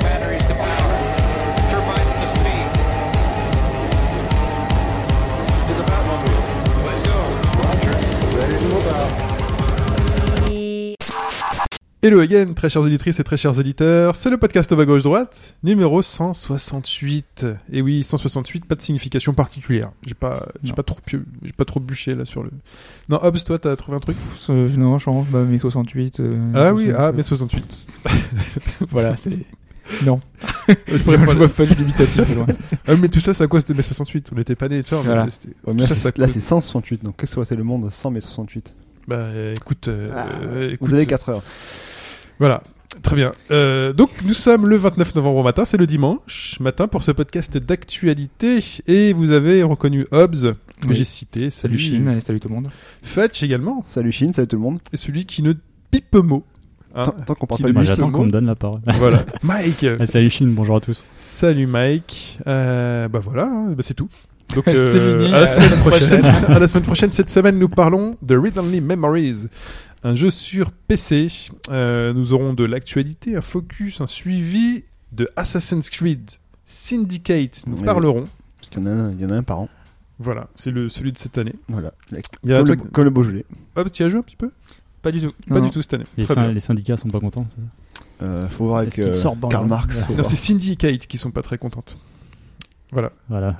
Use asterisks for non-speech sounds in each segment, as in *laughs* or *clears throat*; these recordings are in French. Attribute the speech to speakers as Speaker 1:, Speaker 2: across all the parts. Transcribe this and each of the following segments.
Speaker 1: batteries to power. Turbines to speed. To the Batmobile. Let's go.
Speaker 2: Hello again, très chères auditrices et très chers auditeurs, c'est le podcast bas gauche droite, numéro 168. Et oui, 168, pas de signification particulière. J'ai pas, j'ai
Speaker 3: Non.
Speaker 2: pas trop, pieu- j'ai pas trop bûché là sur le. Non, Hobbs, toi, t'as trouvé un truc
Speaker 3: Pff, euh, non, je pense, bah, mes 68. euh,
Speaker 2: Ah oui,
Speaker 3: 68,
Speaker 2: ah,
Speaker 3: euh,
Speaker 2: mais 68.
Speaker 3: Voilà, c'est. Non,
Speaker 2: Euh,
Speaker 4: *laughs*
Speaker 2: Je
Speaker 3: je
Speaker 2: pourrais pas.
Speaker 3: vois pas du limitatif plus loin.
Speaker 2: Ah, mais tout ça, c'est à cause de mai 68. On était pas nés, tu vois. mais
Speaker 3: Voilà.
Speaker 2: c'était-
Speaker 4: Ouais, mais là,
Speaker 2: Ça,
Speaker 4: c'est-
Speaker 2: ça
Speaker 4: là,
Speaker 2: coûte.
Speaker 4: c'est 168, donc qu'est-ce que c'est le monde sans mai 68
Speaker 2: Bah, euh, écoute, euh,
Speaker 4: Ah,
Speaker 2: euh, écoute,
Speaker 4: Vous avez 4 heures.
Speaker 2: Voilà. Très bien. Euh, donc nous sommes le 29 novembre au matin, c'est le dimanche matin pour ce podcast d'actualité et vous avez reconnu Hobbs que
Speaker 3: Oui.
Speaker 2: j'ai cité.
Speaker 3: *laughs* Salut Chine, allez, salut tout le monde.
Speaker 2: Fetch également
Speaker 4: Salut Chine, salut tout le monde.
Speaker 2: et celui qui ne pipe mot. Hein.
Speaker 4: Tant, tant qu'on parle
Speaker 2: Qui
Speaker 4: pas
Speaker 2: le
Speaker 4: de
Speaker 5: Moi,
Speaker 2: Lui,
Speaker 5: j'attends
Speaker 2: tout le
Speaker 5: qu'on me
Speaker 2: monde.
Speaker 5: donne la parole.
Speaker 3: *laughs*
Speaker 2: voilà. Mike.
Speaker 5: Ah, Salut Chine, bonjour à tous.
Speaker 2: Salut Mike. Euh, bah voilà, hein, bah c'est tout. Donc
Speaker 3: *laughs* C'est fini,
Speaker 2: à la
Speaker 3: euh,
Speaker 2: semaine prochaine. *laughs* à la semaine prochaine. Cette semaine, nous parlons de Read Only Memories, un jeu sur PC. Euh, nous aurons de l'actualité, un focus, un suivi de Assassin's Creed Syndicate. Nous
Speaker 4: Oui.
Speaker 2: parlerons.
Speaker 4: parce qu'il y en, a un- il y en a un par an.
Speaker 2: Voilà, c'est le celui de cette année.
Speaker 4: Voilà.
Speaker 2: Il y a un
Speaker 4: comme, le,
Speaker 2: truc-
Speaker 4: comme le Beaujolais.
Speaker 2: Hop, tu y as joué un petit peu
Speaker 3: Pas du tout.
Speaker 2: Pas du tout cette année.
Speaker 5: Les,
Speaker 2: Très
Speaker 5: syn-
Speaker 2: bien.
Speaker 5: les syndicats sont pas contents. c'est ça
Speaker 4: Euh, faut voir avec
Speaker 3: Est-ce qu'il
Speaker 4: euh,
Speaker 3: sort dans
Speaker 4: Karl
Speaker 3: le-
Speaker 4: Marx.
Speaker 3: Ouais.
Speaker 4: faut
Speaker 2: *laughs* Non,
Speaker 4: voir.
Speaker 2: c'est Syndicate qui sont pas très contentes.
Speaker 5: Voilà.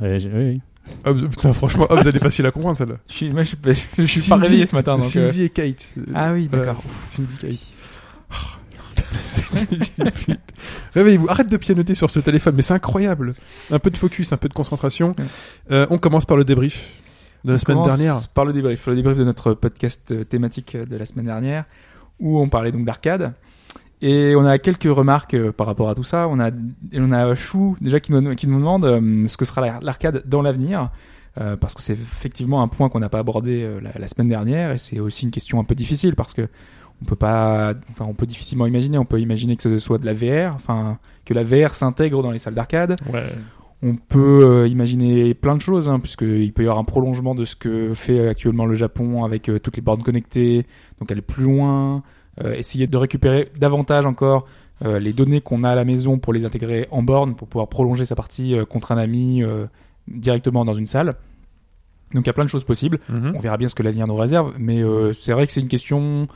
Speaker 5: Et j'ai- oui, oui.
Speaker 2: Hobbs- *laughs* putain, franchement, Hobbs, elle est facile à comprendre celle-là.
Speaker 3: Je suis, moi, je suis, pas, *laughs* je suis pas
Speaker 2: Cindy-
Speaker 3: réveillé ce matin. Donc, euh,
Speaker 2: Cindy et Kate.
Speaker 3: Ah oui, d'accord.
Speaker 2: Syndicate. Réveillez-vous, arrête de pianoter sur ce téléphone, mais c'est incroyable. Un peu de focus, un peu de concentration.
Speaker 3: Ouais.
Speaker 2: Euh, on commence par le débrief de la
Speaker 3: On
Speaker 2: semaine
Speaker 3: commence
Speaker 2: dernière.
Speaker 3: Par le débrief, le débrief de notre podcast euh, thématique euh, de la semaine dernière, où on parlait donc d'arcade. Et on a quelques remarques euh, par rapport à tout ça. On a, et on a Chou déjà qui nous, qui nous demande euh, ce que sera la- l'arcade dans l'avenir. euh, parce que c'est effectivement un point qu'on n'a pas abordé euh, la, la semaine dernière, et c'est aussi une question un peu difficile parce que on peut pas, enfin, on peut difficilement imaginer. On peut imaginer que ce soit de la VR, enfin, que la VR s'intègre dans les salles d'arcade. On peut euh, imaginer plein de choses, hein, puisqu'il peut y avoir un prolongement de ce que fait euh, actuellement le Japon avec euh, toutes les bornes connectées, donc aller plus loin, euh, essayer de récupérer davantage encore euh, les données qu'on a à la maison pour les intégrer en borne, pour pouvoir prolonger sa partie euh, contre un ami euh, directement dans une salle. Donc il y a plein de choses possibles.
Speaker 2: Mmh.
Speaker 5: Mhm.
Speaker 3: On verra bien ce que l'avenir nous réserve, mais euh, c'est vrai que c'est une question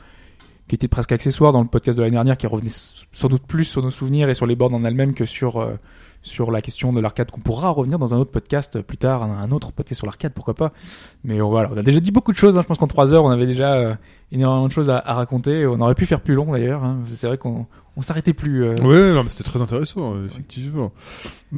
Speaker 3: qui était presque accessoire dans le podcast de l'année dernière, qui revenait s- sans doute plus sur nos souvenirs et sur les bornes en elle-même que sur, euh, sur la question de l'arcade, qu'on pourra revenir dans un autre podcast euh, plus tard, un, un autre podcast sur l'arcade, pourquoi pas. Mais euh, voilà, on a déjà dit beaucoup de choses, hein. je pense qu'en trois heures, on avait déjà euh, énormément de choses à, à raconter, on aurait pu faire plus long d'ailleurs, hein. c'est vrai qu'on on s'arrêtait plus. euh,
Speaker 2: Ouais, non, mais c'était très intéressant, euh, effectivement.
Speaker 3: *laughs*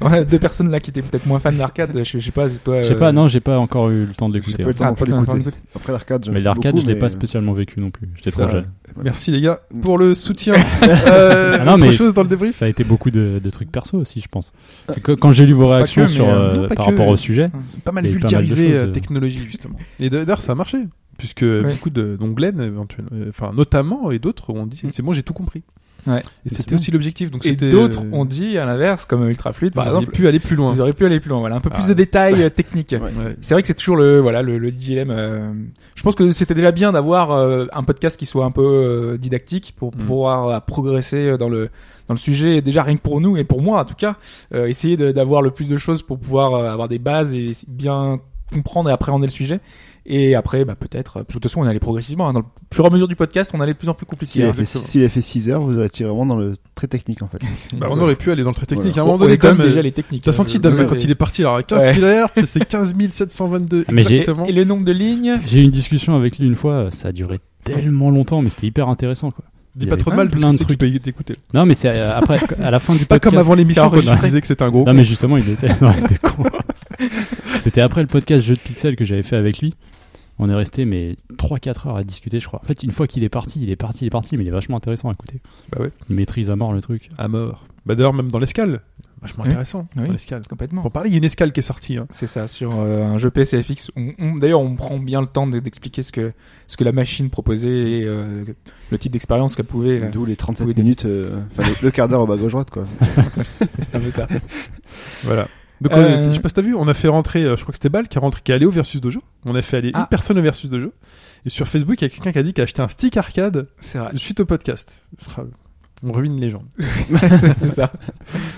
Speaker 3: On a deux personnes là qui étaient peut-être moins fans d'arcade, je, je sais pas, toi...
Speaker 5: Je sais
Speaker 3: euh,
Speaker 5: pas, non, j'ai pas encore eu le temps de
Speaker 4: J'ai
Speaker 5: l'écouter.
Speaker 4: pas eu le
Speaker 5: hein.
Speaker 4: temps
Speaker 3: Ah,
Speaker 4: d'en parler,
Speaker 3: t'as pas eu le temps
Speaker 4: d'écouter.
Speaker 3: d'écouter.
Speaker 4: Après l'arcade, j'en
Speaker 5: Mais
Speaker 4: ai
Speaker 5: l'arcade,
Speaker 4: beaucoup,
Speaker 5: je l'ai
Speaker 2: euh,
Speaker 4: mais-
Speaker 5: pas spécialement vécu non plus. J'étais trop
Speaker 2: Ça-
Speaker 5: jeune.
Speaker 2: *laughs* Merci les gars
Speaker 3: Mm.
Speaker 2: pour le
Speaker 3: *laughs*
Speaker 2: soutien. euh,
Speaker 5: Ah non,
Speaker 2: autre
Speaker 5: mais
Speaker 2: chose dans le débrief
Speaker 5: Ça a été beaucoup de, de trucs perso aussi, je pense. C'est que quand j'ai lu vos réactions
Speaker 3: que,
Speaker 5: sur,
Speaker 3: mais,
Speaker 2: euh,
Speaker 5: euh,
Speaker 2: non, pas
Speaker 5: par
Speaker 2: que.
Speaker 5: rapport au sujet,
Speaker 2: pas mal
Speaker 5: Il y a eu pas
Speaker 2: vulgarisé
Speaker 5: mal de choses,
Speaker 2: euh,
Speaker 5: euh.
Speaker 2: technologie justement. Et d'ailleurs ça a marché puisque beaucoup de d'onglènes éventuellement, euh, enfin notamment et d'autres ont dit c'est bon j'ai tout compris.
Speaker 3: Mm. Ouais.
Speaker 2: Et
Speaker 5: c'est
Speaker 2: c'était
Speaker 5: bien.
Speaker 2: aussi l'objectif donc
Speaker 3: Et
Speaker 2: c'était,
Speaker 3: d'autres
Speaker 2: euh, bah,
Speaker 3: ont dit à l'inverse, comme Ultraflute par
Speaker 2: vous auriez
Speaker 3: exemple,
Speaker 2: pu aller plus loin.
Speaker 3: Vous auriez pu aller plus loin, voilà, un peu plus
Speaker 2: Ah.
Speaker 3: de détails euh, techniques.
Speaker 4: Ouais.
Speaker 2: Ouais.
Speaker 3: C'est vrai que c'est toujours le voilà le, le dilemme. euh, je pense que c'était déjà bien d'avoir euh, un podcast qui soit un peu euh, didactique pour
Speaker 2: Mm.
Speaker 3: pouvoir euh, progresser dans le dans le sujet. Et Déjà rien que pour nous et pour moi en tout cas, euh, essayer de- d'avoir le plus de choses pour pouvoir euh, avoir des bases et bien comprendre et appréhender le sujet. Et après, bah peut-être. euh, parce que De toute façon, on allait progressivement. hein, dans le au fur et à mesure du podcast, on allait de plus en plus compliqué.
Speaker 4: S'il avait
Speaker 3: hein.
Speaker 4: fait-
Speaker 3: *laughs*
Speaker 4: s'il avait fait 6 heures, vous étiez vraiment dans le très technique en fait.
Speaker 2: Bah, on aurait pu aller dans le trait technique. À un
Speaker 3: On-
Speaker 2: moment
Speaker 3: on
Speaker 2: donné
Speaker 3: est quand même
Speaker 2: Dom,
Speaker 3: déjà
Speaker 2: euh,
Speaker 3: les techniques.
Speaker 2: T'as
Speaker 3: hein,
Speaker 2: senti
Speaker 3: je-
Speaker 2: Dalma
Speaker 3: je-
Speaker 2: quand il est parti, alors à 15
Speaker 3: Ouais.
Speaker 2: kHz, c'est 15 722
Speaker 5: Mais j'ai-
Speaker 2: exactement.
Speaker 3: Et le nombre de lignes.
Speaker 5: j'ai eu une discussion avec lui une fois, euh, ça a duré tellement longtemps, mais c'était hyper intéressant. Quoi.
Speaker 2: Dis
Speaker 5: il y
Speaker 2: pas
Speaker 5: avait
Speaker 2: trop de mal,
Speaker 5: plein
Speaker 2: parce que
Speaker 5: de
Speaker 2: tu sais
Speaker 5: trucs.
Speaker 2: qu'il peut t'écouter.
Speaker 5: Non, mais c'est euh, après, à la fin du
Speaker 2: *laughs*
Speaker 5: podcast.
Speaker 2: Pas comme avant l'émission
Speaker 5: c'est
Speaker 2: quand tu
Speaker 5: enregistré.
Speaker 2: disais que c'était un gros.
Speaker 5: Non mais justement il essaie. Non, t'es con. *laughs* C'était après le podcast Jeu de Pixel que j'avais fait avec lui. On est resté mais 3-4 heures à discuter je crois. En fait une fois qu'il est parti, il est parti, il est parti, mais il est vachement intéressant à écouter.
Speaker 2: Bah ouais.
Speaker 5: Il maîtrise à mort le truc.
Speaker 2: À mort. Bah d'ailleurs même dans l'escale, vachement
Speaker 3: Oui.
Speaker 2: intéressant
Speaker 3: Oui.
Speaker 2: dans l'escale.
Speaker 3: Complètement.
Speaker 2: Pour parler, il y a une escale qui est sortie. hein.
Speaker 3: C'est ça, sur euh, un jeu PCFX. On, on- D'ailleurs, on prend bien le temps de- d'expliquer ce que, ce que la machine proposait et euh, le type d'expérience qu'elle pouvait. *laughs* euh,
Speaker 4: D'où les 37
Speaker 3: Oui.
Speaker 4: minutes, euh, enfin le- le quart d'heure au bas gauche droite quoi.
Speaker 3: c'est un peu ça.
Speaker 2: Voilà. Donc, on-
Speaker 3: Euh.
Speaker 2: Je sais pas si t'as vu, on a fait rentrer, euh, je crois que c'était Bal qui, a rentré- qui est allé au Versus Dojo. On a fait aller
Speaker 3: Ah.
Speaker 2: une personne au Versus Dojo. Et sur Facebook, il y a quelqu'un qui a dit qu'il a acheté un stick arcade
Speaker 3: C'est vrai.
Speaker 2: suite au podcast. Ce sera- On ruine les gens.
Speaker 3: *laughs* c'est ça.
Speaker 2: Ah,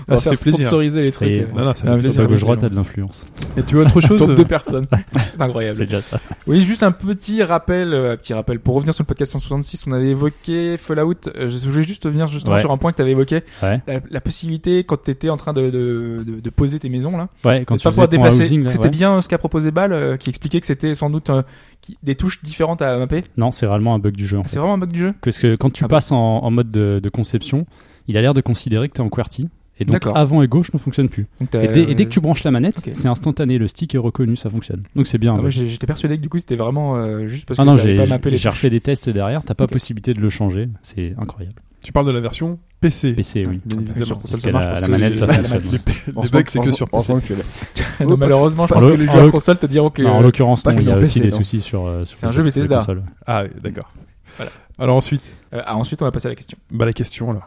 Speaker 3: On va
Speaker 2: ça
Speaker 3: faire
Speaker 2: fait plaisir.
Speaker 3: sponsoriser les trucs.
Speaker 5: Et-
Speaker 3: euh,
Speaker 2: Non, non, ça fait
Speaker 3: Ah, mais
Speaker 2: plaisir.
Speaker 3: c'est
Speaker 5: Sur
Speaker 3: pas
Speaker 5: gauche
Speaker 3: gauche-droite,
Speaker 5: droite, a de l'influence.
Speaker 2: Et tu veux
Speaker 3: *laughs*
Speaker 2: autre chose
Speaker 3: Sur
Speaker 2: euh,
Speaker 3: deux personnes. *laughs* C'est incroyable.
Speaker 5: déjà ça.
Speaker 3: Oui, juste un petit rappel, euh, petit rappel. Pour revenir sur le podcast 166, on avait évoqué Fallout. Euh, je voulais juste revenir justement
Speaker 5: Ouais.
Speaker 3: sur un point que tu avais évoqué,
Speaker 5: Ouais.
Speaker 3: la, la possibilité quand tu étais en train de, de, de, de poser tes maisons là,
Speaker 5: Ouais, quand
Speaker 3: de
Speaker 5: tu
Speaker 3: pas
Speaker 5: faisais
Speaker 3: pouvoir
Speaker 5: ton
Speaker 3: dépasser.
Speaker 5: housing, là,
Speaker 3: C'était
Speaker 5: ouais.
Speaker 3: bien euh, ce qu'a proposé Ball, euh, qui expliquait que c'était sans doute euh, qui- des touches différentes à mapper. Ah,
Speaker 5: Non, c'est vraiment un bug du jeu. En
Speaker 3: C'est
Speaker 5: fait.
Speaker 3: vraiment un bug du jeu.
Speaker 5: Parce que quand tu
Speaker 3: Ah bon
Speaker 5: passes en, en mode de, de conception, il a l'air de considérer que t'es en QWERTY. Et donc
Speaker 3: D'accord.
Speaker 5: avant et gauche ne fonctionnent plus.
Speaker 3: Donc, t'as-
Speaker 5: Et dès, et dès que tu branches la manette,
Speaker 3: Ok.
Speaker 5: c'est instantané, le stick est reconnu, ça fonctionne. Donc c'est bien.
Speaker 3: Ah,
Speaker 5: un
Speaker 3: moi,
Speaker 5: bug.
Speaker 3: j'ai- j'étais persuadé que du coup c'était vraiment euh, juste parce que
Speaker 5: Ah non,
Speaker 3: t'avais
Speaker 5: j'ai
Speaker 3: pas mappé les
Speaker 5: j'ai refait des tests derrière, t'as pas
Speaker 3: Ok.
Speaker 5: possibilité de le changer, c'est incroyable.
Speaker 2: Tu parles de la version PC.
Speaker 5: PC, oui.
Speaker 2: Eh Bien
Speaker 3: touches. Sur
Speaker 2: évidemment.
Speaker 3: console,
Speaker 5: Parce
Speaker 3: ça
Speaker 5: que
Speaker 3: marche.
Speaker 5: la-
Speaker 3: parce
Speaker 5: la
Speaker 3: que
Speaker 5: manette,
Speaker 3: c'est-
Speaker 5: ça
Speaker 3: la
Speaker 5: fonctionne.
Speaker 3: manette, c'est-
Speaker 2: Les bugs, c'est que sur
Speaker 4: *laughs* En
Speaker 2: PC.
Speaker 4: tant que-
Speaker 3: *laughs* Non, malheureusement, je
Speaker 5: En
Speaker 3: pense que
Speaker 5: l'oc-
Speaker 3: les
Speaker 5: en
Speaker 3: joueurs
Speaker 5: l'oc-
Speaker 3: console te diront que.
Speaker 5: Ah, Non, en l'occurrence,
Speaker 4: pas
Speaker 5: non,
Speaker 4: que
Speaker 5: il y a
Speaker 4: sur
Speaker 5: aussi
Speaker 4: PC,
Speaker 5: des
Speaker 4: non.
Speaker 5: soucis sur. euh, sur
Speaker 3: C'est un
Speaker 5: les
Speaker 3: jeu
Speaker 5: autres
Speaker 3: Bethesda.
Speaker 5: consoles.
Speaker 2: Ah, oui, d'accord.
Speaker 3: Voilà.
Speaker 2: Alors ensuite,
Speaker 3: Euh, ah, ensuite, on va passer à la question.
Speaker 2: bah, la question là.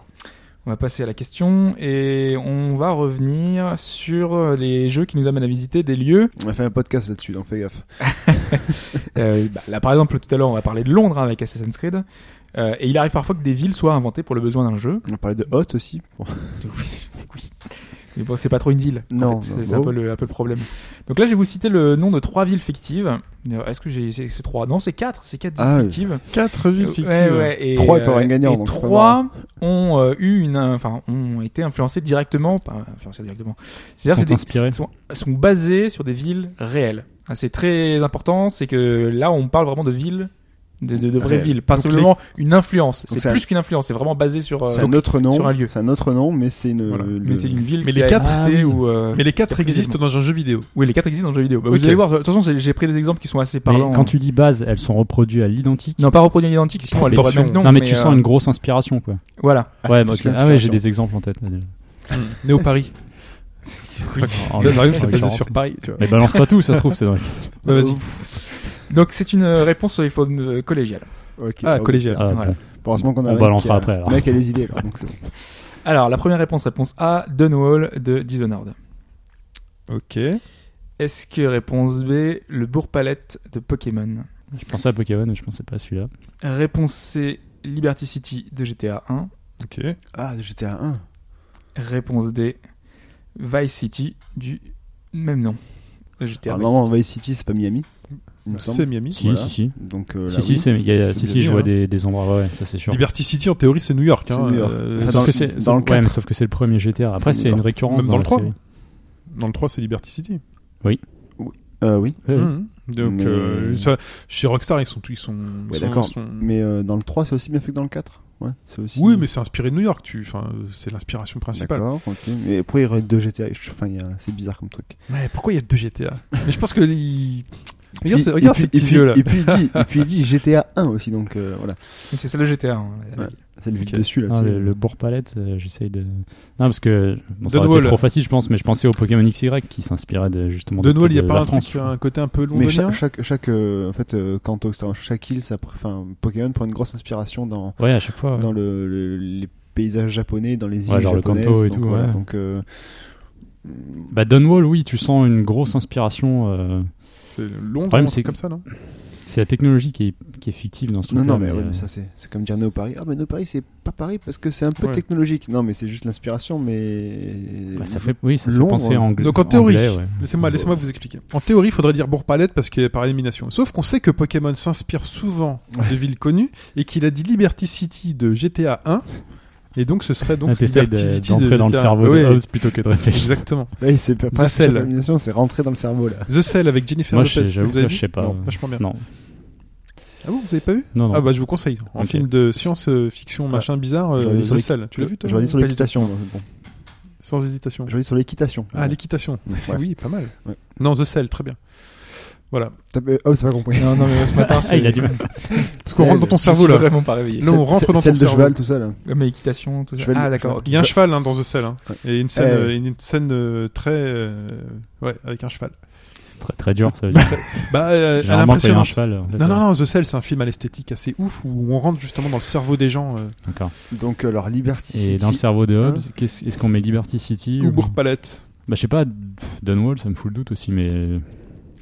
Speaker 3: On va passer à la question et on va revenir sur euh, les jeux qui nous amènent à visiter des lieux.
Speaker 4: On a fait un podcast là-dessus, donc fais gaffe.
Speaker 3: Euh, bah, là, par exemple, tout à l'heure, on va parler de Londres hein, avec Assassin's Creed. Euh, et il arrive parfois que des villes soient inventées pour le besoin d'un jeu.
Speaker 4: On a parlé de Hot aussi. Bon.
Speaker 3: Oui, oui. Mais bon, c'est pas trop une ville. en
Speaker 4: Non,
Speaker 3: fait.
Speaker 4: non,
Speaker 3: c'est c'est un,
Speaker 4: bon.
Speaker 3: peu le, un peu le problème. Donc là, je vais vous citer le nom de trois villes fictives. Euh, Est-ce que j'ai c'est c'est trois Non, c'est quatre. C'est quatre
Speaker 4: Ah,
Speaker 3: villes fictives.
Speaker 2: 4 villes
Speaker 3: Euh,
Speaker 2: fictives.
Speaker 3: ouais, ouais, et,
Speaker 4: Trois, il peut
Speaker 3: euh,
Speaker 4: rien gagner,
Speaker 3: et
Speaker 4: donc c'est pas
Speaker 3: trois ont euh, eu une, euh, enfin, ont été influencés directement, pas influencés directement.
Speaker 5: Sont
Speaker 3: C'est-à-dire, c'est
Speaker 5: inspirés.
Speaker 3: des- sont, sont basés sur des villes réelles. Ah, c'est très important, c'est que là, on parle vraiment de villes, de, de, de vraies
Speaker 4: Réelles.
Speaker 3: villes, pas
Speaker 4: Donc
Speaker 3: seulement une influence.
Speaker 4: Donc
Speaker 3: C'est
Speaker 4: ça-
Speaker 3: plus qu'une influence, c'est vraiment basé sur. euh,
Speaker 4: C'est un autre nom.
Speaker 3: sur un lieu.
Speaker 4: C'est un autre nom, mais c'est une.
Speaker 2: Voilà.
Speaker 4: le-
Speaker 3: mais c'est une ville
Speaker 2: Mais
Speaker 3: qui
Speaker 2: les
Speaker 3: a
Speaker 2: quatre-
Speaker 3: existé
Speaker 5: Ah oui.
Speaker 3: ou. euh,
Speaker 2: Mais les 4
Speaker 3: Quatre
Speaker 2: existent dans un jeu vidéo.
Speaker 3: Oui, les quatre existent dans le jeu vidéo. Bah,
Speaker 2: Ok.
Speaker 3: Vous allez voir. De toute façon, c'est- j'ai pris des exemples qui sont assez
Speaker 5: Mais
Speaker 3: parlants. hein.
Speaker 5: quand tu dis base, elles sont reproduites à l'identique.
Speaker 3: non, pas reproduit identique, sinon elle est
Speaker 2: Attention.
Speaker 3: même nom.
Speaker 5: Non, mais tu
Speaker 3: euh,
Speaker 5: sens une grosse inspiration, quoi.
Speaker 3: Voilà.
Speaker 4: Ah,
Speaker 5: ouais,
Speaker 4: c'est plus
Speaker 5: bah, ok.
Speaker 4: qu'une
Speaker 5: ah ouais, j'ai
Speaker 4: inspiration.
Speaker 5: des exemples en tête. là, déjà.
Speaker 4: *laughs*
Speaker 2: Néo Paris.
Speaker 5: En-
Speaker 2: Ça, Mario,
Speaker 5: en
Speaker 2: c'est basé
Speaker 5: référence.
Speaker 2: sur Paris, tu vois.
Speaker 5: Mais balance pas tout, ça se trouve, c'est dans la question.
Speaker 3: Bah,
Speaker 2: Ouais, vas-y.
Speaker 3: Donc c'est une euh, réponse au iPhone euh, collégiale.
Speaker 4: Ok.
Speaker 2: Ah,
Speaker 4: Oh,
Speaker 2: collégial.
Speaker 5: Ah,
Speaker 3: Voilà.
Speaker 5: bon.
Speaker 4: Heureusement qu'on a.
Speaker 5: On
Speaker 4: un mec
Speaker 5: balancera
Speaker 4: qui a-
Speaker 5: après, alors.
Speaker 4: Le mec a des idées là. donc c'est bon.
Speaker 3: Alors, la première réponse, réponse A, Dunwall de Dishonored.
Speaker 2: Ok.
Speaker 3: Est-ce que réponse B, le Bourg-Palette de Pokémon
Speaker 5: Je pensais à Pokémon, mais je pensais pas à celui-là.
Speaker 3: Réponse C, Liberty City de GTA 1.
Speaker 2: Ok.
Speaker 4: Ah, j'étais à 1.
Speaker 3: Réponse D, Vice City du même nom. de GTA
Speaker 4: Alors,
Speaker 3: Vice
Speaker 4: normalement,
Speaker 3: City.
Speaker 4: Vice City, c'est pas Miami. Il me
Speaker 2: C'est
Speaker 4: semble.
Speaker 2: Miami.
Speaker 5: Si,
Speaker 4: Voilà.
Speaker 5: si, si.
Speaker 4: Donc, euh, là,
Speaker 5: Si, si,
Speaker 4: oui.
Speaker 5: c'est- il y a- si,
Speaker 4: C'est
Speaker 5: si, je
Speaker 4: bien,
Speaker 5: vois
Speaker 4: hein.
Speaker 5: des, des endroits, ouais, ouais, ça c'est sûr.
Speaker 2: Liberty City, en théorie, c'est New York. Hein.
Speaker 4: C'est New York.
Speaker 2: Euh,
Speaker 4: Enfin,
Speaker 2: sauf
Speaker 4: dans-
Speaker 2: que
Speaker 5: que
Speaker 2: c'est-
Speaker 5: c'est-
Speaker 4: dans le
Speaker 5: ouais,
Speaker 4: quatre.
Speaker 5: mais sauf que c'est le premier GTA. Après,
Speaker 4: C'est
Speaker 5: c'est
Speaker 4: dans-
Speaker 5: une récurrence
Speaker 2: même dans
Speaker 5: dans
Speaker 2: le
Speaker 5: la
Speaker 2: trois.
Speaker 5: série.
Speaker 2: dans le 3, c'est Liberty City.
Speaker 4: Euh, oui.
Speaker 5: Ouais, ouais.
Speaker 2: Mhm. Donc,
Speaker 4: Mais-
Speaker 2: euh, ça- chez Rockstar, ils sont. Ils sont, ils
Speaker 4: Ouais,
Speaker 2: sont-
Speaker 4: d'accord.
Speaker 2: ils sont-
Speaker 4: Mais euh, dans le 3, c'est aussi bien fait que dans le 4. Ouais, c'est aussi.
Speaker 2: Oui, mais c'est inspiré de New York. Tu... Enfin, euh, c'est l'inspiration principale.
Speaker 4: D'accord, ok. Mais pourquoi il y aurait deux GTA Je- Enfin, il y a- c'est bizarre comme truc.
Speaker 2: Mais pourquoi il y a deux GTA Mais je pense que. ils- Regarde,
Speaker 4: Et-
Speaker 2: ces- regarde
Speaker 4: et
Speaker 2: ces
Speaker 4: puis- et
Speaker 2: petits
Speaker 4: puis-
Speaker 2: yeux là.
Speaker 4: Et puis il dit, et puis il
Speaker 5: *laughs*
Speaker 4: dit GTA 1 aussi, donc euh, voilà.
Speaker 3: Donc, C'est celle de GTA. hein, la- la
Speaker 4: Ouais.
Speaker 3: ville.
Speaker 4: C'est le vue
Speaker 2: Ok.
Speaker 4: de dessus là.
Speaker 5: Ah,
Speaker 4: tu sais.
Speaker 5: le, le bourg-palette, euh, j'essaye de. Non, parce que bon, ça
Speaker 2: Dunwall.
Speaker 5: aurait été trop facile, je pense, mais je pensais au Pokémon XY qui s'inspirait de, justement
Speaker 2: De Noël, il n'y a
Speaker 5: de
Speaker 2: pas
Speaker 5: la
Speaker 2: un truc,
Speaker 5: France.
Speaker 2: qui a un côté un peu
Speaker 4: Mais cha-
Speaker 2: londonien
Speaker 4: chaque, chaque, euh, en fait, euh, Kanto, etc., chaque île, ça, pr- enfin, Pokémon prend une grosse inspiration dans,
Speaker 2: euh,
Speaker 5: Ouais, à chaque fois. ouais.
Speaker 4: dans le, le- les paysages japonais, dans les îles
Speaker 5: Ouais, genre le
Speaker 4: japonaises.
Speaker 5: Kanto et
Speaker 4: donc,
Speaker 5: tout,
Speaker 4: voilà,
Speaker 5: ouais.
Speaker 4: donc, euh,
Speaker 5: Bah, Dunwall, oui, tu sens une grosse inspiration. euh,
Speaker 2: C'est Londres,
Speaker 5: Problème,
Speaker 2: un truc
Speaker 5: c'est-
Speaker 2: comme ça, non
Speaker 5: C'est la technologie qui est, qui est fictive dans ce
Speaker 4: non,
Speaker 5: truc-là.
Speaker 4: non, mais, ouais,
Speaker 5: euh,
Speaker 4: mais ça, c'est c'est comme dire Néo Paris. Ah, mais Néo Paris, c'est pas Paris parce que c'est un peu
Speaker 2: Ouais.
Speaker 4: technologique. Non, mais c'est juste l'inspiration, mais. *laughs*
Speaker 5: bah, ça fait, oui, ça fait
Speaker 4: Londres.
Speaker 5: penser à anglais.
Speaker 2: Donc en théorie,
Speaker 5: anglais, ouais.
Speaker 2: laissez-moi laissez vous expliquer. En théorie, il faudrait dire Bourg-Palette parce qu'il est par élimination. Sauf qu'on sait que Pokémon s'inspire souvent de villes connues et qu'il a dit Liberty City de GTA 1. Et donc ce serait donc
Speaker 5: Ah, T'essayes
Speaker 2: Liberty
Speaker 5: de-
Speaker 2: City
Speaker 5: d'entrer dans le
Speaker 2: GTA.
Speaker 5: cerveau
Speaker 2: Ouais,
Speaker 5: de Hobbes plutôt que de réfléchir.
Speaker 2: Exactement.
Speaker 4: Ouais, c'est pas- pas
Speaker 2: Cell.
Speaker 4: cette domination, c'est rentrer dans le cerveau là.
Speaker 2: The Cell avec Jennifer
Speaker 5: Moi,
Speaker 2: Lopez.
Speaker 5: je- j'avoue
Speaker 2: vous
Speaker 5: que
Speaker 2: avez
Speaker 5: je
Speaker 2: vu
Speaker 5: sais pas.
Speaker 2: Non, vachement bien.
Speaker 5: Non,
Speaker 2: Ah bon, vous avez pas vu
Speaker 5: non, non.
Speaker 2: Ah bah je vous conseille. En
Speaker 5: Ok.
Speaker 2: film de science-fiction,
Speaker 4: Ah.
Speaker 2: machin bizarre, euh,
Speaker 4: J'aurais dit sur
Speaker 2: The
Speaker 4: les-
Speaker 2: Cell. Tu l'as vu toi
Speaker 4: J'aurais dit sur
Speaker 2: Pas
Speaker 4: l'équitation. non, c'est bon.
Speaker 2: du- Sans hésitation.
Speaker 4: J'aurais dit sur l'équitation.
Speaker 2: Ah l'équitation.
Speaker 4: Ouais.
Speaker 2: Oui, pas mal.
Speaker 4: Ouais.
Speaker 2: Non, The Cell, très bien. Voilà.
Speaker 4: T'as- Oh, c'est pas compris.
Speaker 3: Non, non, mais ce matin,
Speaker 5: Ah,
Speaker 3: c'est-
Speaker 5: il a du mal.
Speaker 2: Parce qu'on rentre dans ton
Speaker 3: je suis
Speaker 2: cerveau là.
Speaker 3: vraiment pas réveillé.
Speaker 2: Non, on rentre dans ton
Speaker 4: Celle de
Speaker 2: cerveau.
Speaker 4: cheval, tout ça là.
Speaker 3: Ah, Mais équitation, tout ça.
Speaker 4: Je vais le-
Speaker 3: Ah, d'accord.
Speaker 2: Il y a un cheval hein, dans The Cell. hein. Et une scène,
Speaker 4: Eh.
Speaker 2: euh, une scène euh, très. euh, ouais, avec un cheval.
Speaker 5: Très, très dur, ça veut dire.
Speaker 2: Bah, euh, elle est
Speaker 5: Généralement, quand il y a un
Speaker 2: impressionnante.
Speaker 5: cheval. en fait,
Speaker 2: Non, non,
Speaker 5: ouais.
Speaker 2: non, The Cell, c'est un film à l'esthétique assez ouf où on rentre justement dans le cerveau des gens. euh,
Speaker 5: D'accord.
Speaker 4: Donc, euh, alors Liberty
Speaker 5: Et dans le
Speaker 4: City.
Speaker 5: cerveau de Hobbes, qu'est-ce- est-ce qu'on met Liberty City
Speaker 2: Hein ou Bourg-Palette.
Speaker 5: Bah, je sais pas, Dunwall, ça me fout le doute aussi, mais.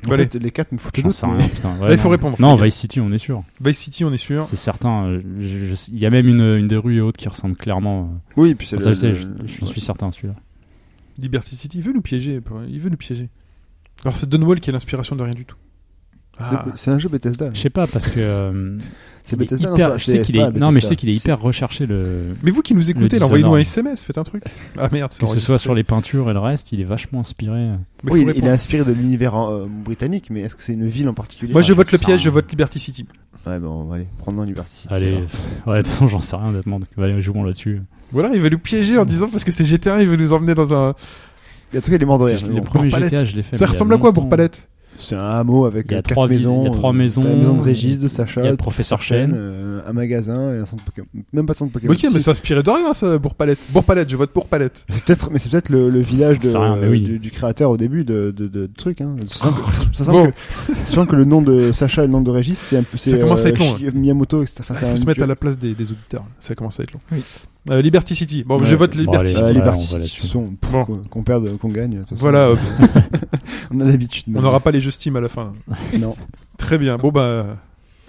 Speaker 4: En
Speaker 2: Allez.
Speaker 4: fait, les 4 me foutent le
Speaker 5: J'en
Speaker 4: doute.
Speaker 5: sais rien,
Speaker 4: mais-
Speaker 5: putain. ouais,
Speaker 2: Là, il faut
Speaker 5: non.
Speaker 2: répondre.
Speaker 5: Non,
Speaker 2: Ok.
Speaker 5: Vice City, on est sûr.
Speaker 2: Vice City, on est sûr.
Speaker 5: C'est certain. euh, je- je- Il y a même une, une des rues et autres qui ressemble clairement. euh,
Speaker 4: Oui, et puis c'est
Speaker 5: ça,
Speaker 4: le-
Speaker 5: je sais,
Speaker 4: le-
Speaker 5: je- j'en
Speaker 4: ouais.
Speaker 5: suis certain, celui-là.
Speaker 2: Liberty City, il veut nous piéger. Il veut nous piéger. Alors c'est Dunwall qui est l'inspiration de rien du tout.
Speaker 4: C'est-
Speaker 2: Ah,
Speaker 4: C'est un jeu Bethesda.
Speaker 5: Je sais pas, parce
Speaker 2: *laughs*
Speaker 5: que. euh,
Speaker 4: C'est
Speaker 5: il est
Speaker 4: Bethesda, non,
Speaker 5: hyper-
Speaker 4: c'est pas-
Speaker 5: je sais
Speaker 4: c'est
Speaker 5: qu'il est-
Speaker 4: pas
Speaker 5: non, mais je
Speaker 4: Bethesda.
Speaker 5: sais qu'il est hyper recherché, le.
Speaker 2: Mais vous qui nous écoutez,
Speaker 5: Le
Speaker 2: là, envoyez-nous un
Speaker 5: Dishonored.
Speaker 2: SMS, faites un truc. Ah merde, c'est
Speaker 5: Que ce soit
Speaker 2: enregistré.
Speaker 5: sur les peintures et le reste, il est vachement inspiré.
Speaker 4: Oui,
Speaker 2: Mais faut
Speaker 4: il, il est
Speaker 2: répondre.
Speaker 4: inspiré de l'univers euh, britannique, mais est-ce que c'est une ville en particulier
Speaker 2: Moi je
Speaker 5: Ah,
Speaker 2: vote le
Speaker 5: ça,
Speaker 2: piège,
Speaker 5: hein.
Speaker 2: je vote Liberty City.
Speaker 4: Ouais, ben on va aller prendre dans Liberty City.
Speaker 5: Allez,
Speaker 4: alors.
Speaker 5: ouais, de toute façon, j'en sais rien, honnêtement. Donc, allez, jouons là-dessus.
Speaker 2: Voilà, il va nous piéger en disant parce que c'est GTA, il veut nous emmener dans un.
Speaker 4: En tout cas, il est mort de rire.
Speaker 5: Je-
Speaker 4: mais
Speaker 5: les
Speaker 4: bon.
Speaker 5: premiers
Speaker 2: Palette.
Speaker 5: GTA, je l'ai
Speaker 2: Ça
Speaker 5: fait. mais il y a
Speaker 2: ressemble à quoi pour
Speaker 5: longtemps.
Speaker 2: Palette
Speaker 4: C'est un hameau avec
Speaker 5: Il y a
Speaker 4: euh,
Speaker 5: trois
Speaker 4: quatre
Speaker 5: villes-
Speaker 4: maisons.
Speaker 5: il y a trois
Speaker 4: euh,
Speaker 5: maisons.
Speaker 4: t'as La maison de Régis, de Sacha.
Speaker 5: Il y a
Speaker 4: de
Speaker 5: le professeur Chen.
Speaker 4: euh, un magasin et un centre Pokémon. Même pas de centre Pokémon.
Speaker 2: Ok, mais
Speaker 4: Si,
Speaker 2: c'est inspiré de rien ça, pour Palette. Pour Palette, je vote pour Palette.
Speaker 4: c'est peut-être, mais c'est peut-être le, le village de,
Speaker 5: Ça, hein, mais oui.
Speaker 4: du, du créateur au début de, de, de, de truc. Hein. Ça semble, ça semble
Speaker 2: Bon.
Speaker 4: que, sachant que le nom de Sacha et le nom de Régis, c'est un peu. c'est,
Speaker 2: commence à être long,
Speaker 4: Shi- Miyamoto, etc. Enfin,
Speaker 2: Il
Speaker 4: c'est
Speaker 2: faut
Speaker 4: un-
Speaker 2: se mettre à la place des, des auditeurs, là. ça commence à être long.
Speaker 3: Oui.
Speaker 2: Euh, Liberty City. Bon,
Speaker 5: Ouais.
Speaker 2: je vote
Speaker 5: Bon,
Speaker 2: Liberty
Speaker 5: allez.
Speaker 2: City.
Speaker 4: Euh, les
Speaker 5: Ouais, on
Speaker 4: parties
Speaker 5: va là-dessus.
Speaker 4: sont- pff,
Speaker 2: Bon.
Speaker 4: quoi, qu'on perde, qu'on gagne. de toute façon.
Speaker 2: Voilà, euh,
Speaker 4: on a l'habitude.
Speaker 2: on
Speaker 4: maintenant.
Speaker 2: n'aura pas les jeux Steam à la fin.
Speaker 4: Non.
Speaker 2: Très bien. Bon, bah.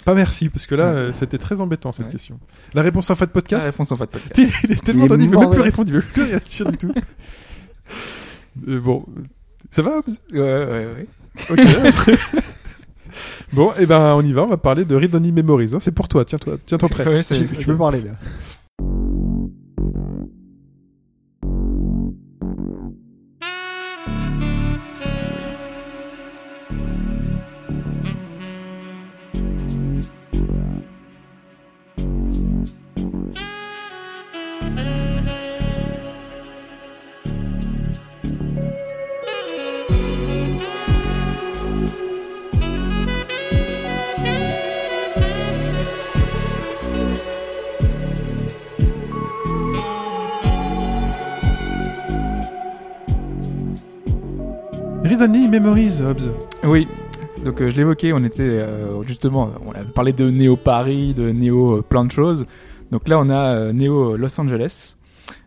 Speaker 2: Pas merci, parce que là, euh, c'était très embêtant cette
Speaker 3: Ouais.
Speaker 2: question. La réponse en fin de
Speaker 3: La
Speaker 2: podcast.
Speaker 3: réponse en fait de podcast.
Speaker 2: *laughs* Il est tellement
Speaker 4: Il est
Speaker 2: tendu, il veut
Speaker 4: mort
Speaker 2: même plus
Speaker 4: de-
Speaker 2: répondre, il veut plus rien dire
Speaker 3: *laughs*
Speaker 2: du tout. Euh, bon, ça va Hobbs
Speaker 3: Ouais, ouais, ouais.
Speaker 2: Ok. *laughs* Bon, et ben on y va, on va parler de Read Only Memories. hein. C'est pour toi, tiens-toi tiens -toi prêt.
Speaker 3: Ouais, c'est-
Speaker 4: Tu, tu peux parler là.
Speaker 2: Read Only Memories, Hobbs.
Speaker 3: *laughs* Oui. Donc euh, je l'évoquais, on était euh, justement, on a parlé de Néo Paris, de Néo euh, plein de choses. Donc là on a euh, Néo Los Angeles.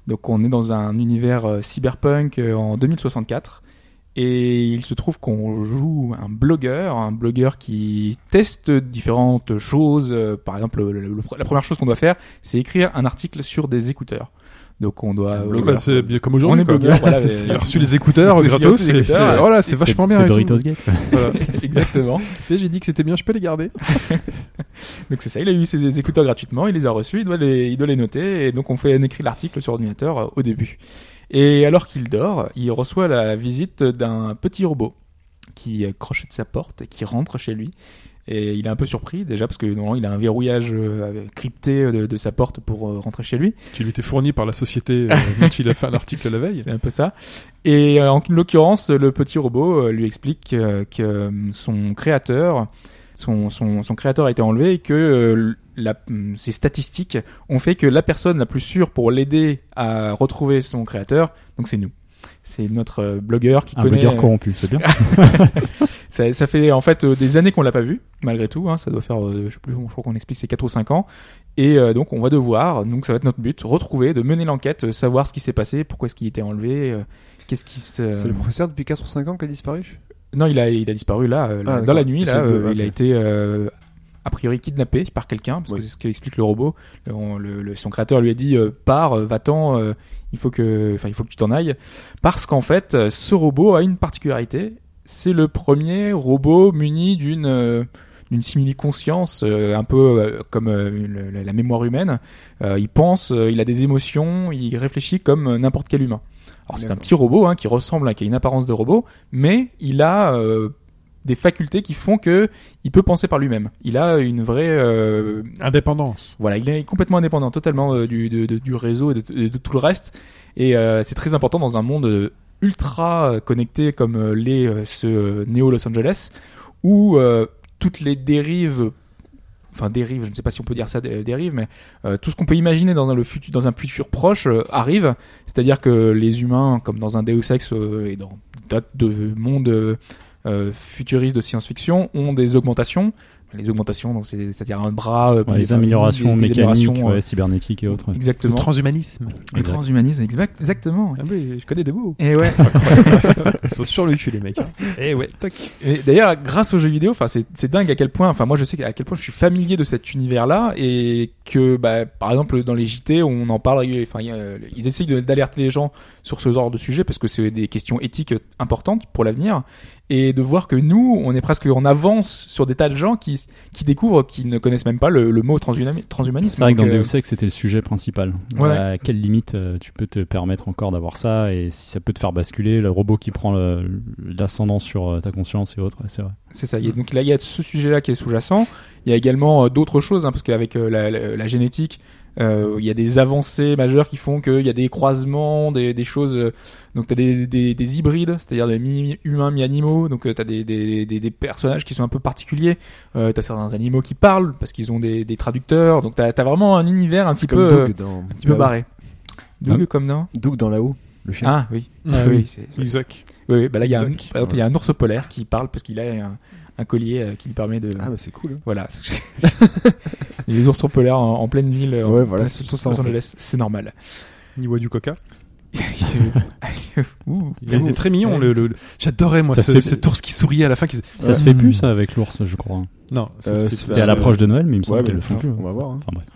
Speaker 3: Donc on est dans un univers euh, cyberpunk euh, en 2064. Et il se trouve qu'on joue un blogueur, un blogueur qui teste différentes choses. Euh, Par exemple, le- le- la première chose qu'on doit faire, c'est écrire un article sur des écouteurs. Donc on doit... euh,
Speaker 4: blogueur.
Speaker 2: Bah, c'est bien comme
Speaker 3: on
Speaker 2: aujourd'hui.
Speaker 3: est
Speaker 2: quoi.
Speaker 3: blogueur,
Speaker 2: *laughs*
Speaker 3: voilà, mais-
Speaker 2: Il a reçu les écouteurs
Speaker 3: C'est
Speaker 2: gratos.
Speaker 3: les écouteurs,
Speaker 2: et-
Speaker 3: ouais.
Speaker 2: Oh là, c'est vachement bien.
Speaker 5: C'est
Speaker 2: et tout.
Speaker 5: Doritos Gate. quoi.
Speaker 2: Voilà.
Speaker 3: *laughs* Exactement.
Speaker 2: Tu sais, J'ai dit que c'était bien, je peux les garder.
Speaker 3: Donc c'est ça, il a eu ses écouteurs gratuitement, il les a reçus, il doit les, il doit les noter, et donc on fait on écrit l'article sur ordinateur euh, au début. Et alors qu'il dort, il reçoit la visite d'un petit robot qui euh, croche de sa porte et qui rentre chez lui. Et il est un peu surpris déjà parce que normalement il a un verrouillage euh, crypté de, de sa porte pour euh, rentrer chez lui.
Speaker 2: *laughs* Tu lui étais fourni par la société euh, dont il a fait un article la veille.
Speaker 3: C'est un peu ça. Et euh, en l'occurrence, le petit robot euh, lui explique euh, que euh, son créateur, son, son, son créateur a été enlevé et que euh, la, hum, ses statistiques ont fait que la personne la plus sûre pour l'aider à retrouver son créateur, donc c'est nous. C'est notre euh, blogueur qui
Speaker 5: Un
Speaker 3: connaît. euh,
Speaker 5: blogueur corrompu, c'est bien.
Speaker 3: Ça, ça fait en fait euh, des années qu'on l'a pas vu, malgré tout. Hein, ça doit faire, euh, je sais plus, je crois qu'on explique c'est 4 ou 5 ans. Et euh, donc on va devoir, donc ça va être notre but, retrouver, de mener l'enquête, euh, savoir ce qui s'est passé, pourquoi est-ce qu'il était enlevé, euh, qu'est-ce qui se.
Speaker 4: C'est le professeur depuis 4 ou 5 ans qui a disparu
Speaker 3: Non, il a, il a disparu là, euh, là, dans
Speaker 4: Ah, d'accord.
Speaker 3: la nuit.
Speaker 4: C'est
Speaker 3: Là,
Speaker 4: le-
Speaker 3: euh,
Speaker 4: ok.
Speaker 3: il a été euh, a priori kidnappé par quelqu'un, parce
Speaker 4: Oui.
Speaker 3: que c'est ce qu'explique le robot. Le- on- le- le- son créateur lui a dit euh, pars, euh, va-t'en, euh, il faut que, enfin, il faut que tu t'en ailles, parce qu'en fait, euh, ce robot a une particularité. C'est le premier robot muni d'une euh, d'une simili-conscience, euh, un peu euh, comme euh, le- la, la mémoire humaine. Euh, il pense, euh, il a des émotions, il réfléchit comme euh, n'importe quel humain. Alors c'est un
Speaker 4: D'accord.
Speaker 3: petit robot hein, qui ressemble, à, qui a une apparence de robot, mais il a euh, des facultés qui font que il peut penser par lui-même. Il a une vraie, euh,
Speaker 2: Indépendance.
Speaker 3: voilà, il est complètement indépendant, totalement euh, du, de- de- du réseau et de, de- de tout le reste. Et euh, c'est très important dans un monde euh, ultra euh, connecté comme euh, l'est euh, ce euh, Neo Los Angeles, où euh, toutes les dérives enfin dérive, je ne sais pas si on peut dire ça dé- dérive, mais euh, tout ce qu'on peut imaginer dans un, le futur, dans un futur proche euh, arrive. C'est-à-dire que les humains, comme dans un Deus Ex euh, et dans d'autres de mondes euh, euh, futuristes de science-fiction, ont des augmentations. les augmentations, donc c'est- c'est-à-dire un bras, euh,
Speaker 5: Ouais,
Speaker 3: des-
Speaker 5: les améliorations
Speaker 3: des- des
Speaker 5: mécaniques,
Speaker 3: améliorations, euh,
Speaker 5: ouais, cybernétiques et autres. ouais.
Speaker 2: Le
Speaker 3: Exactement.
Speaker 2: transhumanisme.
Speaker 3: Le
Speaker 5: Exact.
Speaker 3: transhumanisme, exact- exactement.
Speaker 2: *laughs* Ah oui, je connais des mots.
Speaker 3: Et ouais.
Speaker 2: Ils sont sur le cul, les mecs.
Speaker 3: Et ouais, toc. Et d'ailleurs, grâce aux jeux vidéo, enfin, c'est, c'est dingue à quel point, enfin, moi, je sais à quel point je suis familier de cet univers-là et que, bah, par exemple, dans les JT, on en parle, régulièrement. enfin, il y a- euh, ils essayent de- d'alerter les gens sur ce genre de sujet parce que c'est des questions éthiques importantes pour l'avenir et de voir que nous, on est presque en avance sur des tas de gens qui, qui découvrent, qui ne connaissent même pas le, le mot transhumani- transhumanisme.
Speaker 5: C'est vrai que dans
Speaker 3: Donc, euh,
Speaker 5: Deus Ex, c'était le sujet principal.
Speaker 3: Ouais.
Speaker 5: À quelle limite euh, tu peux te permettre encore d'avoir ça et si ça peut te faire basculer, le robot qui prend le- l'ascendant sur euh, ta conscience et autres, ouais, c'est vrai.
Speaker 3: C'est ça. Il y a- donc là, il y a ce sujet-là qui est sous-jacent. Il y a également euh, d'autres choses, hein, parce qu'avec euh, la, la- la génétique, euh, il y a des avancées majeures qui font qu'il y a des croisements, des, des choses. euh, donc t'as des, des, des hybrides, c'est-à-dire des mi-humains, mi-animaux. Donc euh, t'as des, des, des, des personnages qui sont un peu particuliers. Euh, t'as certains animaux qui parlent parce qu'ils ont des, des traducteurs. Donc t'as as vraiment un univers un petit peu,
Speaker 4: Comme
Speaker 3: euh,
Speaker 4: Doug Ah dans.
Speaker 3: un petit peu barré. Doug
Speaker 5: Hum.
Speaker 3: comme non
Speaker 4: Doug dans là-haut, le chien.
Speaker 3: Ah oui.
Speaker 2: Ah
Speaker 3: oui.
Speaker 2: oui.
Speaker 3: c'est-
Speaker 2: Isaac.
Speaker 3: oui, oui, bah là il y a un,
Speaker 2: Isaac.
Speaker 3: par exemple, il y a un ours polaire qui parle parce qu'il a un, un collier euh, qui lui permet de.
Speaker 4: Ah, bah c'est cool. hein.
Speaker 3: Voilà. *laughs* les ours sont polaires en, en pleine ville, en
Speaker 4: Ouais,
Speaker 3: en
Speaker 4: voilà,
Speaker 3: plein-
Speaker 4: c'est
Speaker 3: Los
Speaker 4: tout ça, en fait.
Speaker 3: Angeles. C'est normal.
Speaker 2: Il boit du coca.
Speaker 3: Ouh,
Speaker 2: Il était très mignon.
Speaker 3: Ouais.
Speaker 2: Le, le- le- J'adorais, moi,
Speaker 5: Ça
Speaker 2: ce,
Speaker 5: fait-
Speaker 2: cet ours qui souriait à la fin. qui-
Speaker 5: Ça se fait plus, ça, avec l'ours, je crois.
Speaker 2: Non, ça
Speaker 4: Euh,
Speaker 2: se fait
Speaker 4: c'est
Speaker 2: plus.
Speaker 5: C'était à l'approche de Noël, mais il me semble
Speaker 4: Ouais,
Speaker 5: qu'elles
Speaker 4: mais
Speaker 5: le font
Speaker 4: enfin,
Speaker 5: plus.
Speaker 4: on va voir, hein.
Speaker 5: Enfin, bref.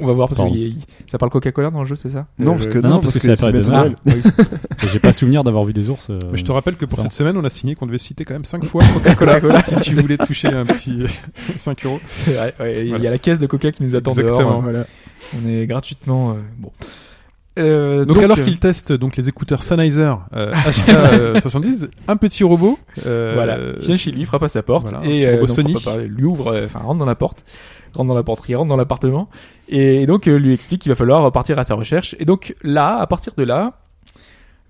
Speaker 3: On va voir parce
Speaker 5: Pardon.
Speaker 3: que il- il- ça parle Coca-Cola dans le jeu, c'est ça
Speaker 4: Non,
Speaker 3: Euh, ah,
Speaker 4: parce que,
Speaker 5: non, parce que c'est la
Speaker 4: c'est
Speaker 5: période de
Speaker 4: bientôt
Speaker 5: Noël.
Speaker 4: Noël.
Speaker 5: Et J'ai pas souvenir d'avoir vu des ours. euh,
Speaker 2: Mais je te rappelle que pour
Speaker 5: Ça.
Speaker 2: cette semaine, on a signé qu'on devait citer quand même 5 fois *laughs*
Speaker 4: *laughs*
Speaker 2: Coca-Cola si tu voulais toucher un petit 5 euros.
Speaker 3: c'est vrai, ouais, il y a
Speaker 2: Voilà.
Speaker 3: la caisse de Coca qui nous attend dehors. hein.
Speaker 2: Exactement.
Speaker 4: Voilà.
Speaker 3: On est gratuitement. euh, bon. Euh,
Speaker 2: Donc, alors
Speaker 3: euh,
Speaker 2: qu'ils testent donc les écouteurs Sennheiser euh,
Speaker 3: *laughs*
Speaker 2: HK70, un petit robot euh,
Speaker 3: voilà, vient chez lui, frappe à sa porte
Speaker 2: voilà, un
Speaker 3: et
Speaker 2: petit
Speaker 3: euh,
Speaker 2: robot
Speaker 3: non, frappe
Speaker 2: Sony.
Speaker 3: à part- lui ouvre, euh, enfin rentre dans la porte, rentre dans la porte, il rentre dans l'appartement et donc euh, lui explique qu'il va falloir partir à sa recherche. Et donc là, à partir de là,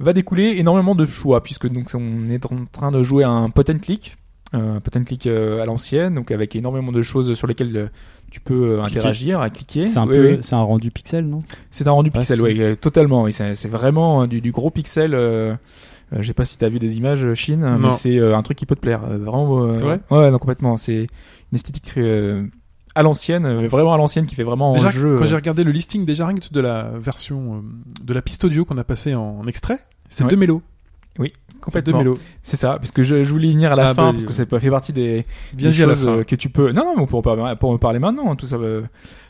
Speaker 3: va découler énormément de choix puisque donc on est en train de jouer à un pot and click, un pot and click euh, à l'ancienne, donc avec énormément de choses sur lesquelles euh, tu peux euh,
Speaker 5: Cliquer.
Speaker 3: interagir, à cliquer.
Speaker 5: C'est un
Speaker 3: Oui,
Speaker 5: peu,
Speaker 3: oui.
Speaker 5: c'est un rendu pixel, non
Speaker 3: C'est un rendu
Speaker 5: Ouais,
Speaker 3: pixel,
Speaker 5: c'est-
Speaker 3: ouais, euh, totalement. Oui, c'est c'est vraiment euh, du, du gros pixel. euh, euh, je sais pas si t'as vu des images euh, Chine, mais
Speaker 2: Non.
Speaker 3: c'est euh, un truc qui peut te plaire. euh, vraiment. euh,
Speaker 2: C'est vrai
Speaker 3: Ouais, non, complètement. C'est une esthétique très euh, à l'ancienne, euh, vraiment à l'ancienne, qui fait vraiment
Speaker 2: Déjà,
Speaker 3: un jeu.
Speaker 2: quand j'ai
Speaker 3: euh,
Speaker 2: regardé le listing déjà rien que de la version euh, de la piste audio qu'on a passée en extrait, c'est
Speaker 3: Ouais.
Speaker 2: deux mélos. C'est deux
Speaker 3: complètement.
Speaker 2: mélos.
Speaker 3: C'est ça, parce que je, je voulais y venir à la
Speaker 2: Ah,
Speaker 3: fin,
Speaker 2: bah,
Speaker 3: parce que
Speaker 2: oui.
Speaker 3: ça fait partie des,
Speaker 2: Bien
Speaker 3: des
Speaker 2: dit à la
Speaker 3: choses,
Speaker 2: fin.
Speaker 3: euh, que tu peux. Non, non, mais on peut en parler, pour en parler maintenant. hein, tout ça. euh,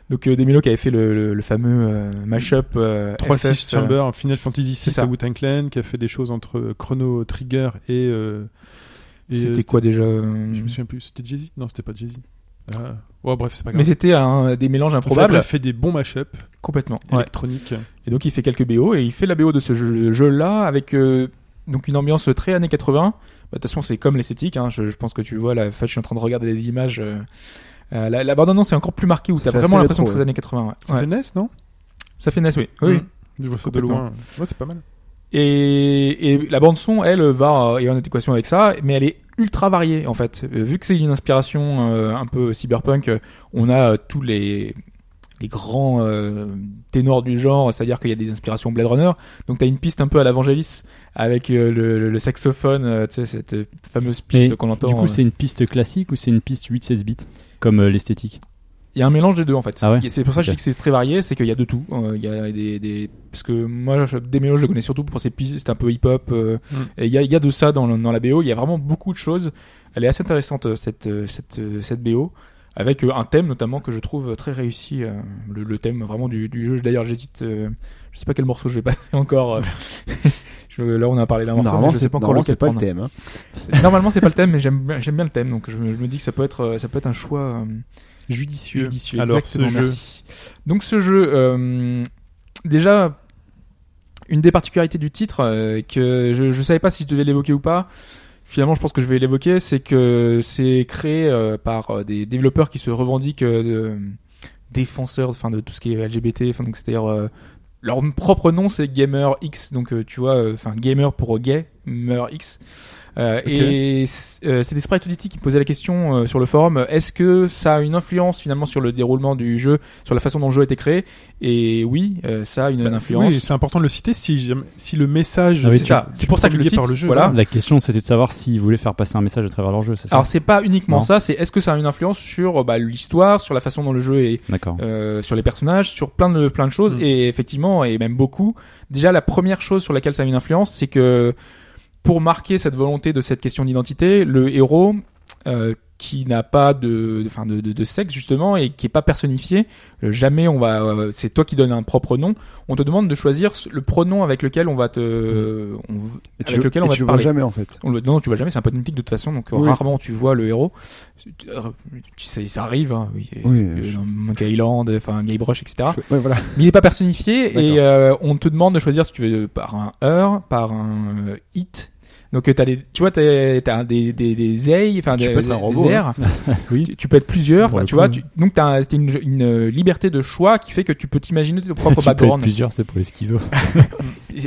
Speaker 3: Donc, euh, Demilo qui avait fait le, le, le fameux euh, mashup euh,
Speaker 2: 3-6
Speaker 3: FF, euh,
Speaker 2: Chamber, Final Fantasy
Speaker 3: c'est
Speaker 2: 6
Speaker 3: ça.
Speaker 2: à Wu-Tang Clan, qui a fait des choses entre euh, Chrono Trigger et. euh, et, euh,
Speaker 3: C'était quoi déjà euh,
Speaker 2: Je me souviens plus. C'était Jay-Z Non, c'était pas Jay-Z. Euh, ouais, bref, c'est pas grave.
Speaker 3: Mais c'était un- des mélanges improbables.
Speaker 2: Il a fait des bons mashups
Speaker 3: Complètement. Ouais.
Speaker 2: électroniques.
Speaker 3: Et donc il fait quelques BO et il fait la BO de ce jeu- jeu-là avec euh, donc une ambiance très années 80. Bah, De toute façon, c'est comme l'esthétique. Hein. Je, je pense que tu vois, là, en fait, je suis en train de regarder des images. euh, euh, la, la bande-annonce est encore plus marquée où
Speaker 4: Ça
Speaker 3: t'as
Speaker 4: fait
Speaker 3: vraiment
Speaker 4: assez
Speaker 3: l'impression que
Speaker 4: rétro,
Speaker 3: c'est les années 80. ouais.
Speaker 2: Ça
Speaker 3: Ouais.
Speaker 2: fait NES, non
Speaker 3: Ça fait NES, oui. oui.
Speaker 4: Mm.
Speaker 2: Mmh. Je vois ça de
Speaker 3: Complètement.
Speaker 2: loin. Ouais, c'est pas mal.
Speaker 3: Et, et la bande son, elle, va euh, est en adéquation avec ça, mais elle est ultra variée en fait. Euh, vu que c'est une inspiration euh, un peu cyberpunk, euh, on a euh, tous les les grands euh, ténors du genre, c'est-à-dire qu'il y a des inspirations Blade Runner. Donc t'as une piste un peu à la Vangelis avec euh, le, le- le saxophone, euh, tu sais cette euh, fameuse piste
Speaker 5: Mais,
Speaker 3: qu'on entend.
Speaker 5: Du coup,
Speaker 3: euh.
Speaker 5: c'est une piste classique ou c'est une piste 8-16 bits comme euh, l'esthétique
Speaker 3: Il y a un mélange des deux en fait.
Speaker 5: Ah ouais
Speaker 3: Et c'est pour ça que je dis
Speaker 5: Ok.
Speaker 3: que c'est très varié, c'est qu'il y a de tout. Euh, Il y a des, des- parce que moi je, des mélanges je le connais surtout pour ses pistes un peu hip hop. euh,
Speaker 2: Mm.
Speaker 3: et il y a, il y a de ça dans, le- dans la BO. Il y a vraiment beaucoup de choses. Elle est assez intéressante euh, cette euh, cette euh, cette BO avec euh, un thème notamment que je trouve très réussi. euh, le, le thème vraiment du, du jeu. D'ailleurs j'hésite. euh, je sais pas quel morceau je vais *laughs* passer
Speaker 4: *laughs*
Speaker 3: encore. euh. Je- là on a parlé d'un morceau.
Speaker 4: Normalement,
Speaker 3: mais je sais
Speaker 4: c'est
Speaker 3: pas encore
Speaker 4: normalement,
Speaker 3: lequel
Speaker 4: c'est pas le
Speaker 3: prendre.
Speaker 4: thème. hein.
Speaker 3: Normalement c'est pas le thème, mais j'aime bien- j'aime bien le thème. Donc je, me- je me dis que ça peut être euh, ça peut être un choix. euh,
Speaker 2: Judicieux.
Speaker 3: Judicieux,
Speaker 2: Alors, ce
Speaker 3: exactement,
Speaker 2: jeu.
Speaker 3: merci. Donc ce jeu, euh, déjà, une des particularités du titre, euh, que je ne savais pas si je devais l'évoquer ou pas, finalement je pense que je vais l'évoquer, c'est que c'est créé euh, par euh, des développeurs qui se revendiquent euh, de défenseurs enfin, de tout ce qui est LGBT, enfin, donc c'est-à-dire... euh, leur propre nom c'est Gamer X, donc euh, tu vois, euh, enfin gamer pour gay, Meur X. Euh, Et c'est euh, c'est des sprites audity qui me posaient la question euh, sur le forum euh, est-ce que ça a une influence finalement sur le déroulement du jeu, sur la façon dont le jeu a été créé Et oui, euh, ça a une,
Speaker 2: Bah, c'est-
Speaker 3: influence.
Speaker 2: oui, c'est important de le citer si, jamais- si le message
Speaker 5: Ah oui,
Speaker 3: c'est ça. C'est pour ça que je le
Speaker 2: par
Speaker 3: cite,
Speaker 2: le jeu.
Speaker 3: voilà.
Speaker 2: ouais.
Speaker 5: La question, c'était de savoir s'ils voulaient faire passer un message à travers leur jeu, c'est ça
Speaker 3: Alors c'est pas uniquement
Speaker 5: Non.
Speaker 3: ça, c'est est-ce que ça a une influence sur euh, bah, l'histoire, sur la façon dont le jeu est,
Speaker 5: D'accord.
Speaker 3: euh, sur les personnages, sur plein de plein de choses
Speaker 2: Mm.
Speaker 3: et effectivement et même beaucoup. Déjà la première chose sur laquelle ça a une influence, c'est que pour marquer cette volonté de cette question d'identité, le héros euh, qui n'a pas de, de, enfin, de, de- de sexe justement et qui est pas personnifié, euh, jamais on va, euh, c'est toi qui donnes un propre nom. On te demande de choisir le pronom avec lequel on va te, euh, on,
Speaker 4: Et tu,
Speaker 3: avec lequel
Speaker 4: et
Speaker 3: on va
Speaker 4: tu
Speaker 3: te
Speaker 4: le vois
Speaker 3: parler.
Speaker 4: jamais en fait.
Speaker 3: On le- non, tu vois jamais, c'est un peu mythique de toute façon, donc euh,
Speaker 4: Oui.
Speaker 3: rarement tu vois le héros. Tu- euh, Tu sais, ça arrive, hein, oui,
Speaker 4: Oui,
Speaker 3: euh,
Speaker 4: je-
Speaker 3: dans Monkey Island, enfin Guybrush, etc.
Speaker 4: Ouais, voilà.
Speaker 3: Mais il n'est pas personnifié et
Speaker 4: D'accord.
Speaker 3: euh, on te demande de choisir si tu veux euh, par un heure, par un euh, hit. Donc euh, t'as des, tu vois, t'as t'as des des des ailes, enfin
Speaker 4: Tu
Speaker 3: des,
Speaker 4: peux être un
Speaker 3: des
Speaker 4: robot,
Speaker 3: *laughs* airs.
Speaker 5: hein. Oui.
Speaker 3: Tu, tu peux être plusieurs.
Speaker 5: Pour
Speaker 3: enfin,
Speaker 5: le
Speaker 3: tu
Speaker 5: coup,
Speaker 3: vois,
Speaker 5: oui.
Speaker 3: tu, donc t'as un- t'as une, une euh, liberté de choix qui fait que tu peux t'imaginer ton
Speaker 5: *laughs* tu
Speaker 3: propre
Speaker 5: peux être
Speaker 3: background.
Speaker 5: plusieurs, c'est pour les schizos.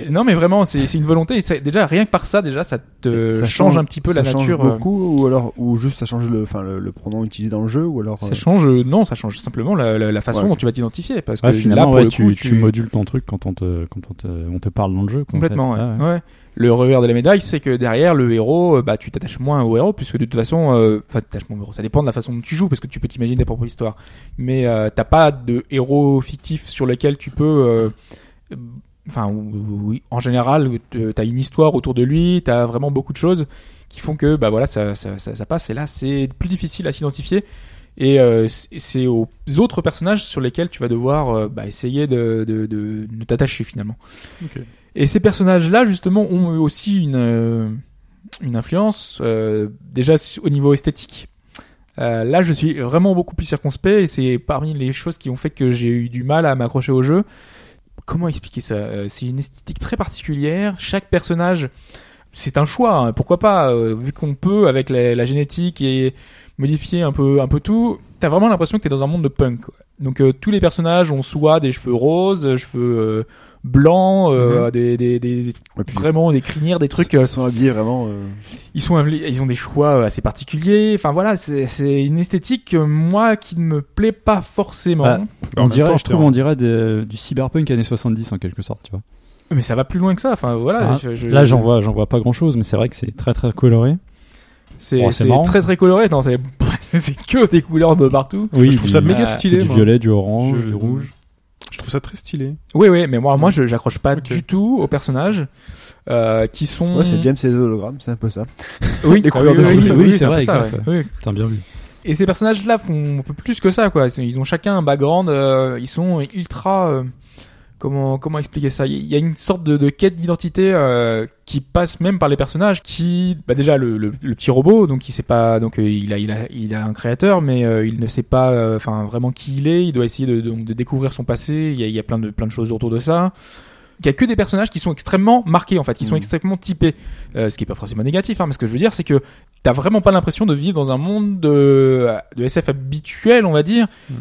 Speaker 3: Non, mais vraiment, c'est c'est une volonté. Et ça- déjà, rien que par ça, déjà, ça te
Speaker 4: Ça
Speaker 3: change, un petit peu la
Speaker 4: ça change
Speaker 3: nature. euh,
Speaker 4: beaucoup ou alors ou juste ça change le enfin le, le pronom utilisé dans le jeu ou alors
Speaker 3: Ça
Speaker 4: euh,
Speaker 3: change, euh, non, ça change simplement la, la- la façon
Speaker 4: Ouais.
Speaker 3: dont tu vas t'identifier. Parce que
Speaker 5: Ouais,
Speaker 3: là,
Speaker 5: finalement,
Speaker 3: pour
Speaker 5: ouais,
Speaker 3: le
Speaker 5: tu,
Speaker 3: coup,
Speaker 5: tu modules ton truc quand on te, quand on te, on te parle dans le jeu. quoi, en fait.
Speaker 3: Complètement, ouais.
Speaker 5: Ah, ouais.
Speaker 3: Ouais. Le revers de la médaille, c'est que derrière, le héros, euh, bah, tu t'attaches moins au héros, puisque de toute façon, euh, enfin, tu t'attaches moins au héros. Ça dépend de la façon dont tu joues, parce que tu peux t'imaginer ta propre histoire. Mais euh, t'as pas de héros fictif sur lequel tu peux. euh, euh, Enfin, ou- ou- en général, euh, t'as une histoire autour de lui, t'as vraiment beaucoup de choses qui font que, bah voilà, ça, ça, ça, ça passe. Et là, c'est plus difficile à s'identifier. Et euh, c'est c'est aux autres personnages sur lesquels tu vas devoir euh, bah, essayer de, de, de, de t'attacher finalement.
Speaker 2: Ok.
Speaker 3: Et ces personnages-là, justement, ont eux aussi une, euh, une influence, euh, déjà su- au niveau esthétique. Euh, là, je suis vraiment beaucoup plus circonspect et c'est parmi les choses qui ont fait que j'ai eu du mal à m'accrocher au jeu. Comment expliquer ça Euh, C'est une esthétique très particulière. Chaque personnage, c'est un choix. hein. Pourquoi pas euh, Vu qu'on peut avec la, la génétique et modifier un peu, un peu tout, t'as vraiment l'impression que t'es dans un monde de punk. quoi. Donc euh, tous les personnages ont soit des cheveux roses, euh, cheveux euh, blancs, euh, des, des, des- des-
Speaker 4: ouais, puis
Speaker 3: vraiment des crinières, des trucs.
Speaker 4: ils
Speaker 3: euh,
Speaker 4: sont habillés vraiment euh,
Speaker 3: ils sont aveli- ils ont des choix euh, assez particuliers enfin voilà c'est c'est une esthétique euh, moi qui ne me plaît pas forcément
Speaker 5: Ah.
Speaker 2: Bah, en
Speaker 5: on
Speaker 2: même
Speaker 5: dirait,
Speaker 2: temps,
Speaker 5: je trouve, on dirait de- du cyberpunk années 70 en quelque sorte, tu vois.
Speaker 3: mais ça va plus loin que ça enfin voilà
Speaker 5: Ah,
Speaker 3: je- je-
Speaker 5: Là, j'en vois, j'en vois pas grand chose, mais c'est vrai que c'est très très coloré.
Speaker 3: c'est
Speaker 5: Bon, c'est
Speaker 3: c'est
Speaker 5: marrant.
Speaker 3: très très coloré non c'est *laughs* c'est que des couleurs de partout
Speaker 5: Oui,
Speaker 2: je trouve ça
Speaker 3: du-
Speaker 2: méga
Speaker 3: Ah, c'est
Speaker 2: stylé.
Speaker 5: du
Speaker 2: moi.
Speaker 5: violet, du orange,
Speaker 2: Je-
Speaker 5: du rouge.
Speaker 2: Je trouve ça très stylé.
Speaker 3: oui oui mais moi moi je j'accroche pas
Speaker 2: Ok.
Speaker 3: du tout aux personnages euh, qui sont
Speaker 4: ouais c'est James et les hologrammes c'est un peu ça
Speaker 3: *laughs* oui
Speaker 4: les
Speaker 3: ah
Speaker 4: couleurs de
Speaker 3: oui,
Speaker 4: foot.
Speaker 3: oui,
Speaker 5: Oui,
Speaker 3: oui,
Speaker 5: c'est
Speaker 3: un peu
Speaker 5: vrai,
Speaker 3: ça,
Speaker 5: exact,
Speaker 3: ouais. Oui.
Speaker 5: T'as bien vu.
Speaker 3: Et ces personnages-là font un peu plus que ça, quoi. C'est- Ils ont chacun un background, euh, ils sont ultra. euh, comment comment expliquer ça Il y a une sorte de, de quête d'identité euh, qui passe même par les personnages. Qui, bah déjà le, le, le petit robot, donc il sait pas, donc euh, il a il a il a un créateur, mais euh, il ne sait pas, euh, enfin vraiment qui il est. Il doit essayer de donc de découvrir son passé. Il y a, il y a plein de plein de choses autour de ça. Il y a que des personnages qui sont extrêmement marqués en fait,
Speaker 2: Mm.
Speaker 3: qui sont
Speaker 4: Mhm.
Speaker 3: extrêmement typés, Euh, ce qui est pas forcément négatif. Hein, mais ce que je veux dire, c'est que t'as vraiment pas l'impression de vivre dans un monde de, de SF habituel, on va dire.
Speaker 2: Mm.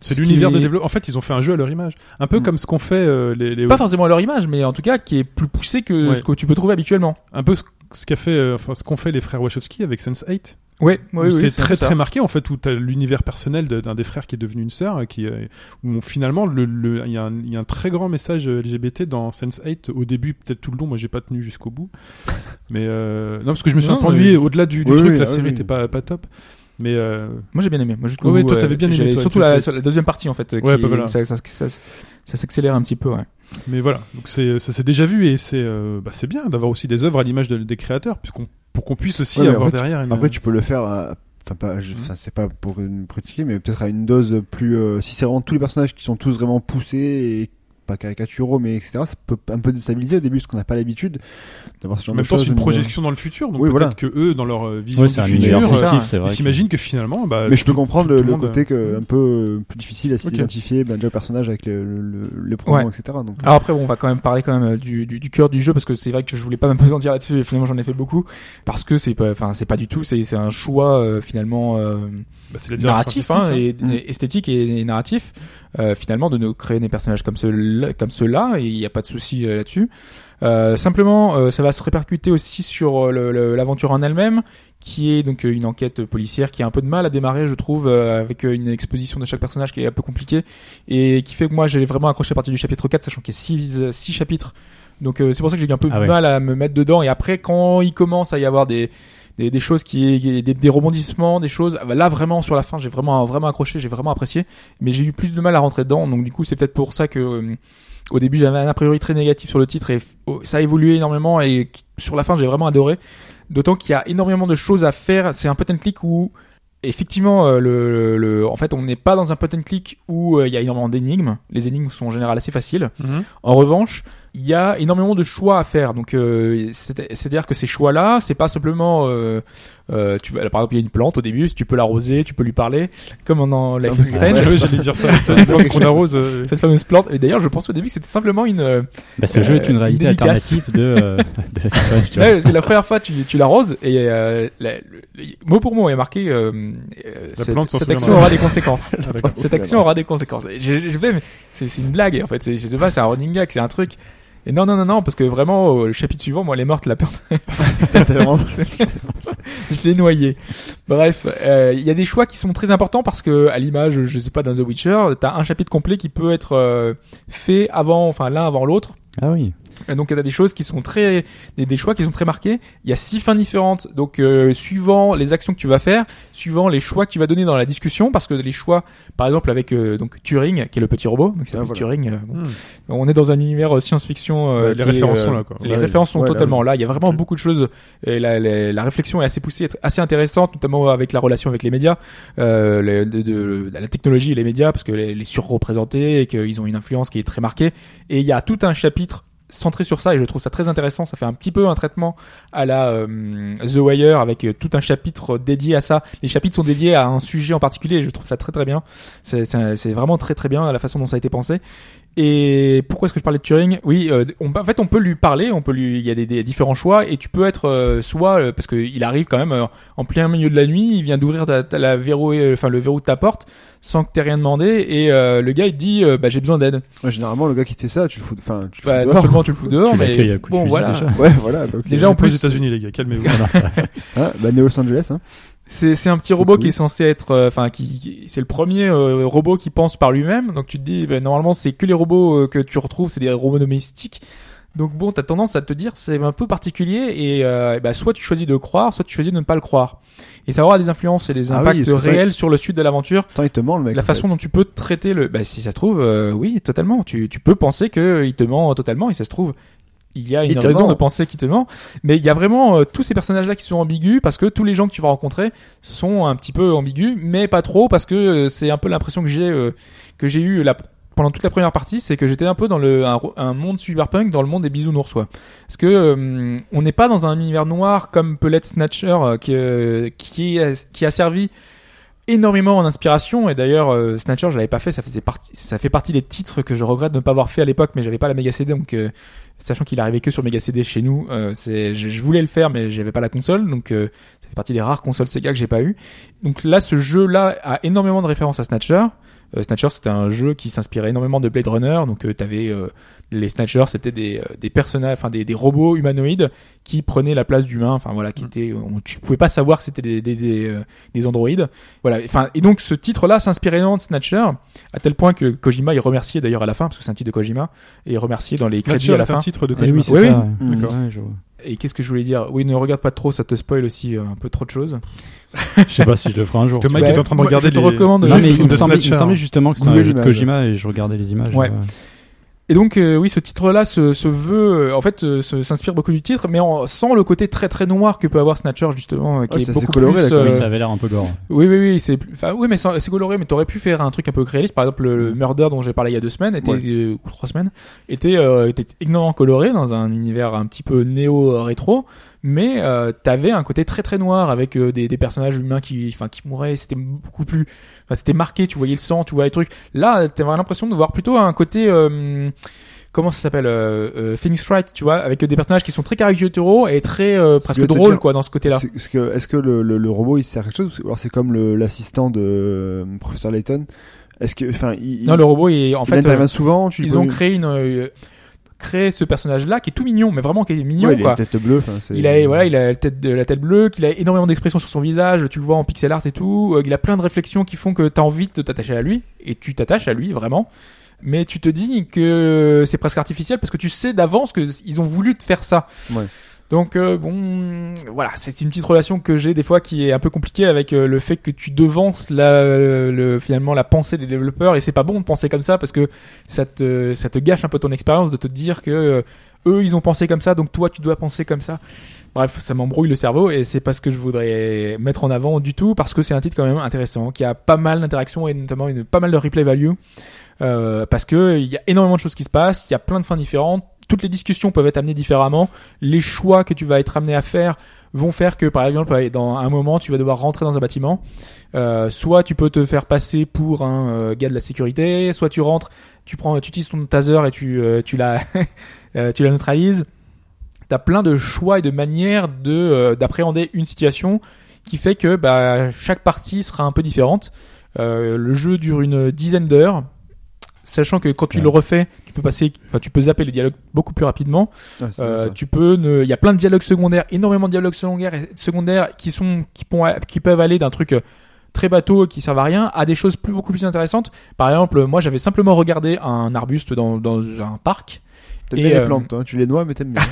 Speaker 2: C'est
Speaker 3: Ce
Speaker 2: l'univers
Speaker 3: qui
Speaker 2: de
Speaker 3: est
Speaker 2: développement. En fait, ils ont fait un jeu à leur image. Un peu
Speaker 3: Mm.
Speaker 2: comme ce qu'on fait euh, les, les-
Speaker 3: Pas forcément à leur image, mais en tout cas qui est plus poussé que
Speaker 2: Ouais.
Speaker 3: ce que tu peux trouver habituellement.
Speaker 2: un peu ce, ce qu'a fait euh, enfin ce qu'ont fait les frères Wachowski avec Sense 8.
Speaker 3: Ouais,
Speaker 2: Où c'est très très marqué en fait où t'as l'univers personnel de- d'un des frères qui est devenu une sœur euh, qui euh, où finalement le- le- il y, a un- il y a un très grand message euh, LGBT dans Sense 8 au début peut-être tout le long moi j'ai pas tenu
Speaker 4: *laughs*
Speaker 2: jusqu'au bout mais euh, non parce que je me suis
Speaker 3: Non,
Speaker 2: un peu ennuyé
Speaker 3: mais-
Speaker 2: au-delà du, du
Speaker 4: Oui,
Speaker 2: truc
Speaker 4: oui,
Speaker 2: la
Speaker 4: ah
Speaker 2: série
Speaker 4: oui.
Speaker 2: était pas pas top mais euh,
Speaker 3: Moi j'ai bien aimé. Moi jusqu'au
Speaker 2: Ouais, ouais,
Speaker 3: bout,
Speaker 2: toi,
Speaker 3: euh,
Speaker 2: t'avais bien aimé,
Speaker 3: j'avais
Speaker 2: toi,
Speaker 3: surtout
Speaker 2: tu-
Speaker 3: la,
Speaker 2: tu-
Speaker 3: sur la deuxième partie en fait. euh,
Speaker 2: Ouais,
Speaker 3: qui-
Speaker 2: bah voilà.
Speaker 3: Ça, ça, ça- ça- ça s'accélère un petit peu. Ouais.
Speaker 2: mais voilà donc c'est ça s'est déjà vu et c'est euh, bah, c'est bien d'avoir aussi des œuvres à l'image de- des créateurs puisqu'on pour qu'on puisse aussi
Speaker 4: Ouais, mais
Speaker 2: avoir
Speaker 4: après,
Speaker 2: derrière une-
Speaker 4: après tu peux le faire à- enfin pas je- enfin, c'est pas pour une critiquer mais peut-être à une dose plus euh, si c'est vraiment tous les personnages qui sont tous vraiment poussés et pas caricaturaux mais etc ça peut un peu déstabiliser au début parce qu'on n'a pas l'habitude d'avoir ce genre
Speaker 2: en même
Speaker 4: de
Speaker 2: temps,
Speaker 4: choses
Speaker 2: c'est une
Speaker 4: au niveau-
Speaker 2: projection dans le futur. Donc
Speaker 4: Oui,
Speaker 2: peut-être
Speaker 4: voilà.
Speaker 2: que eux, dans leur euh, vision
Speaker 5: Ouais,
Speaker 2: du
Speaker 5: c'est un
Speaker 2: futur,
Speaker 3: c'est
Speaker 5: univers
Speaker 3: ça,
Speaker 2: euh,
Speaker 3: ouais.
Speaker 5: fictif, c'est vrai.
Speaker 2: ils s'imaginent que finalement, bah,
Speaker 4: mais je peux comprendre
Speaker 2: tout
Speaker 4: le,
Speaker 2: le
Speaker 4: le
Speaker 2: monde,
Speaker 4: côté que,
Speaker 2: euh,
Speaker 4: un peu euh, plus difficile à s'identifier, ben, déjà au personnage avec le, le, le- les pronoms,
Speaker 3: Ouais.
Speaker 4: etc. Donc,
Speaker 3: Alors après, bon, on va quand même parler quand même euh, du, du, du cœur du jeu parce que c'est vrai que je voulais pas *laughs* m'apesantir là-dessus et finalement j'en ai fait beaucoup parce que c'est pas, enfin c'est pas du tout, c'est c'est un choix euh, finalement. euh,
Speaker 2: bah, c'est la direction
Speaker 3: narratif
Speaker 2: artistique,
Speaker 3: hein,
Speaker 2: hein.
Speaker 3: et,
Speaker 4: Mm.
Speaker 3: et esthétique et, et narratif euh, finalement de nous créer des personnages comme ceux comme ceux-là et il n'y a pas de souci euh, là-dessus Euh, simplement, euh, ça va se répercuter aussi sur euh, le- le- l'aventure en elle-même, qui est donc euh, une enquête policière qui a un peu de mal à démarrer, je trouve, euh, avec euh, une exposition de chaque personnage qui est un peu compliquée et qui fait que moi j'ai vraiment accroché à partir du chapitre 4, sachant qu'il y a 6 chapitres. Donc euh, c'est pour ça que j'ai eu un peu
Speaker 5: Ah
Speaker 3: de
Speaker 5: ouais.
Speaker 3: mal à me mettre dedans. Et après, quand il commence à y avoir des des, des choses qui qui- des, des rebondissements des choses ah bah là vraiment sur la fin j'ai vraiment vraiment accroché j'ai vraiment apprécié mais j'ai eu plus de mal à rentrer dedans donc du coup c'est peut-être pour ça que euh, au début j'avais un a priori très négatif sur le titre et f- oh, ça a évolué énormément et qui- sur la fin j'ai vraiment adoré d'autant qu'il y a énormément de choses à faire c'est un point and click où effectivement euh, le, le- le- en fait on n'est pas dans un point and click où euh, il y a énormément d'énigmes les énigmes sont en général assez faciles
Speaker 2: hein,
Speaker 3: en revanche, il y a énormément de choix à faire. Donc, euh, c'est- c'est-à-dire que ces choix-là, c'est pas simplement, euh, euh, tu vas, par exemple, il y a une plante au début, tu peux l'arroser, tu peux lui parler, comme dans Life is Strange. *laughs*
Speaker 2: Ouais, j'allais dire ça. C'est
Speaker 4: *laughs*
Speaker 3: Ouais.
Speaker 2: qu'on arrose. euh,
Speaker 3: *laughs* Cette fameuse plante. Et d'ailleurs, je pense au début que c'était simplement une. euh,
Speaker 5: Bah, ce jeu est une
Speaker 3: Euh,
Speaker 5: réalité
Speaker 3: dédicace.
Speaker 5: alternative de, euh, de *laughs* la Strange, tu vois.
Speaker 3: Ouais, parce que la première fois, tu, tu l'arroses et euh, la- le- le- mot pour mot est marqué. euh, euh,
Speaker 2: La
Speaker 3: cette,
Speaker 2: plante s'en
Speaker 3: cette action
Speaker 2: souviendra.
Speaker 3: aura
Speaker 2: *laughs*
Speaker 3: des conséquences.
Speaker 2: Ah, d'accord.
Speaker 3: cette action aura des conséquences. Et Je, je vais, mais c'est c'est une blague en fait. C'est- Je sais pas, c'est un running gag, c'est un truc. Et non, non, non, non, parce que vraiment, euh, le chapitre suivant, moi, elle est morte, la
Speaker 4: C'est vraiment-
Speaker 3: *laughs* je l'ai noyé. Bref, euh, il y a des choix qui sont très importants parce que, à l'image, je sais pas, dans The Witcher, t'as un chapitre complet qui peut être euh, fait avant, enfin l'un avant l'autre.
Speaker 5: Ah oui.
Speaker 3: Et donc, il y a des choses qui sont très, des, des choix qui sont très marqués. Il y a six fins différentes. Donc, euh, suivant les actions que tu vas faire, suivant les choix que tu vas donner dans la discussion, parce que les choix, par exemple, avec euh, donc Turing, qui est le petit robot, donc c'est
Speaker 4: Ah, voilà.
Speaker 3: Turing. euh, bon.
Speaker 2: Hmm.
Speaker 3: On est dans un univers euh, science-fiction. euh,
Speaker 2: Ouais, les
Speaker 3: qui est,
Speaker 2: références
Speaker 3: euh,
Speaker 2: sont là, quoi.
Speaker 3: Les
Speaker 4: Ouais,
Speaker 3: références sont
Speaker 4: ouais, là,
Speaker 3: totalement
Speaker 4: oui.
Speaker 3: là. Il y a vraiment
Speaker 2: Mm.
Speaker 3: beaucoup de choses. Et la, la, la réflexion est assez poussée, être- assez intéressante, notamment avec la relation avec les médias, euh, le- de, de- la technologie et les médias, parce que les, les surreprésentés et qu'ils ont une influence qui est très marquée. Et il y a tout un chapitre centré sur ça et je trouve ça très intéressant ça fait un petit peu un traitement à la euh, The Wire avec euh, tout un chapitre dédié à ça les chapitres sont dédiés à un sujet en particulier et je trouve ça très très bien c'est- c'est c'est vraiment très très bien la façon dont ça a été pensé et pourquoi est-ce que je parlais de Turing Oui, euh, on, en fait, on peut lui parler, on peut lui, il y a des, des différents choix, et tu peux être euh, soit euh, parce que il arrive quand même euh, en plein milieu de la nuit, il vient d'ouvrir ta, ta- la verrou, euh, enfin le verrou de ta porte sans que t'aies rien demandé, et euh, le gars il te dit, euh, bah j'ai besoin d'aide.
Speaker 4: Ouais, Généralement, le gars qui te fait ça, tu le fous, enfin, tu le
Speaker 3: Bah,
Speaker 4: fous
Speaker 3: non
Speaker 4: dehors.
Speaker 3: seulement tu le fous dehors,
Speaker 5: Tu l'accueilles
Speaker 3: mais
Speaker 5: à coups de
Speaker 3: bon
Speaker 5: fusil,
Speaker 3: voilà.
Speaker 5: déjà.
Speaker 4: *laughs* Ouais, voilà. donc, euh,
Speaker 3: Déjà, en
Speaker 2: Pas aux
Speaker 3: plus,
Speaker 2: États-Unis, les gars, calmez-vous.
Speaker 5: Ah
Speaker 4: hein, bah, né Los Angeles, hein.
Speaker 3: c'est c'est un petit robot
Speaker 4: Coucou.
Speaker 3: qui est censé être, euh, enfin qui, qui- c'est le premier euh, robot qui pense par lui-même, donc tu te dis, bah, normalement c'est que les robots euh, que tu retrouves, c'est des robots domestiques. Donc bon, t'as tendance à te dire c'est un peu particulier et euh, bah, soit tu choisis de le croire, soit tu choisis de ne pas le croire. Et ça aura des influences et des
Speaker 4: Ah oui,
Speaker 3: impacts
Speaker 4: parce que toi-
Speaker 3: réels sur le suite de l'aventure,
Speaker 4: Attends, il te ment, le mec.
Speaker 3: la
Speaker 4: en
Speaker 3: façon dont tu peux traiter le. Bah, si ça se trouve, euh, oui, totalement. Tu, tu peux penser que il te ment totalement et ça se trouve. Il y a
Speaker 4: Il
Speaker 3: une
Speaker 4: te
Speaker 3: raison
Speaker 4: ment.
Speaker 3: de penser qu'il te ment, mais il y a vraiment euh, tous ces personnages-là qui sont ambigus parce que tous les gens que tu vas rencontrer sont un petit peu ambigus, mais pas trop parce que euh, c'est un peu l'impression que j'ai euh, que j'ai eu la pendant toute la première partie, c'est que j'étais un peu dans le un, ro- un monde cyberpunk, dans le monde des bisounours, quoi. Parce que euh, on n'est pas dans un univers noir comme peut l'être Snatcher, euh, qui, euh, qui, est- qui a servi énormément en inspiration. Et d'ailleurs, euh, Snatcher, je l'avais pas fait. Ça faisait partie, ça fait partie des titres que je regrette de ne pas avoir fait à l'époque, mais j'avais pas la Mega CD, donc euh, sachant qu'il arrivait que sur Mega CD chez nous, euh, c'est, je, je voulais le faire, mais j'avais pas la console, donc euh, ça fait partie des rares consoles Sega que j'ai pas eu. Donc là, ce jeu-là a énormément de références à Snatcher. Euh, Snatcher, c'était un jeu qui s'inspirait énormément de Blade Runner. Donc, euh, t'avais euh, les Snatchers, c'était des, euh, des personnages, enfin des, des robots humanoïdes qui prenaient la place d'humains. Enfin voilà,
Speaker 2: Mm.
Speaker 3: qui étaient, on, tu pouvais pas savoir que c'était des des, des, euh, des androïdes. Voilà. Enfin et donc ce titre-là s'inspirait énormément de Snatcher à tel point que Kojima est remercié d'ailleurs à la fin parce que c'est un titre de Kojima et est remercié dans *laughs* les crédits
Speaker 2: Snatcher
Speaker 3: à la
Speaker 2: est un
Speaker 3: fin.
Speaker 2: titre de
Speaker 5: Eh
Speaker 2: Kojima.
Speaker 5: oui, c'est
Speaker 3: Oui,
Speaker 5: ça.
Speaker 4: fait. Mmh.
Speaker 2: D'accord.
Speaker 5: Ouais, je vois.
Speaker 3: Et qu'est-ce que je voulais dire Oui, ne regarde pas trop, ça te spoil aussi euh, un peu trop de choses.
Speaker 5: Je sais pas si je le ferai un jour.
Speaker 2: Parce que
Speaker 5: tu
Speaker 2: Mike
Speaker 5: vois.
Speaker 2: est en train de
Speaker 3: Moi,
Speaker 2: regarder
Speaker 3: je te
Speaker 2: les-
Speaker 3: recommande-
Speaker 5: Non,
Speaker 3: juste
Speaker 5: mais il
Speaker 2: de
Speaker 5: me, semblait, il me
Speaker 2: Snatcher.
Speaker 5: semblait justement que c'était un
Speaker 4: Google
Speaker 5: jeu de
Speaker 4: Images.
Speaker 5: Kojima et je regardais les images. Euh,
Speaker 3: Ouais. Et donc euh, oui, ce titre-là se, se veut, euh, en fait, euh, se- s'inspire beaucoup du titre, mais en- sans le côté très très noir que peut avoir Snatcher justement, euh, qui
Speaker 4: Ouais,
Speaker 3: est
Speaker 4: ça, c'est
Speaker 3: beaucoup
Speaker 4: coloré,
Speaker 3: plus.
Speaker 4: là, comme
Speaker 5: Oui,
Speaker 4: Euh,
Speaker 5: ça avait l'air un peu gore.
Speaker 3: Oui, oui, oui, c'est, plus- enfin, oui, mais c'est c'est coloré, mais t'aurais pu faire un truc un peu réaliste. Par exemple, le, le Murder dont j'ai parlé il y a deux semaines, était,
Speaker 4: Mm. Ouais.
Speaker 3: euh, ou trois semaines, était, euh, était ignorant coloré dans un univers un petit peu néo-rétro, mais euh, t'avais un côté très très noir avec euh, des, des personnages humains qui, enfin, qui mouraient. C'était beaucoup plus, enfin, c'était marqué. Tu voyais le sang, tu voyais les trucs. Là, t'avais l'impression de voir plutôt un côté. euh, Comment ça s'appelle euh, euh, Phoenix Wright, tu vois, avec des personnages qui sont très caricaturaux et très euh,
Speaker 4: Ce que je
Speaker 3: presque
Speaker 4: veux te
Speaker 3: drôles,
Speaker 4: dire,
Speaker 3: quoi, dans ce côté-là.
Speaker 4: C'est- Est-ce que, est-ce que le, le- le robot il sert à quelque chose ou alors c'est comme le- l'assistant de euh, professeur Layton Est-ce que, enfin, il,
Speaker 3: Non, le robot, est en
Speaker 4: il
Speaker 3: fait, euh,
Speaker 4: intervient souvent. Tu
Speaker 3: ils ont créé une euh, créer ce personnage-là qui est tout mignon, mais vraiment qui est mignon
Speaker 4: Ouais, il a
Speaker 3: quoi.
Speaker 4: une tête bleue. enfin, c'est-
Speaker 3: Il a voilà, il a la tête de la tête bleue, qu'il a énormément d'expressions sur son visage, tu le vois en pixel art et tout, euh, il a plein de réflexions qui font que tu as envie de t'attacher à lui et tu t'attaches à lui vraiment. Mais tu te dis que c'est presque artificiel parce que tu sais d'avance que ils ont voulu te faire ça.
Speaker 4: Ouais.
Speaker 3: Donc euh, bon, voilà, c'est une petite relation que j'ai des fois qui est un peu compliquée avec euh, le fait que tu devances la, le, finalement la pensée des développeurs et c'est pas bon de penser comme ça parce que ça te ça te gâche un peu ton expérience de te dire que euh, eux ils ont pensé comme ça donc toi tu dois penser comme ça. Bref, ça m'embrouille le cerveau et c'est pas ce que je voudrais mettre en avant du tout parce que c'est un titre quand même intéressant qui a pas mal d'interactions et notamment une pas mal de replay value euh, parce que il y a énormément de choses qui se passent, il y a plein de fins différentes, toutes les discussions peuvent être amenées différemment, les choix que tu vas être amené à faire vont faire que par exemple dans un moment tu vas devoir rentrer dans un bâtiment, Euh, soit tu peux te faire passer pour un euh, gars de la sécurité, soit tu rentres, tu prends, tu utilises ton taser et tu euh, tu la *laughs* euh, tu la neutralises. T'as plein de choix et de manières de euh, d'appréhender une situation qui fait que bah, chaque partie sera un peu différente. Euh, le jeu dure une dizaine d'heures, sachant que quand tu
Speaker 5: Ouais.
Speaker 3: le refais, tu peux passer, enfin, tu peux zapper les dialogues beaucoup plus rapidement.
Speaker 4: Ah, c'est
Speaker 3: Euh,
Speaker 4: ça.
Speaker 3: tu peux ne il y a plein de dialogues secondaires énormément de dialogues secondaires secondaires qui sont qui pon- qui peuvent aller d'un truc euh, très bateau qui servent à rien à des choses plus beaucoup plus intéressantes par exemple moi j'avais simplement regardé un arbuste dans dans un parc
Speaker 4: T'aimes
Speaker 3: et,
Speaker 4: bien
Speaker 3: euh,
Speaker 4: les plantes, toi, hein, tu les noies, mais t'aimes bien.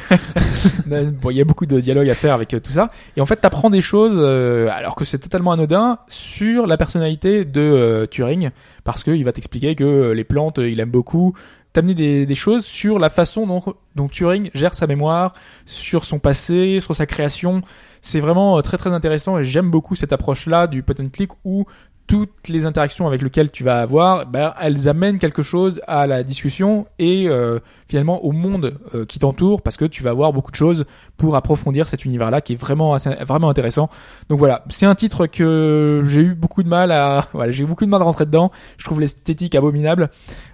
Speaker 3: *laughs* Bon, il y a beaucoup de dialogues à faire avec euh, tout ça et en fait t'apprends des choses euh, alors que c'est totalement anodin sur la personnalité de euh, Turing parce que il va t'expliquer que euh, les plantes euh, il aime beaucoup t'amener des, des choses sur la façon dont, dont Turing gère sa mémoire sur son passé sur sa création c'est vraiment euh, très très intéressant et j'aime beaucoup cette approche là du point and click où toutes les interactions avec lesquelles tu vas avoir, ben, elles amènent quelque chose à la discussion et euh, finalement au monde euh, qui t'entoure parce que tu vas voir beaucoup de choses pour approfondir cet univers-là qui est vraiment assez- vraiment intéressant. Donc voilà, c'est un titre que j'ai eu beaucoup de mal à voilà, j'ai eu beaucoup de mal de rentrer dedans. Je trouve l'esthétique abominable,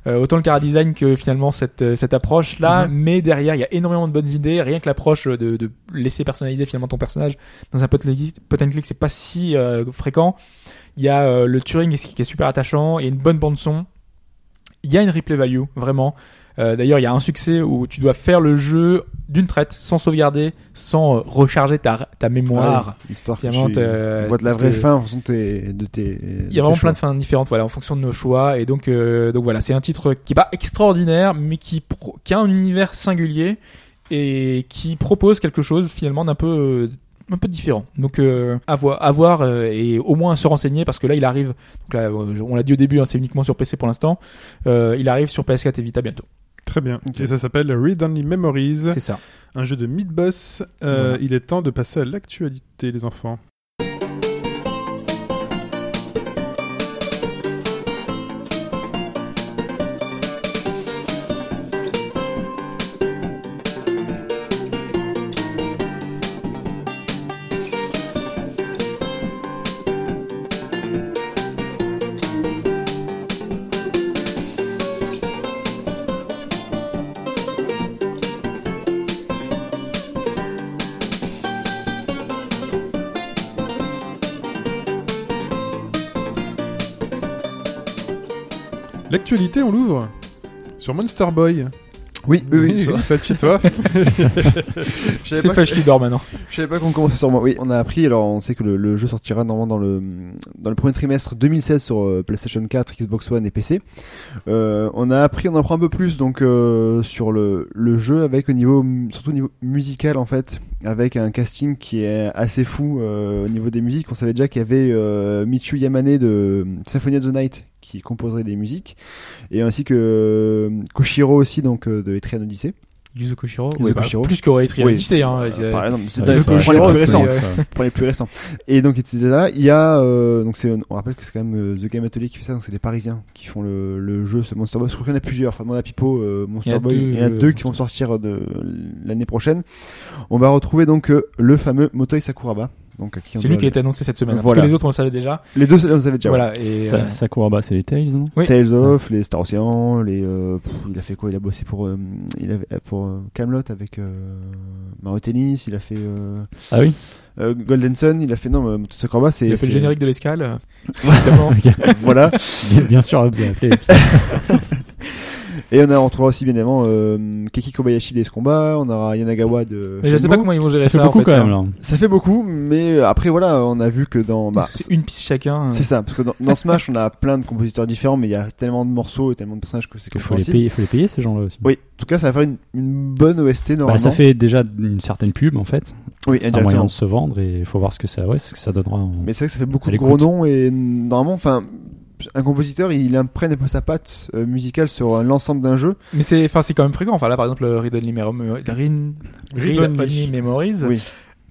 Speaker 3: Euh, autant le cara design que finalement cette euh, cette approche là,
Speaker 4: Mhm.
Speaker 3: mais derrière il y a énormément de bonnes idées, rien que l'approche de, de laisser personnaliser finalement ton personnage dans un pot and click, c'est pas si euh, fréquent. Il y a euh, le Turing qui est super attachant, il y a une bonne bande son. Il y a une replay value, vraiment. Euh, D'ailleurs, il y a un succès où tu dois faire le jeu d'une traite, sans sauvegarder, sans euh, recharger ta, ta mémoire.
Speaker 4: Ah oui, Histoire que
Speaker 3: Finalement,
Speaker 4: tu
Speaker 3: t'as-
Speaker 4: on voit de la
Speaker 3: euh, parce
Speaker 4: vraie
Speaker 3: que-
Speaker 4: fin en fonction de tes. de tes-
Speaker 3: Il y a
Speaker 4: de
Speaker 3: vraiment
Speaker 4: tes
Speaker 3: plein
Speaker 4: choix.
Speaker 3: de fins différentes, voilà, en fonction de nos choix. Et donc, euh, donc voilà, c'est un titre qui est pas extraordinaire, mais qui, pro- qui a un univers singulier et qui propose quelque chose finalement d'un peu, euh, un peu différent. Donc, euh, à voir, à voir, euh, et au moins se renseigner parce que là, il arrive. Donc là, euh, on l'a dit au début, hein, c'est uniquement sur PC pour l'instant. Euh, il arrive sur PS4 et Vita bientôt.
Speaker 2: Très bien. Et ça s'appelle Read Only Memories,
Speaker 3: C'est ça.
Speaker 2: un jeu de mid-boss. Euh,
Speaker 3: Voilà.
Speaker 2: Il est temps de passer à l'actualité, les enfants. L'actualité, on l'ouvre sur Monster Boy.
Speaker 4: Oui, oui,
Speaker 3: *laughs*
Speaker 4: oui. ça va.
Speaker 2: Fat chez toi.
Speaker 4: Je savais
Speaker 3: C'est
Speaker 4: pas
Speaker 3: Flash qui dort maintenant.
Speaker 4: Je savais pas qu'on commençait sur moi. Oui, on a appris. Alors, on sait que le, le jeu sortira normalement dans le dans le premier trimestre 2016 sur euh, PlayStation 4, Xbox One et PC. Euh, on a appris, on en prend un peu plus donc euh, sur le le jeu avec au niveau surtout au niveau musical en fait, avec un casting qui est assez fou euh, au niveau des musiques. On savait déjà qu'il y avait euh, Michu Yamane de euh, Symphony of the Night qui composerait des musiques et ainsi que euh, Koshiro aussi donc euh, de Etrian Odyssey.
Speaker 3: Yuzo Koshiro,
Speaker 4: Yuzo Koshiro.
Speaker 3: bah, plus qu'aurait été
Speaker 4: Oui.
Speaker 3: lycée, hein.
Speaker 4: Euh,
Speaker 3: c'est-
Speaker 4: par exemple, c'est
Speaker 5: Ouais,
Speaker 4: un-
Speaker 5: c'est
Speaker 4: on
Speaker 5: vrai,
Speaker 4: prend les
Speaker 3: Koshiro,
Speaker 4: plus
Speaker 3: c'est-
Speaker 4: récents
Speaker 3: euh,
Speaker 4: pour les plus récents. Et donc il était là. Il y a euh, donc c'est on rappelle que c'est quand même euh, The Game Atelier qui fait ça. Donc c'est les Parisiens qui font le, le jeu ce Monster Boy. Je crois qu'il y en a plusieurs. Enfin, Manda Pipo, euh,
Speaker 3: Il y
Speaker 4: Monster
Speaker 3: a
Speaker 4: Boy.
Speaker 3: deux euh,
Speaker 4: Il y en a
Speaker 3: jeux
Speaker 4: deux qui vont sortir de l'année prochaine. On va retrouver donc euh, le fameux Motoi Sakuraba. Donc à qui on
Speaker 3: C'est lui
Speaker 4: doit
Speaker 3: qui a été annoncé cette semaine. hein,
Speaker 4: Voilà.
Speaker 3: Parce que les autres, on le savait déjà.
Speaker 4: le- les deux on les avait déjà.
Speaker 3: Voilà. Et,
Speaker 5: Ça,
Speaker 3: euh,
Speaker 5: Sakuraba, c'est les Tales, non
Speaker 3: Oui.
Speaker 4: Tales of, les Star Ocean, les euh, pff, il a fait quoi Il a bossé pour euh, il avait pour euh, Camelot avec euh, Mario Tennis, il a fait euh,
Speaker 5: Ah oui
Speaker 4: euh, Golden Sun, il a fait non mais Motoi Sakuraba c'est
Speaker 3: il a fait le
Speaker 4: c'est-
Speaker 3: générique de l'escale. *laughs* euh, évidemment.
Speaker 4: *laughs* voilà.
Speaker 5: Bien, bien sûr, vous avez appelé.
Speaker 4: Et on a on trouvera aussi bien évidemment euh, Keki Kobayashi des combats, on aura Yanagawa de.
Speaker 3: Mais je sais
Speaker 4: Shenmue.
Speaker 3: pas comment ils vont gérer
Speaker 5: Ça fait
Speaker 3: ça.
Speaker 5: beaucoup
Speaker 3: en fait,
Speaker 5: quand
Speaker 3: hein.
Speaker 5: même là.
Speaker 4: Ça fait beaucoup, mais euh, après voilà, on a vu que dans bah,
Speaker 3: Parce que c'est une piste chacun.
Speaker 4: c'est ça, parce que dans, dans Smash on a plein de compositeurs différents, mais il y a tellement de morceaux et tellement de personnages que c'est
Speaker 5: Il faut les
Speaker 4: compréhensible.
Speaker 5: payer, faut les payer ces gens-là aussi.
Speaker 4: Oui, en tout cas ça va faire une, une bonne OST normalement.
Speaker 5: Bah, ça fait déjà une certaine pub en fait.
Speaker 4: oui,
Speaker 5: C'est un moyen
Speaker 4: indirectement.
Speaker 5: de se vendre et il faut voir ce que ça, ouais, ce que ça donnera. en-
Speaker 4: Mais c'est vrai que ça fait beaucoup
Speaker 5: À
Speaker 4: de gros
Speaker 5: l'écoute.
Speaker 4: noms et normalement, enfin, un compositeur il imprègne un peu sa patte euh, musicale sur euh, l'ensemble d'un jeu.
Speaker 3: Mais c'est, enfin, c'est quand même fréquent. Enfin, là, par exemple, le Read Only, Memories- Rin-
Speaker 2: Read
Speaker 3: Read
Speaker 2: Only.
Speaker 3: Only Memories.
Speaker 4: Oui.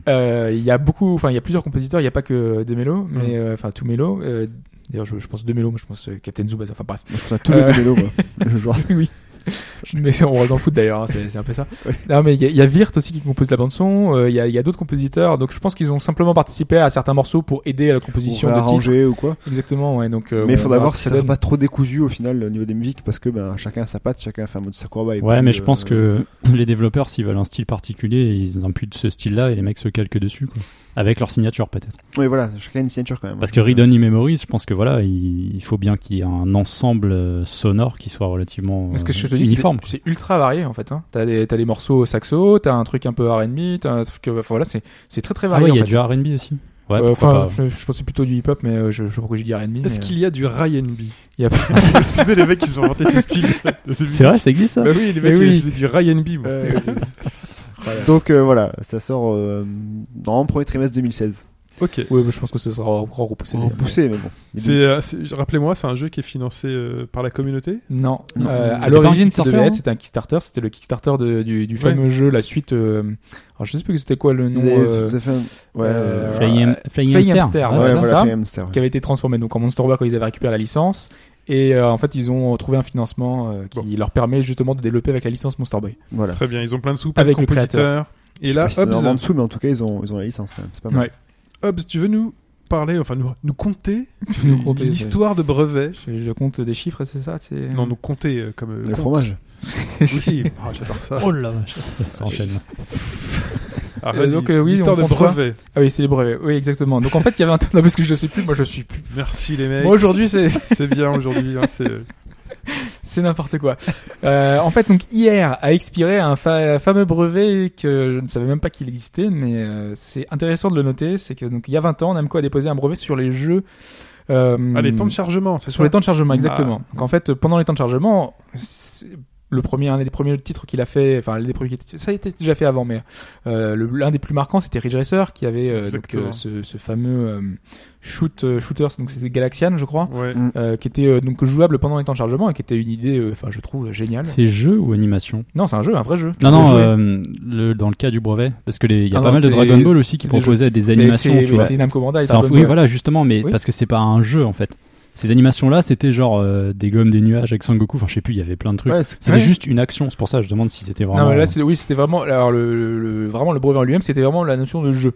Speaker 3: Euh, Il y a beaucoup, enfin, il y a plusieurs compositeurs. Il n'y a pas que des mélos, mais euh, enfin, tout mélo. Euh, D'ailleurs, je, je pense deux mélos, mais je pense euh, Captain Tsubasa. Enfin, bref. *laughs*
Speaker 4: Je trouve ça tout le
Speaker 3: Euh.
Speaker 4: vélo, moi. Le
Speaker 5: *laughs*
Speaker 4: joueur.
Speaker 3: oui. Mais c'est- on reste dans le foot d'ailleurs, hein, c'est c'est un peu ça.
Speaker 4: Oui.
Speaker 3: Non, mais il y, a- il y a Virt aussi qui compose la bande son. euh, Il y a, il y a d'autres compositeurs. Donc, je pense qu'ils ont simplement participé à certains morceaux pour aider à la composition
Speaker 4: Ou
Speaker 3: de titres.
Speaker 4: réarranger ou quoi.
Speaker 3: Exactement. Ouais. Donc, euh,
Speaker 4: mais il
Speaker 3: on
Speaker 4: faudra
Speaker 3: verra
Speaker 4: voir
Speaker 3: ce
Speaker 4: si
Speaker 3: que
Speaker 4: ça ne
Speaker 3: donne.
Speaker 4: pas trop décousu au final au niveau des musiques parce que ben, chacun a sa patte, chacun fait un mode Sakuraba. et
Speaker 5: Ouais,
Speaker 4: puis,
Speaker 5: mais je
Speaker 4: euh,
Speaker 5: pense que *clears throat* les développeurs, s'ils veulent un style particulier, ils imputent ce style-là et les mecs se calquent dessus, quoi. Avec leur signature, peut-être.
Speaker 4: Oui, voilà, chacun a une signature quand même.
Speaker 5: Parce que Read Only Memories, je pense que voilà, il il faut bien qu'il y ait un ensemble euh, sonore qui soit relativement
Speaker 3: Mais ce que
Speaker 5: euh,
Speaker 3: je te dis, c'est
Speaker 5: uniforme.
Speaker 3: que c'est ultra varié en fait. Hein. T'as des, t'as des morceaux saxo, t'as un truc un peu R&B, t'as un truc, enfin, voilà, c'est, c'est très très
Speaker 5: Ah
Speaker 3: varié.
Speaker 5: ouais, il y
Speaker 3: en
Speaker 5: a
Speaker 3: fait.
Speaker 5: du RB aussi. Ouais,
Speaker 3: Euh, Enfin,
Speaker 5: pourquoi pas.
Speaker 3: je, je pensais plutôt du hip-hop, mais euh, je, je sais pas pourquoi j'ai dit R&B.
Speaker 2: Est-ce
Speaker 3: mais,
Speaker 2: qu'il y a du Ryan B
Speaker 3: Il
Speaker 2: *laughs*
Speaker 3: y a pas-
Speaker 2: C'était les mecs qui ont inventé ce style. de musique.
Speaker 5: C'est vrai, ça existe ça
Speaker 2: Bah
Speaker 3: *laughs*
Speaker 2: oui, les
Speaker 3: Mais
Speaker 2: mecs
Speaker 3: euh, Eh oui.
Speaker 2: ils faisaient du Ryan B. moi.
Speaker 4: Euh, Donc euh, voilà, ça sort euh, dans le premier trimestre 2016.
Speaker 5: Oh,
Speaker 2: Ok.
Speaker 3: euh, ouais, bah, je pense que ce sera encore repoussé.
Speaker 4: C'est poussé, mais bon. Il
Speaker 2: C'est,
Speaker 4: est-
Speaker 2: euh, c'est- rappelez-moi, c'est un jeu qui est financé euh, par la communauté.
Speaker 3: Non.
Speaker 4: Non,
Speaker 3: Euh,
Speaker 4: c'est- c'était
Speaker 3: à
Speaker 5: pas un
Speaker 3: l'origine, ça
Speaker 5: Kickstarter,
Speaker 3: devait être,
Speaker 5: hein
Speaker 3: c'était un Kickstarter, c'était le Kickstarter de- du, du
Speaker 2: Ouais.
Speaker 3: fameux jeu, la suite. euh, alors je sais plus c'était quoi le nom.
Speaker 4: Vous avez,
Speaker 3: euh,
Speaker 4: vous avez fait un... Ouais,
Speaker 3: euh,
Speaker 4: euh,
Speaker 5: Flying, Flying
Speaker 3: Flying
Speaker 5: Hamster.
Speaker 3: Hamster,
Speaker 5: Ouais,
Speaker 4: ouais,
Speaker 3: c'est
Speaker 4: voilà,
Speaker 3: ça.
Speaker 4: Flying Hamster, ouais.
Speaker 3: qui avait été transformé donc en Monster World quand ils avaient récupéré la licence. Et euh, en fait, ils ont trouvé un financement euh, qui leur permet justement de développer avec la licence Monster Boy.
Speaker 4: Voilà.
Speaker 2: Très bien, ils ont plein de sous, plein
Speaker 3: Avec
Speaker 2: de
Speaker 3: le
Speaker 2: compositeurs. Et
Speaker 5: Ah,
Speaker 2: là,
Speaker 4: hop, en
Speaker 2: Hobbs,
Speaker 4: dessous, mais en tout cas, ils ont, ils ont la licence quand même. C'est pas mal.
Speaker 3: Ouais.
Speaker 2: Hobbs, tu veux nous parler, enfin nous, nous conter
Speaker 3: Nous compter, c'est-
Speaker 2: l'histoire de brevet
Speaker 3: Je, je compte des chiffres, c'est ça c'est-
Speaker 2: Non, nous compter euh, comme euh,
Speaker 4: Le
Speaker 2: conte.
Speaker 4: fromage.
Speaker 2: *laughs* Oui, oh, j'adore ça.
Speaker 5: Oh la vache, *laughs* ça enchaîne.
Speaker 2: Ah,
Speaker 3: Euh,
Speaker 2: vas-y,
Speaker 3: donc, euh, oui,
Speaker 2: l'histoire
Speaker 3: on
Speaker 2: de
Speaker 3: compte quoi
Speaker 2: brevet.
Speaker 3: Ah oui, c'est les brevets. Oui, exactement. Donc en fait, il y avait un temps. Non, parce que je sais plus. Moi, je suis plus.
Speaker 2: Merci les mecs.
Speaker 3: Moi aujourd'hui, c'est *laughs*
Speaker 2: C'est bien aujourd'hui. hein, c'est
Speaker 3: c'est n'importe quoi. Euh, en fait, donc hier a expiré un fa- fameux brevet que je ne savais même pas qu'il existait, mais euh, c'est intéressant de le noter. C'est que donc il y a 20 ans, Namco a déposé un brevet sur les jeux. euh,
Speaker 2: Ah, les temps de chargement, c'est
Speaker 3: Sur les
Speaker 2: ça
Speaker 3: temps de
Speaker 5: Bah,
Speaker 3: chargement, exactement. Donc en fait, euh, pendant les temps de chargement, c'est le premier, un des premiers titres qu'il a fait, enfin, l'un des premiers titres- ça a été déjà fait avant, mais euh, le- l'un des plus marquants, c'était Ridge Racer, qui avait euh, donc,
Speaker 2: Exactement.
Speaker 3: euh, ce, ce fameux euh, shoot, euh, shooter, donc c'était Galaxian, je crois,
Speaker 2: Ouais.
Speaker 3: euh, qui était euh, donc jouable pendant les temps de chargement et qui était une idée, euh, enfin, je trouve euh, géniale.
Speaker 5: C'est jeu ou animation
Speaker 3: Non, c'est un jeu, un vrai jeu.
Speaker 5: Non, non,
Speaker 3: Jouer.
Speaker 5: euh, le, dans le cas du brevet, parce que les- il y a
Speaker 3: Ah
Speaker 5: pas
Speaker 3: non,
Speaker 5: mal de
Speaker 3: c'est-
Speaker 5: Dragon Ball aussi qui
Speaker 3: c'est des
Speaker 5: proposaient des,
Speaker 3: Mais
Speaker 5: animations,
Speaker 3: c'est-
Speaker 5: tu
Speaker 3: mais
Speaker 5: vois.
Speaker 3: c'est Namco Bandai.
Speaker 5: C'est un-
Speaker 3: Dragon
Speaker 5: oui,
Speaker 3: Ball.
Speaker 5: voilà, justement, mais
Speaker 3: Oui.
Speaker 5: parce que c'est pas un jeu en fait. Ces animations-là, c'était genre euh, des gommes, des nuages avec Sangoku, enfin je sais plus, il y avait plein de trucs.
Speaker 4: Ouais, c'est-
Speaker 5: C'était
Speaker 3: Ouais.
Speaker 5: juste une action, c'est pour ça que je demande si c'était vraiment.
Speaker 3: Non, mais là, c'est- oui, c'était vraiment, alors le, le- le- vraiment le brevet en lui-même, c'était vraiment la notion de jeu.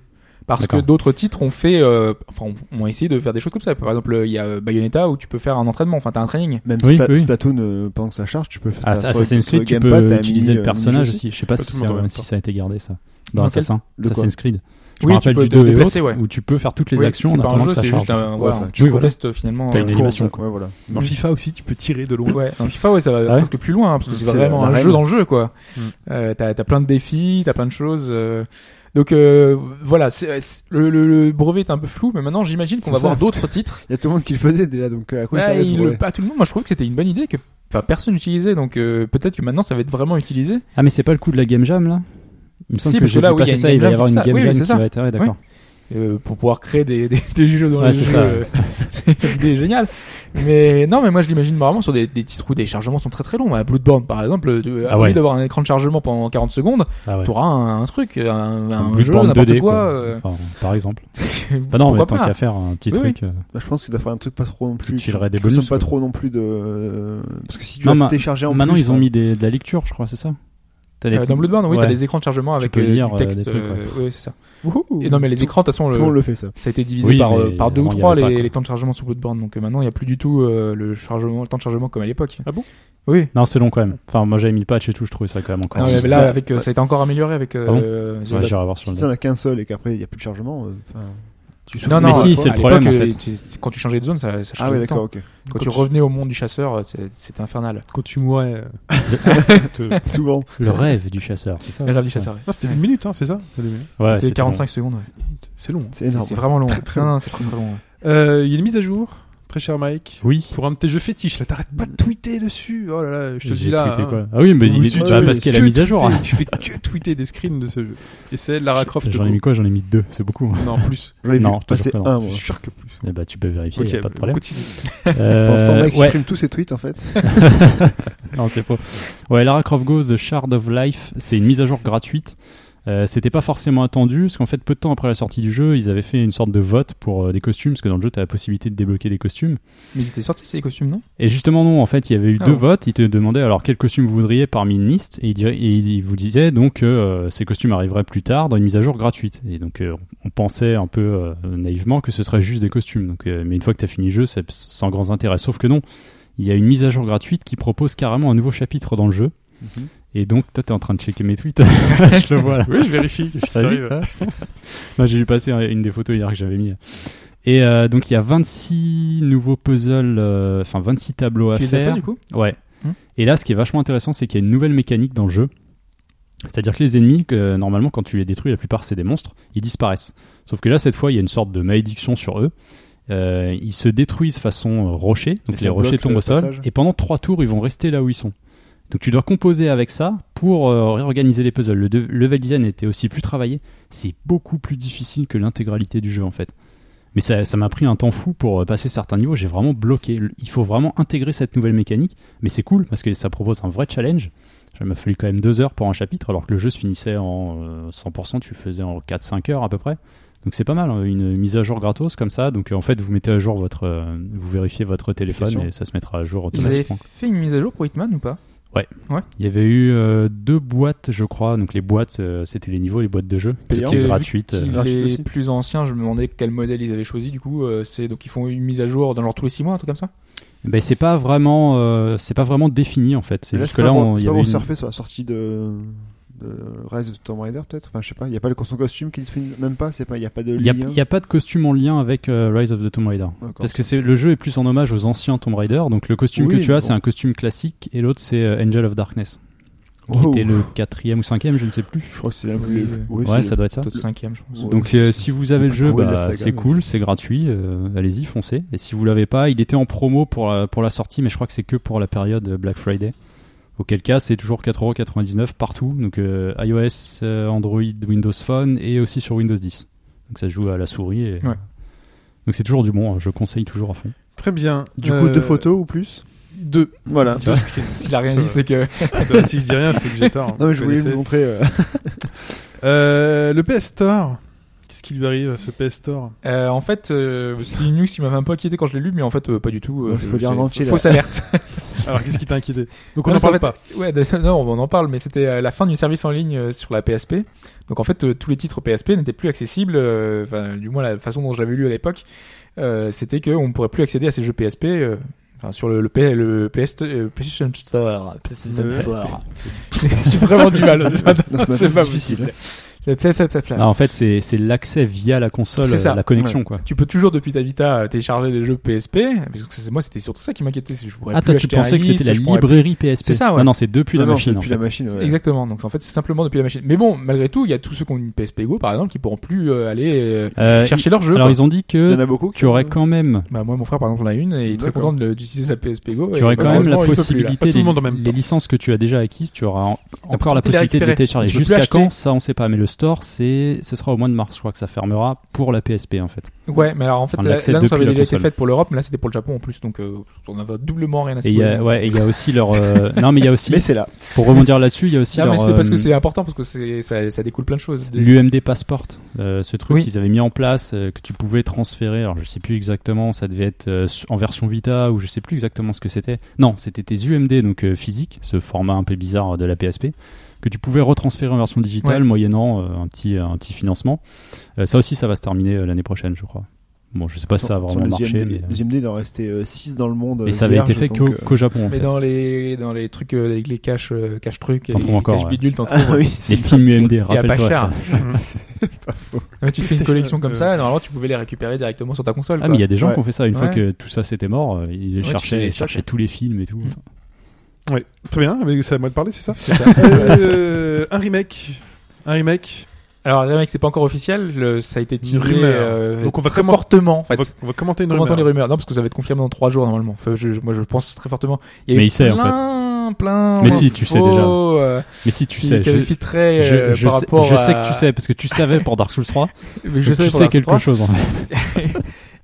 Speaker 3: Parce que
Speaker 5: D'accord.
Speaker 3: d'autres titres ont fait, euh, enfin, ont- ont essayé de faire des choses comme ça. Par exemple, il y a euh, Bayonetta où tu peux faire un entraînement, enfin, t'as un training.
Speaker 4: Même
Speaker 5: Oui,
Speaker 4: Spla-
Speaker 5: oui.
Speaker 4: Splatoon, euh, pendant que ça charge, tu peux faire. t'as
Speaker 5: Ah, ça,
Speaker 4: sur le-
Speaker 5: Assassin's
Speaker 4: sur le
Speaker 5: Creed, tu
Speaker 4: gamepad,
Speaker 5: peux
Speaker 4: t'as un
Speaker 5: utiliser
Speaker 4: mini-
Speaker 5: le
Speaker 4: euh,
Speaker 5: personnage
Speaker 4: mini-jeu.
Speaker 5: aussi. Je sais pas
Speaker 2: Pas
Speaker 5: si,
Speaker 2: tout le
Speaker 5: c'est-
Speaker 2: monde en même
Speaker 5: si
Speaker 2: temps.
Speaker 5: ça a été gardé ça. Dans
Speaker 3: Dans quel-
Speaker 5: Assassin,
Speaker 4: de quoi
Speaker 5: Assassin's Creed. Je
Speaker 3: Oui,
Speaker 5: me
Speaker 3: tu
Speaker 5: rappelle
Speaker 3: peux
Speaker 5: du
Speaker 3: te
Speaker 5: 2 et
Speaker 3: déplacer,
Speaker 5: autres,
Speaker 3: ouais.
Speaker 5: où tu peux faire toutes les
Speaker 3: Oui,
Speaker 5: actions en
Speaker 3: c'est pas un
Speaker 5: attendant
Speaker 3: jeu,
Speaker 5: que ça
Speaker 3: c'est
Speaker 5: charge.
Speaker 3: juste un, voilà,
Speaker 4: enfin,
Speaker 3: tu
Speaker 5: oui, voilà.
Speaker 3: contestes finalement.
Speaker 5: T'as
Speaker 3: euh,
Speaker 5: une
Speaker 4: Ouais,
Speaker 5: animation,
Speaker 4: ouais,
Speaker 5: quoi.
Speaker 4: voilà.
Speaker 2: Dans FIFA aussi, tu peux tirer de loin.
Speaker 3: Ouais, dans FIFA, ouais, ça va
Speaker 5: ouais
Speaker 3: presque plus loin, hein, parce que c'est
Speaker 4: C'est
Speaker 3: vraiment
Speaker 4: la
Speaker 3: un
Speaker 4: reine.
Speaker 3: jeu dans le jeu, quoi.
Speaker 2: Mm.
Speaker 3: Euh, t'as, t'as plein de défis, t'as plein de choses. euh, Donc euh, voilà, c'est- c'est- le, le- le brevet est un peu flou, mais maintenant j'imagine qu'on
Speaker 4: C'est
Speaker 3: va
Speaker 4: ça,
Speaker 3: voir
Speaker 4: parce
Speaker 3: d'autres titres.
Speaker 4: Il y a tout le monde qui le faisait déjà, donc euh, à quoi
Speaker 3: Ouais,
Speaker 4: ça reste
Speaker 3: il
Speaker 4: ouais.
Speaker 3: le- pas tout le monde. Moi, je trouve que c'était une bonne idée que, enfin, personne n'utilisait, donc euh, peut-être que maintenant ça va être vraiment utilisé.
Speaker 5: Ah, mais c'est pas le coup de la Game Jam là Il me
Speaker 3: Si,
Speaker 5: semble que
Speaker 3: parce que
Speaker 5: j'ai
Speaker 3: là,
Speaker 5: vu
Speaker 3: oui, il y a
Speaker 5: passer
Speaker 3: une
Speaker 5: ça, il
Speaker 3: Game
Speaker 5: va y
Speaker 3: Jam
Speaker 5: avoir
Speaker 3: qui
Speaker 5: une
Speaker 3: fait ça.
Speaker 5: Game
Speaker 3: Oui,
Speaker 5: Jam
Speaker 3: oui,
Speaker 5: qui
Speaker 3: c'est ça.
Speaker 5: va être. ouais, d'accord.
Speaker 3: euh, pour pouvoir créer des, des, des jeux dans
Speaker 5: Ouais,
Speaker 3: les
Speaker 5: c'est
Speaker 3: jeux.
Speaker 5: ça.
Speaker 3: euh, *laughs* C'est une idée géniale. Mais non, mais moi je l'imagine vraiment sur des, des titres où des chargements sont très très longs. À Bloodborne par exemple, tu-
Speaker 5: Ah
Speaker 3: au lieu
Speaker 5: ouais.
Speaker 3: d'avoir un écran de chargement pendant 40 secondes,
Speaker 5: Ah ouais.
Speaker 3: t'auras un, un truc, un, un jeu,
Speaker 5: Bloodborne
Speaker 3: n'importe
Speaker 5: 2D,
Speaker 3: quoi.
Speaker 5: quoi.
Speaker 3: euh,
Speaker 5: Enfin, Par exemple. *laughs* Bah non, mais
Speaker 3: pourquoi
Speaker 5: tant
Speaker 3: pas.
Speaker 5: qu'à faire un petit
Speaker 3: Oui,
Speaker 5: truc. euh,
Speaker 4: Bah, je pense qu'il doit faire un truc pas trop non plus.
Speaker 5: Tu filerais des
Speaker 4: qui ressemble
Speaker 5: bonus,
Speaker 4: Pas
Speaker 5: quoi.
Speaker 4: trop non plus de. euh, Parce que si tu
Speaker 5: Non,
Speaker 4: as
Speaker 5: ma-
Speaker 4: téléchargé en
Speaker 5: Maintenant,
Speaker 4: plus,
Speaker 5: ils ont
Speaker 4: hein,
Speaker 5: mis des- de la lecture, je crois, c'est ça T'as des
Speaker 3: euh, dans
Speaker 5: petits-
Speaker 3: Bloodborne, oui,
Speaker 5: Ouais.
Speaker 3: t'as des écrans de chargement avec
Speaker 5: peux
Speaker 3: euh,
Speaker 5: lire,
Speaker 3: du
Speaker 5: euh,
Speaker 3: texte.
Speaker 5: des trucs, ouais.
Speaker 3: euh, ouais, c'est ça. Et non, mais les
Speaker 4: Tout-
Speaker 3: écrans, de toute façon, le-
Speaker 4: Tout le monde le fait ça.
Speaker 3: ça a été divisé
Speaker 5: Oui,
Speaker 3: par,
Speaker 5: mais
Speaker 3: euh, par deux ou
Speaker 5: avant, il y
Speaker 3: trois
Speaker 5: avait pas,
Speaker 3: les,
Speaker 5: quoi.
Speaker 3: les temps de chargement sous Bloodborne. Donc euh, maintenant, il n'y a plus du tout euh, le chargement, le temps de chargement comme à l'époque.
Speaker 2: Ah bon
Speaker 3: Oui.
Speaker 5: Non, c'est long quand même. Enfin, moi j'avais mis le patch et tout, je trouvais ça quand même encore.
Speaker 4: Ah,
Speaker 3: Non,
Speaker 4: si,
Speaker 3: mais
Speaker 4: c'est
Speaker 3: là,
Speaker 4: pas-
Speaker 3: avec, euh, ça a été encore amélioré avec.
Speaker 5: Ah bon
Speaker 3: euh,
Speaker 5: Ouais, J'irai voir sur
Speaker 4: Si
Speaker 5: le
Speaker 4: t'en as qu'un seul et qu'après il n'y a plus de chargement, euh, enfin, Tu
Speaker 3: Non,
Speaker 4: souffles-
Speaker 3: non,
Speaker 5: Mais si,
Speaker 3: euh,
Speaker 5: c'est le
Speaker 3: à
Speaker 5: problème,
Speaker 3: l'époque,
Speaker 5: en
Speaker 3: euh, tu- quand tu changeais de zone, ça, ça changeait.
Speaker 4: Ah oui,
Speaker 3: tout le temps.
Speaker 4: d'accord, ok. *laughs*
Speaker 3: Quand, tu revenais au monde du chasseur, euh, c'est- c'était infernal.
Speaker 2: Quand tu mourais. euh, te-
Speaker 4: Souvent.
Speaker 5: Le rêve du chasseur, c'est ça
Speaker 3: Le rêve du chasseur.
Speaker 2: Ah, c'était une minute, hein, c'est ça
Speaker 5: Ouais,
Speaker 3: C'était
Speaker 5: c'était
Speaker 3: 45 secondes. ouais.
Speaker 2: C'est long. hein.
Speaker 4: C'est
Speaker 3: C'est
Speaker 4: énorme.
Speaker 3: c'est vraiment long.
Speaker 4: Très, très
Speaker 3: non,
Speaker 4: long.
Speaker 3: non, c'est très, très long. hein. ouais.
Speaker 2: Euh, il y a une mise à jour, très cher Mike.
Speaker 5: bon. Oui.
Speaker 2: Pour un de tes jeux fétiches, là, t'arrêtes pas de tweeter dessus. Oh là là, je te le
Speaker 5: J'ai
Speaker 2: dis là.
Speaker 5: tweeté
Speaker 2: hein.
Speaker 5: quoi. Ah oui, mais il
Speaker 2: Oui,
Speaker 5: est-
Speaker 2: tu-
Speaker 5: bah,
Speaker 2: tu-
Speaker 5: parce qu'il y
Speaker 2: tu-
Speaker 5: a la mise à jour.
Speaker 2: tu-
Speaker 5: hein.
Speaker 2: Tu fais que *laughs* tweeter des screens de ce jeu. Et c'est Lara Croft.
Speaker 5: J'en ai mis quoi J'en ai mis deux, c'est beaucoup. hein.
Speaker 2: Non, plus.
Speaker 4: J'en ai vu
Speaker 5: Non, je te
Speaker 4: passer
Speaker 5: jure que non.
Speaker 4: un,
Speaker 2: Je
Speaker 4: moi.
Speaker 2: suis sûr que plus.
Speaker 5: Eh bah, tu peux vérifier, y a
Speaker 2: Ok,
Speaker 5: pas de *laughs* problème.
Speaker 2: continue.
Speaker 5: Euh,
Speaker 4: Pour l'instant, Mike
Speaker 5: ouais.
Speaker 4: supprime tous ses tweets, en fait.
Speaker 5: non, c'est faux. Ouais, Lara Croft Go, The Shard of Life, c'est une mise à jour gratuite. Euh, c'était pas forcément attendu, parce qu'en fait, peu de temps après la sortie du jeu, ils avaient fait une sorte de vote pour euh, des costumes, parce que dans le jeu, t'as la possibilité de débloquer des costumes.
Speaker 3: Mais ils étaient sortis, ces costumes, non
Speaker 5: Et justement, non, en fait, il y avait eu
Speaker 3: Ah
Speaker 5: deux
Speaker 3: bon.
Speaker 5: votes. Ils te demandaient alors quel costume vous voudriez parmi une liste, et ils, diraient- et ils vous disaient donc que euh, ces costumes arriveraient plus tard dans une mise à jour gratuite. Et donc, euh, on pensait un peu euh, naïvement que ce serait juste des costumes. Donc, euh, mais une fois que tu as fini le jeu, c'est sans grand intérêt. Sauf que non, il y a une mise à jour gratuite qui propose carrément un nouveau chapitre dans le jeu. Et donc, toi, t'es en train de checker mes tweets. *laughs* je le vois là.
Speaker 2: Oui, je vérifie. Qu'est-ce qui
Speaker 5: Vas-y.
Speaker 2: t'arrive
Speaker 5: *laughs* Non, j'ai vu passer euh, une des photos hier que j'avais mis. Et euh, donc, il y a 26 nouveaux puzzles, euh, enfin 26 tableaux à
Speaker 3: Tu les as
Speaker 5: faire.
Speaker 3: fait, du coup
Speaker 5: Ouais.
Speaker 3: Hmm.
Speaker 5: Et là, ce qui est vachement intéressant, c'est qu'il y a une nouvelle mécanique dans le jeu. C'est-à-dire que les ennemis, que, euh, normalement, quand tu les détruis, la plupart c'est des monstres, ils disparaissent. Sauf que là, cette fois, il y a une sorte de malédiction sur eux. Euh, ils se détruisent façon euh, rocher,
Speaker 4: Et
Speaker 5: donc les
Speaker 4: ça
Speaker 5: rochers
Speaker 4: bloque euh,
Speaker 5: tombent
Speaker 4: le
Speaker 5: au sol,
Speaker 4: passage.
Speaker 5: et pendant trois tours, ils vont rester là où ils sont. Donc tu dois composer avec ça pour euh, réorganiser les puzzles. Le de- level design était aussi plus travaillé. C'est beaucoup plus difficile que l'intégralité du jeu en fait. Mais ça ça m'a pris un temps fou pour euh, passer certains niveaux. J'ai vraiment bloqué. Le- Il faut vraiment intégrer cette nouvelle mécanique. Mais c'est cool parce que ça propose un vrai challenge. Ça m'a fallu quand même deux heures pour un chapitre, alors que le jeu se finissait en euh, 100%, tu le faisais en 4-5 heures à peu près. Donc c'est pas mal, hein, une mise à jour gratos comme ça. Donc euh, en fait, vous mettez à jour votre, euh, vous vérifiez votre téléphone
Speaker 4: Application.
Speaker 5: et ça se mettra à jour
Speaker 3: Ils avaient
Speaker 5: automatiquement.
Speaker 3: fait une mise à jour pour Hitman ou pas
Speaker 5: Il y avait eu euh, deux boîtes, je crois. Donc les boîtes, euh, c'était les niveaux, les boîtes de jeu, parce
Speaker 4: Payant.
Speaker 5: qu'il est
Speaker 3: Vu
Speaker 5: gratuite.
Speaker 3: Qui-
Speaker 5: euh,
Speaker 4: graphique
Speaker 3: les
Speaker 4: aussi.
Speaker 3: plus anciens, je me demandais quel modèle ils avaient choisi. Du coup, euh, c'est donc ils font une mise à jour dans genre tous les 6 mois, un truc comme ça.
Speaker 5: Ben c'est pas vraiment, euh, c'est pas vraiment défini en fait. C'est
Speaker 4: Là,
Speaker 5: juste
Speaker 4: c'est
Speaker 5: que
Speaker 4: pas
Speaker 5: là,
Speaker 4: pour-
Speaker 5: on- il
Speaker 4: c'est
Speaker 5: y
Speaker 4: pas
Speaker 5: avait
Speaker 4: pour
Speaker 5: une-
Speaker 4: surfer sur la sortie de, de Rise of Tomb Raider peut-être enfin je sais pas il y a pas le son costume qui est disponible même pas c'est pas il y a pas de
Speaker 5: il y a,
Speaker 4: lien
Speaker 5: il y a pas de costume en lien avec euh, Rise of the Tomb Raider.
Speaker 4: D'accord.
Speaker 5: Parce que c'est le jeu est plus en hommage aux anciens Tomb Raider. Donc le costume
Speaker 4: Oui,
Speaker 5: que tu as,
Speaker 4: mais
Speaker 5: c'est
Speaker 4: bon.
Speaker 5: un costume classique, et l'autre c'est euh, Angel of Darkness, qui
Speaker 4: Wow.
Speaker 5: était le quatrième ou cinquième, je ne sais plus.
Speaker 4: je crois que c'est la
Speaker 3: Oui,
Speaker 4: le-
Speaker 3: oui.
Speaker 4: Oh. oui,
Speaker 5: ouais,
Speaker 4: c'est-
Speaker 5: ça doit être ça.
Speaker 3: Peut-être 5 je pense.
Speaker 4: Ouais.
Speaker 5: Donc euh, si vous avez le jeu,
Speaker 4: trouver de la
Speaker 5: bah,
Speaker 4: saga,
Speaker 5: c'est
Speaker 4: mais-
Speaker 5: cool, c'est gratuit, euh, allez-y, foncez. Et si vous l'avez pas, il était en promo pour la, pour la sortie, mais je crois que c'est que pour la période euh, Black Friday. Auquel cas, c'est toujours 4,99€ partout, donc euh, iOS, euh, Android, Windows Phone et aussi sur Windows 10. Donc ça se joue à la souris. et- euh,
Speaker 3: Ouais.
Speaker 5: Donc c'est toujours du bon, hein, je conseille toujours à fond.
Speaker 2: Très bien.
Speaker 4: du coup
Speaker 2: Euh,
Speaker 4: deux photos ou plus
Speaker 2: Deux.
Speaker 4: voilà
Speaker 5: Tu vois
Speaker 3: *laughs* S'il a rien dit, c'est que.
Speaker 2: Attends, si je dis rien, c'est que j'ai tort. hein,
Speaker 4: non mais je
Speaker 2: Vous
Speaker 4: voulais vous
Speaker 2: connaissez.
Speaker 4: montrer euh,
Speaker 2: Euh, le PS Store. Qu'est-ce qui lui arrive à ce PS Store
Speaker 3: Euh, en fait, euh, c'était une news qui m'avait un peu inquiété quand je l'ai lu, mais en fait, euh, pas du tout. euh,
Speaker 4: Bon,
Speaker 3: je-
Speaker 4: faut lire
Speaker 3: c'est-
Speaker 4: en entier, là.
Speaker 3: Fausse alerte.
Speaker 2: Alors, qu'est-ce qui t'a inquiété Donc, on
Speaker 3: Non,
Speaker 2: n'en
Speaker 3: c'est en
Speaker 2: parle
Speaker 3: fait-
Speaker 2: pas.
Speaker 3: Ouais, de- *laughs* non, on en parle, mais c'était euh, la fin du service en ligne euh, sur la PSP. Donc en fait, euh, tous les titres PSP n'étaient plus accessibles, euh, enfin, du moins la façon dont je l'avais lu à l'époque, euh, c'était qu'on ne pourrait plus accéder à ces jeux PSP. euh, Enfin, sur le, le, P- le PS, euh, PlayStation Store. PlayStation Store. *laughs* J'ai vraiment du
Speaker 5: *laughs*
Speaker 3: mal.
Speaker 4: *laughs*
Speaker 3: ce matin.
Speaker 4: Non, ce matin,
Speaker 3: C'est pas
Speaker 4: c'est difficile.
Speaker 3: possible. *laughs* Le PSP.
Speaker 5: Ah, en fait, c'est c'est l'accès via la console,
Speaker 3: C'est ça.
Speaker 5: euh, la connexion quoi.
Speaker 3: Tu peux toujours depuis ta Vita euh, télécharger des jeux PSP. Parce que c'est- moi, c'était surtout ça qui m'inquiétait. c'est que je pourrais
Speaker 5: Ah
Speaker 3: plus
Speaker 5: toi, tu
Speaker 3: acheter un
Speaker 5: pensais que c'était
Speaker 3: disque,
Speaker 5: la
Speaker 3: je pourrais
Speaker 5: librairie PSP
Speaker 3: C'est ça, ouais.
Speaker 5: Non, non, c'est depuis
Speaker 4: non,
Speaker 5: la
Speaker 4: non,
Speaker 5: machine.
Speaker 4: c'est
Speaker 5: en
Speaker 4: depuis
Speaker 5: fait.
Speaker 4: la machine ouais.
Speaker 3: Exactement. Donc en fait, c'est simplement depuis la machine. Mais bon, malgré tout, il y a tous ceux qui ont une PSP Go par exemple qui pourront plus euh, aller euh,
Speaker 5: Euh,
Speaker 3: chercher leur jeu.
Speaker 5: Alors
Speaker 3: quoi.
Speaker 5: ils ont dit
Speaker 4: il y
Speaker 5: que
Speaker 4: en a beaucoup
Speaker 5: tu aurais quand même,
Speaker 3: Bah moi, mon frère par exemple en a une et il est très
Speaker 4: D'accord.
Speaker 3: content de le- d'utiliser sa PSP Go.
Speaker 5: tu
Speaker 3: et
Speaker 5: aurais quand même la
Speaker 3: malheureusement, il peut plus, là.
Speaker 5: possibilité,
Speaker 2: Pas tout le
Speaker 5: les,
Speaker 2: monde en même
Speaker 5: les
Speaker 2: temps.
Speaker 5: licences que tu as déjà acquises, tu auras en- encore la
Speaker 3: possibilité de les
Speaker 5: possibilité de les
Speaker 3: récupérer.
Speaker 5: télécharger.
Speaker 3: Tu peux plus
Speaker 5: Jusqu'à
Speaker 3: acheter.
Speaker 5: quand Ça, on sait pas. Mais le store, c'est, ce sera au mois de mars, je crois que ça fermera pour la PSP en fait.
Speaker 3: Ouais, mais alors en fait,
Speaker 5: Enfin,
Speaker 3: là,
Speaker 5: l'accès
Speaker 3: l'annonce
Speaker 5: depuis
Speaker 3: avait
Speaker 5: la
Speaker 3: déjà été
Speaker 5: console.
Speaker 3: faite pour l'Europe, mais là c'était pour le Japon en plus, donc euh, on avait doublement rien à se
Speaker 5: Et il y a,
Speaker 3: couper.
Speaker 5: ouais, et il y a aussi leur.
Speaker 3: *laughs*
Speaker 5: euh, non, mais il y a aussi.
Speaker 4: mais c'est là
Speaker 5: Pour rebondir là-dessus, il y a aussi
Speaker 3: Non, mais
Speaker 5: leur.
Speaker 3: c'est parce que
Speaker 5: euh,
Speaker 3: c'est important parce que c'est ça, ça découle plein de choses.
Speaker 5: L'UMD Passport, euh, ce truc
Speaker 3: Oui.
Speaker 5: qu'ils avaient mis en place, euh, que tu pouvais transférer, alors je sais plus exactement, ça devait être euh, en version Vita ou je sais plus exactement ce que c'était. Non, c'était tes UMD, donc euh, physiques, ce format un peu bizarre de la PSP, que tu pouvais retransférer en version digitale
Speaker 3: Ouais.
Speaker 5: moyennant euh, un, petit, un petit financement. Euh, ça aussi, ça va se terminer euh, l'année prochaine, je crois. Bon, je sais pas si ça a vraiment marché, mais,
Speaker 4: les IMD d'en rester 6 dans le monde
Speaker 5: mais
Speaker 4: euh,
Speaker 5: ça avait été
Speaker 4: vierge,
Speaker 5: fait
Speaker 4: donc,
Speaker 5: qu'au
Speaker 4: euh, *laughs*
Speaker 5: qu'au Japon en
Speaker 3: Mais
Speaker 5: fait.
Speaker 3: dans les dans les trucs euh, avec les caches euh, cache trucs, et
Speaker 5: T'en
Speaker 3: les
Speaker 5: trouves encore,
Speaker 3: caches
Speaker 5: ouais. Ah
Speaker 3: bidules, t'en trouves.
Speaker 4: ah oui
Speaker 5: Les
Speaker 4: c'est
Speaker 5: films
Speaker 4: pas faux.
Speaker 5: UMD,
Speaker 3: Et à pas
Speaker 5: rappelle-toi
Speaker 3: cher.
Speaker 5: ça.
Speaker 4: c'est pas faux
Speaker 3: *laughs* Ouais, tu fais une
Speaker 2: PlayStation,
Speaker 3: collection comme
Speaker 2: euh,
Speaker 3: ça, et normalement tu pouvais les récupérer directement sur ta console.
Speaker 5: Ah,
Speaker 3: quoi.
Speaker 5: mais il y a des gens
Speaker 4: Ouais.
Speaker 5: qui ont fait ça. Une fois
Speaker 3: Ouais.
Speaker 5: que tout ça c'était mort, euh, ils
Speaker 3: tu fais
Speaker 5: cherchaient,
Speaker 3: les
Speaker 5: ils
Speaker 3: stocks.
Speaker 5: cherchaient tous les films et tout.
Speaker 3: Mm.
Speaker 2: Oui, très bien, mais c'est à moi de parler, c'est ça
Speaker 3: C'est ça.
Speaker 2: *laughs* Euh, Un remake. Un remake.
Speaker 3: Alors, le mec, c'est pas encore officiel, le- ça a été teasé
Speaker 2: rumeur.
Speaker 3: euh,
Speaker 2: Donc, on va
Speaker 3: très
Speaker 2: comment-
Speaker 3: fortement. En
Speaker 2: On
Speaker 3: fait.
Speaker 2: va, on va commenter une
Speaker 3: On entend les
Speaker 2: rumeur.
Speaker 3: rumeurs. Non, parce que ça va être confirmé dans trois jours normalement. Enfin, je- je- moi, je pense très fortement. Il y a
Speaker 5: Mais
Speaker 3: eu
Speaker 5: il sait, en fait.
Speaker 3: plein, plein.
Speaker 5: Mais si, tu sais déjà.
Speaker 3: d'infos, euh,
Speaker 5: Mais si tu
Speaker 3: qui-
Speaker 5: sais,
Speaker 3: qui
Speaker 5: je,
Speaker 3: avaient filtré,
Speaker 5: je-
Speaker 3: euh,
Speaker 5: je
Speaker 3: par
Speaker 5: sais,
Speaker 3: rapport
Speaker 5: je sais
Speaker 3: à-
Speaker 5: que tu sais parce que tu savais pour Dark Souls 3.
Speaker 3: Mais
Speaker 5: *laughs* Je
Speaker 3: Je sais
Speaker 5: tu
Speaker 3: pour
Speaker 5: sais
Speaker 3: l'instant.
Speaker 5: quelque chose. En fait.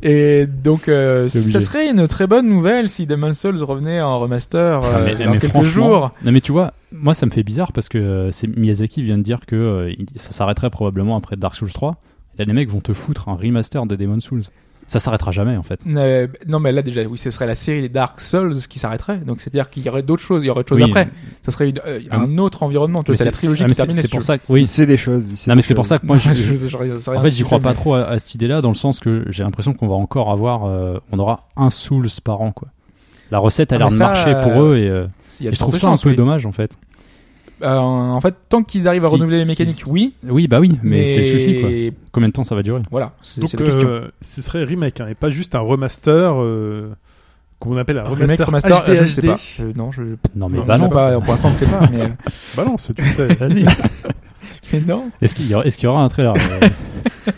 Speaker 3: Et donc, euh,
Speaker 5: T'es obligé.
Speaker 3: ça serait une très bonne nouvelle si Demon's Souls revenait en remaster euh,
Speaker 5: Ah, mais-
Speaker 3: dans
Speaker 5: mais
Speaker 3: quelques
Speaker 5: franchement-
Speaker 3: jours.
Speaker 5: Non mais tu vois, moi ça me fait bizarre parce que euh, c'est Miyazaki vient de dire que euh, il- ça s'arrêterait probablement après Dark Souls 3. Là les mecs vont te foutre un remaster de Demon Souls. Ça s'arrêtera jamais en fait.
Speaker 3: Euh, non, mais là déjà, oui, ce serait la série des Dark Souls qui s'arrêterait. Donc, c'est-à-dire qu'il y aurait d'autres choses, il y aurait autre chose
Speaker 5: Oui, Ah.
Speaker 3: après. Ça serait une- euh, un autre environnement. Tu
Speaker 5: mais
Speaker 3: vois, c'est la trilogie
Speaker 5: ah,
Speaker 3: qui
Speaker 5: mais c'est-
Speaker 3: termine.
Speaker 5: C'est
Speaker 3: *laughs*
Speaker 5: pour ça que oui.
Speaker 4: Il sait des choses. il sait
Speaker 5: Non mais
Speaker 4: des
Speaker 5: c'est pour
Speaker 4: choses.
Speaker 5: ça que moi je- je-
Speaker 3: en
Speaker 5: En fait, j'y crois pas trop à, à cette idée-là, dans le sens que j'ai l'impression qu'on va encore avoir, euh, on aura un Souls par an, quoi. La recette a
Speaker 3: Ah,
Speaker 5: l'air
Speaker 3: mais
Speaker 5: de
Speaker 3: ça,
Speaker 5: marcher pour
Speaker 3: euh,
Speaker 5: eux et, euh,
Speaker 3: Il y a
Speaker 5: et je trouve
Speaker 3: de
Speaker 5: ça un
Speaker 3: chances,
Speaker 5: peu
Speaker 3: oui.
Speaker 5: dommage, en fait.
Speaker 3: Euh, en fait, tant qu'ils arrivent à
Speaker 5: Qui-
Speaker 3: renouveler les
Speaker 5: qui-
Speaker 3: mécaniques, oui.
Speaker 5: Oui, bah oui, mais, c'est le souci, quoi. Combien de temps ça va durer
Speaker 3: Voilà, c'est
Speaker 2: Donc,
Speaker 3: c'est la question.
Speaker 2: euh, ce serait remake, hein, et pas juste un remaster euh, qu'on appelle un
Speaker 3: Remake,
Speaker 2: remaster,
Speaker 3: remaster,
Speaker 2: HD,
Speaker 3: euh, je ne sais
Speaker 2: HD.
Speaker 3: pas. Je- non, je,
Speaker 5: Non, mais
Speaker 3: non,
Speaker 5: balance.
Speaker 3: je sais pas, pour l'instant, on ne sait
Speaker 5: *laughs*
Speaker 3: pas. Mais, euh,
Speaker 2: Balance, tu sais, vas-y.
Speaker 3: mais non.
Speaker 5: Est-ce qu'il y, aura- est-ce qu'il y aura un trailer euh,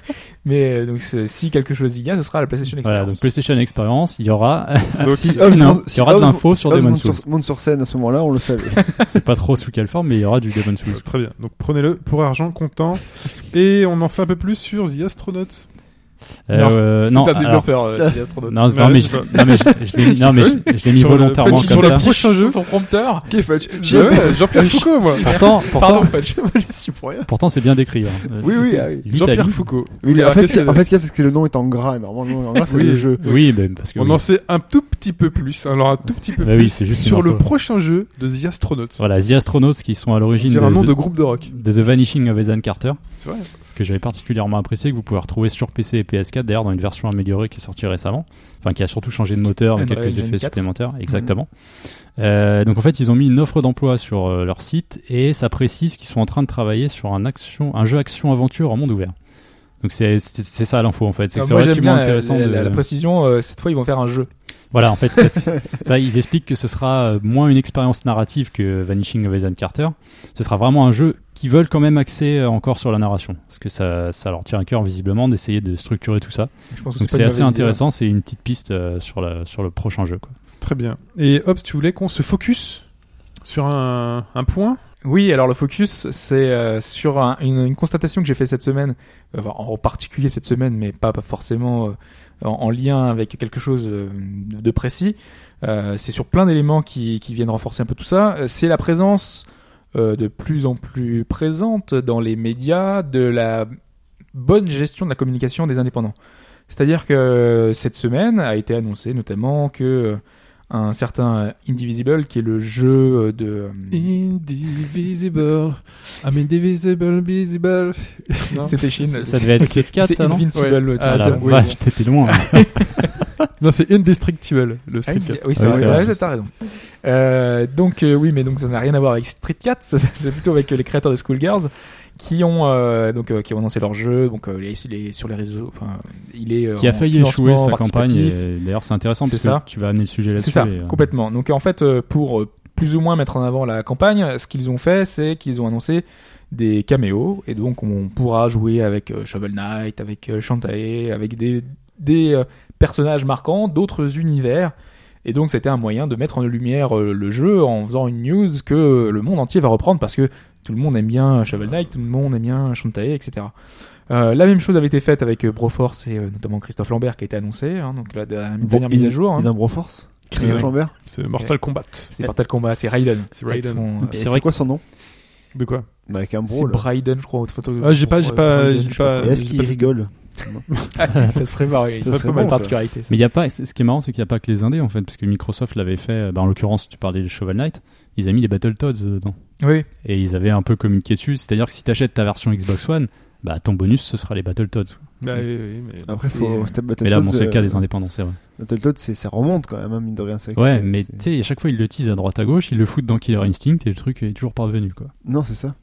Speaker 3: Mais euh, donc, c'est- si quelque chose il y a, ce sera la PlayStation
Speaker 5: Voilà,
Speaker 3: Experience.
Speaker 5: donc PlayStation Experience, il y aura,
Speaker 4: Donc, si
Speaker 5: *laughs* il y aura
Speaker 4: Hobbs
Speaker 5: de
Speaker 4: monte-
Speaker 5: l'in- il
Speaker 4: si
Speaker 5: y aura de
Speaker 4: Hobbs
Speaker 5: l'info sur
Speaker 4: Hobbs
Speaker 5: Demon
Speaker 4: monte
Speaker 5: Souls.
Speaker 4: monte Ah, sur scène à ce moment-là, on le savait.
Speaker 5: *laughs* C'est pas trop sous quelle forme, mais il y aura du Demon Souls.
Speaker 2: euh, Très bien. Donc prenez-le pour argent comptant. Et on en sait un peu plus sur The Astronaut.
Speaker 3: Non,
Speaker 5: euh, non,
Speaker 3: c'est un
Speaker 5: alors-
Speaker 3: développeur, euh, The Astronaut.
Speaker 5: non, non, mais je, non, mais je- je l'ai mis- non, mais je- je l'ai mis
Speaker 2: Sur le-
Speaker 5: volontairement
Speaker 2: Fudge,
Speaker 5: comme
Speaker 2: sur le
Speaker 5: ça.
Speaker 2: prochain
Speaker 3: Sur
Speaker 2: jeu.
Speaker 3: Son prompteur.
Speaker 4: Ok, Fudge.
Speaker 3: *laughs* Je-
Speaker 5: Bah
Speaker 2: Ouais, Jean-Pierre Foucault, moi.
Speaker 5: Pourtant, pourtant,
Speaker 3: Pardon, *laughs* Fudge, moi, j'y suis pour rien.
Speaker 5: pourtant, c'est bien décrit. hein.
Speaker 4: Oui, oui, ah oui.
Speaker 5: L'Italie.
Speaker 2: Jean-Pierre Foucault. Ah,
Speaker 4: Oui,
Speaker 2: Il a
Speaker 4: en fait,
Speaker 2: raté,
Speaker 4: c'est-
Speaker 2: c'est-
Speaker 4: en fait, ce qu'il y a, c'est que le nom est en gras. Normalement, le nom est en gras, c'est
Speaker 2: Oui.
Speaker 4: le jeu.
Speaker 5: Oui, mais parce que
Speaker 2: On
Speaker 5: oui.
Speaker 2: en sait un tout petit peu plus. Alors un tout petit peu
Speaker 5: Bah
Speaker 2: plus
Speaker 5: oui, c'est juste une
Speaker 2: sur le
Speaker 5: info.
Speaker 2: prochain jeu de The Astronaut.
Speaker 5: Voilà, The Astronauts qui sont à l'origine
Speaker 2: J'ai un nom
Speaker 5: de,
Speaker 2: de groupe de rock.
Speaker 5: de The Vanishing of Ethan Carter,
Speaker 2: C'est vrai.
Speaker 5: que j'avais particulièrement apprécié, que vous pouvez retrouver sur PC et PS4, d'ailleurs dans une version améliorée qui est sortie récemment, enfin qui a surtout changé de moteur avec
Speaker 3: Unreal
Speaker 5: quelques
Speaker 3: Engine
Speaker 5: effets
Speaker 3: 4.
Speaker 5: supplémentaires, exactement. Euh, donc en fait, ils ont mis une offre d'emploi sur euh, leur site et ça précise qu'ils sont en train de travailler sur un, action, un jeu action-aventure en monde ouvert. Donc c'est c'est- c'est ça l'info en fait, c'est que
Speaker 3: Alors,
Speaker 5: c'est
Speaker 3: Ah, Moi, j'aime
Speaker 5: relativement
Speaker 3: bien la-
Speaker 5: intéressant.
Speaker 3: la- la la
Speaker 5: de...
Speaker 3: précision. euh, Cette fois, ils vont faire un jeu.
Speaker 5: Voilà, en fait, parce que ça, ils expliquent que ce sera euh, moins une expérience narrative que Vanishing of Ethan Carter. Ce sera vraiment un jeu qui veulent quand même axer euh, encore sur la narration, parce que ça, ça leur tient à cœur visiblement d'essayer de structurer tout ça.
Speaker 3: Je pense que
Speaker 5: Donc
Speaker 3: pas
Speaker 5: c'est
Speaker 3: une
Speaker 5: assez
Speaker 3: mauvaise idée, hein. ouais.
Speaker 5: intéressant, c'est une petite piste euh, sur, la, sur le prochain jeu. Quoi.
Speaker 2: Très bien. Et Hobbs, tu voulais qu'on se focus sur un, un point
Speaker 3: Oui, alors le focus, c'est euh, sur un- une, une constatation que j'ai fait cette semaine, euh, enfin, en particulier cette semaine, mais pas, pas forcément euh, en, en lien avec quelque chose euh, de de précis. Euh, c'est sur plein d'éléments qui, qui viennent renforcer un peu tout ça. Euh, C'est la présence euh, de plus en plus présente dans les médias de la bonne gestion de la communication des indépendants. C'est-à-dire que euh, cette semaine a été annoncé notamment que euh, un certain euh, Indivisible, qui est le jeu de euh,
Speaker 2: Indivisible. I'm Ah, indivisible, visible. Non.
Speaker 3: C'était Chine.
Speaker 5: Ça devait
Speaker 3: *laughs*
Speaker 5: être Skate 4,
Speaker 3: C'est
Speaker 5: ça, non
Speaker 3: Invincible.
Speaker 2: Ouais.
Speaker 3: tu
Speaker 2: Ah,
Speaker 5: Ah
Speaker 3: vois.
Speaker 5: la
Speaker 2: attends, oui,
Speaker 5: vache, t'étais
Speaker 3: *laughs*
Speaker 5: loin. hein.
Speaker 2: Non, c'est indestructible le
Speaker 3: Ah oui,
Speaker 2: street cat.
Speaker 3: Oui,
Speaker 5: Ah
Speaker 3: c'est
Speaker 5: oui,
Speaker 3: vrai,
Speaker 5: c'est
Speaker 3: ouais,
Speaker 5: vrai.
Speaker 3: ça, t'as raison. Euh, donc euh, oui, mais donc ça n'a rien à voir avec Street Cat, ça, c'est plutôt avec euh, les créateurs de Schoolgirls qui ont euh, donc euh, qui ont annoncé leur jeu, donc euh, les, les- sur les réseaux. Enfin, il est euh,
Speaker 5: Qui a
Speaker 3: en
Speaker 5: failli
Speaker 3: financement
Speaker 5: échouer sa campagne.
Speaker 3: participatif.
Speaker 5: et D'ailleurs, c'est intéressant
Speaker 3: C'est
Speaker 5: parce
Speaker 3: ça.
Speaker 5: que tu vas amener le sujet là-dessus.
Speaker 3: C'est ça,
Speaker 5: et, euh,
Speaker 3: complètement. Donc en fait, euh, pour euh, plus ou moins mettre en avant la campagne, ce qu'ils ont fait, c'est qu'ils ont annoncé des caméos, et donc on pourra jouer avec euh, Shovel Knight, avec euh, Shantae, avec des, des euh, personnages marquants, d'autres univers. Et donc c'était un moyen de mettre en lumière euh, le jeu en faisant une news que le monde entier va reprendre parce que tout le monde aime bien Shovel Knight, tout le monde aime bien Shantae, etc. Euh, la même chose avait été faite avec euh, Broforce et euh, notamment Christophe Lambert qui a été annoncé, hein, donc la dernière, dernière mise à jour. hein.
Speaker 4: Il a un Broforce Chris
Speaker 2: Ouais.
Speaker 4: Lambert
Speaker 2: C'est Mortal Kombat.
Speaker 3: C'est Mortal Kombat, c'est Raiden.
Speaker 2: C'est Raiden.
Speaker 3: Avec son-
Speaker 4: Et
Speaker 5: C'est
Speaker 4: C'est
Speaker 5: vrai
Speaker 4: quoi son nom
Speaker 2: De quoi
Speaker 4: Bah, Avec un
Speaker 3: C'est
Speaker 4: bro. là.
Speaker 3: Bryden, je crois, autre photo.
Speaker 2: Ah, j'ai pas- j'ai pas-
Speaker 3: Bryden,
Speaker 2: j'ai
Speaker 3: je crois.
Speaker 4: Et
Speaker 2: pas-
Speaker 5: euh,
Speaker 4: Est-ce qu'il rigole
Speaker 3: Ça serait marrant. Ça
Speaker 4: serait
Speaker 3: serait
Speaker 4: bon, ça.
Speaker 3: une particularité. ça.
Speaker 5: Mais il y a pas. Ce qui est marrant, c'est qu'il n'y a pas que les indés en fait, parce que Microsoft l'avait fait. bah, en l'occurrence, tu parlais de Shovel Knight. Ils avaient mis les Battletoads euh, dedans,
Speaker 3: Oui.
Speaker 5: et ils avaient un peu communiqué dessus. C'est-à-dire que si t'achètes ta version Xbox One, bah ton bonus ce sera les Battletoads.
Speaker 2: Bah, oui, oui, mais...
Speaker 4: Après,
Speaker 3: C'est-
Speaker 4: faut.
Speaker 5: Mais là, bon, c'est
Speaker 4: Battletoads,
Speaker 5: le cas
Speaker 4: euh,
Speaker 5: des indépendants, c'est vrai.
Speaker 4: Battletoads, c'est- ça remonte quand même, hein, mine de rien. c'est-
Speaker 5: Ouais,
Speaker 4: c'est-
Speaker 5: mais tu
Speaker 4: c'est-
Speaker 5: sais, à chaque fois ils le teasent à droite à gauche, ils le foutent dans Killer Instinct et le truc est toujours parvenu quoi.
Speaker 4: Non, c'est ça.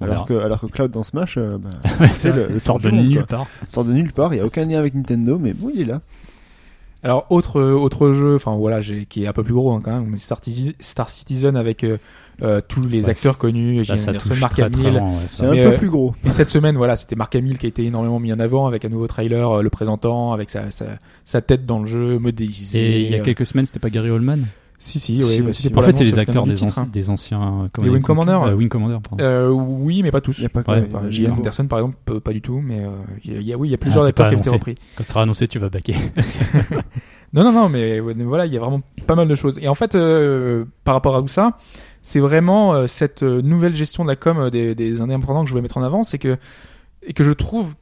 Speaker 5: On
Speaker 4: Alors que,
Speaker 5: verra.
Speaker 4: alors que Cloud dans Smash, euh,
Speaker 3: *laughs*
Speaker 4: bah,
Speaker 5: c'est
Speaker 4: le-
Speaker 5: le sort de
Speaker 4: tout le monde,
Speaker 5: nulle
Speaker 4: quoi.
Speaker 5: part.
Speaker 4: sort de nulle part, il n'y a aucun lien avec Nintendo, mais bon, il est là.
Speaker 3: Alors autre euh, autre jeu, enfin voilà, j'ai- qui est un peu plus gros hein, quand même, mais Star, Tizi- Star Citizen avec euh, euh, tous les
Speaker 5: Ouais.
Speaker 3: acteurs connus,
Speaker 5: Là,
Speaker 3: Jane
Speaker 5: Bah, ça
Speaker 3: Anderson,
Speaker 5: touche
Speaker 3: Mark
Speaker 5: très, très
Speaker 3: Hamill.
Speaker 5: loin, ouais,
Speaker 4: C'est
Speaker 5: ça.
Speaker 4: un
Speaker 3: Mais,
Speaker 4: peu
Speaker 3: euh,
Speaker 4: plus gros.
Speaker 3: Et cette semaine, voilà, c'était Mark Hamill qui a été énormément mis en avant avec un nouveau trailer, euh, le présentant avec sa, sa, sa tête dans le jeu, modélisée.
Speaker 5: Et il y a
Speaker 3: euh,
Speaker 5: quelques semaines, c'était pas Gary Oldman
Speaker 3: Si si, ouais,
Speaker 4: Si,
Speaker 3: bah,
Speaker 4: si.
Speaker 3: c'était
Speaker 4: En
Speaker 3: pour
Speaker 5: En fait, c'est
Speaker 3: l'annonce
Speaker 5: les acteurs
Speaker 3: finalement du
Speaker 5: des,
Speaker 3: titre,
Speaker 5: anciens
Speaker 3: hein.
Speaker 5: des anciens.
Speaker 3: Les Wing Commander,
Speaker 5: Commanders
Speaker 3: ouais.
Speaker 5: Wing Commander, pardon.
Speaker 3: Euh, oui, mais pas tous.
Speaker 4: Il n'y a pas que-
Speaker 5: ouais,
Speaker 4: il y a-
Speaker 3: Enfin,
Speaker 4: il y a-
Speaker 3: Gillian bah, Anderson par exemple, peu- pas du tout, mais euh, il y a- il y, a oui, il y a plusieurs
Speaker 5: Ah, c'est
Speaker 3: acteurs
Speaker 5: pas
Speaker 3: qui ont été
Speaker 5: annoncé.
Speaker 3: repris.
Speaker 5: Quand ça sera annoncé, tu vas baquer.
Speaker 3: Non, non, non, mais euh, voilà, il y a vraiment pas mal de choses. Et en fait, euh, par rapport à tout ça, c'est vraiment euh, cette euh, nouvelle gestion de la com euh, des, des indépendants que je voulais mettre en avant, c'est que et que je trouve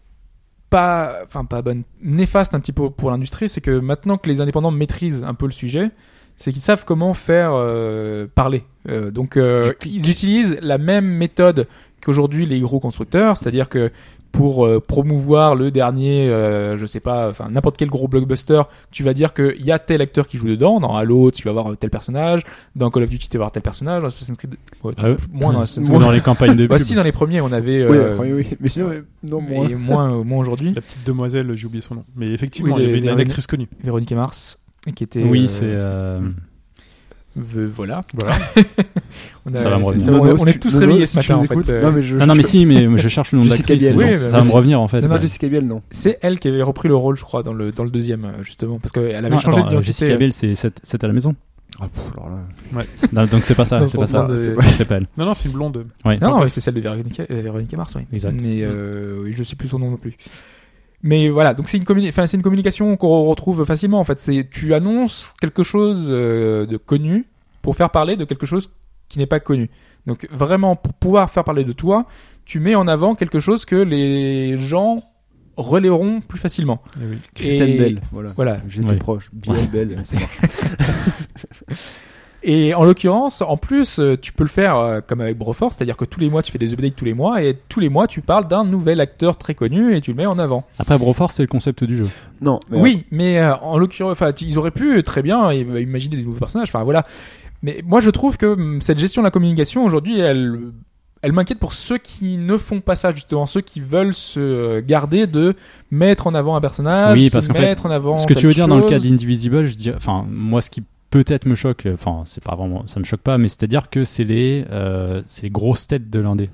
Speaker 3: pas, enfin pas bonne, néfaste un petit peu pour l'industrie, c'est que maintenant que les indépendants maîtrisent un peu le sujet, c'est qu'ils savent comment faire euh, parler. Euh, donc euh, ils utilisent la même méthode qu'aujourd'hui les gros constructeurs, c'est-à-dire que pour euh, promouvoir le dernier, euh, je sais pas, enfin n'importe quel gros blockbuster, tu vas dire qu'il y a tel acteur qui joue dedans, dans Halo tu vas voir euh, tel personnage, dans Call of Duty tu vas voir tel personnage, Assassin's Creed, ouais,
Speaker 5: Ah ouais.
Speaker 3: moins dans Assassin's
Speaker 5: Ou
Speaker 3: Creed.
Speaker 5: dans les campagnes de
Speaker 3: Bah
Speaker 5: pub.
Speaker 3: si dans les premiers on avait
Speaker 4: Oui,
Speaker 3: euh,
Speaker 4: oui, oui, mais sinon, ouais, non, moi.
Speaker 3: mais moins, euh, moins aujourd'hui.
Speaker 2: La petite demoiselle, j'ai oublié son nom. Mais effectivement,
Speaker 3: Oui,
Speaker 2: il y
Speaker 3: les-
Speaker 2: avait une
Speaker 3: les-
Speaker 2: actrice connue.
Speaker 3: Véronique et Mars, qui était. euh,
Speaker 5: Oui, c'est. euh,
Speaker 3: ve- Voilà. voilà. *laughs* on
Speaker 5: Ça va me
Speaker 3: c'est-
Speaker 5: revenir.
Speaker 3: c'est- on,
Speaker 4: Nono,
Speaker 3: est-
Speaker 4: si
Speaker 3: on est
Speaker 4: tu-
Speaker 3: tous
Speaker 4: Nono,
Speaker 3: réveillés
Speaker 4: si
Speaker 3: ce
Speaker 4: tu
Speaker 3: matin en
Speaker 4: nous
Speaker 3: fait.
Speaker 4: écoutes-
Speaker 3: Euh,
Speaker 4: Non, mais je,
Speaker 5: Non, non, mais si, mais je cherche le nom de
Speaker 4: Jessica
Speaker 5: l'actrice.
Speaker 4: Biel.
Speaker 5: donc
Speaker 3: Oui,
Speaker 5: ça
Speaker 3: mais
Speaker 5: va me
Speaker 3: c'est-
Speaker 5: revenir en fait.
Speaker 3: c'est
Speaker 5: Ouais.
Speaker 3: notre
Speaker 4: Jessica Biel, non.
Speaker 3: C'est elle qui avait repris le rôle, je crois, dans le, dans le deuxième, euh, justement. Parce qu'elle avait
Speaker 5: Non,
Speaker 3: changé
Speaker 5: attends, euh, Jessica
Speaker 3: d'identité.
Speaker 5: Biel, c'est c'est- c'est à la maison.
Speaker 4: Ah, pff, alors là.
Speaker 5: Non, donc c'est pas ça,
Speaker 3: Non,
Speaker 5: c'est pas
Speaker 3: pour
Speaker 5: ça.
Speaker 3: moi, de-
Speaker 5: C'est pas elle.
Speaker 2: Non, non, c'est une blonde.
Speaker 5: Ouais.
Speaker 3: Non, non, ouais, c'est celle de Véronique, euh, Véronique et Mars, oui.
Speaker 5: Exact.
Speaker 3: Mais euh, oui, je sais plus son nom non plus. Mais voilà, donc c'est une, communi- enfin, c'est une communication qu'on retrouve facilement en fait. C'est tu annonces quelque chose euh, de connu pour faire parler de quelque chose qui n'est pas connu. Donc vraiment pour pouvoir faire parler de toi, tu mets en avant quelque chose que les gens relayeront plus facilement.
Speaker 4: Christiane
Speaker 3: Et-
Speaker 4: Bell, voilà.
Speaker 3: Voilà.
Speaker 4: J'étais
Speaker 5: Oui.
Speaker 4: proche. Biel, Bell. c'est marrant.
Speaker 3: Et en l'occurrence, en plus, euh, tu peux le faire euh, comme avec Broforce, c'est-à-dire que tous les mois tu fais des updates tous les mois et tous les mois tu parles d'un nouvel acteur très connu et tu le mets en avant.
Speaker 5: Après, Brofort, c'est le concept du jeu.
Speaker 4: Non, mais
Speaker 3: Oui, mais euh, en l'occurrence, enfin, ils auraient pu euh, très bien euh, imaginer des nouveaux personnages. Enfin voilà. Mais moi, je trouve que hum, cette gestion de la communication aujourd'hui, elle, elle m'inquiète pour ceux qui ne font pas ça justement, ceux qui veulent se euh, garder de mettre en avant un personnage,
Speaker 5: Oui,
Speaker 3: de
Speaker 5: parce qu'en fait,
Speaker 3: mettre en avant.
Speaker 5: Ce que tu
Speaker 3: telle
Speaker 5: veux dire dans le cas
Speaker 3: chose.
Speaker 5: d'Indivisible, je dis, enfin, moi, ce qui peut-être me choque, euh, enfin, c'est pas vraiment, ça me choque pas, mais c'est-à-dire que c'est les, euh, c'est les grosses têtes de l'indé.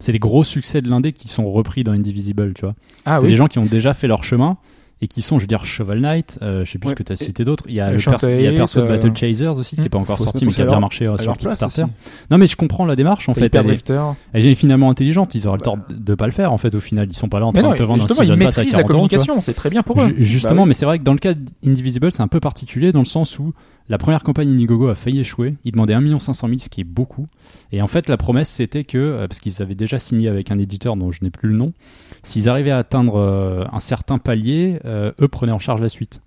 Speaker 5: C'est les gros succès de l'indé qui sont repris dans Indivisible, tu vois.
Speaker 3: Ah
Speaker 5: c'est
Speaker 3: oui.
Speaker 5: des gens qui ont déjà fait leur chemin et qui sont, je veux dire, Shovel Knight, euh, je sais plus
Speaker 4: Ouais,
Speaker 5: ce que tu as
Speaker 4: et-
Speaker 5: cité d'autre. Il y a
Speaker 3: et
Speaker 5: le perso, il y a
Speaker 3: Shantae,
Speaker 5: perso de
Speaker 3: euh,
Speaker 5: Battle Chasers aussi, qui
Speaker 3: hmm.
Speaker 5: n'est pas encore
Speaker 4: Faut se
Speaker 5: sorti,
Speaker 4: mettre
Speaker 5: mais qui a
Speaker 4: à
Speaker 5: bien
Speaker 4: leur-
Speaker 5: marché euh,
Speaker 4: à
Speaker 5: sur
Speaker 4: leur place
Speaker 5: Kickstarter.
Speaker 4: aussi.
Speaker 5: Non, mais je comprends la démarche, en
Speaker 3: T'as
Speaker 5: fait.
Speaker 3: Hyper
Speaker 5: Elle est,
Speaker 3: Drifter.
Speaker 5: elle est finalement intelligente. Ils auraient
Speaker 4: Bah.
Speaker 5: le tort de pas le faire, en fait, au final. Ils sont pas là en
Speaker 3: Mais
Speaker 5: train
Speaker 3: non,
Speaker 5: de te vendre un
Speaker 3: justement, ils
Speaker 5: season pass à
Speaker 3: maîtrisent
Speaker 5: 40
Speaker 3: la
Speaker 5: euros, tu vois.
Speaker 3: communication, c'est très bien pour eux.
Speaker 5: Ju- justement,
Speaker 4: Bah oui.
Speaker 5: mais c'est vrai que dans le cas d'Indivisible, c'est un peu particulier dans le sens où la première campagne Indiegogo a failli échouer. Ils demandaient 1 500 000, ce qui est beaucoup. Et en fait, la promesse, c'était que, euh, parce qu'ils avaient déjà signé avec un éditeur dont je n'ai plus le nom, s'ils arrivaient à atteindre euh, un certain palier, euh, eux prenaient en charge la suite.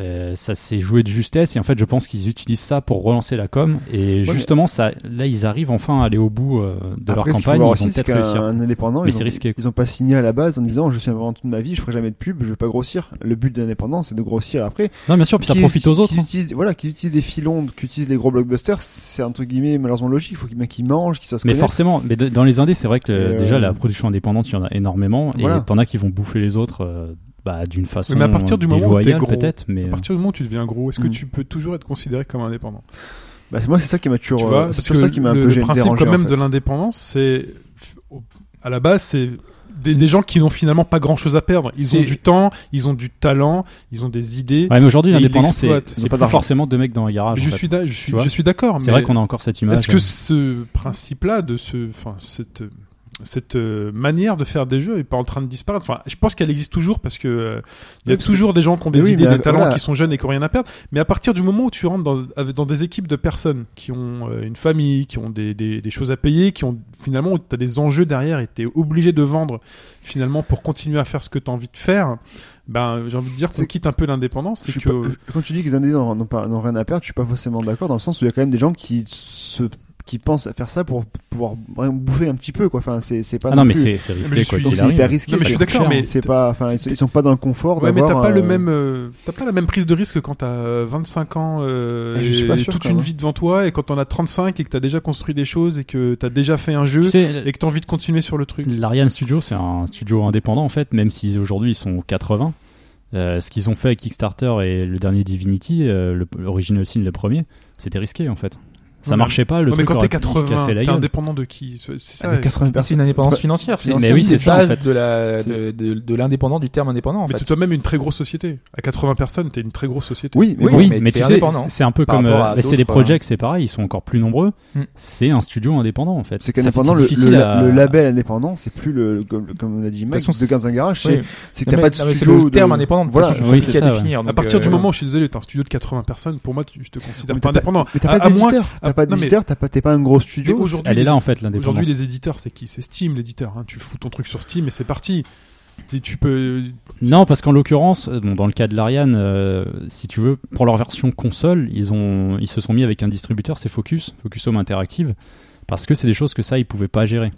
Speaker 5: Euh, ça s'est joué de justesse et en fait je pense qu'ils utilisent ça pour relancer la com et
Speaker 4: mais-
Speaker 5: justement ça là ils arrivent enfin à aller au bout euh, de
Speaker 4: Après,
Speaker 5: leur
Speaker 4: ce qu'il faut
Speaker 5: campagne
Speaker 4: voir
Speaker 5: ils vont
Speaker 4: aussi, c'est
Speaker 5: peut-être
Speaker 4: qu'un
Speaker 5: réussir
Speaker 4: un indépendant,
Speaker 5: Mais
Speaker 4: ils
Speaker 5: c'est
Speaker 4: ont-
Speaker 5: risqué.
Speaker 4: Ils ont pas signé à la base en disant je suis indépendant toute ma vie, je ferai jamais de pub, je vais pas grossir. Le but d'un indépendant, c'est de grossir après.
Speaker 5: non bien sûr Oh, puis ça
Speaker 4: Qui-
Speaker 5: profite aux
Speaker 4: qui-
Speaker 5: autres
Speaker 4: Qui
Speaker 5: hein.
Speaker 4: utilisent, voilà, qui utilisent des filons, qui utilisent les gros blockbusters, c'est entre guillemets malheureusement logique. Il faut qu'ils qu'ils mangent, qu'ils soient
Speaker 5: Mais forcément, mais de- dans les indés, c'est vrai que euh,
Speaker 4: Et, euh,
Speaker 5: déjà la production indépendante, il y en a énormément,
Speaker 4: Voilà.
Speaker 5: et t'en as qui vont bouffer les autres euh, bah, d'une façon
Speaker 2: mais à partir du moment où t'es
Speaker 5: déloyale,
Speaker 2: gros,
Speaker 5: peut-être, mais
Speaker 2: À
Speaker 5: euh,
Speaker 2: partir du moment où tu deviens gros, est-ce que
Speaker 4: Mm.
Speaker 2: tu peux toujours être considéré comme indépendant
Speaker 4: Bah, c'est- moi, c'est ça qui m'a toujours.
Speaker 2: Tu vois,
Speaker 4: euh,
Speaker 2: parce
Speaker 4: C'est sur
Speaker 2: que
Speaker 4: ça qui m'a un
Speaker 2: le,
Speaker 4: peu
Speaker 2: le
Speaker 4: gêné,
Speaker 2: principe
Speaker 4: dérangé,
Speaker 2: quand
Speaker 4: en
Speaker 2: même
Speaker 4: fait.
Speaker 2: de l'indépendance, c'est au- à la base c'est des, des gens qui n'ont finalement pas grand-chose à perdre. Ils ont
Speaker 3: C'est-
Speaker 2: du temps, ils ont du talent, ils ont des idées.
Speaker 5: ouais, mais aujourd'hui,
Speaker 2: Et ils
Speaker 5: l'indépendance, c'est
Speaker 2: l'exploitent. Ils ont
Speaker 5: c'est
Speaker 4: pas
Speaker 5: plus
Speaker 4: d'argent.
Speaker 5: forcément deux mecs dans un garage.
Speaker 2: Mais
Speaker 5: en
Speaker 2: je
Speaker 5: fait.
Speaker 2: suis, d'a- je suis,
Speaker 5: Tu vois
Speaker 2: je suis d'accord.
Speaker 5: C'est
Speaker 2: mais
Speaker 5: vrai qu'on a encore cette image.
Speaker 2: Est-ce
Speaker 5: euh,
Speaker 2: que ce principe-là, de ce, enfin, cette, cette euh, manière de faire des jeux est pas en train de disparaître Enfin, je pense qu'elle existe toujours parce que euh, il y a
Speaker 4: Oui, parce
Speaker 2: toujours des gens qui ont des
Speaker 4: Mais oui,
Speaker 2: idées,
Speaker 4: mais
Speaker 2: des talents
Speaker 4: voilà.
Speaker 2: qui sont jeunes et qui ont rien à perdre. Mais à partir du moment où tu rentres dans, avec- dans des équipes de personnes qui ont euh, une famille, qui ont des, des, des choses à payer, qui ont finalement tu as des enjeux derrière et tu es obligé de vendre finalement pour continuer à faire ce que tu as envie de faire, ben j'ai envie de dire qu'on
Speaker 4: C'est-
Speaker 2: quitte un peu l'indépendance.
Speaker 4: Je
Speaker 2: C'est
Speaker 4: suis
Speaker 2: que
Speaker 4: pas- je- quand tu dis que les indépendants n'ont pas- n'ont rien à perdre, je suis pas forcément d'accord dans le sens où il y a quand même des gens qui se qui pensent à faire ça pour pouvoir vraiment bouffer un petit peu quoi. Enfin, c'est c'est pas
Speaker 5: Ah non, mais
Speaker 4: plus-
Speaker 5: c'est c'est
Speaker 2: Mais
Speaker 5: risqué,
Speaker 2: je
Speaker 5: quoi.
Speaker 2: suis-
Speaker 4: donc
Speaker 5: qu'il
Speaker 4: c'est
Speaker 5: arrive.
Speaker 4: hyper risqué.
Speaker 2: Non, mais je suis
Speaker 4: c'est
Speaker 2: d'accord,
Speaker 4: cher,
Speaker 2: mais
Speaker 4: c'est pas, enfin, ils,
Speaker 2: c'est-
Speaker 4: ils sont pas dans le confort
Speaker 2: Ouais, mais
Speaker 4: d'avoir.
Speaker 2: t'as pas
Speaker 4: euh,
Speaker 2: le même, euh, t'as pas la même prise de risque quand t'as euh, 25 ans euh,
Speaker 4: Ah, je suis
Speaker 2: et
Speaker 4: pas sûr,
Speaker 2: toute
Speaker 4: quand
Speaker 2: une
Speaker 4: même.
Speaker 2: vie devant toi, et quand t'en as 35 et que t'as déjà construit des choses et que t'as déjà fait un jeu
Speaker 5: Tu sais,
Speaker 2: et que t'as envie de continuer sur le truc.
Speaker 5: L'Ariane Studio, c'est un studio indépendant en fait, même si aujourd'hui ils sont 80. Euh, ce qu'ils ont fait avec Kickstarter et le dernier Divinity, euh, le- l'original Sin, le premier, c'était risqué en fait. Ça
Speaker 2: Ouais,
Speaker 5: marchait pas, le
Speaker 2: Ouais, mais
Speaker 5: truc
Speaker 2: quand
Speaker 5: aurait
Speaker 2: t'es
Speaker 5: pu se casser
Speaker 2: 80,
Speaker 5: la
Speaker 2: t'es
Speaker 5: gueule.
Speaker 2: indépendant de qui C'est ça.
Speaker 4: avec 80
Speaker 3: C'est une indépendance financière.
Speaker 4: Mais
Speaker 3: financière,
Speaker 5: oui,
Speaker 3: c'est
Speaker 5: c'est ça, en
Speaker 3: base
Speaker 5: fait.
Speaker 3: de la de,
Speaker 4: C'est-
Speaker 3: de, de l'indépendant du terme indépendant. En
Speaker 2: mais
Speaker 3: fait.
Speaker 2: tu toi-même une très grosse société. À 80 personnes, t'es une très grosse société.
Speaker 4: Oui, mais
Speaker 3: Oui,
Speaker 4: bon,
Speaker 5: oui,
Speaker 3: mais
Speaker 5: mais,
Speaker 3: t'es
Speaker 5: tu sais,
Speaker 3: indépendant
Speaker 5: c'est un peu
Speaker 3: par
Speaker 5: comme
Speaker 3: rapport à
Speaker 5: euh, CD
Speaker 3: d'autres,
Speaker 5: Projekt, c'est pareil, ils sont encore plus nombreux.
Speaker 3: Hmm.
Speaker 5: C'est un studio indépendant en fait.
Speaker 4: c'est
Speaker 5: Ça fait-
Speaker 4: qu'indépendant,
Speaker 5: c'est
Speaker 4: le,
Speaker 5: difficile
Speaker 4: le,
Speaker 5: à-
Speaker 4: le label indépendant, c'est plus le, le- comme, comme on a dit, Max,
Speaker 3: façon,
Speaker 4: de 15 un garage,
Speaker 3: Oui.
Speaker 4: c'est c'est que t'as
Speaker 3: Non,
Speaker 4: pas de
Speaker 3: mais- non, mais c'est
Speaker 4: studio.
Speaker 3: le
Speaker 4: de-
Speaker 3: terme indépendant. de toute
Speaker 4: Voilà,
Speaker 3: façon,
Speaker 5: Oui,
Speaker 3: c'est compliqué
Speaker 5: c'est
Speaker 3: à
Speaker 5: ça, ouais.
Speaker 3: définir.
Speaker 2: À
Speaker 3: donc,
Speaker 2: partir du
Speaker 3: euh,
Speaker 2: moment où je suis désolé, t'es un studio de 80 personnes, pour moi, tu- je te considère
Speaker 4: Mais
Speaker 2: pas
Speaker 4: t'as pas-
Speaker 2: indépendant.
Speaker 4: Mais
Speaker 2: À-
Speaker 4: t'as
Speaker 2: à
Speaker 4: pas
Speaker 2: moins-
Speaker 4: d'éditeur,
Speaker 2: à-
Speaker 4: t'as pas
Speaker 2: non, mais-
Speaker 4: d'éditeur, t'as pas, t'es pas un gros
Speaker 2: Mais
Speaker 4: studio.
Speaker 2: aujourd'hui,
Speaker 5: Elle est
Speaker 2: les-
Speaker 5: là en fait l'indépendance.
Speaker 2: Aujourd'hui, les éditeurs, c'est qui C'est Steam, l'éditeur. hein. Tu fous ton truc sur Steam et c'est parti. Tu- Tu peux.
Speaker 5: Non, parce qu'en l'occurrence, euh, bon, dans le cas de l'Ariane, euh, si tu veux, pour leur version console, ils, ont, ils se sont mis avec un distributeur, c'est Focus, Focus Home Interactive, parce que c'est des choses que ça, ils pouvaient pas gérer.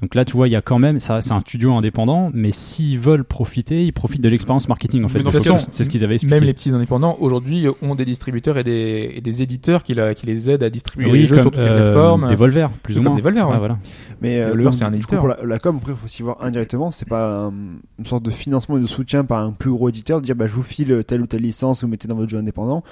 Speaker 5: Donc là, tu vois, il y a quand même, ça, c'est un studio indépendant, mais s'ils veulent profiter, ils profitent de l'expérience marketing en fait.
Speaker 2: Mais dans
Speaker 5: de
Speaker 2: ce
Speaker 5: Focus.
Speaker 3: cas,
Speaker 5: c'est ce qu'ils avaient expliqué.
Speaker 3: Même les petits indépendants aujourd'hui ont des distributeurs et des, et des éditeurs qui, la- qui les aident à distribuer
Speaker 5: oui,
Speaker 3: les jeux
Speaker 5: comme,
Speaker 3: sur toutes
Speaker 5: euh,
Speaker 3: les plateformes.
Speaker 5: Devolver, plus ou
Speaker 3: Comme
Speaker 5: moins.
Speaker 3: Devolver, ouais.
Speaker 5: voilà.
Speaker 4: Mais euh,
Speaker 3: Developer,
Speaker 4: donc,
Speaker 3: c'est un
Speaker 4: du
Speaker 3: éditeur.
Speaker 4: coup, Pour la, la com, après, il faut s'y voir indirectement. C'est pas euh, une sorte de financement et de soutien par un plus gros éditeur, de dire bah, je vous file telle ou telle licence, vous mettez dans votre jeu indépendant,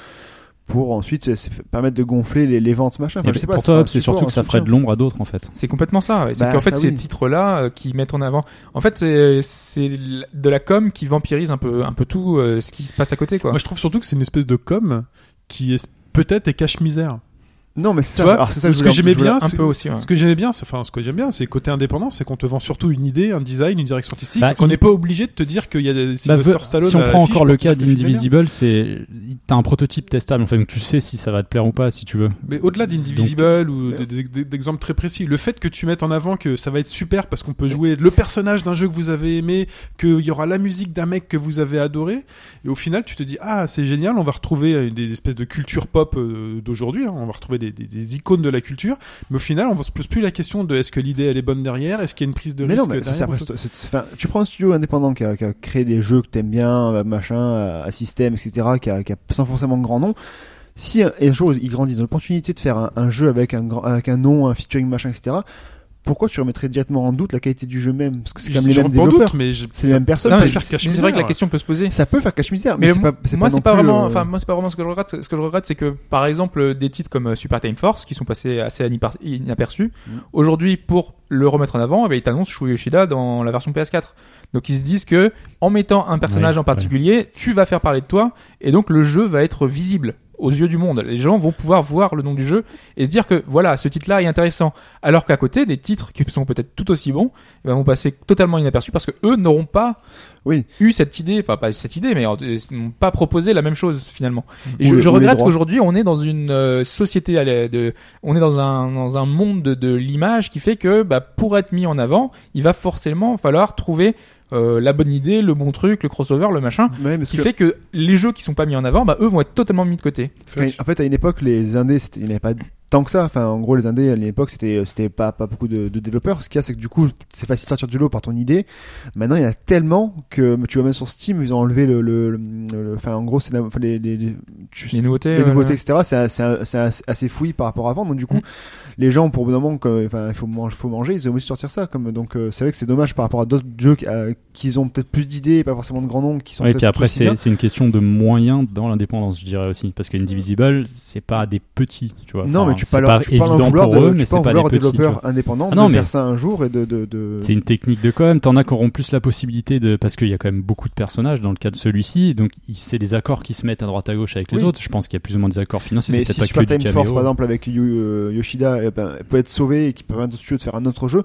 Speaker 4: pour ensuite euh, c'est- permettre de gonfler les, les ventes, machin. Enfin, bah,
Speaker 5: Et bah,
Speaker 4: je sais
Speaker 5: pour
Speaker 4: pas,
Speaker 5: toi,
Speaker 4: un
Speaker 5: c'est
Speaker 4: support,
Speaker 5: surtout
Speaker 4: un
Speaker 5: que ça
Speaker 4: soutien.
Speaker 5: ferait de l'ombre à d'autres en fait.
Speaker 3: C'est complètement ça. ouais. C'est
Speaker 4: Bah,
Speaker 3: qu'en fait,
Speaker 4: ça,
Speaker 3: ces
Speaker 4: oui.
Speaker 3: titres-là euh, qui mettent en avant. En fait, c'est c'est l- de la com qui vampirise un peu, un peu tout euh, ce qui se passe à côté, quoi.
Speaker 2: Moi, je trouve surtout que c'est une espèce de com qui est peut-être est cache-misère.
Speaker 4: Non, mais c'est
Speaker 2: Tu
Speaker 4: ça.
Speaker 2: vois,
Speaker 4: Alors, c'est ça que
Speaker 2: ce
Speaker 4: je
Speaker 2: que
Speaker 4: voulais-
Speaker 2: j'aimais
Speaker 4: je voulais-
Speaker 2: bien,
Speaker 3: un
Speaker 2: c'est-
Speaker 3: peu aussi. ouais.
Speaker 2: Ce que j'aimais bien, c'est- enfin, ce que j'aime bien, c'est côté indépendant, c'est qu'on te vend surtout une idée, un design, une direction artistique,
Speaker 5: Bah,
Speaker 2: qu'on
Speaker 5: il-
Speaker 2: n'est pas obligé de te dire qu'il y a des
Speaker 5: Bah,
Speaker 2: Sylvester
Speaker 5: ve-
Speaker 2: Stallone
Speaker 5: si
Speaker 2: à
Speaker 5: on
Speaker 2: la
Speaker 5: prend
Speaker 2: fiche
Speaker 5: encore le
Speaker 2: pour
Speaker 5: cas
Speaker 2: dire que le film est bien.
Speaker 5: d'Indivisible, c'est t'as un prototype testable en fait, donc tu sais si ça va te plaire ou pas si tu veux.
Speaker 2: Mais au-delà d'Indivisible ou
Speaker 4: euh,
Speaker 2: de- des- des- d'exemples très précis, le fait que tu mettes en avant que ça va être super parce qu'on peut jouer le personnage d'un jeu que vous avez aimé, qu'il y aura la musique d'un mec que vous avez adoré, et au final tu te dis ah c'est génial, on va retrouver euh, des espèces de culture pop euh, d'aujourd'hui, hein, on va retrouver des, des- des icônes de la culture, mais au final on se pose plus la question de est-ce que l'idée elle est bonne derrière, est-ce qu'il y a une prise de
Speaker 4: Mais
Speaker 2: risque
Speaker 4: non, mais ça, c'est
Speaker 2: derrière
Speaker 4: après,
Speaker 2: ou pas.
Speaker 4: c'est- c'est- enfin, tu prends un studio indépendant qui a, qui a créé des jeux que t'aimes bien, euh, machin, euh, à système, etc., qui a, qui a sans forcément de grand nom. Si un, et un jour ils grandissent, ils ont l'opportunité de faire un, un jeu avec un, grand, avec un nom, un featuring, machin, etc., pourquoi tu remettrais directement en doute la qualité du jeu même Parce que c'est quand même les
Speaker 2: J'en
Speaker 4: mêmes
Speaker 2: doute,
Speaker 4: développeurs,
Speaker 2: mais je-
Speaker 4: c'est les mêmes personnes.
Speaker 3: Non,
Speaker 2: peut
Speaker 3: mais
Speaker 2: faire
Speaker 3: c'est
Speaker 2: cache-misère.
Speaker 3: c'est vrai que la question peut se poser.
Speaker 4: Ça peut faire cache-misère, mais,
Speaker 3: Mais
Speaker 4: c'est
Speaker 3: moi,
Speaker 4: pas, c'est
Speaker 3: moi,
Speaker 4: pas
Speaker 3: c'est
Speaker 4: non
Speaker 3: pas
Speaker 4: plus,
Speaker 3: vraiment.
Speaker 4: euh,
Speaker 3: Enfin, moi, c'est pas vraiment ce que je regrette. Ce ce que je regrette, c'est que, par exemple, des titres comme euh, Super Time Force, qui sont passés assez inipar- inaperçus,
Speaker 4: Mm. aujourd'hui,
Speaker 3: aujourd'hui, pour le remettre en avant, eh bien, ils t'annoncent Shuyo Yoshida dans la version PS4. Donc, ils se disent que, en mettant un personnage
Speaker 5: Ouais,
Speaker 3: en particulier, tu vas faire parler de toi, et donc le jeu va être visible aux yeux du monde. Les gens vont pouvoir voir le nom du jeu et se dire que, voilà, ce titre-là est intéressant. Alors qu'à côté, des titres qui sont peut-être tout aussi bons, eh bien, vont passer totalement inaperçus parce que eux n'auront pas
Speaker 4: Oui.
Speaker 3: eu cette idée, enfin pas cette idée, mais euh, n'ont pas proposé la même chose finalement. Et
Speaker 4: Ou
Speaker 3: je,
Speaker 4: le-
Speaker 3: je
Speaker 4: ou les
Speaker 3: regrette
Speaker 4: droits.
Speaker 3: qu'aujourd'hui on est dans une euh, société, à la- de, on est dans un dans un monde de, de l'image qui fait que bah, pour être mis en avant, il va forcément falloir trouver euh, la bonne idée, le bon truc, le crossover, le machin,
Speaker 4: Ouais, parce
Speaker 3: qui
Speaker 4: que-
Speaker 3: fait que les jeux qui sont pas mis en avant, bah eux vont être totalement mis de côté.
Speaker 4: Parce qu'en- en fait, à une époque, les indés, c'était- il n'y avait pas tant que ça. Enfin, en gros, les indés, à une époque, c'était, euh, c'était pas, pas beaucoup de, de développeurs. Ce qu'il y a, c'est que du coup, c'est facile de sortir du lot par ton idée. Maintenant, il y en a tellement que tu vois même sur Steam, ils ont enlevé le, le, le- le- enfin, en gros, c'est la- enfin, les, les, les- tu-
Speaker 3: Les nouveautés,
Speaker 4: les
Speaker 3: euh,
Speaker 4: nouveautés, etc. C'est, un- c'est, un- c'est un- c'est assez fouillis par rapport à avant. Donc, du coup,
Speaker 3: Mm.
Speaker 4: les gens, pour le moment, comme, enfin, il faut, manger, faut manger, ils ont obligé de sortir ça. Comme, donc, euh, c'est vrai que c'est dommage par rapport à d'autres jeux qui, euh, qu'ils ont peut-être plus d'idées, et pas forcément de grands noms, qui sont.
Speaker 5: Ouais, et
Speaker 4: peut-être
Speaker 5: puis après
Speaker 4: aussi bien.
Speaker 5: c'est c'est une question de moyens dans l'indépendance, je dirais aussi, parce que Indivisible, c'est pas des petits, tu vois.
Speaker 4: Non,
Speaker 5: Enfin,
Speaker 4: mais tu
Speaker 5: c'est
Speaker 4: parles leur,
Speaker 5: pas
Speaker 4: tu parles en
Speaker 5: évident
Speaker 4: vouloir
Speaker 5: pour
Speaker 4: de,
Speaker 5: eux,
Speaker 4: tu
Speaker 5: mais
Speaker 4: parles en
Speaker 5: c'est pas des
Speaker 4: vouloir aux
Speaker 5: petits. tu vois.
Speaker 4: développeurs indépendants
Speaker 5: Ah non,
Speaker 4: de
Speaker 5: mais-
Speaker 4: faire ça un jour et de. de, de...
Speaker 5: C'est une technique de com. T'en as qui auront plus la possibilité de, parce qu'il y a quand même beaucoup de personnages dans le cas de celui-ci, donc il- c'est des accords qui se mettent à droite à gauche avec les
Speaker 4: Oui.
Speaker 5: autres. Je pense qu'il y a plus ou moins des accords financiers.
Speaker 4: Mais
Speaker 5: c'est
Speaker 4: si
Speaker 5: peut-être pas
Speaker 4: Super
Speaker 5: que du
Speaker 4: Time Force,
Speaker 5: caméo.
Speaker 4: par exemple, avec Yu- euh, Yoshida, eh ben, peut être sauvé et qui permet au studio de faire un autre jeu,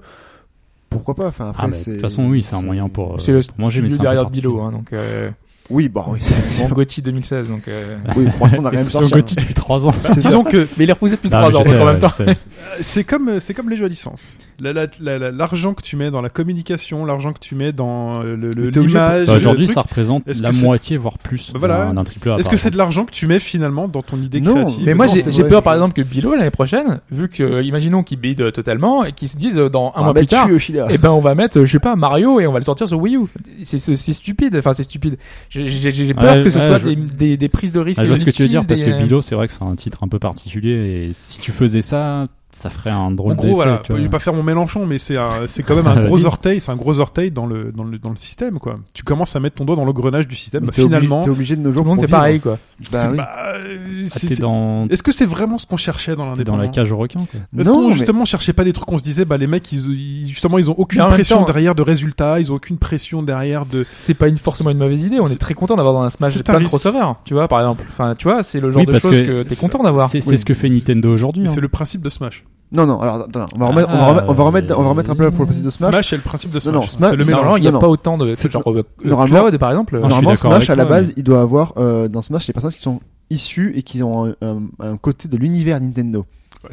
Speaker 4: pourquoi pas enfin, après,
Speaker 5: Ah, mais de
Speaker 4: c'est-
Speaker 5: toute façon, oui, c'est un moyen pour, euh,
Speaker 3: c'est le
Speaker 5: pour manger,
Speaker 3: studio
Speaker 5: mais c'est un peu
Speaker 3: derrière
Speaker 5: particulier.
Speaker 3: Dilo, hein, donc. euh,
Speaker 4: Oui,
Speaker 5: Ah
Speaker 4: bon,
Speaker 3: *laughs*
Speaker 4: oui, c'est
Speaker 3: Bon,
Speaker 4: bon.
Speaker 3: Gauthier 2016, donc. euh,
Speaker 4: Oui, pour l'instant, on a
Speaker 5: Ils
Speaker 4: rien
Speaker 5: sont
Speaker 4: sorti.
Speaker 5: Gauthier depuis 3 ans.
Speaker 2: Disons que
Speaker 3: Mais il est repoussé depuis
Speaker 5: Non,
Speaker 3: 3
Speaker 5: mais
Speaker 3: ans,
Speaker 5: je sais,
Speaker 3: donc en
Speaker 5: ouais,
Speaker 3: même temps.
Speaker 5: je sais, je sais.
Speaker 2: c'est comme euh, c'est comme les jeux à licence. La- la- la- la- L'argent que tu mets dans la communication, l'argent que tu mets dans euh, le- le-
Speaker 4: Mais t'es obligé-
Speaker 2: l'image.
Speaker 5: Bah,
Speaker 2: le
Speaker 5: Aujourd'hui,
Speaker 2: truc.
Speaker 5: ça représente
Speaker 2: Est-ce
Speaker 5: la
Speaker 2: que c'est-
Speaker 5: moitié, voire plus
Speaker 2: Bah, voilà.
Speaker 5: d'un- d'un triple A.
Speaker 2: Est-ce
Speaker 5: par
Speaker 2: que c'est de l'argent que tu mets finalement dans ton idée
Speaker 4: Non,
Speaker 2: créative
Speaker 3: Mais moi,
Speaker 4: Non,
Speaker 3: j'ai
Speaker 4: c'est
Speaker 3: j'ai
Speaker 4: vrai,
Speaker 3: peur,
Speaker 4: je-
Speaker 3: par exemple, que Bilo, l'année prochaine, vu que, euh, imaginons qu'ils bident totalement et qu'ils se disent euh, dans un
Speaker 4: Ah,
Speaker 3: mois
Speaker 4: bah,
Speaker 3: plus tard,
Speaker 4: tu, Yoshida.
Speaker 3: eh ben, on va mettre, euh, je sais pas, Mario et on va le sortir sur Wii U. C'est c'est- c'est stupide, enfin, c'est stupide. J'ai- J'ai j'ai peur
Speaker 5: Ouais,
Speaker 3: que ce
Speaker 5: ouais,
Speaker 3: soit
Speaker 5: je-
Speaker 3: des, des, des prises de risque.
Speaker 5: Ah, je vois ce que tu veux dire parce
Speaker 3: inutiles,
Speaker 5: que
Speaker 3: des- euh,
Speaker 5: Bilo, c'est vrai que c'est un titre un peu particulier et si tu faisais ça, ça ferait un drôle
Speaker 2: En
Speaker 5: d'effet,
Speaker 2: gros, voilà.
Speaker 5: tu
Speaker 2: Je
Speaker 5: vois.
Speaker 2: vais pas faire mon Mélenchon, mais c'est un- c'est quand même un
Speaker 5: Vas-y.
Speaker 2: gros orteil. C'est un gros orteil dans le, dans le dans le système, quoi. Tu commences à mettre ton doigt dans l'engrenage du système.
Speaker 4: Mais
Speaker 2: bah,
Speaker 4: t'es obligé-
Speaker 2: finalement,
Speaker 4: T'es obligé de nos
Speaker 3: Tout
Speaker 4: jours.
Speaker 3: le monde,
Speaker 4: pour
Speaker 3: c'est
Speaker 4: vivre.
Speaker 3: pareil, quoi.
Speaker 4: Bah, oui.
Speaker 2: bah, euh,
Speaker 5: Ah,
Speaker 2: c'est-
Speaker 5: t'es dans,
Speaker 2: Est-ce que c'est vraiment ce qu'on cherchait dans
Speaker 5: t'es dans la
Speaker 2: l'indépendance
Speaker 5: cage au requin. quoi.
Speaker 2: Est-ce
Speaker 4: Non,
Speaker 2: qu'on
Speaker 4: mais-
Speaker 2: justement cherchait pas des trucs on se disait bah les mecs ils, ils- justement ils ont
Speaker 3: Mais
Speaker 2: aucune
Speaker 3: en même
Speaker 2: pression
Speaker 3: temps-
Speaker 2: derrière de résultats ils ont aucune pression derrière de
Speaker 3: C'est pas une, forcément une mauvaise idée. On est,
Speaker 2: C'est-
Speaker 3: très content d'avoir dans un Smash
Speaker 2: c'est un
Speaker 3: plein de
Speaker 2: risque.
Speaker 3: crossovers, tu vois, par exemple. Enfin, tu vois, c'est le genre
Speaker 5: Oui,
Speaker 3: de
Speaker 5: parce
Speaker 3: choses
Speaker 5: que
Speaker 3: que, t'es
Speaker 2: c'est-
Speaker 3: content d'avoir.
Speaker 5: C'est c'est
Speaker 2: Oui.
Speaker 5: ce que fait Nintendo aujourd'hui.
Speaker 2: mais
Speaker 5: hein.
Speaker 2: c'est le principe de Smash
Speaker 4: Non, non, alors, attends, on va remettre, on va
Speaker 5: Ah,
Speaker 4: remettre, on va remettre, on va remettre un peu
Speaker 5: euh,
Speaker 4: pour le principe de
Speaker 2: Smash,
Speaker 4: Smash.
Speaker 2: est le principe de
Speaker 4: Non,
Speaker 2: Smash
Speaker 4: non, Smash-
Speaker 2: c'est le
Speaker 4: non,
Speaker 2: mélange
Speaker 3: Normalement, il n'y a
Speaker 4: non,
Speaker 3: pas autant de.
Speaker 4: C'est-
Speaker 3: Genre, euh,
Speaker 4: normalement-
Speaker 3: Cloud, par exemple.
Speaker 5: Non, je suis
Speaker 4: Normalement,
Speaker 5: d'accord
Speaker 4: Smash,
Speaker 5: avec
Speaker 4: à la
Speaker 5: toi,
Speaker 4: base, il doit avoir, euh, dans Smash, les personnes qui sont issues et qui ont un, un- un côté de l'univers Nintendo.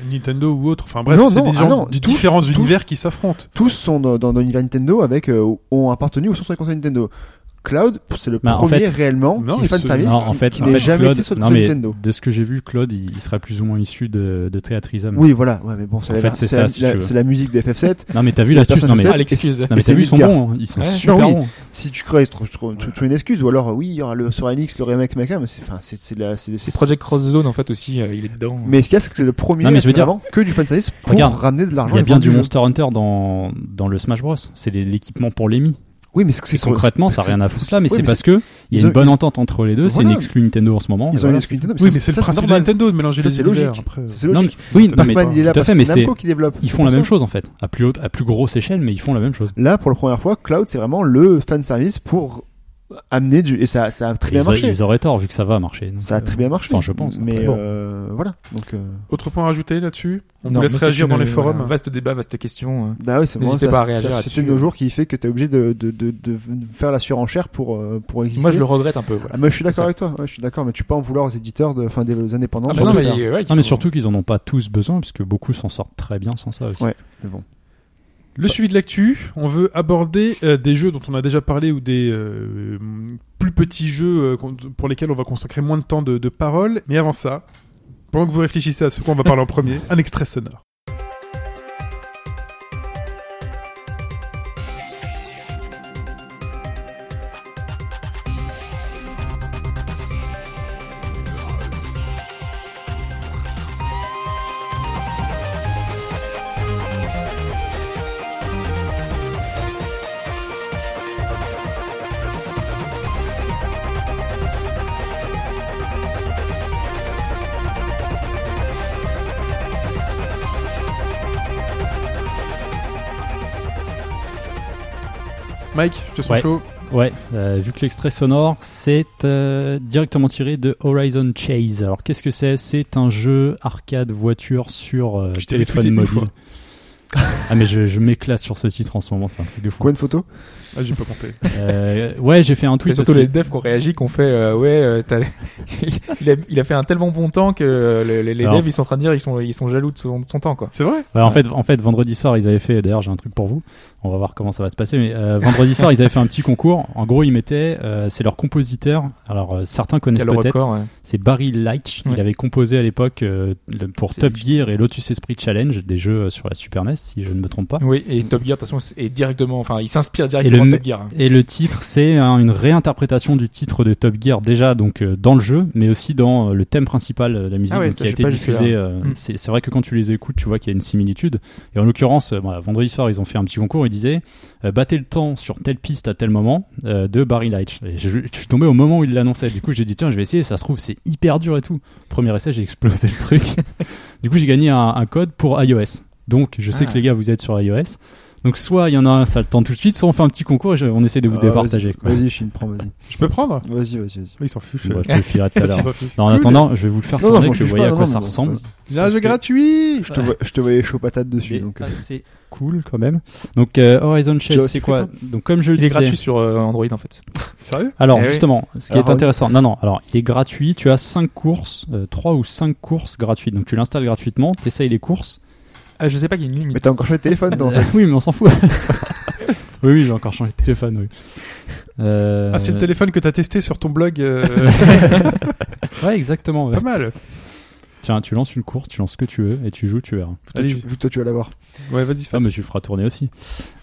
Speaker 2: Nintendo ou autre enfin bref
Speaker 4: Non,
Speaker 2: c'est
Speaker 4: non,
Speaker 2: des
Speaker 4: ah
Speaker 2: gens
Speaker 4: non,
Speaker 2: de
Speaker 4: tout-
Speaker 2: différents
Speaker 4: tout-
Speaker 2: univers qui s'affrontent
Speaker 4: Tous sont dans, dans, dans l'univers Nintendo avec, euh, ont appartenu ou sont sur les consoles Nintendo. Cloud, c'est le
Speaker 5: Bah, en
Speaker 4: premier
Speaker 5: fait-
Speaker 4: réellement
Speaker 2: Non,
Speaker 4: qui est
Speaker 2: il
Speaker 4: fan
Speaker 2: se-
Speaker 4: service
Speaker 5: Non,
Speaker 4: qui,
Speaker 5: en fait,
Speaker 4: qui
Speaker 5: en
Speaker 4: n'est
Speaker 5: fait,
Speaker 4: jamais
Speaker 5: Claude-
Speaker 4: été sur le
Speaker 5: non,
Speaker 4: console
Speaker 5: mais
Speaker 4: Nintendo.
Speaker 5: De ce que j'ai vu, Claude, il, il serait plus ou moins issu de, de Théâtrisme.
Speaker 4: Oui, voilà. Ouais, mais bon, c'est
Speaker 5: En
Speaker 4: la,
Speaker 5: fait, c'est
Speaker 4: c'est
Speaker 5: ça,
Speaker 4: la-
Speaker 5: si
Speaker 4: la-
Speaker 5: tu veux.
Speaker 4: c'est la musique de FF7.
Speaker 5: Non, mais t'as vu
Speaker 4: C'est
Speaker 5: l'astuce.
Speaker 4: le
Speaker 5: Non, mais,
Speaker 4: personnage
Speaker 3: à l'excuse.
Speaker 5: non, mais
Speaker 4: et c'est
Speaker 5: t'as vu, ils sont
Speaker 4: Midgar.
Speaker 5: bons. hein. Ils sont
Speaker 3: Ouais.
Speaker 5: super
Speaker 4: Non, oui.
Speaker 5: bons.
Speaker 4: Si tu crées, tu, tu, tu- tu as une excuse. Ou alors, oui, il y aura le, sur NX le remake, machin, mais c'est, enfin, c'est, c'est de la, c'est,
Speaker 3: C'est Project Cross Zone, en fait, aussi, euh, il est dedans.
Speaker 4: Mais ce qu'il y a, c'est que c'est le premier
Speaker 5: Non, mais je veux
Speaker 4: c'est
Speaker 5: dire-
Speaker 4: vraiment que du fanservice pour
Speaker 5: Regarde,
Speaker 4: ramener de l'argent.
Speaker 5: Il y a
Speaker 4: et
Speaker 5: bien
Speaker 4: vendre
Speaker 5: du
Speaker 4: jeu.
Speaker 5: Monster Hunter dans, dans le Smash Bros. C'est les- l'équipement pour les mi.
Speaker 4: Oui, mais c'est que
Speaker 5: Et
Speaker 4: c'est
Speaker 5: concrètement, ça n'a
Speaker 4: c'est-
Speaker 5: rien à foutre là, mais
Speaker 4: oui,
Speaker 5: c'est parce que il y
Speaker 4: ils
Speaker 5: a
Speaker 4: ont-
Speaker 5: une bonne
Speaker 4: ils-
Speaker 5: entente entre les deux. C'est
Speaker 4: Voilà.
Speaker 5: une exclue Nintendo en ce moment. mais
Speaker 4: Ils ont
Speaker 5: voilà.
Speaker 4: une excuse Nintendo, mais
Speaker 2: oui
Speaker 4: ça-
Speaker 2: mais c'est
Speaker 4: ça,
Speaker 2: le principe de
Speaker 4: normal.
Speaker 2: Nintendo de mélanger
Speaker 4: Ça,
Speaker 2: les
Speaker 4: c'est
Speaker 2: univers
Speaker 4: logique.
Speaker 2: après euh.
Speaker 4: C'est
Speaker 5: Non, mais-
Speaker 4: logique.
Speaker 5: oui, non, mais
Speaker 4: Pac-Man, il est là
Speaker 5: tout à
Speaker 4: parce
Speaker 5: fait,
Speaker 4: que
Speaker 5: mais
Speaker 4: c'est
Speaker 5: c'est-
Speaker 4: Namco qui développe.
Speaker 5: ils
Speaker 4: c'est
Speaker 5: font la
Speaker 4: pour
Speaker 5: même
Speaker 4: ça.
Speaker 5: chose en fait, à plus haute, à plus grosse échelle, mais ils font la même chose.
Speaker 4: Là, pour la première fois, Cloud, c'est vraiment le fan service pour amener du. Et ça, ça a très
Speaker 5: Et
Speaker 4: bien
Speaker 5: Ils, auraient-
Speaker 4: marché.
Speaker 5: ils auraient tort vu que ça va marcher. donc,
Speaker 4: Ça a
Speaker 5: euh,
Speaker 4: très bien marché.
Speaker 5: Enfin, je pense.
Speaker 4: Mais
Speaker 5: après.
Speaker 4: euh, voilà. Donc, euh,
Speaker 2: autre point à rajouter là-dessus on
Speaker 3: Non,
Speaker 2: vous laisse
Speaker 3: mais c'est
Speaker 2: réagir
Speaker 3: une-
Speaker 2: dans les
Speaker 3: voilà,
Speaker 2: forums
Speaker 3: Vaste débat, vaste question. euh.
Speaker 4: bah oui, c'est
Speaker 3: N'hésitez
Speaker 4: vraiment
Speaker 3: pas à
Speaker 4: ça-
Speaker 3: réagir
Speaker 4: ça-
Speaker 3: là-dessus.
Speaker 4: C'est de nos jours qui fait que t'es obligé de, de, de, de faire la surenchère pour, euh, pour exister.
Speaker 3: Moi, je le regrette un peu. voilà.
Speaker 4: Ah, mais je suis
Speaker 3: C'est ça.
Speaker 4: d'accord avec toi. Ouais, je suis d'accord, mais tu peux pas en vouloir aux éditeurs, de, enfin, des aux indépendants.
Speaker 3: Ah, bah
Speaker 4: surtout
Speaker 3: non, mais,
Speaker 4: faire-
Speaker 3: euh, ouais, il
Speaker 5: Non,
Speaker 3: faut-
Speaker 5: mais surtout qu'ils en ont pas tous besoin, puisque beaucoup s'en sortent très bien sans ça aussi.
Speaker 4: Ouais. mais bon.
Speaker 2: Le suivi de l'actu, on veut aborder euh, des jeux dont on a déjà parlé ou des euh, plus petits jeux euh, qu'on- pour lesquels on va consacrer moins de temps de, de parole. Mais avant ça, pendant que vous réfléchissez à ce qu'on va parler
Speaker 4: *laughs*
Speaker 2: en premier, un extrait sonore. Mike, je te sens
Speaker 5: Ouais.
Speaker 2: chaud.
Speaker 5: Ouais, euh, vu que l'extrait sonore, c'est euh, directement tiré de Horizon Chase. Alors qu'est-ce que c'est C'est un jeu arcade voiture sur euh,
Speaker 2: Je t'ai
Speaker 5: téléphone
Speaker 2: retweeté une
Speaker 5: mobile. *laughs* ah mais je, je m'éclate sur ce titre en ce moment, c'est un truc de fou.
Speaker 4: Quoi, une photo
Speaker 2: Ah, j'ai pas compté.
Speaker 5: Euh, ouais, j'ai fait un
Speaker 3: C'est
Speaker 5: tweet.
Speaker 3: surtout
Speaker 5: parce
Speaker 3: les
Speaker 5: que-
Speaker 3: devs qui ont réagi, qu'on fait euh, ouais, euh, t'as- *laughs* il, a, il a fait un tellement bon temps que euh, les, les- les
Speaker 5: Alors.
Speaker 3: devs ils sont en train de dire ils sont ils sont jaloux de son, de son temps quoi.
Speaker 2: C'est vrai
Speaker 5: Ouais, Bah, en fait, en fait, vendredi soir, ils avaient fait. D'ailleurs, j'ai un truc pour vous. On va voir comment ça va se passer. Mais euh, vendredi soir, ils avaient fait un petit concours. En gros, ils mettaient. euh, c'est leur compositeur. Alors euh, certains connaissent
Speaker 3: Quel
Speaker 5: peut-être.
Speaker 3: record. ouais.
Speaker 5: c'est Barry Leitch.
Speaker 3: Ouais.
Speaker 5: Il avait composé à l'époque euh, le- pour
Speaker 3: C'est
Speaker 5: Top
Speaker 3: lui.
Speaker 5: Gear et Lotus Esprit Challenge, des jeux euh, sur la Super NES, si je ne me trompe pas.
Speaker 3: Oui et Top Gear de toute façon c'est- est directement enfin il s'inspire directement
Speaker 5: le
Speaker 3: de
Speaker 5: me-
Speaker 3: Top Gear. hein.
Speaker 5: Et le titre, c'est hein, une réinterprétation du titre de Top Gear déjà donc euh, dans le jeu, mais aussi dans euh, le thème principal euh, de la musique
Speaker 3: Ah ouais,
Speaker 5: donc,
Speaker 3: ça,
Speaker 5: qui a
Speaker 3: j'ai
Speaker 5: été
Speaker 3: pas jusque-là.
Speaker 5: diffusée. euh,
Speaker 3: Mm.
Speaker 5: C'est c'est vrai que quand tu les écoutes, tu vois qu'il y a une similitude. Et en l'occurrence, euh, voilà, vendredi soir, ils ont fait un petit concours. Ils disaient euh, battez le temps sur telle piste à tel moment euh, de Barry Leitch. Et je, je suis tombé au moment où ils l'annonçaient. Du coup, j'ai dit tiens, je vais essayer. Ça se trouve, c'est hyper dur et tout. Premier essai, j'ai explosé
Speaker 4: *laughs*
Speaker 5: le truc. du coup, j'ai gagné un, un code pour iOS. Donc, je sais
Speaker 3: Ah.
Speaker 5: que les gars, vous êtes sur iOS. Donc soit il y en a un, ça le tente tout de suite, soit on fait un petit concours et je- on essaie de vous
Speaker 4: Ah, vas-y,
Speaker 5: départager. quoi.
Speaker 4: Vas-y, Chine, prends, vas-y.
Speaker 2: Je peux prendre
Speaker 4: Vas-y, vas-y, vas-y.
Speaker 2: Oui, ils s'en fichent.
Speaker 5: Bon,
Speaker 4: *laughs*
Speaker 5: je te le filerai tout à l'heure.
Speaker 2: Ils s'en fichent.
Speaker 5: Non, en attendant, je vais vous le faire
Speaker 4: Non, non,
Speaker 5: tourner
Speaker 4: je m'en
Speaker 5: que vous
Speaker 4: fiche
Speaker 5: voyez
Speaker 4: pas,
Speaker 5: à
Speaker 4: non,
Speaker 5: quoi
Speaker 4: non,
Speaker 5: ça
Speaker 4: mais bon,
Speaker 5: ressemble.
Speaker 4: ça-
Speaker 2: J'ai un
Speaker 5: Parce
Speaker 2: jeu
Speaker 5: que-
Speaker 2: gratuit
Speaker 4: Je te voyais- Je te voyais chaud patate
Speaker 5: Il
Speaker 4: dessus.
Speaker 5: est
Speaker 4: donc,
Speaker 5: *laughs*
Speaker 4: euh,
Speaker 5: assez cool quand même. Donc euh, Horizon
Speaker 4: Tu
Speaker 5: Chase,
Speaker 4: l'as
Speaker 5: c'est
Speaker 4: aussi
Speaker 5: quoi
Speaker 4: pris,
Speaker 5: Donc comme je le
Speaker 3: Il est
Speaker 5: disais,
Speaker 3: gratuit sur euh, Android en fait.
Speaker 2: Sérieux
Speaker 5: Alors
Speaker 3: Eh oui.
Speaker 5: justement, ce qui
Speaker 4: Alors,
Speaker 5: est
Speaker 4: on-
Speaker 5: intéressant, non non, alors il est gratuit, tu as 5 courses, 3 ou 5 courses gratuites, donc tu l'installes gratuitement, tu essayes les courses.
Speaker 3: Ah, je sais pas qu'il y a une limite.
Speaker 4: Mais t'as encore changé de téléphone, toi, en
Speaker 5: Euh,
Speaker 4: fait.
Speaker 5: oui mais on s'en fout. oui oui j'ai encore changé de téléphone, oui. Euh,
Speaker 2: Ah, c'est le téléphone que t'as testé sur ton blog.
Speaker 5: *laughs*
Speaker 2: euh,
Speaker 5: euh, Ouais exactement. ouais.
Speaker 2: pas mal.
Speaker 5: Tiens, tu lances une course, tu lances ce que tu veux et tu joues, tu
Speaker 2: Ah,
Speaker 5: verras.
Speaker 4: Toi, tu- Vu que toi, tu vas l'avoir.
Speaker 2: Ouais, vas-y, fais.
Speaker 5: Ah mais tu feras tourner aussi.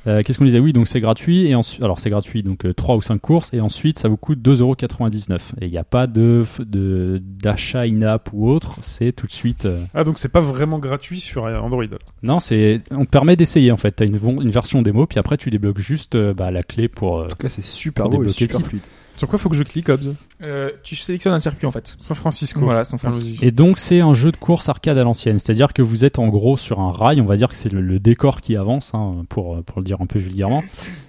Speaker 5: Euh, Qu'est-ce qu'on disait Oui, donc c'est gratuit. Et ensuite, alors c'est gratuit, donc 3 ou 5 courses. Et ensuite, ça vous coûte 2,99€. Et il n'y a pas de de- d'achat in-app ou autre. C'est tout de suite. euh,
Speaker 2: Ah, donc c'est pas vraiment gratuit sur euh, Android.
Speaker 5: Non, c'est on te permet d'essayer en fait. T'as une, von- une version démo, puis après tu débloques juste euh, bah, la clé pour. euh,
Speaker 4: En tout cas, c'est super
Speaker 5: Pour
Speaker 4: beau et
Speaker 5: débloquer le
Speaker 4: super
Speaker 5: titre.
Speaker 4: fluide.
Speaker 2: Sur quoi faut que je clique, Hobbs
Speaker 3: Euh, tu sélectionnes un circuit en fait.
Speaker 2: San Francisco.
Speaker 3: Voilà, sans faire
Speaker 2: Allons-y.
Speaker 5: Et donc c'est un jeu de course arcade à l'ancienne, c'est-à-dire que vous êtes en gros sur un rail, on va dire que c'est le, le décor qui avance, hein, pour, pour le dire un peu vulgairement.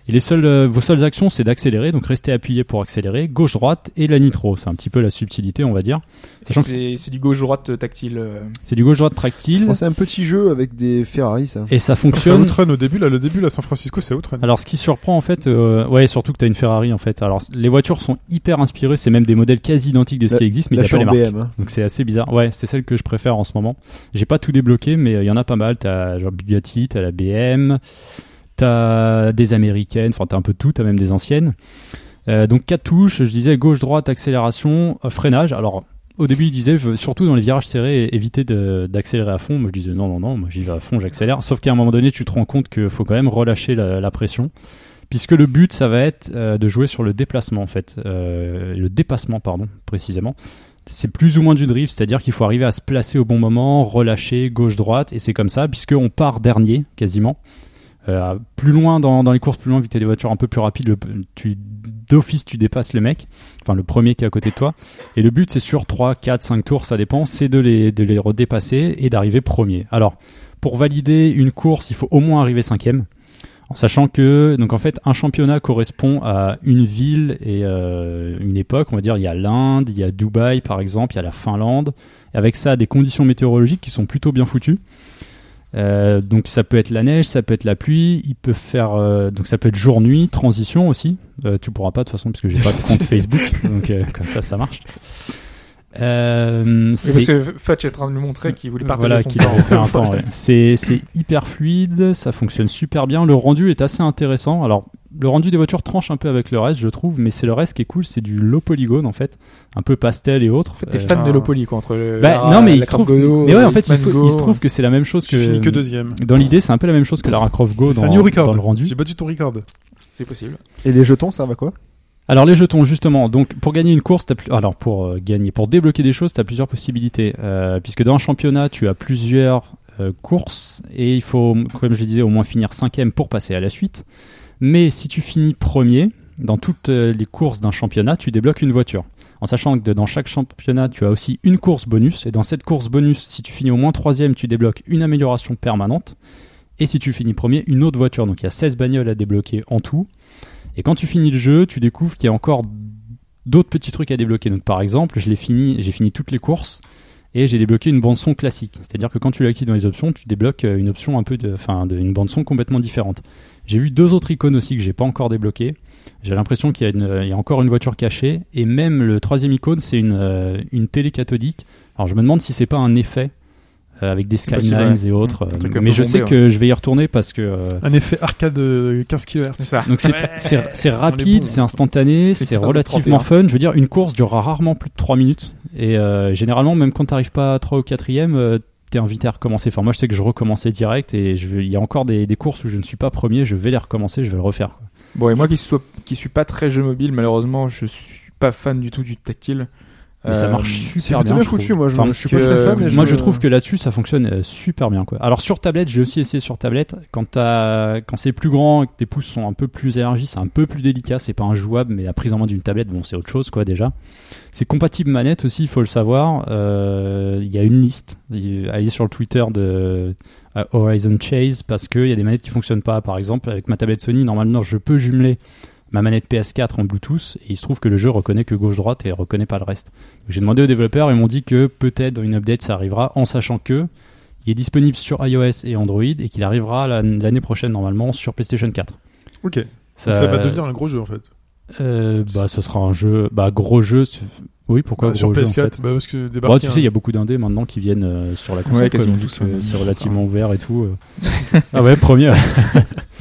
Speaker 5: Et les seules, euh, vos seules actions c'est d'accélérer, donc rester appuyé pour accélérer, gauche-droite et la nitro, c'est un petit peu la subtilité on va dire. Sachant que
Speaker 3: C'est c'est du gauche-droite tactile. euh.
Speaker 5: c'est du gauche-droite tractile
Speaker 4: Enfin, C'est un petit jeu avec des Ferrari, ça.
Speaker 5: et ça
Speaker 2: C'est
Speaker 5: fonctionne.
Speaker 2: Outrun au début, là, le début, là, San Francisco, c'est Outrun.
Speaker 5: Alors, ce qui surprend en fait, euh, ouais, surtout que t'as une Ferrari en fait. Alors, les voitures sont hyper inspirées, c'est même des modèles quasi identiques de ce
Speaker 4: La-
Speaker 5: qui existe, mais il
Speaker 4: Là,
Speaker 5: n'y
Speaker 4: je
Speaker 5: a pas
Speaker 4: suis
Speaker 5: les
Speaker 4: en
Speaker 5: marques.
Speaker 4: BM. hein.
Speaker 5: Donc c'est assez bizarre. Ouais, c'est celle que je préfère en ce moment. J'ai pas tout débloqué, mais euh, il y en a pas mal. T'as genre Bugatti, t'as la BM, t'as des américaines, enfin t'as un peu tout, t'as même des anciennes. Euh, donc quatre touches, je disais gauche, droite, accélération, euh, freinage. Alors au début il disait euh, surtout dans les virages serrés éviter de- d'accélérer à fond. Moi je disais non non non, moi j'y vais à fond, j'accélère. Sauf qu'à un moment donné tu te rends compte qu'il faut quand même relâcher la, la pression. Puisque le but, ça va être euh, de jouer sur le déplacement, en fait. Euh, le dépassement, pardon, précisément c'est plus ou moins du drift, c'est-à-dire qu'il faut arriver à se placer au bon moment, relâcher gauche-droite, et c'est comme ça, puisqu'on part dernier quasiment. Euh, plus loin dans, dans les courses, plus loin, vu que tu des voitures un peu plus rapides, le- tu- d'office tu dépasses le mec, enfin le premier qui est à côté de toi. Et le but c'est sur 3, 4, 5 tours, ça dépend, c'est de les, de les redépasser et d'arriver premier. Alors, pour valider une course, il faut au moins arriver cinquième. En sachant que, donc en fait, un championnat correspond à une ville et euh, une époque. On va dire, il y a l'Inde, il y a Dubaï par exemple, il y a la Finlande. Et avec ça, des conditions météorologiques qui sont plutôt bien foutues. Euh, donc ça peut être la neige, ça peut être la pluie, il peut faire euh, donc ça peut être jour-nuit, transition aussi. Euh, tu pourras pas de toute façon parce que j'ai
Speaker 3: *laughs*
Speaker 5: pas de compte Facebook, donc euh, comme ça ça marche. Euh,
Speaker 3: Oui,
Speaker 5: c'est- Euh,
Speaker 3: parce que Fudge est en train de lui montrer qu'il voulait partager
Speaker 5: voilà,
Speaker 3: son
Speaker 5: qu'il
Speaker 3: temps.
Speaker 5: avait
Speaker 3: *laughs*
Speaker 5: fait un temps. ouais. C'est c'est hyper fluide, ça fonctionne super bien. Le rendu est assez intéressant. Alors, le rendu des voitures tranche un peu avec le reste, je trouve, mais c'est le reste qui est cool. C'est du low polygone en fait, un peu pastel et autres.
Speaker 3: T'es
Speaker 5: Euh,
Speaker 3: fan de
Speaker 2: Ah.
Speaker 3: Lopoli quoi entre le.
Speaker 5: bah,
Speaker 3: la-
Speaker 5: non, mais
Speaker 3: la
Speaker 5: il se trouve.
Speaker 3: Cargodo,
Speaker 5: mais ouais, en
Speaker 3: le
Speaker 5: fait, il se, trou-
Speaker 3: Mango.
Speaker 5: il se trouve que c'est la même chose
Speaker 2: Tu finis
Speaker 5: que.
Speaker 2: que deuxième.
Speaker 5: Dans l'idée, c'est un peu la même chose que Lara Croft Go
Speaker 2: C'est
Speaker 5: dans,
Speaker 2: un new record.
Speaker 5: dans le rendu.
Speaker 2: J'ai battu ton record.
Speaker 3: C'est possible.
Speaker 4: Et les jetons, ça va quoi
Speaker 5: Alors les jetons justement, donc pour gagner une course, t'as plus... alors pour euh, gagner, pour débloquer des choses, tu as plusieurs possibilités, Euh, puisque dans un championnat, tu as plusieurs euh, courses et il faut, comme je le disais, au moins finir cinquième pour passer à la suite. Mais si tu finis premier dans toutes euh, les courses d'un championnat, tu débloques une voiture. En sachant que de- dans chaque championnat, tu as aussi une course bonus et dans cette course bonus, si tu finis au moins troisième, tu débloques une amélioration permanente. Et si tu finis premier, une autre voiture. Donc il y a 16 bagnoles à débloquer en tout. Et quand tu finis le jeu, tu découvres qu'il y a encore d'autres petits trucs à débloquer. Donc par exemple, je l'ai fini, j'ai fini toutes les courses et j'ai débloqué une bande son classique. C'est-à-dire que quand tu l'actives dans les options, tu débloques euh, une option un peu de, enfin, de- une bande son complètement différente. J'ai vu deux autres icônes aussi que j'ai pas encore débloquées. J'ai l'impression qu'il y, a une- euh, il y a encore une voiture cachée et même le troisième icône, c'est une, euh, une télé cathodique. Alors je me demande si c'est pas un effet euh, avec des
Speaker 3: possible,
Speaker 5: skylines
Speaker 3: ouais. Mmh.
Speaker 5: et autres.
Speaker 3: Un
Speaker 5: euh,
Speaker 3: truc un
Speaker 5: mais
Speaker 3: peu
Speaker 5: je sais
Speaker 3: bombé,
Speaker 5: que je vais y retourner parce que euh,
Speaker 2: Un effet arcade euh, 15 kHz.
Speaker 3: C'est ça.
Speaker 5: donc c'est c'est- c'est rapide,
Speaker 2: bon.
Speaker 5: c'est instantané,
Speaker 3: C'est
Speaker 5: c'est
Speaker 3: 15,
Speaker 5: relativement
Speaker 3: 31.
Speaker 5: fun. Je veux dire, une course durera rarement plus de 3 minutes. Et euh, généralement, même quand t'arrives pas à 3 ou 4ème, euh, t'es invité à recommencer. Enfin, moi je sais que je recommençais direct et je vais- il y a encore des, des courses où je ne suis pas premier, je vais les recommencer, je vais le refaire. quoi.
Speaker 3: Bon, et moi qui, sois, qui suis pas très jeu mobile, malheureusement, je suis pas fan du tout du tactile.
Speaker 5: Mais ça
Speaker 3: Euh,
Speaker 5: marche
Speaker 4: C'est
Speaker 5: super
Speaker 4: plutôt
Speaker 5: bien.
Speaker 4: bien
Speaker 5: je trouve.
Speaker 4: foutu, moi je
Speaker 5: Enfin,
Speaker 4: je suis
Speaker 3: que-
Speaker 4: pas très fan. mais
Speaker 5: Euh, moi je trouve que là-dessus ça fonctionne euh, super bien quoi. Alors sur tablette, j'ai aussi essayé sur tablette quand t'as- quand c'est plus grand et que tes pouces sont un peu plus élargis, c'est un peu plus délicat, c'est pas injouable mais la prise en main d'une tablette bon c'est autre chose quoi déjà. C'est compatible manette aussi, il faut le savoir. Euh, Il y a une liste, Il- allez sur le Twitter de euh, Horizon Chase parce qu'il y a des manettes qui fonctionnent pas par exemple avec ma tablette Sony normalement je peux jumeler ma manette PS4 en Bluetooth et il se trouve que le jeu reconnaît que gauche-droite et reconnaît pas le reste. Donc, J'ai demandé aux développeurs, ils m'ont dit que peut-être dans une update ça arrivera, en sachant que il est disponible sur iOS et Android et qu'il arrivera l'an- l'année prochaine normalement sur PlayStation 4.
Speaker 2: Ok. Donc Ça va devenir un gros jeu en fait.
Speaker 5: Euh, bah, ce sera un jeu, bah, gros jeu. c'est- Oui, pourquoi
Speaker 2: Bah,
Speaker 5: gros
Speaker 2: sur
Speaker 5: jeu, en
Speaker 2: PS4
Speaker 5: fait
Speaker 2: bah, parce que
Speaker 5: Bah,
Speaker 2: débarquer
Speaker 5: tu
Speaker 2: un-
Speaker 5: sais, il y a beaucoup d'indés maintenant qui viennent euh, sur la console.
Speaker 3: Ouais,
Speaker 5: quoi,
Speaker 3: quasiment
Speaker 5: donc,
Speaker 3: tous, hein.
Speaker 5: euh,
Speaker 3: ouais.
Speaker 5: c'est relativement ouvert et tout. euh.
Speaker 3: *laughs*
Speaker 5: ah ouais, premier.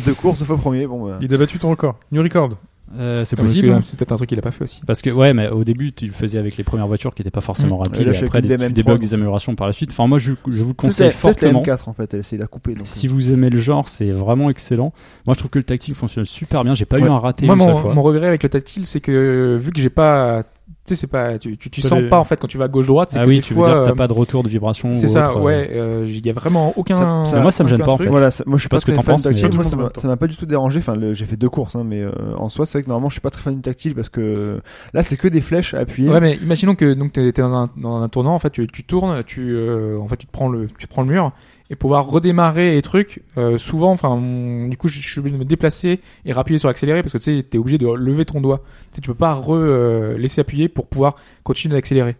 Speaker 4: Deux courses, fois premier. Bon, bah,
Speaker 2: il a battu ton record. New record.
Speaker 5: Euh, c'est
Speaker 3: Parce que,
Speaker 5: possible.
Speaker 3: euh, C'est peut-être un truc qu'il a pas fait aussi.
Speaker 5: Parce que ouais, mais au début tu le faisais avec les premières voitures qui n'étaient pas forcément
Speaker 3: Mmh.
Speaker 5: rapides.
Speaker 4: Et là,
Speaker 5: et
Speaker 4: je suis
Speaker 5: après
Speaker 4: avec
Speaker 5: des,
Speaker 4: une
Speaker 5: tu
Speaker 4: DM3,
Speaker 5: débloques
Speaker 4: donc.
Speaker 5: des améliorations par la suite. Enfin moi je, je vous le
Speaker 4: peut-être
Speaker 5: conseille
Speaker 4: la- peut-être la
Speaker 5: fortement.
Speaker 4: M4 en fait, elle s'est la coupée. Donc, euh.
Speaker 5: Si vous aimez le genre, c'est vraiment excellent. Moi je trouve que le tactile fonctionne super bien. J'ai pas
Speaker 3: Ouais.
Speaker 5: eu un raté
Speaker 3: Moi,
Speaker 5: une seule
Speaker 3: mon,
Speaker 5: fois.
Speaker 3: mon regret avec le tactile, c'est que euh, vu que j'ai pas, tu sais, c'est pas, tu, tu, tu
Speaker 2: T'as
Speaker 3: sens
Speaker 2: des-
Speaker 3: pas en fait quand tu vas gauche droite. c'est
Speaker 5: Ah
Speaker 3: que
Speaker 5: oui,
Speaker 3: des
Speaker 5: tu
Speaker 3: fois,
Speaker 5: veux dire que t'as
Speaker 3: euh,
Speaker 5: pas de retour de vibration
Speaker 3: C'est
Speaker 5: ou
Speaker 3: ça,
Speaker 5: autre, euh.
Speaker 3: ouais. euh, Il y a vraiment aucun.
Speaker 4: Ça- ça- Mais
Speaker 5: moi, ça me gêne
Speaker 3: aucun
Speaker 5: pas, en
Speaker 3: truc.
Speaker 5: fait.
Speaker 4: Voilà, ça- moi je suis
Speaker 5: Je
Speaker 4: pas
Speaker 5: sais pas ce que
Speaker 4: très
Speaker 5: t'en
Speaker 4: fan
Speaker 5: penses, mais-
Speaker 4: tactile.
Speaker 2: Tout
Speaker 4: Moi,
Speaker 2: le monde
Speaker 4: ça
Speaker 2: en
Speaker 4: m'a-
Speaker 2: même temps.
Speaker 4: ça m'a pas du tout dérangé. Enfin, le- j'ai fait deux courses, hein, mais euh, en soi, c'est vrai que normalement, je suis pas très fan du tactile parce que là, c'est que des flèches à appuyer.
Speaker 3: Ouais, mais imaginons que donc t'es t'es dans un, dans un tournant, en fait, tu, tu tournes, tu euh, en fait tu te prends le, tu te prends le mur et pouvoir redémarrer les trucs. euh, souvent, enfin, on- du coup, je je suis obligé de me déplacer et rappuyer sur accélérer parce que tu sais, t'es obligé de lever ton doigt. Tu sais, tu peux pas re euh, laisser appuyer pour pouvoir continuer d'accélérer.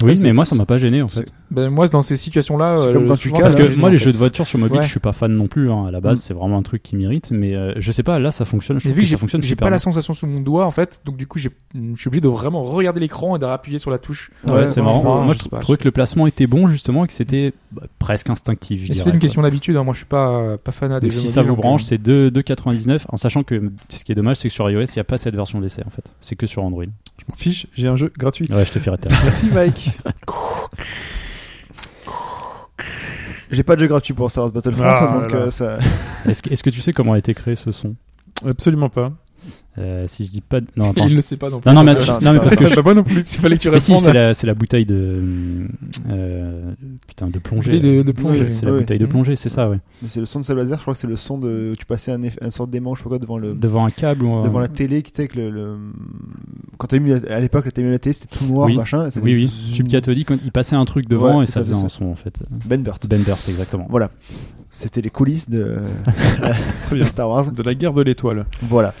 Speaker 5: Oui,
Speaker 3: Ouais, c'est-
Speaker 5: mais moi ça m'a pas gêné en fait.
Speaker 3: Ben moi, dans ces situations-là,
Speaker 4: C'est
Speaker 3: euh,
Speaker 4: comme quand tu
Speaker 3: souvent,
Speaker 4: casses, Ah,
Speaker 3: ça
Speaker 5: Parce
Speaker 3: me
Speaker 4: non,
Speaker 5: que
Speaker 4: j'ai
Speaker 3: gêne,
Speaker 5: moi
Speaker 3: en
Speaker 5: les
Speaker 3: fait.
Speaker 5: jeux de voiture sur mobile,
Speaker 3: Ouais.
Speaker 5: je suis pas fan non plus. hein. À la base,
Speaker 3: Mm.
Speaker 5: c'est vraiment un truc qui m'irrite, mais euh, je sais pas. Là, ça fonctionne. Je
Speaker 3: Mais
Speaker 5: trouve
Speaker 3: vu que
Speaker 5: que
Speaker 3: j'ai
Speaker 5: ça fonctionne
Speaker 3: j'ai
Speaker 5: super
Speaker 3: pas la
Speaker 5: bien.
Speaker 3: sensation sous mon doigt en fait, donc du coup j'ai- je suis obligé de vraiment regarder l'écran et de rappuyer sur la touche. Euh,
Speaker 4: la-
Speaker 5: Ouais,
Speaker 4: Ouais,
Speaker 5: c'est
Speaker 4: moi,
Speaker 5: marrant.
Speaker 4: je vois,
Speaker 5: moi,
Speaker 3: je
Speaker 5: je
Speaker 3: sais pas,
Speaker 5: trouvais que le placement était bon justement et que c'était bah, presque instinctif. je
Speaker 3: Mais
Speaker 5: dirais,
Speaker 3: C'était une
Speaker 5: quoi.
Speaker 3: question d'habitude. hein. Moi je suis pas pas fan des
Speaker 5: Donc
Speaker 3: jeux
Speaker 5: si ça
Speaker 3: mobiles,
Speaker 5: vous
Speaker 3: donc,
Speaker 5: branche,
Speaker 3: euh,
Speaker 5: c'est 2 2,99. En sachant que ce qui est dommage, c'est que sur iOS, il n'y a pas cette version d'essai en fait. C'est que sur Android.
Speaker 2: Je m'en fiche, j'ai un jeu gratuit.
Speaker 5: Ouais, je te ferai taire.
Speaker 4: *laughs* Merci Mike. J'ai pas de jeu gratuit pour Star Wars Battlefront,
Speaker 2: Ah,
Speaker 4: donc
Speaker 2: là.
Speaker 4: euh, ça. *laughs*
Speaker 5: Est-ce que, est-ce que tu sais comment a été créé ce son
Speaker 2: Absolument pas.
Speaker 5: Euh, Si je dis pas. de- Non, *laughs* attends.
Speaker 3: *laughs* il le sait pas non plus.
Speaker 5: Non, non, mais,
Speaker 4: Attends,
Speaker 5: non, mais parce que.
Speaker 2: Bah, moi non plus.
Speaker 3: S'il fallait que tu
Speaker 5: Mais si,
Speaker 3: répondes.
Speaker 5: *laughs* c'est la, c'est la bouteille de. euh, putain, de plongée.
Speaker 3: Bouteille de-
Speaker 5: là.
Speaker 3: de plongée.
Speaker 5: C'est la
Speaker 4: Oui.
Speaker 5: bouteille de
Speaker 3: Mhm.
Speaker 5: plongée, c'est ça, ouais.
Speaker 4: Mais c'est le son de sable laser, je crois que c'est le son de. Tu passais un, eff- un sorte d'aimant, je sais pas quoi, devant le.
Speaker 5: Devant un câble ou un-
Speaker 4: Devant la télé, qui tu sais, que le, le- Quand t'as mis la- à l'époque, t'as mis la télé, c'était tout noir,
Speaker 5: Oui.
Speaker 4: machin. et ça
Speaker 5: Oui,
Speaker 4: faisait
Speaker 5: oui.
Speaker 4: zzzz.
Speaker 5: Tube cathodique, quand il passait un truc devant
Speaker 4: Ouais,
Speaker 5: et ça, faisait un son en fait.
Speaker 4: Ben Burt.
Speaker 5: Bender, exactement.
Speaker 4: Voilà. C'était les coulisses de,
Speaker 5: *laughs*
Speaker 4: *laughs*
Speaker 2: Très
Speaker 4: de
Speaker 2: bien.
Speaker 4: Star Wars.
Speaker 2: De la guerre de l'étoile.
Speaker 4: Voilà.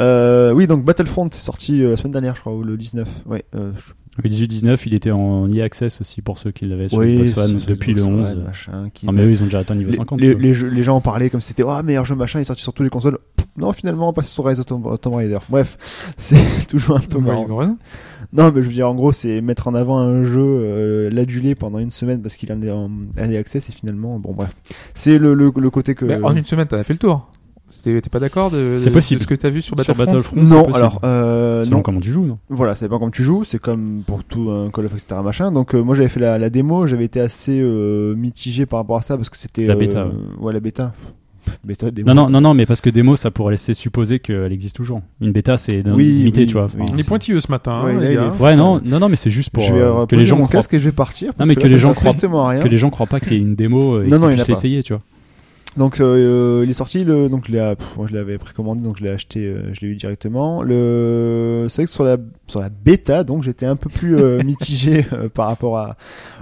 Speaker 4: Euh, oui, donc Battlefront est sorti euh, la semaine dernière, je crois, ou le 19. Ouais, euh, je-
Speaker 5: Donc, le 18-19, il était en EA Access aussi pour ceux qui l'avaient sur
Speaker 4: oui,
Speaker 5: Xbox One
Speaker 4: c'est- c'est-
Speaker 5: depuis le
Speaker 4: c'est-
Speaker 5: 11.
Speaker 4: ouais, machin, qui-
Speaker 5: non, mais eux, ils ont déjà atteint le niveau
Speaker 4: les,
Speaker 5: 50.
Speaker 4: les-
Speaker 5: tu vois.
Speaker 4: les jeux- les gens en parlaient comme si c'était oh meilleur jeu machin il est sorti sur tous les consoles Pff, non finalement on passe sur Rise of Tomb, Tomb Raider bref *laughs* c'est toujours un peu
Speaker 3: Bah,
Speaker 4: marrant
Speaker 3: ils ont raison.
Speaker 4: non mais je veux dire en gros c'est mettre en avant un jeu euh, l'aduler pendant une semaine parce qu'il en est en early access et finalement bon bref c'est le, le, le côté que
Speaker 3: Mais en une semaine, t'as fait le tour. T'es t'es pas d'accord de,
Speaker 5: C'est
Speaker 3: de-
Speaker 5: possible.
Speaker 3: de ce que t'as vu sur
Speaker 5: sur
Speaker 3: Battlefront,
Speaker 5: Battlefront, c'est
Speaker 4: non
Speaker 5: possible.
Speaker 4: alors euh,
Speaker 5: Selon
Speaker 4: non
Speaker 5: comment tu joues, non
Speaker 4: voilà ça dépend comment tu joues c'est comme pour tout un Call of etc machin donc euh, moi j'avais fait la, la démo j'avais été assez euh, mitigé par rapport à ça parce que c'était
Speaker 5: La
Speaker 4: euh,
Speaker 5: bêta, ouais.
Speaker 4: ouais la bêta *laughs* bêta démo
Speaker 5: non, non, non, non, mais parce que démo, ça pourrait laisser supposer qu'elle existe toujours. Une bêta, c'est dans-
Speaker 4: Oui,
Speaker 5: limité,
Speaker 4: oui,
Speaker 5: tu vois.
Speaker 4: oui.
Speaker 5: Enfin,
Speaker 2: Il est pointilleux ce matin, hein,
Speaker 4: Ouais, là, il
Speaker 2: les gars.
Speaker 4: est-
Speaker 5: Ouais, non, non, non, mais c'est juste pour
Speaker 4: je vais
Speaker 5: euh,
Speaker 4: euh,
Speaker 5: que les
Speaker 4: poser
Speaker 5: gens
Speaker 4: mon
Speaker 5: croient,
Speaker 4: casque et je vais partir parce
Speaker 5: mais
Speaker 4: que,
Speaker 5: que
Speaker 4: là,
Speaker 5: les
Speaker 4: ça
Speaker 5: gens
Speaker 4: sert
Speaker 5: croient-
Speaker 4: strictement à rien
Speaker 5: que les gens croient pas qu'il y ait une démo euh, et
Speaker 4: Non, non,
Speaker 5: qu'ils
Speaker 4: il y en a
Speaker 5: puissent
Speaker 4: pas.
Speaker 5: l'essayer, tu vois.
Speaker 4: donc euh, il est sorti le donc il a- pff, moi je l'avais précommandé donc je l'ai acheté euh, je l'ai eu directement le c'est vrai que sur la sur la bêta donc j'étais un peu plus
Speaker 3: *laughs*
Speaker 4: euh, mitigé euh, par rapport à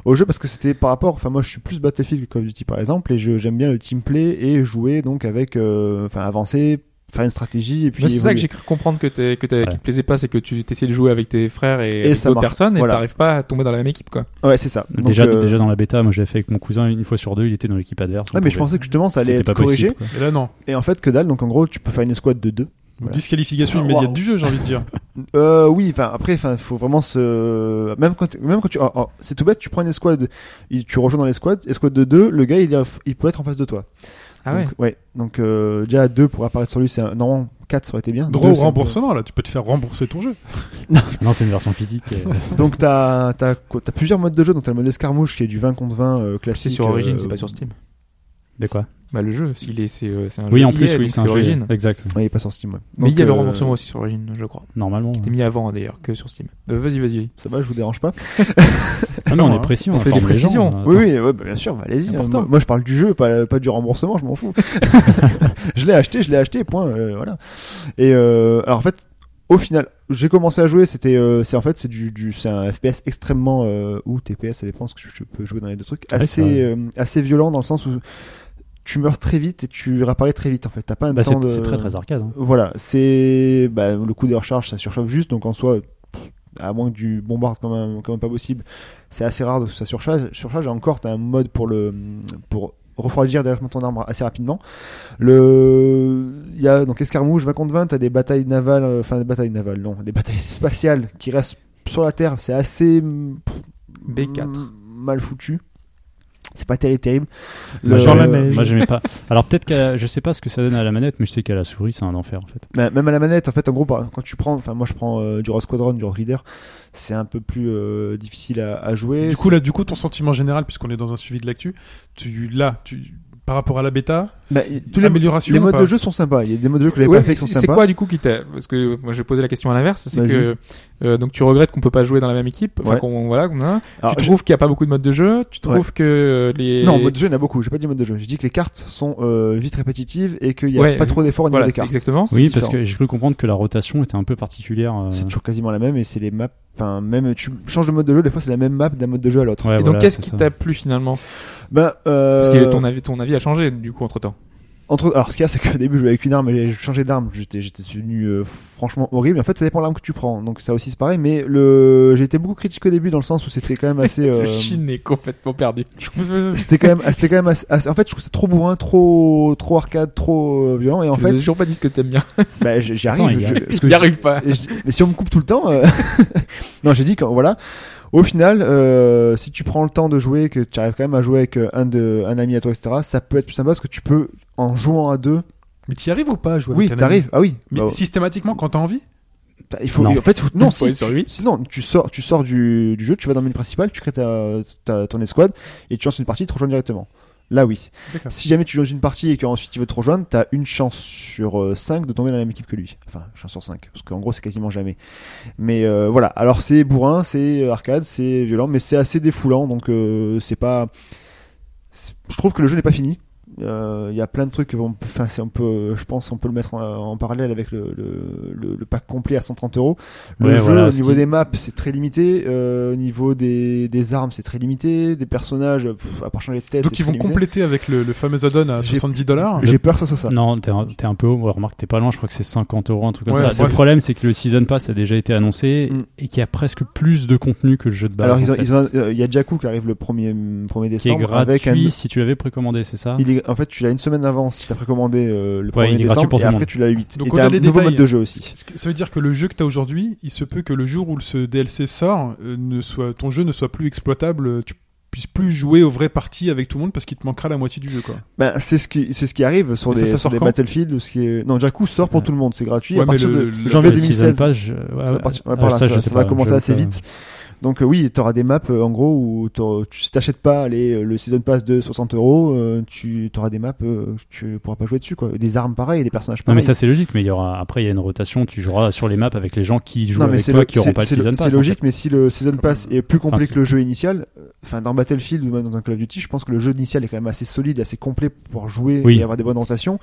Speaker 4: au jeu parce que c'était par rapport enfin moi je suis plus Battlefield que Call of Duty par exemple et je- j'aime bien le team play et jouer donc avec euh, enfin avancer faire une stratégie et puis
Speaker 3: Mais C'est ça
Speaker 4: évoluer.
Speaker 3: que j'ai cru comprendre que t'es que t'as-
Speaker 5: Ouais.
Speaker 3: qui te plaisait pas, c'est que tu t'essayais de jouer avec tes frères et, avec
Speaker 4: ça
Speaker 3: d'autres
Speaker 4: marche.
Speaker 3: personnes et
Speaker 4: Voilà.
Speaker 3: t'arrives pas à tomber dans la même équipe quoi.
Speaker 4: ouais c'est ça Donc,
Speaker 5: déjà,
Speaker 4: euh,
Speaker 5: déjà dans la bêta, moi, j'avais fait avec mon cousin une fois sur deux, il était dans l'équipe adverse.
Speaker 4: ouais, mais je pensais que justement ça allait
Speaker 5: C'était
Speaker 4: être
Speaker 5: pas possible,
Speaker 4: corrigé
Speaker 5: quoi.
Speaker 2: Et là, non.
Speaker 4: et en fait que dalle donc en gros tu peux faire une escouade de deux
Speaker 2: Donc,
Speaker 4: Voilà.
Speaker 2: Disqualification
Speaker 4: Ah,
Speaker 2: immédiate
Speaker 4: waouh.
Speaker 2: du jeu, j'ai envie de dire.
Speaker 4: Euh, oui, enfin après, enfin faut vraiment se même quand même quand tu oh, oh, c'est tout bête, tu prends une escouade, il- tu rejoins dans l'escouade, escouade de deux, le gars il, est en- il peut être en face de toi.
Speaker 3: Ah
Speaker 4: donc, Ah ouais. Donc euh, déjà à deux pour apparaître sur lui, c'est un... non quatre ça aurait été bien.
Speaker 2: Droit
Speaker 4: Deux,
Speaker 2: au
Speaker 4: c'est un peu-
Speaker 2: remboursement, là. Tu peux te faire rembourser ton jeu.
Speaker 5: Non, c'est une version physique.
Speaker 4: *laughs*
Speaker 5: euh,
Speaker 4: Donc t'as t'as quoi- t'as plusieurs modes de jeu, donc t'as le mode escarmouche qui est du 20 contre 20 euh,
Speaker 3: C'est
Speaker 4: classique.
Speaker 3: sur Origin,
Speaker 4: euh,
Speaker 3: c'est pas sur Steam.
Speaker 5: De quoi
Speaker 3: Bah le jeu, il est c'est euh, c'est un
Speaker 5: Oui,
Speaker 3: jeu
Speaker 5: en plus,
Speaker 3: EA,
Speaker 5: oui,
Speaker 3: donc
Speaker 5: c'est un jeu.
Speaker 3: Origin.
Speaker 5: Exact. oui.
Speaker 4: Ouais, il est pas sur Steam. Ouais.
Speaker 3: Mais il y
Speaker 4: Donc,
Speaker 3: avait
Speaker 4: euh,
Speaker 3: remboursement aussi sur Origin, je crois.
Speaker 5: Normalement. hein.
Speaker 3: T'es mis avant d'ailleurs que sur Steam. Euh, Vas-y, vas-y.
Speaker 4: Ça va, je vous dérange pas.
Speaker 5: Ah, mais on
Speaker 2: marrant,
Speaker 4: hein.
Speaker 5: est précis, on,
Speaker 3: fait des
Speaker 5: informe les gens,
Speaker 3: précisions.
Speaker 5: euh,
Speaker 4: Oui,
Speaker 5: attends.
Speaker 4: oui, ouais, bah, bien sûr, bah, allez-y. hein.
Speaker 3: Important.
Speaker 4: Moi, moi, je parle du jeu, pas, pas du remboursement, je m'en
Speaker 5: *laughs*
Speaker 4: fous. je l'ai acheté, je l'ai acheté, point. euh, voilà. Et euh, alors, en fait, au final, j'ai commencé à jouer. C'était, euh, c'est en fait, c'est du, du c'est un FPS extrêmement euh, ou TPS, ça dépend. Parce que je, je peux jouer dans les deux trucs.
Speaker 5: Ah Ouais,
Speaker 4: Assez,
Speaker 5: c'est vrai.
Speaker 4: euh, assez violent dans le sens où tu meurs très vite et tu réapparais très vite. En fait, t'as pas un
Speaker 5: Bah,
Speaker 4: temps
Speaker 5: c'est
Speaker 4: de.
Speaker 5: c'est très très arcade. hein.
Speaker 4: Voilà, c'est bah, le coup des recharges, ça surchauffe juste, donc en soi, pff, à moins que tu bombardes comme un, comme un pas possible, c'est assez rare que ça surcharge. surcharge et encore, t'as un mode pour le pour refroidir directement ton arme assez rapidement. Le, il y a donc escarmouche 20 contre 20, t'as des batailles navales, euh, enfin des batailles navales, non, des batailles *laughs* spatiales qui restent sur la Terre. C'est assez mm, pff,
Speaker 3: B4.
Speaker 4: mm, mal foutu. C'est pas terrible, terrible.
Speaker 5: Moi,
Speaker 4: Le-
Speaker 5: j'aimais-
Speaker 6: la neige.
Speaker 5: moi, j'aimais pas. Alors peut-être qu'à la- je sais pas ce que ça donne à la manette, mais je sais qu'à la souris c'est un enfer en fait.
Speaker 4: Bah, même à la manette, en fait, en gros, par- quand tu prends, enfin, moi je prends euh, du Rock Squadron, du Rock Leader, c'est un peu plus euh, difficile à, à jouer.
Speaker 2: Du coup, là, du coup, ton sentiment général, puisqu'on est dans un suivi de l'actu, tu, là, tu, par rapport à la bêta,
Speaker 4: Bah,
Speaker 2: c'est-
Speaker 4: tous les-
Speaker 2: amélioration
Speaker 4: les
Speaker 2: ou
Speaker 4: modes
Speaker 2: pas
Speaker 4: de jeu sont sympas. Il y a des modes de jeu que j'avais
Speaker 3: Ouais,
Speaker 4: pas fait
Speaker 3: mais
Speaker 4: qui sont
Speaker 3: c'est- C'est
Speaker 4: sympas.
Speaker 3: quoi du coup qui t'a parce que moi j'ai posé la question à l'inverse, c'est
Speaker 4: Vas-y.
Speaker 3: que euh, donc tu regrettes qu'on peut pas jouer dans la même équipe, enfin
Speaker 4: Ouais.
Speaker 3: qu'on voilà, qu'on a.
Speaker 4: Alors,
Speaker 3: tu
Speaker 4: je-
Speaker 3: trouves qu'il y a pas beaucoup de modes de jeu, tu
Speaker 4: Ouais.
Speaker 3: trouves que euh, les
Speaker 4: Non, mode de jeu, il y en a beaucoup. J'ai pas dit mode de jeu. J'ai dit que les cartes sont euh, vite répétitives et qu'il y a
Speaker 3: Ouais,
Speaker 4: pas trop d'efforts au niveau
Speaker 3: voilà,
Speaker 4: des
Speaker 3: c'est
Speaker 4: cartes.
Speaker 3: exactement.
Speaker 4: C'est
Speaker 5: Oui, parce
Speaker 4: différent.
Speaker 5: que j'ai cru comprendre que la rotation était un peu particulière. euh,
Speaker 4: C'est toujours quasiment la même et c'est les maps. Enfin, même tu changes de mode de jeu, des fois c'est la même map d'un mode de jeu à l'autre.
Speaker 5: ouais,
Speaker 3: Et
Speaker 5: ah, voilà,
Speaker 3: donc qu'est-ce
Speaker 5: c'est
Speaker 3: qui
Speaker 5: ça.
Speaker 3: t'a plu finalement
Speaker 4: Ben, euh,
Speaker 3: Parce que ton avis ton avis a changé du coup entre-temps.
Speaker 4: entre, alors ce qu'il y a, c'est qu'au début je jouais avec une arme et j'ai changé d'arme. J'étais, j'étais devenu euh, franchement horrible. En fait, ça dépend de l'arme que tu prends. Donc ça aussi c'est pareil. Mais le, j'ai été beaucoup critique au début dans le sens où c'était quand même assez. euh,
Speaker 3: Le Chine est
Speaker 4: *laughs*
Speaker 3: complètement perdu.
Speaker 4: C'était quand même, ah, c'était quand même assez, assez- en fait, je trouve ça trop bourrin, trop, trop arcade, trop euh, violent. Et en
Speaker 3: En fait,
Speaker 4: fait,
Speaker 3: toujours pas dit ce que t'aimes bien.
Speaker 4: bah, j- j'y
Speaker 5: Attends,
Speaker 4: arrive.
Speaker 5: il y a-
Speaker 4: je- *laughs* parce que
Speaker 3: J'y
Speaker 4: je-
Speaker 3: arrive pas.
Speaker 4: Et je- mais si on me coupe tout le temps, euh, *laughs* non, j'ai dit quand voilà. Au final, euh, si tu prends le temps de jouer, que tu arrives quand même à jouer avec euh, un de un ami à toi, etc. Ça peut être plus sympa parce que tu peux en jouant à deux.
Speaker 2: Mais t'y arrives ou pas à jouer
Speaker 4: oui,
Speaker 2: avec un ami
Speaker 4: t'arrives. Ah oui.
Speaker 2: Mais
Speaker 4: Bah,
Speaker 2: systématiquement, quand t'as envie
Speaker 4: bah, il faut.
Speaker 5: Non.
Speaker 4: En fait, il faut- non.
Speaker 3: *laughs* Faut
Speaker 4: Si,
Speaker 3: être sur
Speaker 4: tu-
Speaker 3: huit.
Speaker 4: sinon, tu sors, tu sors du, du jeu, tu vas dans le menu principal, tu crées ta, ta- ton escouade et tu lances une partie, tu te rejoins directement. Là, oui.
Speaker 2: D'accord.
Speaker 4: Si jamais tu lances une partie et qu'ensuite tu veux te rejoindre, t'as une chance sur 5 de tomber dans la même équipe que lui. Enfin, chance sur 5, parce qu'en gros c'est quasiment jamais. Mais euh, voilà, alors c'est bourrin, c'est euh, arcade, c'est violent, mais c'est assez défoulant, donc euh, c'est pas... c'est- Je trouve que le jeu n'est pas fini. Euh, Il y a plein de trucs, que on, enfin, c'est- on peut, je pense on peut le mettre en, en parallèle avec le, le, le- le pack complet à 130 euros. Le
Speaker 5: Ouais,
Speaker 4: jeu
Speaker 5: voilà,
Speaker 4: au
Speaker 5: ce
Speaker 4: niveau
Speaker 5: qui-
Speaker 4: des maps c'est très limité, euh, au niveau des, des armes c'est très limité, des personnages, pff, à part changer de tête,
Speaker 2: Donc
Speaker 4: c'est
Speaker 2: ils
Speaker 4: très
Speaker 2: vont
Speaker 4: limité.
Speaker 2: compléter avec le, le fameux add-on à
Speaker 4: J'ai-
Speaker 2: 70 dollars.
Speaker 4: J'ai peur que ça soit ça.
Speaker 5: Non, t'es un, t'es un peu haut. Ouais, remarque, t'es pas loin. Je crois que c'est 50 euros, un truc comme
Speaker 2: Ouais,
Speaker 5: ça.
Speaker 2: bref.
Speaker 5: Le problème, c'est que le season pass a déjà été annoncé
Speaker 4: Mm.
Speaker 5: et qu'il y a presque plus de contenu que le jeu de base.
Speaker 4: Alors, ils
Speaker 5: bah, en
Speaker 4: ont-
Speaker 5: fait,
Speaker 4: ils ont un- euh, il y a Jakku qui arrive le 1er, 1er
Speaker 5: qui est
Speaker 4: décembre
Speaker 5: gratuit
Speaker 4: avec un.
Speaker 5: si tu l'avais précommandé, c'est ça
Speaker 4: Il est, en fait, tu l'as une semaine avant si t'as précommandé euh, le 1er
Speaker 5: Ouais, il est gratuit
Speaker 4: décembre
Speaker 5: pour
Speaker 4: et
Speaker 5: tout le
Speaker 4: après
Speaker 5: monde.
Speaker 4: tu l'as 8.
Speaker 2: Donc,
Speaker 4: et
Speaker 2: on
Speaker 4: t'as
Speaker 2: a
Speaker 4: un
Speaker 2: les
Speaker 4: nouveau
Speaker 2: détails. hein.
Speaker 4: mode de jeu aussi.
Speaker 2: Ce qui- Ça veut dire que le jeu que t'as aujourd'hui, il se peut que le jour où ce DLC sort, euh, ne soit, ton jeu ne soit plus exploitable, euh, tu puisses plus jouer aux vraies parties avec tout le monde parce qu'il te manquera la moitié du jeu. Quoi.
Speaker 4: Ben, c'est ce qui, c'est ce qui arrive sur
Speaker 2: Et ça,
Speaker 4: des,
Speaker 2: ça
Speaker 4: sur
Speaker 2: sort
Speaker 4: des
Speaker 2: quand
Speaker 4: Battlefield. Ce qui est... Non, Jakku sort pour
Speaker 5: Ouais.
Speaker 4: tout le monde, c'est gratuit.
Speaker 2: Ouais,
Speaker 4: à
Speaker 2: mais
Speaker 4: partir
Speaker 2: le-
Speaker 4: de
Speaker 2: le-
Speaker 4: janvier
Speaker 5: Le season
Speaker 4: 2016.
Speaker 5: pass, je- ouais,
Speaker 4: Ça
Speaker 5: ouais,
Speaker 4: part- ouais,
Speaker 5: ouais,
Speaker 4: par là,
Speaker 5: ça, je
Speaker 4: ça-
Speaker 5: sais
Speaker 4: ça va
Speaker 5: pas,
Speaker 4: commencer
Speaker 5: je-
Speaker 4: assez
Speaker 5: ça-
Speaker 4: vite. Donc euh, oui, t'auras des maps euh, en gros où t'auras- tu si t'achètes pas les, euh, le season pass de 60 euros, euh, tu auras des maps, euh, tu pourras pas jouer dessus quoi. Des armes pareilles, des personnages
Speaker 5: Non
Speaker 4: pareils.
Speaker 5: mais ça c'est logique mais il y aura après il y a une rotation tu joueras sur les maps avec les gens qui jouent
Speaker 4: Non, mais
Speaker 5: avec
Speaker 4: c'est
Speaker 5: toi
Speaker 4: lo-
Speaker 5: qui auront
Speaker 4: c'est-
Speaker 5: pas le
Speaker 4: c'est
Speaker 5: season
Speaker 4: lo-
Speaker 5: pass. en
Speaker 4: C'est
Speaker 5: fait.
Speaker 4: logique, mais si le season pass est plus complet
Speaker 5: Enfin,
Speaker 4: que le jeu initial, euh, enfin dans Battlefield ou même dans Call of Duty, je pense que le jeu initial est quand même assez solide, assez complet pour pouvoir jouer
Speaker 5: Oui.
Speaker 4: et avoir des bonnes rotations.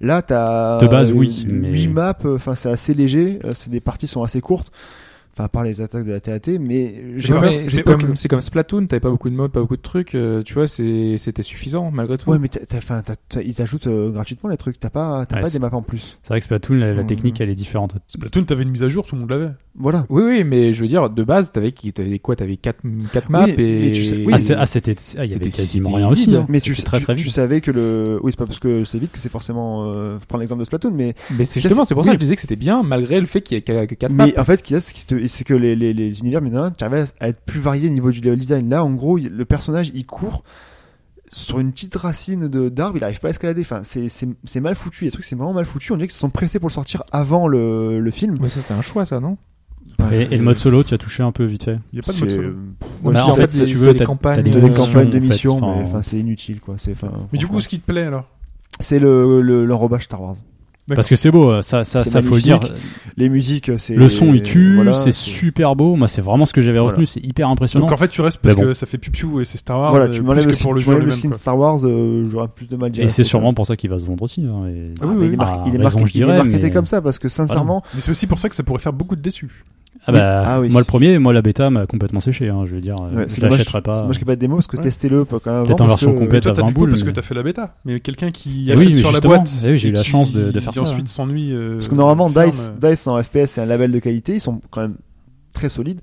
Speaker 4: Là, t'as
Speaker 5: De base,
Speaker 4: euh,
Speaker 5: oui, mais-
Speaker 4: huit maps, euh, enfin c'est assez léger, euh, c'est des parties sont assez courtes. Enfin, à part les attaques de la TAT, mais j'ai
Speaker 3: Mais
Speaker 4: peur-
Speaker 3: mais C'est
Speaker 4: j'ai peur que-
Speaker 3: comme, c'est comme Splatoon, t'avais pas beaucoup de modes, pas beaucoup de trucs, euh, tu vois, c'est- c'était suffisant malgré tout.
Speaker 4: Ouais, mais t'as- t'as- enfin, t'as- t'as- ils ajoutent euh, gratuitement les trucs. T'as pas, t'as
Speaker 5: Ouais,
Speaker 4: pas
Speaker 5: c'est-
Speaker 4: des maps en plus.
Speaker 5: C'est vrai que Splatoon la, la
Speaker 3: Mm.
Speaker 5: technique elle est différente.
Speaker 2: Splatoon, t'avais une mise à jour, tout le monde l'avait.
Speaker 4: Voilà.
Speaker 3: Oui, oui, mais je veux dire, de base, t'avais qui- t'avais quoi T'avais 4 quatre maps et.
Speaker 4: mais tu sais- oui.
Speaker 5: Ah, c'est- ah, c'était ah, il y avait
Speaker 3: C'était-
Speaker 5: quasiment
Speaker 3: c'était
Speaker 5: rien aussi.
Speaker 3: vide.
Speaker 5: hein.
Speaker 4: Mais tu,
Speaker 5: C'était très
Speaker 4: tu-
Speaker 5: très
Speaker 4: tu
Speaker 5: vite.
Speaker 4: savais que le. Oui, c'est pas parce que c'est vite que c'est forcément. Euh, prendre l'exemple de Splatoon, mais
Speaker 3: Mais
Speaker 4: Ça,
Speaker 3: c'est justement,
Speaker 4: c'est-
Speaker 3: c'est pour ça
Speaker 4: oui.
Speaker 3: que je disais que c'était bien, malgré le fait qu'il y ait que que quatre maps.
Speaker 4: Mais en fait, ce qu'il y a, c'est que, c'est que les, les, les univers, mais non, tu arrives à être plus varié au niveau du level design. Là, en gros, il- le personnage, il court sur une petite racine de d'arbre, il arrive pas à escalader. Enfin, c'est, c'est, c'est mal foutu. Les trucs, c'est vraiment mal foutu. On dirait qu'ils se sont pressés pour le sortir avant le, le film.
Speaker 3: Mais ça, c'est un choix, ça, non
Speaker 5: Et, et le mode solo tu as touché un peu vite fait.
Speaker 2: Il n'y a pas de
Speaker 4: C'est-
Speaker 2: mode solo.
Speaker 4: Moi,
Speaker 5: Bah,
Speaker 4: si,
Speaker 5: en
Speaker 4: t'as
Speaker 5: fait
Speaker 4: des-
Speaker 5: si tu
Speaker 3: t'as
Speaker 5: veux
Speaker 3: euh, des
Speaker 5: t'as-
Speaker 3: campagnes,
Speaker 5: t'as
Speaker 4: t'as
Speaker 5: des
Speaker 4: des
Speaker 5: missions,
Speaker 4: campagnes de
Speaker 5: en fait,
Speaker 4: missions,
Speaker 5: enfin,
Speaker 4: mais enfin, c'est inutile, quoi. C'est, enfin,
Speaker 2: Mais du coup,
Speaker 4: franchement.
Speaker 2: ce qui te plaît alors
Speaker 4: c'est le, le, l'enrobage Star Wars.
Speaker 5: Parce que c'est beau, euh, ça, ça,
Speaker 4: C'est
Speaker 5: ça faut le dire.
Speaker 4: magnifique. Les musiques, c'est.
Speaker 5: Le son il tue,
Speaker 4: voilà,
Speaker 5: c'est super beau. Moi, c'est vraiment ce que j'avais
Speaker 4: Voilà.
Speaker 5: retenu, c'est hyper impressionnant.
Speaker 2: Donc en fait, tu restes parce
Speaker 5: Mais bon.
Speaker 2: que ça fait pipiou et c'est Star Wars.
Speaker 4: Voilà,
Speaker 2: euh,
Speaker 4: tu
Speaker 2: plus
Speaker 4: m'enlèves
Speaker 2: que
Speaker 4: le, skin-
Speaker 2: pour le
Speaker 4: tu
Speaker 2: jeu
Speaker 4: m'enlèves le
Speaker 2: lui-même,
Speaker 4: skin
Speaker 2: quoi.
Speaker 4: Star Wars, euh, j'aurais plus de mal d'y
Speaker 5: et c'est
Speaker 4: rester,
Speaker 5: sûrement pour ça qu'il va se vendre aussi. hein, et-
Speaker 4: hein. Ah, mais il est, mar-
Speaker 5: Ah,
Speaker 4: il est
Speaker 5: raison,
Speaker 4: marqué-
Speaker 5: je
Speaker 4: il est
Speaker 5: dirais,
Speaker 4: marketé
Speaker 5: mais-
Speaker 4: comme ça parce que sincèrement,
Speaker 2: Mais c'est aussi pour ça que ça pourrait faire beaucoup de déçus.
Speaker 5: Ah bah,
Speaker 4: Ah oui.
Speaker 5: moi le premier, moi la bêta m'a complètement séché. hein, je veux dire, euh,
Speaker 4: ouais,
Speaker 5: je
Speaker 4: c'est dommage,
Speaker 5: l'achèterai pas.
Speaker 4: C'est dommage qu'il n'y ait pas de démo parce que
Speaker 2: Ouais.
Speaker 4: testez-le pas quand même.
Speaker 5: Peut-être
Speaker 4: avant,
Speaker 5: en
Speaker 4: parce
Speaker 5: version
Speaker 4: que-
Speaker 2: Mais
Speaker 5: complète.
Speaker 2: toi,
Speaker 5: à
Speaker 2: t'as
Speaker 5: 20
Speaker 2: du coup
Speaker 5: boules,
Speaker 2: parce que
Speaker 5: mais-
Speaker 2: t'as fait la bêta. Mais quelqu'un qui
Speaker 5: Eh
Speaker 2: achète
Speaker 5: oui, mais
Speaker 2: sur la
Speaker 5: justement.
Speaker 2: boîte.
Speaker 5: Eh oui, j'ai
Speaker 2: et
Speaker 5: eu la
Speaker 2: qui-
Speaker 5: chance de- de faire
Speaker 2: qui
Speaker 5: ça.
Speaker 2: ensuite s'ennuie. euh,
Speaker 4: Parce que normalement,
Speaker 2: ferme.
Speaker 4: Dice, Dice en FPS, c'est un label de qualité. Ils sont quand même très solides.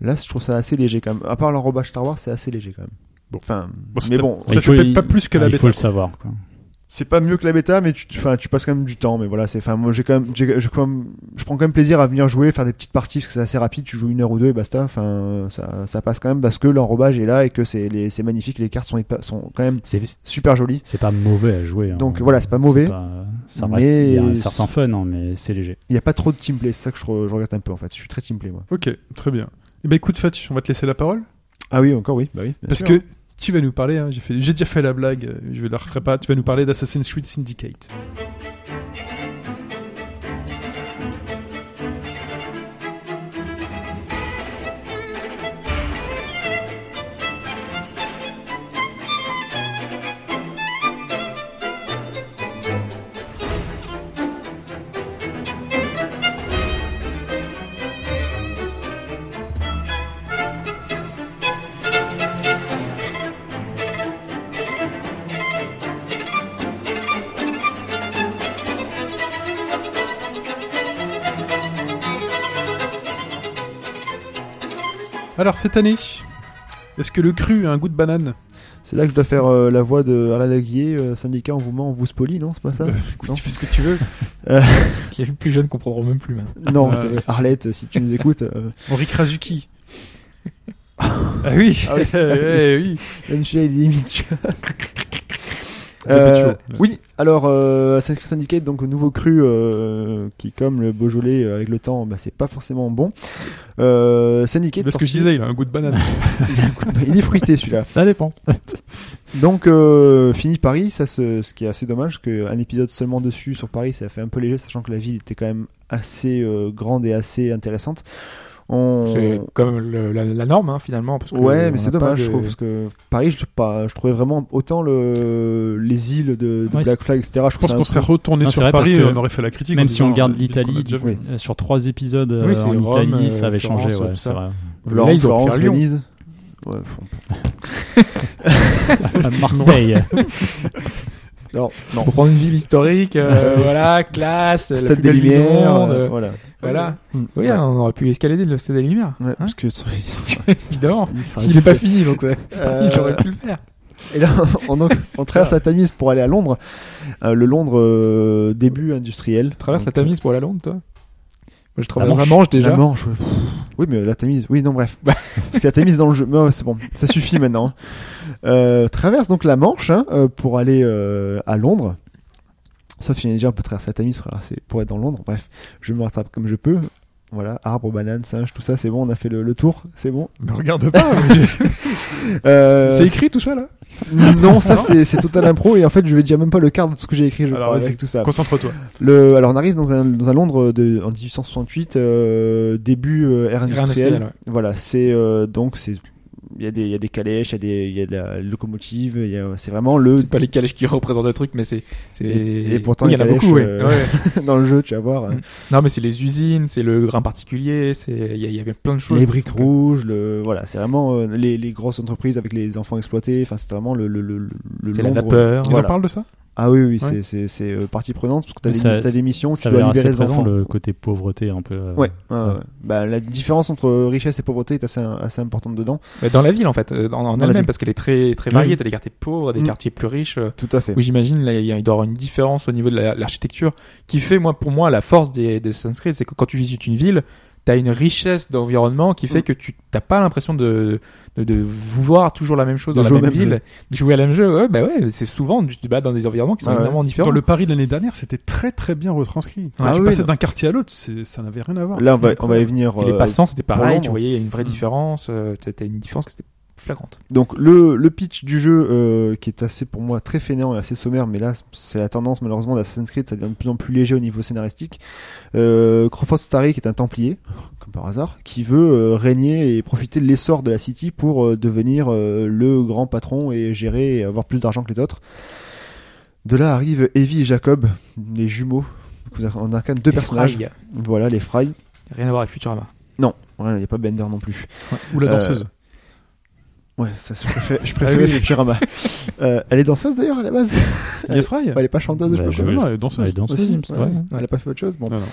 Speaker 4: Là, je trouve ça assez léger quand même. À part l'enrobage Star Wars, c'est assez léger quand même.
Speaker 2: Bon.
Speaker 4: Enfin,
Speaker 2: Bon,
Speaker 4: mais
Speaker 2: c'était-
Speaker 4: bon,
Speaker 2: Ça
Speaker 5: Il
Speaker 2: se
Speaker 5: faut-
Speaker 2: paie pas plus que
Speaker 5: ah,
Speaker 2: la
Speaker 5: Il
Speaker 2: bêta,
Speaker 5: faut le
Speaker 2: quoi.
Speaker 5: savoir. quoi.
Speaker 4: c'est pas mieux que la bêta, mais tu, tu- enfin, tu passes quand même du temps. Mais voilà, c'est, enfin, moi, j'ai quand même, j'ai- j'ai quand même- je prends quand même plaisir à venir jouer, faire des petites parties parce que c'est assez rapide. Tu joues une heure ou deux et basta. Enfin, ça, ça passe quand même parce que l'enrobage est là et que c'est, les, c'est magnifique. Les cartes sont, hyper- sont quand même
Speaker 5: C'est
Speaker 4: super jolies.
Speaker 5: c'est pas mauvais à jouer. hein.
Speaker 4: Donc, voilà, c'est pas mauvais,
Speaker 5: pas- Ça reste,
Speaker 4: mais
Speaker 5: il y a un
Speaker 4: c'est-
Speaker 5: certain fun, hein, mais c'est léger.
Speaker 4: Il n'y a pas trop de teamplay, c'est ça que je, re- je regrette un peu en fait. Je suis très teamplay moi.
Speaker 2: Ok, très bien. Eh ben écoute Fatih, on va te laisser la parole
Speaker 4: Ah oui, encore oui, bah oui. bien
Speaker 2: parce
Speaker 4: sûr.
Speaker 2: que tu vas nous parler. hein, j'ai fait, j'ai déjà fait la blague, euh, je la referai pas. Tu vas nous parler d'Assassin's Creed Syndicate. Alors cette année, est-ce que le cru a un goût de banane
Speaker 4: c'est là que je dois faire euh, la voix de Alain Laguier, euh, syndicat en vous ment, on vous spolie, non C'est pas ça
Speaker 2: Euh,
Speaker 4: Non.
Speaker 2: Tu fais ce que
Speaker 4: *laughs*
Speaker 2: tu veux.
Speaker 3: Les plus jeunes comprendront même plus maintenant.
Speaker 4: Non,
Speaker 2: Euh,
Speaker 4: c'est Arlette, si tu nous écoutes, euh,
Speaker 2: Henri
Speaker 3: *laughs*
Speaker 2: Krasuki. ah oui,
Speaker 4: Ah oui.
Speaker 3: *laughs*
Speaker 2: eh oui.
Speaker 4: *laughs* même celui-là il est limite. tu vois.
Speaker 2: Pepaccio,
Speaker 4: Euh,
Speaker 2: là.
Speaker 4: oui, alors euh, Assassin's Creed Syndicate, donc nouveau cru euh, qui, comme le Beaujolais euh, avec le temps, bah, c'est pas forcément bon. Euh, Syndicate,
Speaker 2: C'est ce que je
Speaker 4: sorti-
Speaker 2: disais, il a un goût de
Speaker 4: *laughs*
Speaker 2: banane.
Speaker 4: il est fruité
Speaker 2: *laughs*
Speaker 4: celui-là.
Speaker 5: Ça dépend.
Speaker 4: Donc euh, fini Paris, ça se- ce qui est assez dommage, qu'un épisode seulement dessus sur Paris, ça fait un peu léger, sachant que la ville était quand même assez euh, grande et assez intéressante. On...
Speaker 3: C'est comme le- la, la norme hein, finalement. Parce que
Speaker 4: Ouais,
Speaker 3: on
Speaker 4: mais
Speaker 3: a
Speaker 4: c'est
Speaker 3: pas
Speaker 4: dommage,
Speaker 3: de-
Speaker 4: je trouve, parce que Paris, je, pas, je trouvais vraiment autant le, les îles de, de
Speaker 5: Ouais,
Speaker 4: Black Flag, etc. Je
Speaker 2: Je pense qu'on serait retourné
Speaker 5: Non, c'est
Speaker 2: sur
Speaker 5: vrai, parce
Speaker 2: Paris et
Speaker 5: que
Speaker 2: on aurait fait la critique. en
Speaker 5: Même si
Speaker 2: disant,
Speaker 5: on
Speaker 2: euh,
Speaker 5: regarde
Speaker 2: qu'on a
Speaker 5: l'îlally,
Speaker 2: déjà vu.
Speaker 4: Oui.
Speaker 5: euh, sur trois épisodes euh,
Speaker 3: Oui, c'est
Speaker 5: en
Speaker 3: Rome,
Speaker 5: Italie,
Speaker 3: euh,
Speaker 5: ça avait
Speaker 3: Florence,
Speaker 5: changé.
Speaker 3: tout
Speaker 5: Ouais,
Speaker 3: ça.
Speaker 5: c'est vrai.
Speaker 3: Là, ils ont
Speaker 4: Florence,
Speaker 3: repris à Lyon.
Speaker 4: Venise. Ouais, faut-
Speaker 5: À Marseille.
Speaker 4: Non, non.
Speaker 3: Pour prendre une ville
Speaker 4: *laughs*
Speaker 3: historique, euh, voilà, classe, la
Speaker 4: Stade
Speaker 3: plus
Speaker 4: des
Speaker 3: belle ville du
Speaker 4: Lumières,
Speaker 3: monde,
Speaker 4: euh,
Speaker 3: euh,
Speaker 4: voilà.
Speaker 3: voilà.
Speaker 4: Mm.
Speaker 3: Oui,
Speaker 4: Ouais.
Speaker 3: on aurait pu escalader le stade des Lumières,
Speaker 4: Ouais,
Speaker 3: hein,
Speaker 4: parce que
Speaker 3: évidemment.
Speaker 4: il serait-
Speaker 3: Il n'est pas fini, donc ça- ils
Speaker 4: *laughs* Euh,
Speaker 3: auraient pu le faire.
Speaker 4: Et là, on,
Speaker 3: *laughs*
Speaker 4: en- on traverse la Tamise pour aller à Londres. Euh, le Londres euh, début industriel.
Speaker 3: Traverse la
Speaker 4: Donc,
Speaker 3: Tamise pour la Londe, toi Moi, je travaille
Speaker 5: Manche.
Speaker 3: à Manche déjà.
Speaker 4: La Manche, ouais. Pff, Oui, mais la Tamise. Oui, non, bref. *laughs* Parce que la Tamise dans le jeu. Mais ouais, c'est bon, ça suffit maintenant. hein. Euh, traverse donc la Manche hein, euh, pour aller euh, à Londres. Sauf qu'il y en a déjà un peu traversé la Tamise, frère. C'est pour être dans Londres. Bref, je me rattrape comme je peux. Voilà, arbre, banane, singe, tout ça, c'est bon, on a fait le, le tour, c'est bon.
Speaker 2: Mais regarde pas. mais-
Speaker 4: Euh,
Speaker 2: C'est écrit tout ça là.
Speaker 4: Non, ça c'est c'est total impro et en fait je vais dire même pas le quart de ce que j'ai écrit, je
Speaker 2: Alors,
Speaker 4: crois,
Speaker 2: vas-y.
Speaker 4: avec tout ça.
Speaker 2: Concentre-toi.
Speaker 4: Le, alors on arrive dans un, dans un Londres de, en 1868, euh, début euh, ère
Speaker 3: Ère
Speaker 4: industrielle.
Speaker 3: industrielle, ouais.
Speaker 4: Voilà, c'est euh, donc c'est il y a des il y a des calèches, il y a des il y a de la locomotive, il y a- c'est vraiment le
Speaker 3: C'est pas les calèches qui *laughs* représentent le truc, mais c'est. c'est-
Speaker 4: Et- et pourtant,
Speaker 3: Oui, il y
Speaker 4: les
Speaker 3: en a beaucoup,
Speaker 4: calèches, euh,
Speaker 3: ouais. Ouais.
Speaker 4: *laughs* dans le jeu, tu vas voir hein.
Speaker 3: Mm. Non, mais c'est les usines, c'est le grain particulier, c'est il y, a- il y avait plein de choses.
Speaker 4: les briques rouges, le voilà, c'est vraiment euh, les, les grosses entreprises avec les enfants exploités, enfin c'est vraiment le le le le- le
Speaker 3: C'est la
Speaker 4: Londres-
Speaker 3: vapeur.
Speaker 2: Ils
Speaker 4: Voilà.
Speaker 2: en parlent de ça
Speaker 4: Ah oui oui, c'est
Speaker 3: Ouais.
Speaker 4: c'est c'est euh, partie prenante parce que t'as
Speaker 5: Mais
Speaker 4: des
Speaker 5: ça-
Speaker 4: t'as des missions, tu
Speaker 5: Ça
Speaker 4: dois
Speaker 5: va assez
Speaker 4: libérer les
Speaker 5: présent
Speaker 4: enfants.
Speaker 5: le côté pauvreté un peu. euh,
Speaker 4: Ouais, ouais, ouais.
Speaker 5: ouais.
Speaker 4: Bah, la différence entre richesse et pauvreté est assez, assez importante dedans.
Speaker 3: Bah, dans la ville, en fait, euh, en, en
Speaker 4: Dans la
Speaker 3: elle-même,
Speaker 4: ville.
Speaker 3: parce qu'elle est très, très
Speaker 5: Oui.
Speaker 3: variée. T'as des quartiers pauvres, des
Speaker 4: Mm.
Speaker 3: quartiers plus riches. euh,
Speaker 4: Tout à fait.
Speaker 3: Oui, j'imagine, là, il y a- il doit y avoir une différence au niveau de la- l'architecture qui fait, moi, pour moi, la force des, des Assassin's Creed, c'est que quand tu visites une ville, t'as une richesse d'environnement qui fait
Speaker 4: Mm.
Speaker 3: que tu t'as pas l'impression de, de, de voir toujours la même chose
Speaker 4: De
Speaker 3: dans la
Speaker 4: jouer au
Speaker 3: même
Speaker 4: même
Speaker 3: ville, de jouer à la même jeu. Ouais, bah ouais, c'est souvent du débat dans des environnements qui sont
Speaker 4: Ah ouais.
Speaker 3: évidemment différents.
Speaker 2: Dans le Paris de l'année dernière, c'était très très bien retranscrit. Quand
Speaker 4: Ah
Speaker 2: tu
Speaker 4: oui,
Speaker 2: passais
Speaker 4: non.
Speaker 2: d'un quartier à l'autre, c'est- ça n'avait rien à voir.
Speaker 4: Là, on va,
Speaker 2: C'était
Speaker 4: on va y
Speaker 2: incroyable.
Speaker 4: venir.
Speaker 3: Et les
Speaker 4: euh,
Speaker 3: passants, c'était
Speaker 4: pour
Speaker 3: pareil.
Speaker 4: Londres.
Speaker 3: Tu voyais, il y a une vraie différence. euh, t'as t'as une différence que c'était flagrante.
Speaker 4: Donc le, le pitch du jeu euh, qui est assez pour moi très fainéant et assez sommaire, mais là c'est la tendance malheureusement d'Assassin's Creed, ça devient de plus en plus léger au niveau scénaristique. Euh, Crawford Starry qui est un Templier, *laughs* comme par hasard, qui veut euh, régner et profiter de l'essor de la City pour euh, devenir euh, le grand patron et gérer et avoir plus d'argent que les autres. De là arrivent Evie et Jacob, les jumeaux. Donc, On incarne deux
Speaker 3: Et
Speaker 4: personnages.
Speaker 3: Fry,
Speaker 4: Voilà les Fry.
Speaker 3: Rien à voir avec Futurama.
Speaker 4: Ouais, il n'y a pas Bender non plus.
Speaker 2: Ou la
Speaker 4: Euh,
Speaker 2: danseuse.
Speaker 4: Ouais, ça, je préfère, je préférais les Futurama. Euh, elle est danseuse d'ailleurs à la base.
Speaker 2: Mia Fry
Speaker 4: Ouais, elle est pas chanteuse,
Speaker 5: Bah,
Speaker 4: je
Speaker 5: je-
Speaker 4: sais pas quoi.
Speaker 2: Non, elle est
Speaker 5: Ouais,
Speaker 2: danseuse.
Speaker 5: dans ce
Speaker 4: Aussi,
Speaker 5: film,
Speaker 4: ouais,
Speaker 5: ouais.
Speaker 4: Elle a pas fait autre chose. Bon.
Speaker 2: Non, non.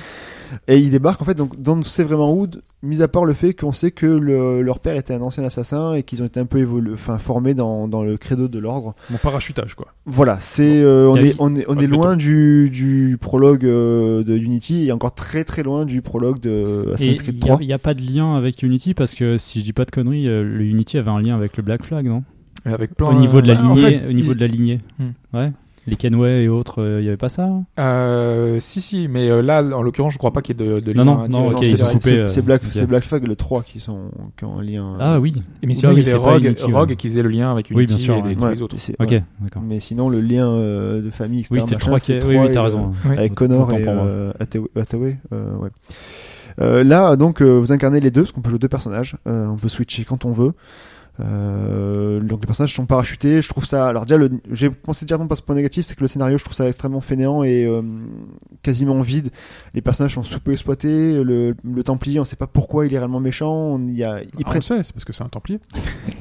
Speaker 4: Et il débarque en fait donc dans c'est vraiment Wood mis à part le fait qu'on sait que le- leur père était un ancien assassin et qu'ils ont été un peu évolu- enfin, formés dans, dans le credo de l'ordre.
Speaker 2: Mon parachutage, quoi.
Speaker 4: Voilà, c'est euh, on,
Speaker 5: Gabi,
Speaker 4: est, on est on
Speaker 5: pas
Speaker 4: est
Speaker 5: de
Speaker 4: loin du, du prologue euh, de Unity et encore très très loin du prologue de
Speaker 5: Et
Speaker 4: Assassin's Creed
Speaker 5: il
Speaker 4: 3.
Speaker 5: n'y a, pas de lien avec Unity parce que si je dis pas de conneries, euh, le Unity avait un lien avec le Black Flag, non
Speaker 3: Euh, Avec plein,
Speaker 5: Au niveau de la
Speaker 4: Ah, en
Speaker 5: lignée,
Speaker 4: fait,
Speaker 5: au niveau
Speaker 4: il-
Speaker 5: de la lignée.
Speaker 3: Hmm.
Speaker 5: Ouais. Les Kenway et autres, il n'y avait pas ça hein
Speaker 3: Euh, si, si, mais euh, là, en l'occurrence, je crois pas qu'il y ait de, de lien
Speaker 5: Non, non,
Speaker 3: hein,
Speaker 5: non,
Speaker 3: direct.
Speaker 5: ok,
Speaker 4: c'est-
Speaker 5: ils ont
Speaker 4: c'est-
Speaker 5: coupé,
Speaker 4: c'est-
Speaker 5: euh,
Speaker 4: C'est Black,
Speaker 5: ok.
Speaker 4: c'est Black Flag le 3 qui sont qui ont un lien. euh,
Speaker 5: Ah oui.
Speaker 3: Et Mais
Speaker 5: Oui,
Speaker 3: sinon,
Speaker 5: mais
Speaker 3: il y
Speaker 5: c'est
Speaker 3: a
Speaker 5: pas
Speaker 3: Rogue,
Speaker 5: Unity, ouais.
Speaker 3: Rogue qui faisait le lien avec
Speaker 5: Oui,
Speaker 3: Unity
Speaker 5: bien sûr,
Speaker 3: et les-
Speaker 5: ouais.
Speaker 3: tous les
Speaker 4: Ouais,
Speaker 3: autres.
Speaker 4: c'est-
Speaker 5: Ok,
Speaker 4: ouais.
Speaker 5: d'accord.
Speaker 4: Mais sinon le lien euh, de famille etc.
Speaker 5: Oui, c'était le
Speaker 4: machin,
Speaker 5: 3 qui.
Speaker 4: c'est
Speaker 5: Oui, oui,
Speaker 4: et
Speaker 5: t'as
Speaker 4: le-
Speaker 5: raison.
Speaker 4: avec
Speaker 5: Autant
Speaker 4: Connor
Speaker 5: pour
Speaker 4: et
Speaker 5: moi.
Speaker 4: euh, Hathaway- Hathaway, euh, ouais. Euh, là, donc, euh, vous incarnez les deux, parce qu'on peut jouer deux personnages. euh, on peut switcher quand on veut. Euh, donc les personnages sont parachutés. Je trouve ça. Alors déjà, le... j'ai commencé directement par ce point négatif, c'est que le scénario, je trouve ça extrêmement fainéant et euh, quasiment vide. Les personnages sont sous-exploités. Le, le Templier, on sait pas pourquoi il est réellement méchant. On... Il y a... Ils
Speaker 2: Ah, on
Speaker 4: prennent.
Speaker 2: le sait, c'est parce que c'est un Templier.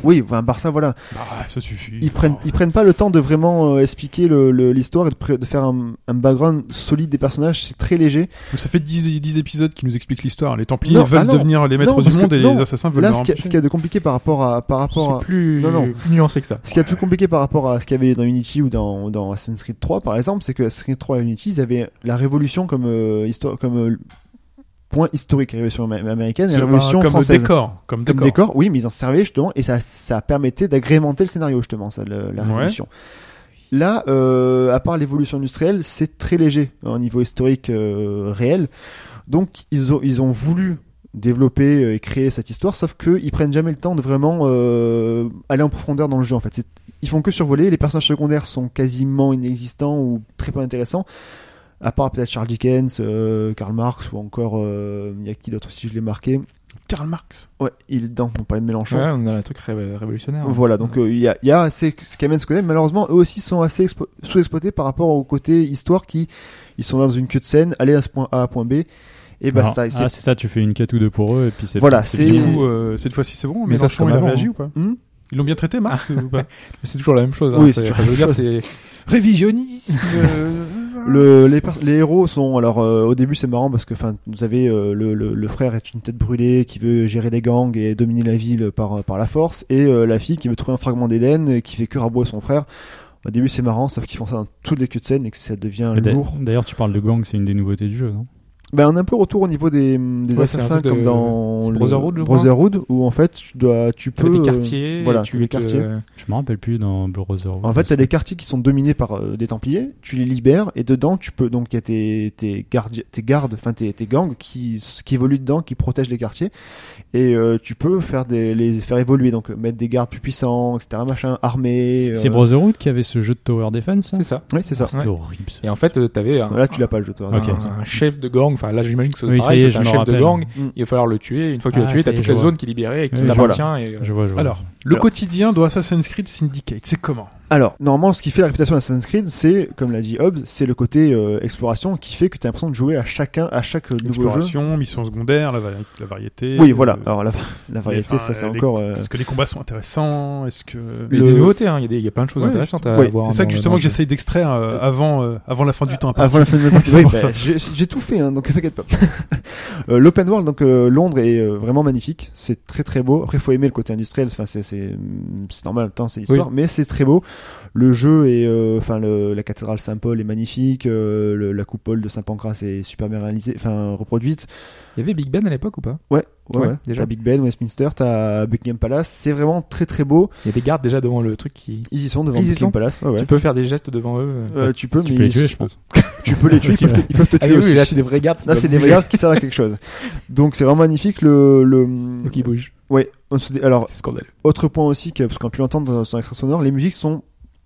Speaker 4: Oui, enfin, par ça, voilà.
Speaker 2: Ah, ça suffit.
Speaker 4: Ils prennent, ils prennent pas le temps de vraiment euh, expliquer le- le- l'histoire et de, pré- de faire un, un background solide des personnages. C'est très léger.
Speaker 2: Ça fait 10, 10 épisodes qui nous expliquent l'histoire. Les Templiers
Speaker 4: Non,
Speaker 2: veulent
Speaker 4: ah non.
Speaker 2: devenir les maîtres
Speaker 4: Non,
Speaker 2: du
Speaker 4: parce
Speaker 2: monde
Speaker 4: que-
Speaker 2: et
Speaker 4: non.
Speaker 2: les assassins veulent
Speaker 4: Là,
Speaker 2: leur
Speaker 4: ce qu'il y, a-
Speaker 2: empêcher.
Speaker 4: ce qu'il y a de compliqué par rapport à par rapport à
Speaker 3: C'est plus,
Speaker 4: Non, non.
Speaker 3: plus nuancé que ça.
Speaker 4: ce qu'il y a de plus compliqué par rapport à ce qu'il y avait dans Unity ou dans, dans Assassin's Creed 3 par exemple, c'est que Assassin's Creed 3 et Unity, ils avaient la révolution comme euh, histoire comme euh, point historique, la révolution am- américaine et
Speaker 2: Ce-
Speaker 4: la
Speaker 2: bah,
Speaker 4: révolution
Speaker 2: comme
Speaker 4: française.
Speaker 2: décor. Comme
Speaker 4: Comme
Speaker 2: décor.
Speaker 4: décor, oui, mais ils en servaient justement, et ça, ça permettait d'agrémenter le scénario justement, ça, le- la
Speaker 2: Ouais.
Speaker 4: révolution. Là, euh, à part l'évolution industrielle, c'est très léger hein, au niveau historique euh, réel. Donc, ils ont, ils ont voulu développer euh, et créer cette histoire, sauf qu'ils prennent jamais le temps de vraiment euh, aller en profondeur dans le jeu. En fait, C'est- ils font que survoler. Les personnages secondaires sont quasiment inexistants ou très peu intéressants. À part peut-être Charles Dickens, euh, Karl Marx ou encore euh, il y a qui d'autre si je l'ai marqué.
Speaker 2: Karl Marx.
Speaker 4: Ouais, il dans on parlait de Mélenchon.
Speaker 5: Ah,
Speaker 3: Ouais, on a un truc ré- révolutionnaire.
Speaker 4: Voilà, donc euh, il y, a, il y a assez ce qu'amène ce côté. Malheureusement, eux aussi sont assez expo- sous-exploités par rapport au côté histoire qui ils sont dans une queue de scène, aller à ce point A à point B et
Speaker 5: Alors,
Speaker 4: basta. Et c'est-
Speaker 5: ah, c'est ça, tu fais une quête ou deux pour eux et puis c'est.
Speaker 4: Voilà,
Speaker 5: c'est
Speaker 4: c'est-
Speaker 5: fini.
Speaker 2: Du coup, euh, cette fois-ci, c'est bon.
Speaker 3: Mais ça,
Speaker 2: Mélenchon,
Speaker 3: c'est comme
Speaker 2: il a
Speaker 3: avant,
Speaker 2: réagi
Speaker 3: hein.
Speaker 2: ou pas
Speaker 4: Hmm
Speaker 2: Ils l'ont bien traité, Marx ou pas
Speaker 3: Mais c'est toujours la même chose. hein,
Speaker 4: Oui,
Speaker 3: c'est-
Speaker 4: c'est toujours
Speaker 3: je veux dire, c'est-
Speaker 2: Révisionniste euh,
Speaker 4: le, les, per- les héros sont alors euh, au début c'est marrant parce que enfin vous avez euh, le, le, le frère est une tête brûlée qui veut gérer des gangs et dominer la ville par par la force et euh, la fille qui veut trouver un fragment d'Éden et qui fait que rabouer son frère. Au début c'est marrant sauf qu'ils font ça dans toutes les queues de scène et que ça devient
Speaker 5: Et d'a-
Speaker 4: lourd.
Speaker 5: D'ailleurs, tu parles de gang, c'est une des nouveautés du jeu, non
Speaker 4: Ben, on a un peu retour au niveau des, mm, des
Speaker 3: Ouais, c'est un
Speaker 4: assassins
Speaker 3: peu de-
Speaker 4: comme dans
Speaker 3: c'est
Speaker 4: le-
Speaker 3: Brotherhood, je crois.
Speaker 4: Brotherhood, où en fait tu dois, tu
Speaker 3: T'as
Speaker 4: peux.
Speaker 3: des
Speaker 4: euh,
Speaker 3: quartiers, et
Speaker 4: voilà,
Speaker 3: tu
Speaker 4: t'as des
Speaker 3: te-
Speaker 4: quartiers.
Speaker 5: Je me rappelle plus dans Brotherhood.
Speaker 4: En fait, t'as des quartiers qui sont dominés par euh, des Templiers, tu les libères et dedans tu peux donc il y a tes tes gardi- tes gardes, enfin tes, tes gangs qui s- qui évoluent dedans, qui protègent les quartiers et euh, tu peux faire des les faire évoluer donc euh, mettre des gardes plus puissants, etc. Machin armés.
Speaker 5: C'est c'est
Speaker 4: euh,
Speaker 5: Brotherhood qui avait ce jeu de Tower Defense.
Speaker 3: Ah,
Speaker 5: ça Ah,
Speaker 3: C'est Ah, ça.
Speaker 4: Oui, c'est ça.
Speaker 5: C'était horrible. ça.
Speaker 3: Et en fait, euh, t'avais un,
Speaker 4: Là, tu l'as pas le jeu toi.
Speaker 3: un-
Speaker 5: Ok.
Speaker 3: un chef de gang. Enfin, là, j'imagine que c'est
Speaker 5: Oui, ça
Speaker 3: pareil.
Speaker 5: y est,
Speaker 3: c'est
Speaker 5: je
Speaker 3: un
Speaker 5: me
Speaker 3: chef de
Speaker 5: rappelle.
Speaker 3: gang.
Speaker 4: Mm.
Speaker 3: Il va falloir le tuer. Une fois que tu
Speaker 5: Ah,
Speaker 3: l'as tué,
Speaker 5: ça
Speaker 3: t'as
Speaker 5: y est,
Speaker 3: toute
Speaker 5: je
Speaker 3: la
Speaker 5: vois.
Speaker 3: zone qui est libérée et qui
Speaker 5: Oui,
Speaker 3: t'appartient. et, euh,
Speaker 5: Je vois, je vois.
Speaker 2: Alors, le
Speaker 4: Alors.
Speaker 2: quotidien de Assassin's Creed Syndicate, c'est comment
Speaker 4: Alors, normalement, ce qui fait la réputation d'Assassin's Creed, c'est, comme l'a dit Hobbes, c'est le côté euh, exploration qui fait que tu as l'impression de jouer à chacun, à chaque euh, nouveau jeu.
Speaker 2: Exploration, mission secondaire, la, vari- la variété.
Speaker 4: Oui, voilà.
Speaker 2: euh,
Speaker 4: Alors, la, la variété,
Speaker 2: enfin,
Speaker 4: ça, c'est
Speaker 2: les-
Speaker 4: encore. euh,
Speaker 2: Est-ce que les combats sont intéressants Est-ce que
Speaker 3: Il y a
Speaker 4: Le-
Speaker 3: des nouveautés, hein, il y a des- il y, a plein de choses
Speaker 2: Ouais,
Speaker 3: intéressantes à
Speaker 4: ouais,
Speaker 3: voir.
Speaker 2: C'est ça
Speaker 3: dans
Speaker 2: que
Speaker 3: le-
Speaker 2: justement
Speaker 3: dans
Speaker 2: que
Speaker 3: le jeu.
Speaker 2: j'essaye d'extraire euh, avant, euh, avant la fin du temps. à
Speaker 4: Avant
Speaker 2: partir.
Speaker 4: la fin de la
Speaker 2: *laughs* C'est
Speaker 4: Oui,
Speaker 2: pour
Speaker 4: bah,
Speaker 2: ça.
Speaker 4: j'ai j'ai tout fait, hein, donc *laughs* t'inquiète pas. Euh, L'open world, donc euh, Londres est euh, vraiment magnifique, c'est très très beau. Après, faut aimer le côté industriel, enfin c'est c'est mm, c'est normal, tant c'est l'histoire, mais c'est très beau. Le jeu est, euh, enfin le- la cathédrale Saint-Paul est magnifique, euh, le- la coupole de Saint-Pancras est super bien réalisée, enfin reproduite.
Speaker 3: Il y avait Big Ben à l'époque ou pas
Speaker 4: Ouais, ouais,
Speaker 3: Ouais,
Speaker 4: ouais.
Speaker 3: déjà.
Speaker 4: T'as Big Ben, Westminster, t'as Buckingham Palace. C'est vraiment très très beau.
Speaker 3: Il y a des gardes déjà devant le truc qui.
Speaker 4: Ils y sont devant
Speaker 3: Ils y
Speaker 4: Buckingham
Speaker 3: sont
Speaker 4: Palace. Ouais, ouais.
Speaker 3: Tu peux faire des gestes devant eux. euh.
Speaker 4: Euh, tu peux,
Speaker 5: tu
Speaker 4: mais
Speaker 5: peux les
Speaker 4: ils-
Speaker 5: tuer, je pense.
Speaker 4: tu peux les tuer. Ils peuvent te, ils peuvent te
Speaker 3: Ah
Speaker 4: tuer
Speaker 3: oui,
Speaker 4: aussi.
Speaker 3: oui, là c'est des vrais gardes.
Speaker 4: Là, c'est des regards qui servent à quelque chose. Donc, c'est vraiment magnifique. Le, le...
Speaker 3: qui bougent.
Speaker 4: Ouais. on se dé- Alors,
Speaker 3: C'est scandaleux.
Speaker 4: autre point aussi, que, parce qu'on a pu l'entendre dans son extrait sonore, les musiques sont,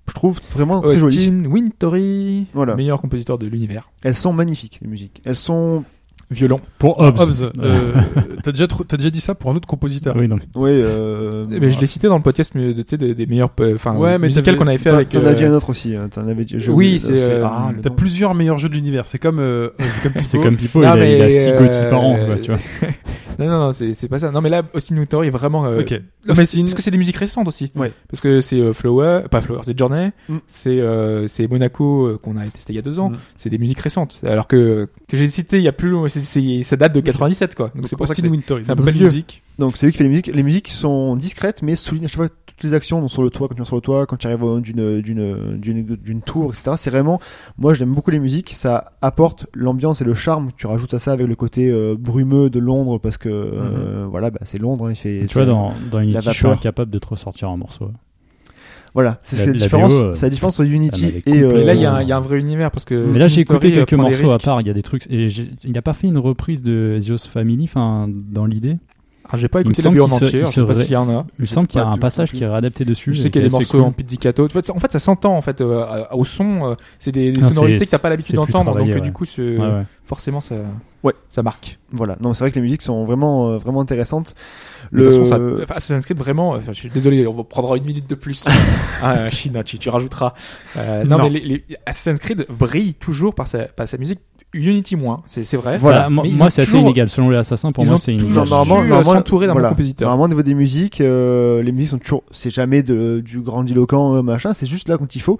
Speaker 4: je trouve,
Speaker 2: Oh,
Speaker 4: vraiment très jolies.
Speaker 3: Austin Wintory,
Speaker 4: Voilà.
Speaker 3: meilleur compositeur de l'univers.
Speaker 4: Elles sont magnifiques, les musiques. Elles sont,
Speaker 3: Violon.
Speaker 5: Pour Hobbes.
Speaker 2: Hobbes, euh, *laughs* t'as déjà, tr- t'as déjà dit ça pour un autre compositeur.
Speaker 5: Ah Oui, non.
Speaker 4: ouais, euh...
Speaker 3: Mais Eh ben, je l'ai cité dans le podcast mais, de- tu sais, des, des meilleurs euh, enfin,
Speaker 2: Ouais, mais
Speaker 3: musicales
Speaker 2: t'avais-
Speaker 3: qu'on avait fait
Speaker 4: T'en
Speaker 3: avec.
Speaker 4: t'en
Speaker 3: euh,
Speaker 4: as dit un autre aussi. hein, T'en avais dit. j'ai
Speaker 3: oui,
Speaker 4: oublié,
Speaker 3: c'est, euh,
Speaker 4: ah, le
Speaker 2: T'as
Speaker 4: nom.
Speaker 2: plusieurs meilleurs jeux de l'univers. C'est comme, euh, c'est comme
Speaker 5: *laughs* C'est
Speaker 2: Pipo.
Speaker 5: comme Pipo,
Speaker 3: Non,
Speaker 5: il, a, il a
Speaker 3: mais,
Speaker 5: six
Speaker 3: euh,
Speaker 5: GOTY par an, quoi, tu vois.
Speaker 3: Non, non, non, c'est c'est pas ça. Non, mais là, Austin Wintory est vraiment. euh,
Speaker 2: Ok.
Speaker 3: Non, mais
Speaker 2: Austin-
Speaker 3: parce que c'est des musiques récentes aussi.
Speaker 2: Ouais.
Speaker 3: Parce que c'est euh, Flower, pas Flower, c'est Journey,
Speaker 2: Mm.
Speaker 3: c'est euh, c'est Monaco euh, qu'on a testé il y a deux ans.
Speaker 2: Mm.
Speaker 3: C'est des musiques récentes. Alors que que j'ai cité il y a plus long, c'est- c'est- ça date de 97 quoi. Donc c'est pour ça que
Speaker 2: Austin Wintory.
Speaker 3: c'est un peu
Speaker 2: Bonne
Speaker 3: vieux.
Speaker 2: musique.
Speaker 4: Donc c'est lui qui fait les musiques. Les musiques sont discrètes, mais soulignent à chaque fois toutes les actions donc sur le toit, quand tu viens sur le toit, quand tu arrives au- d'une d'une d'une d'une tour, etc. C'est vraiment, moi j'aime beaucoup les musiques. Ça apporte l'ambiance et le charme. Tu rajoutes à ça avec le côté euh, brumeux de Londres parce que euh, voilà, bah, c'est Londres. hein, il fait.
Speaker 5: Mhm. Tu vois,
Speaker 4: ça-
Speaker 5: dans, dans Unity, je suis
Speaker 4: vapeur.
Speaker 5: incapable de te ressortir un morceau.
Speaker 4: Voilà, c'est
Speaker 5: la-
Speaker 4: c'est la,
Speaker 5: la
Speaker 4: différence.
Speaker 5: VO, euh,
Speaker 4: c'est la différence entre
Speaker 5: elle
Speaker 4: Unity
Speaker 5: m'avait
Speaker 4: et.
Speaker 5: complètement-
Speaker 3: c'est-
Speaker 4: euh,
Speaker 3: Et là, il y, a un- il y a un vrai univers parce que.
Speaker 5: Mais là,
Speaker 3: Austin
Speaker 5: j'ai écouté
Speaker 3: Wintory, euh,
Speaker 5: quelques
Speaker 3: prend des
Speaker 5: morceaux à
Speaker 3: risques.
Speaker 5: part. Il y a des trucs. Et j'ai- il n'a pas fait une reprise de The Host Family, enfin, dans l'idée.
Speaker 3: Alors, Ah, j'ai pas
Speaker 5: Il me
Speaker 3: écouté la
Speaker 5: semble
Speaker 3: bio en
Speaker 5: qu'il se-
Speaker 3: entier.
Speaker 5: il
Speaker 3: Je
Speaker 5: se
Speaker 3: sais pas
Speaker 5: ré-
Speaker 3: s'il y en a.
Speaker 5: Il me semble qu'il y a
Speaker 4: pas
Speaker 5: un
Speaker 4: du-
Speaker 5: passage qui est réadapté dessus.
Speaker 3: Je
Speaker 5: et
Speaker 3: sais qu'il y a des
Speaker 5: qui est assez
Speaker 3: morceaux
Speaker 5: cool.
Speaker 3: en pizzicato. En fait, ça- en fait, ça s'entend en fait euh, à- au son. euh, c'est des, des
Speaker 5: Ah, c'est-
Speaker 3: sonorités que t'as pas
Speaker 5: c'est
Speaker 3: l'habitude
Speaker 5: plus
Speaker 3: d'entendre, donc
Speaker 5: travaillé,
Speaker 3: euh,
Speaker 5: ouais.
Speaker 3: du coup, ce-
Speaker 5: Ouais, ouais.
Speaker 3: forcément, ça,
Speaker 4: Ouais.
Speaker 3: ça marque.
Speaker 4: Voilà, non, c'est vrai que les musiques sont vraiment, euh, vraiment intéressantes.
Speaker 3: De
Speaker 4: Le...
Speaker 3: toute façon, ça- enfin, Assassin's Creed vraiment. euh, enfin, je suis désolé, on va prendra une minute
Speaker 4: *laughs*
Speaker 3: de plus. ah, China, tu, tu rajouteras. Euh, non,
Speaker 2: Non.
Speaker 3: mais les, les- Assassin's Creed brille toujours par sa, par sa musique. Unity moins, c'est c'est vrai.
Speaker 4: Voilà,
Speaker 5: Bah, moi,
Speaker 3: mais ils
Speaker 5: moi,
Speaker 3: ont
Speaker 5: c'est assez
Speaker 3: toujours-
Speaker 5: inégal. Selon les assassins, pour
Speaker 3: ils ont
Speaker 5: moi, c'est une.
Speaker 3: toujours-
Speaker 4: normalement,
Speaker 3: su, euh,
Speaker 4: normalement,
Speaker 3: s'entourer d'un bon
Speaker 4: voilà.
Speaker 3: compositeur.
Speaker 4: Normalement, au niveau des musiques, euh, les musiques sont toujours, c'est jamais de, du grandiloquent euh, machin, c'est juste là quand il faut.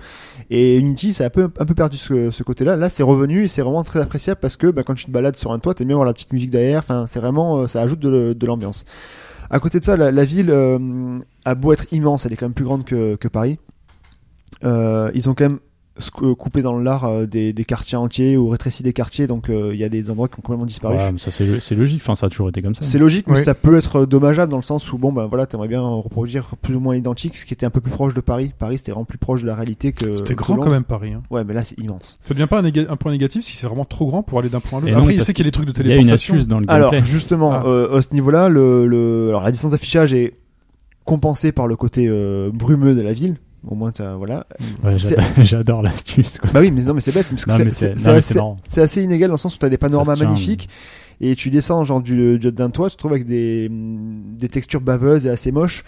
Speaker 4: Et Unity, ça a un peu, un peu perdu ce, ce côté-là. Là, c'est revenu et c'est vraiment très appréciable parce que bah, quand tu te balades sur un toit, t'aimes bien voir la petite musique derrière. Enfin, c'est vraiment, euh, ça ajoute de, de l'ambiance. À côté de ça, la, la ville euh, a beau être immense, elle est quand même plus grande que, que Paris. Euh, ils ont quand même sc- coupé dans l'art euh, des, des quartiers entiers ou rétréci des quartiers, donc euh, il y a des endroits qui ont complètement disparu.
Speaker 5: Ouais, mais ça, c'est c'est logique. Enfin, ça a toujours été comme ça.
Speaker 4: C'est logique, mais
Speaker 3: Oui.
Speaker 4: ça peut être dommageable dans le sens où, bon, ben voilà, t'aimerais bien reproduire plus ou moins identique, ce qui était un peu plus proche de Paris. Paris, c'était vraiment plus proche de la réalité que.
Speaker 2: C'était
Speaker 4: que
Speaker 2: grand
Speaker 4: Londres.
Speaker 2: quand même Paris. hein.
Speaker 4: Ouais, mais là, c'est immense.
Speaker 2: Ça devient pas un, néga- un point négatif si c'est vraiment trop grand pour aller d'un point à
Speaker 5: Et
Speaker 2: l'autre.
Speaker 5: non,
Speaker 2: Après, il
Speaker 5: parce
Speaker 2: sait qu'il y a des trucs de
Speaker 5: Il y a une
Speaker 2: téléportation.
Speaker 5: astuce dans le
Speaker 4: Alors, *laughs*
Speaker 5: gameplay.
Speaker 4: justement,
Speaker 2: Ah.
Speaker 4: euh, à ce niveau-là, le, le- alors, la distance d'affichage est compensée par le côté euh, brumeux de la ville. Au moins, t'as- voilà.
Speaker 5: Ouais,
Speaker 4: c'est-
Speaker 5: j'adore- J'adore l'astuce. quoi.
Speaker 4: Bah oui, mais non, mais c'est bête, parce que
Speaker 5: Non,
Speaker 4: c'est-
Speaker 5: mais c'est
Speaker 4: c'est c'est
Speaker 5: non, mais c'est
Speaker 4: assez,
Speaker 5: marrant.
Speaker 4: c'est assez inégal dans le sens où t'as des panoramas
Speaker 5: tient,
Speaker 4: magnifiques et tu descends genre du du- d'un toit, tu te trouves avec des des textures baveuses et assez moches,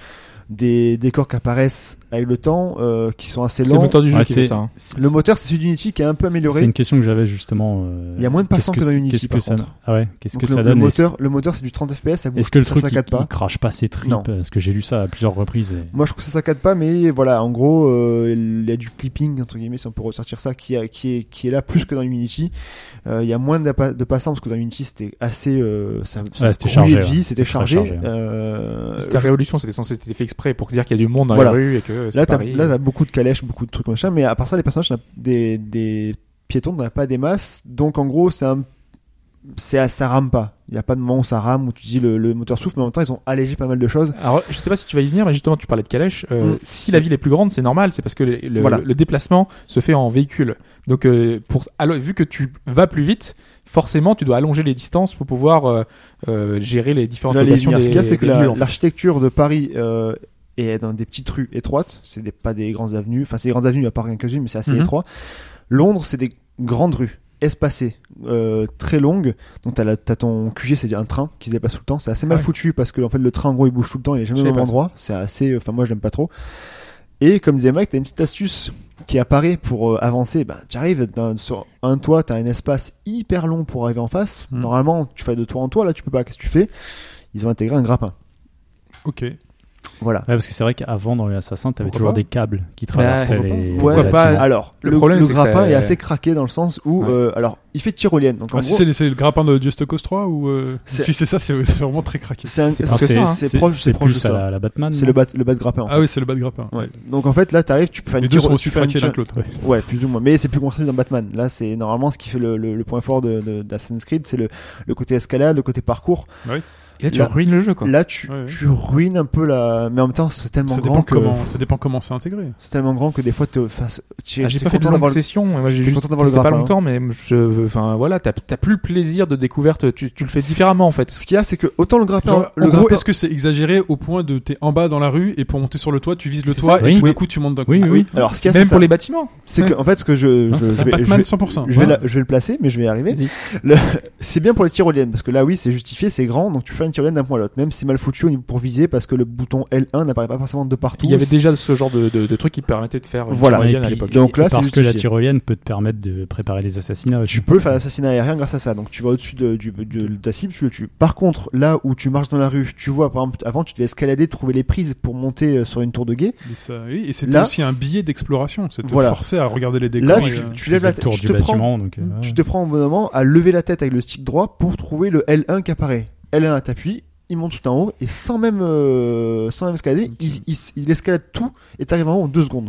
Speaker 4: des décors qui apparaissent avec le temps, euh, qui sont assez
Speaker 3: C'est le
Speaker 4: lents.
Speaker 3: moteur du jeu
Speaker 5: Ouais,
Speaker 3: qui fait ça. hein.
Speaker 5: c'est-
Speaker 4: Le moteur, c'est celui d'Unity qui est un peu
Speaker 5: C'est
Speaker 4: amélioré.
Speaker 5: une question que j'avais justement. euh,
Speaker 4: Il y a moins de
Speaker 5: qu'est-ce
Speaker 4: passants que dans
Speaker 5: c'est-
Speaker 4: Unity,
Speaker 5: qu'est-ce que
Speaker 4: par
Speaker 5: ça-
Speaker 4: contre.
Speaker 5: Ah ouais, qu'est-ce que
Speaker 4: Donc, le,
Speaker 5: ça
Speaker 4: le
Speaker 5: donne Est-ce-
Speaker 4: moteur, le moteur, c'est du 30 FPS, ça bouge
Speaker 5: Est-ce que le truc
Speaker 4: ça
Speaker 5: il,
Speaker 4: saccade
Speaker 5: il
Speaker 4: pas.
Speaker 5: crache pas ses tripes
Speaker 4: Non.
Speaker 5: Parce que j'ai lu ça à plusieurs reprises. et-
Speaker 4: Moi, je trouve que ça saccade pas, mais voilà, en gros, euh, il y a du clipping, entre guillemets, si on peut ressortir ça, qui, a- qui, est, qui est là plus que dans Unity. Euh, il y a moins de, pa- de passants, parce que dans Unity, c'était assez. Euh, ça, ça grouillait
Speaker 5: c'était chargé,
Speaker 4: de vie,
Speaker 5: ouais.
Speaker 4: c'était
Speaker 5: Très
Speaker 4: chargé.
Speaker 5: chargé, ouais.
Speaker 4: Euh,
Speaker 3: C'était la révolution, c'était censé être fait exprès pour dire qu'il y a du monde dans
Speaker 4: Voilà.
Speaker 3: la rue et que c'est
Speaker 4: là, t'as,
Speaker 3: Paris. euh.
Speaker 4: là, t'as beaucoup de calèches, beaucoup de trucs comme ça, mais à part ça, les personnages, t'en as- des, des piétons, t'en as pas des masses, donc en gros, c'est un. C'est, ça rame pas. Il n'y a pas de moment où ça rame, où tu dis le, le moteur souffle, mais en même temps, ils ont allégé pas mal de choses.
Speaker 3: Alors, je sais pas si tu vas y venir, mais justement, tu parlais de calèche. Euh,
Speaker 4: Mm.
Speaker 3: Si la ville est plus grande, c'est normal, c'est parce que le, le-
Speaker 4: Voilà.
Speaker 3: le déplacement se fait en véhicule. Donc, euh, pour, alors, vu que tu vas plus vite, forcément, tu dois allonger les distances pour pouvoir euh, euh, gérer les différentes
Speaker 4: Là, les
Speaker 3: locations
Speaker 4: lumières,
Speaker 3: des,
Speaker 4: ce qu'il y a, c'est que
Speaker 3: des
Speaker 4: la-
Speaker 3: lieux, en fait.
Speaker 4: l'architecture de Paris euh, est dans des petites rues étroites. C'est des- pas des grandes avenues. Enfin, c'est des grandes avenues à part quelques-unes, mais c'est assez
Speaker 2: Mhm.
Speaker 4: étroit. Londres, c'est des grandes rues espacées, euh, très longues. Donc, t'as la- t'as ton QG, c'est un train qui se déplace tout le temps. C'est assez mal
Speaker 3: Ouais.
Speaker 4: foutu parce que, en fait, le train, en gros, il bouge tout le temps. Il est jamais
Speaker 3: Je
Speaker 4: au
Speaker 3: savais
Speaker 4: même
Speaker 3: pas
Speaker 4: endroit. C'est assez. Enfin, moi, je l'aime pas trop. Et comme disait Mike, t'as une petite astuce qui apparaît pour euh, avancer. Ben, tu arrives d'un- sur un toit, t'as un espace hyper long pour arriver en face.
Speaker 2: Mhm.
Speaker 4: Normalement, tu fais de toit en toit. Là, tu peux pas. Qu'est-ce que tu fais ils ont intégré un grappin.
Speaker 2: Ok.
Speaker 4: Voilà.
Speaker 5: Ouais, parce que c'est vrai qu'avant dans les assassins, t'avais
Speaker 2: Pourquoi
Speaker 5: toujours
Speaker 2: pas
Speaker 5: des câbles qui traversaient
Speaker 3: Bah, pourquoi pas
Speaker 4: Ouais, bah,
Speaker 5: les. les
Speaker 3: Pourquoi pas
Speaker 5: bâtiments.
Speaker 4: Alors, le,
Speaker 3: Le problème,
Speaker 4: le
Speaker 3: c'est que
Speaker 4: grappin
Speaker 3: ça-
Speaker 4: est assez craqué dans le sens où,
Speaker 3: Ouais.
Speaker 4: euh, alors, il fait tyrolienne. Donc, en
Speaker 2: Ah, si
Speaker 4: gros,
Speaker 2: c'est c'est le grappin de Just Cause 3 ou euh,
Speaker 4: C'est-
Speaker 2: si c'est ça, c'est c'est vraiment très craqué.
Speaker 4: c'est un-
Speaker 3: c'est
Speaker 4: c'est-
Speaker 3: parce que
Speaker 4: c'est-
Speaker 3: ça, hein.
Speaker 4: c'est proche, c'est proche de
Speaker 5: plus à la,
Speaker 4: ça.
Speaker 5: la Batman. hein.
Speaker 4: C'est le bat, le bat de grappin. en
Speaker 2: Ah oui, c'est le bas de grappin.
Speaker 4: fait. Ouais. Donc, en fait, là, t'arrives, tu peux faire
Speaker 2: Les
Speaker 4: une
Speaker 2: deux
Speaker 4: tyro-
Speaker 2: sont
Speaker 4: tu
Speaker 2: aussi
Speaker 4: peux faire une
Speaker 2: craqués l'un
Speaker 4: tyro-
Speaker 2: que l'autre.
Speaker 4: Ouais, plus ou moins. Mais c'est plus construit dans Batman. Là, c'est normalement ce qui fait le, le, le point fort de, de, d'Assassin's Creed, c'est le, le côté escalade, le côté parcours.
Speaker 3: Et là, tu
Speaker 4: là-
Speaker 3: ruines le jeu, quoi.
Speaker 4: Là, tu,
Speaker 2: Ouais, ouais.
Speaker 4: tu ruines un peu la, mais en même temps, c'est tellement
Speaker 2: Ça
Speaker 4: grand
Speaker 2: dépend,
Speaker 4: que,
Speaker 2: comment, ça dépend comment c'est intégré.
Speaker 4: c'est tellement grand que des fois, te, enfin, c'est- j'ai-
Speaker 3: Ah, j'ai
Speaker 4: j'étais
Speaker 3: pas fait de
Speaker 4: content
Speaker 3: longue
Speaker 4: d'avoir le-
Speaker 3: session, moi j'ai
Speaker 4: j'étais
Speaker 3: juste
Speaker 4: content d'avoir le
Speaker 3: testé pas
Speaker 4: grappin,
Speaker 3: longtemps, mais je, enfin voilà, t'as t'as plus le plaisir de découverte, tu, tu le fais différemment en fait.
Speaker 4: Ce qu'il y a, c'est que autant le grappin,
Speaker 2: Genre,
Speaker 4: le
Speaker 2: en gros,
Speaker 4: grappin,
Speaker 2: est-ce que c'est exagéré au point de t'es en bas dans la rue et pour monter sur le toit, tu vises le
Speaker 3: C'est
Speaker 2: toit
Speaker 3: ça.
Speaker 2: et
Speaker 5: Oui.
Speaker 2: tout d'un
Speaker 5: Oui.
Speaker 2: coup tu montes d'un coup Ah
Speaker 5: Oui, oui.
Speaker 4: Ah alors ce qu'il y a, c'est
Speaker 3: Même
Speaker 4: ça.
Speaker 3: pour les bâtiments.
Speaker 4: C'est que, en fait, ce que je,
Speaker 5: Non,
Speaker 4: je,
Speaker 5: c'est
Speaker 4: je
Speaker 5: ça,
Speaker 4: vais,
Speaker 2: Batman
Speaker 4: je-
Speaker 2: 100%.
Speaker 4: je vais,
Speaker 2: Ouais.
Speaker 4: la- je vais le *laughs* placer, mais je vais y arriver.
Speaker 3: Vas-y.
Speaker 4: Le- c'est bien pour les tyroliennes parce que là, oui, c'est justifié, c'est grand, donc tu fais une tyrolienne d'un point à l'autre, même si c'est mal foutu au niveau pour viser parce que le bouton L1 n'apparaît pas forcément de partout.
Speaker 3: Il y avait déjà ce genre de, de, de truc qui permettait de faire une
Speaker 4: Voilà.
Speaker 3: tyrolienne
Speaker 5: Ouais,
Speaker 3: à
Speaker 5: puis-
Speaker 3: l'époque.
Speaker 4: Donc là,
Speaker 5: et
Speaker 4: c'est
Speaker 5: parce que la
Speaker 4: justifié.
Speaker 5: tyrolienne peut te permettre de préparer les assassinats.
Speaker 4: Tu peux faire l'assassinat aérien grâce à ça. Donc tu vas au-dessus de, du- de ta cible, tu le tues. Par contre, là où tu marches dans la rue, tu vois, par exemple, avant tu devais escalader, trouver les prises pour monter euh, sur une tour de guet.
Speaker 2: Mais ça, oui, et c'était
Speaker 4: Là-
Speaker 2: aussi un billet d'exploration, c'était
Speaker 4: Voilà.
Speaker 2: forcer à regarder les décors.
Speaker 4: Là,
Speaker 2: et,
Speaker 4: tu,
Speaker 2: euh,
Speaker 4: tu lèves la
Speaker 5: le
Speaker 4: tête,
Speaker 5: tour
Speaker 4: tu
Speaker 5: du
Speaker 4: te prends,
Speaker 5: bâtiment. Donc, euh,
Speaker 4: tu
Speaker 5: ouais.
Speaker 4: te prends au bon moment à lever la tête avec le stick droit pour trouver le L1 qui apparaît. L1 t'appuie, il monte tout en haut et sans même, euh, sans même escalader, il, il, il escalade tout et t'arrives en haut en deux secondes.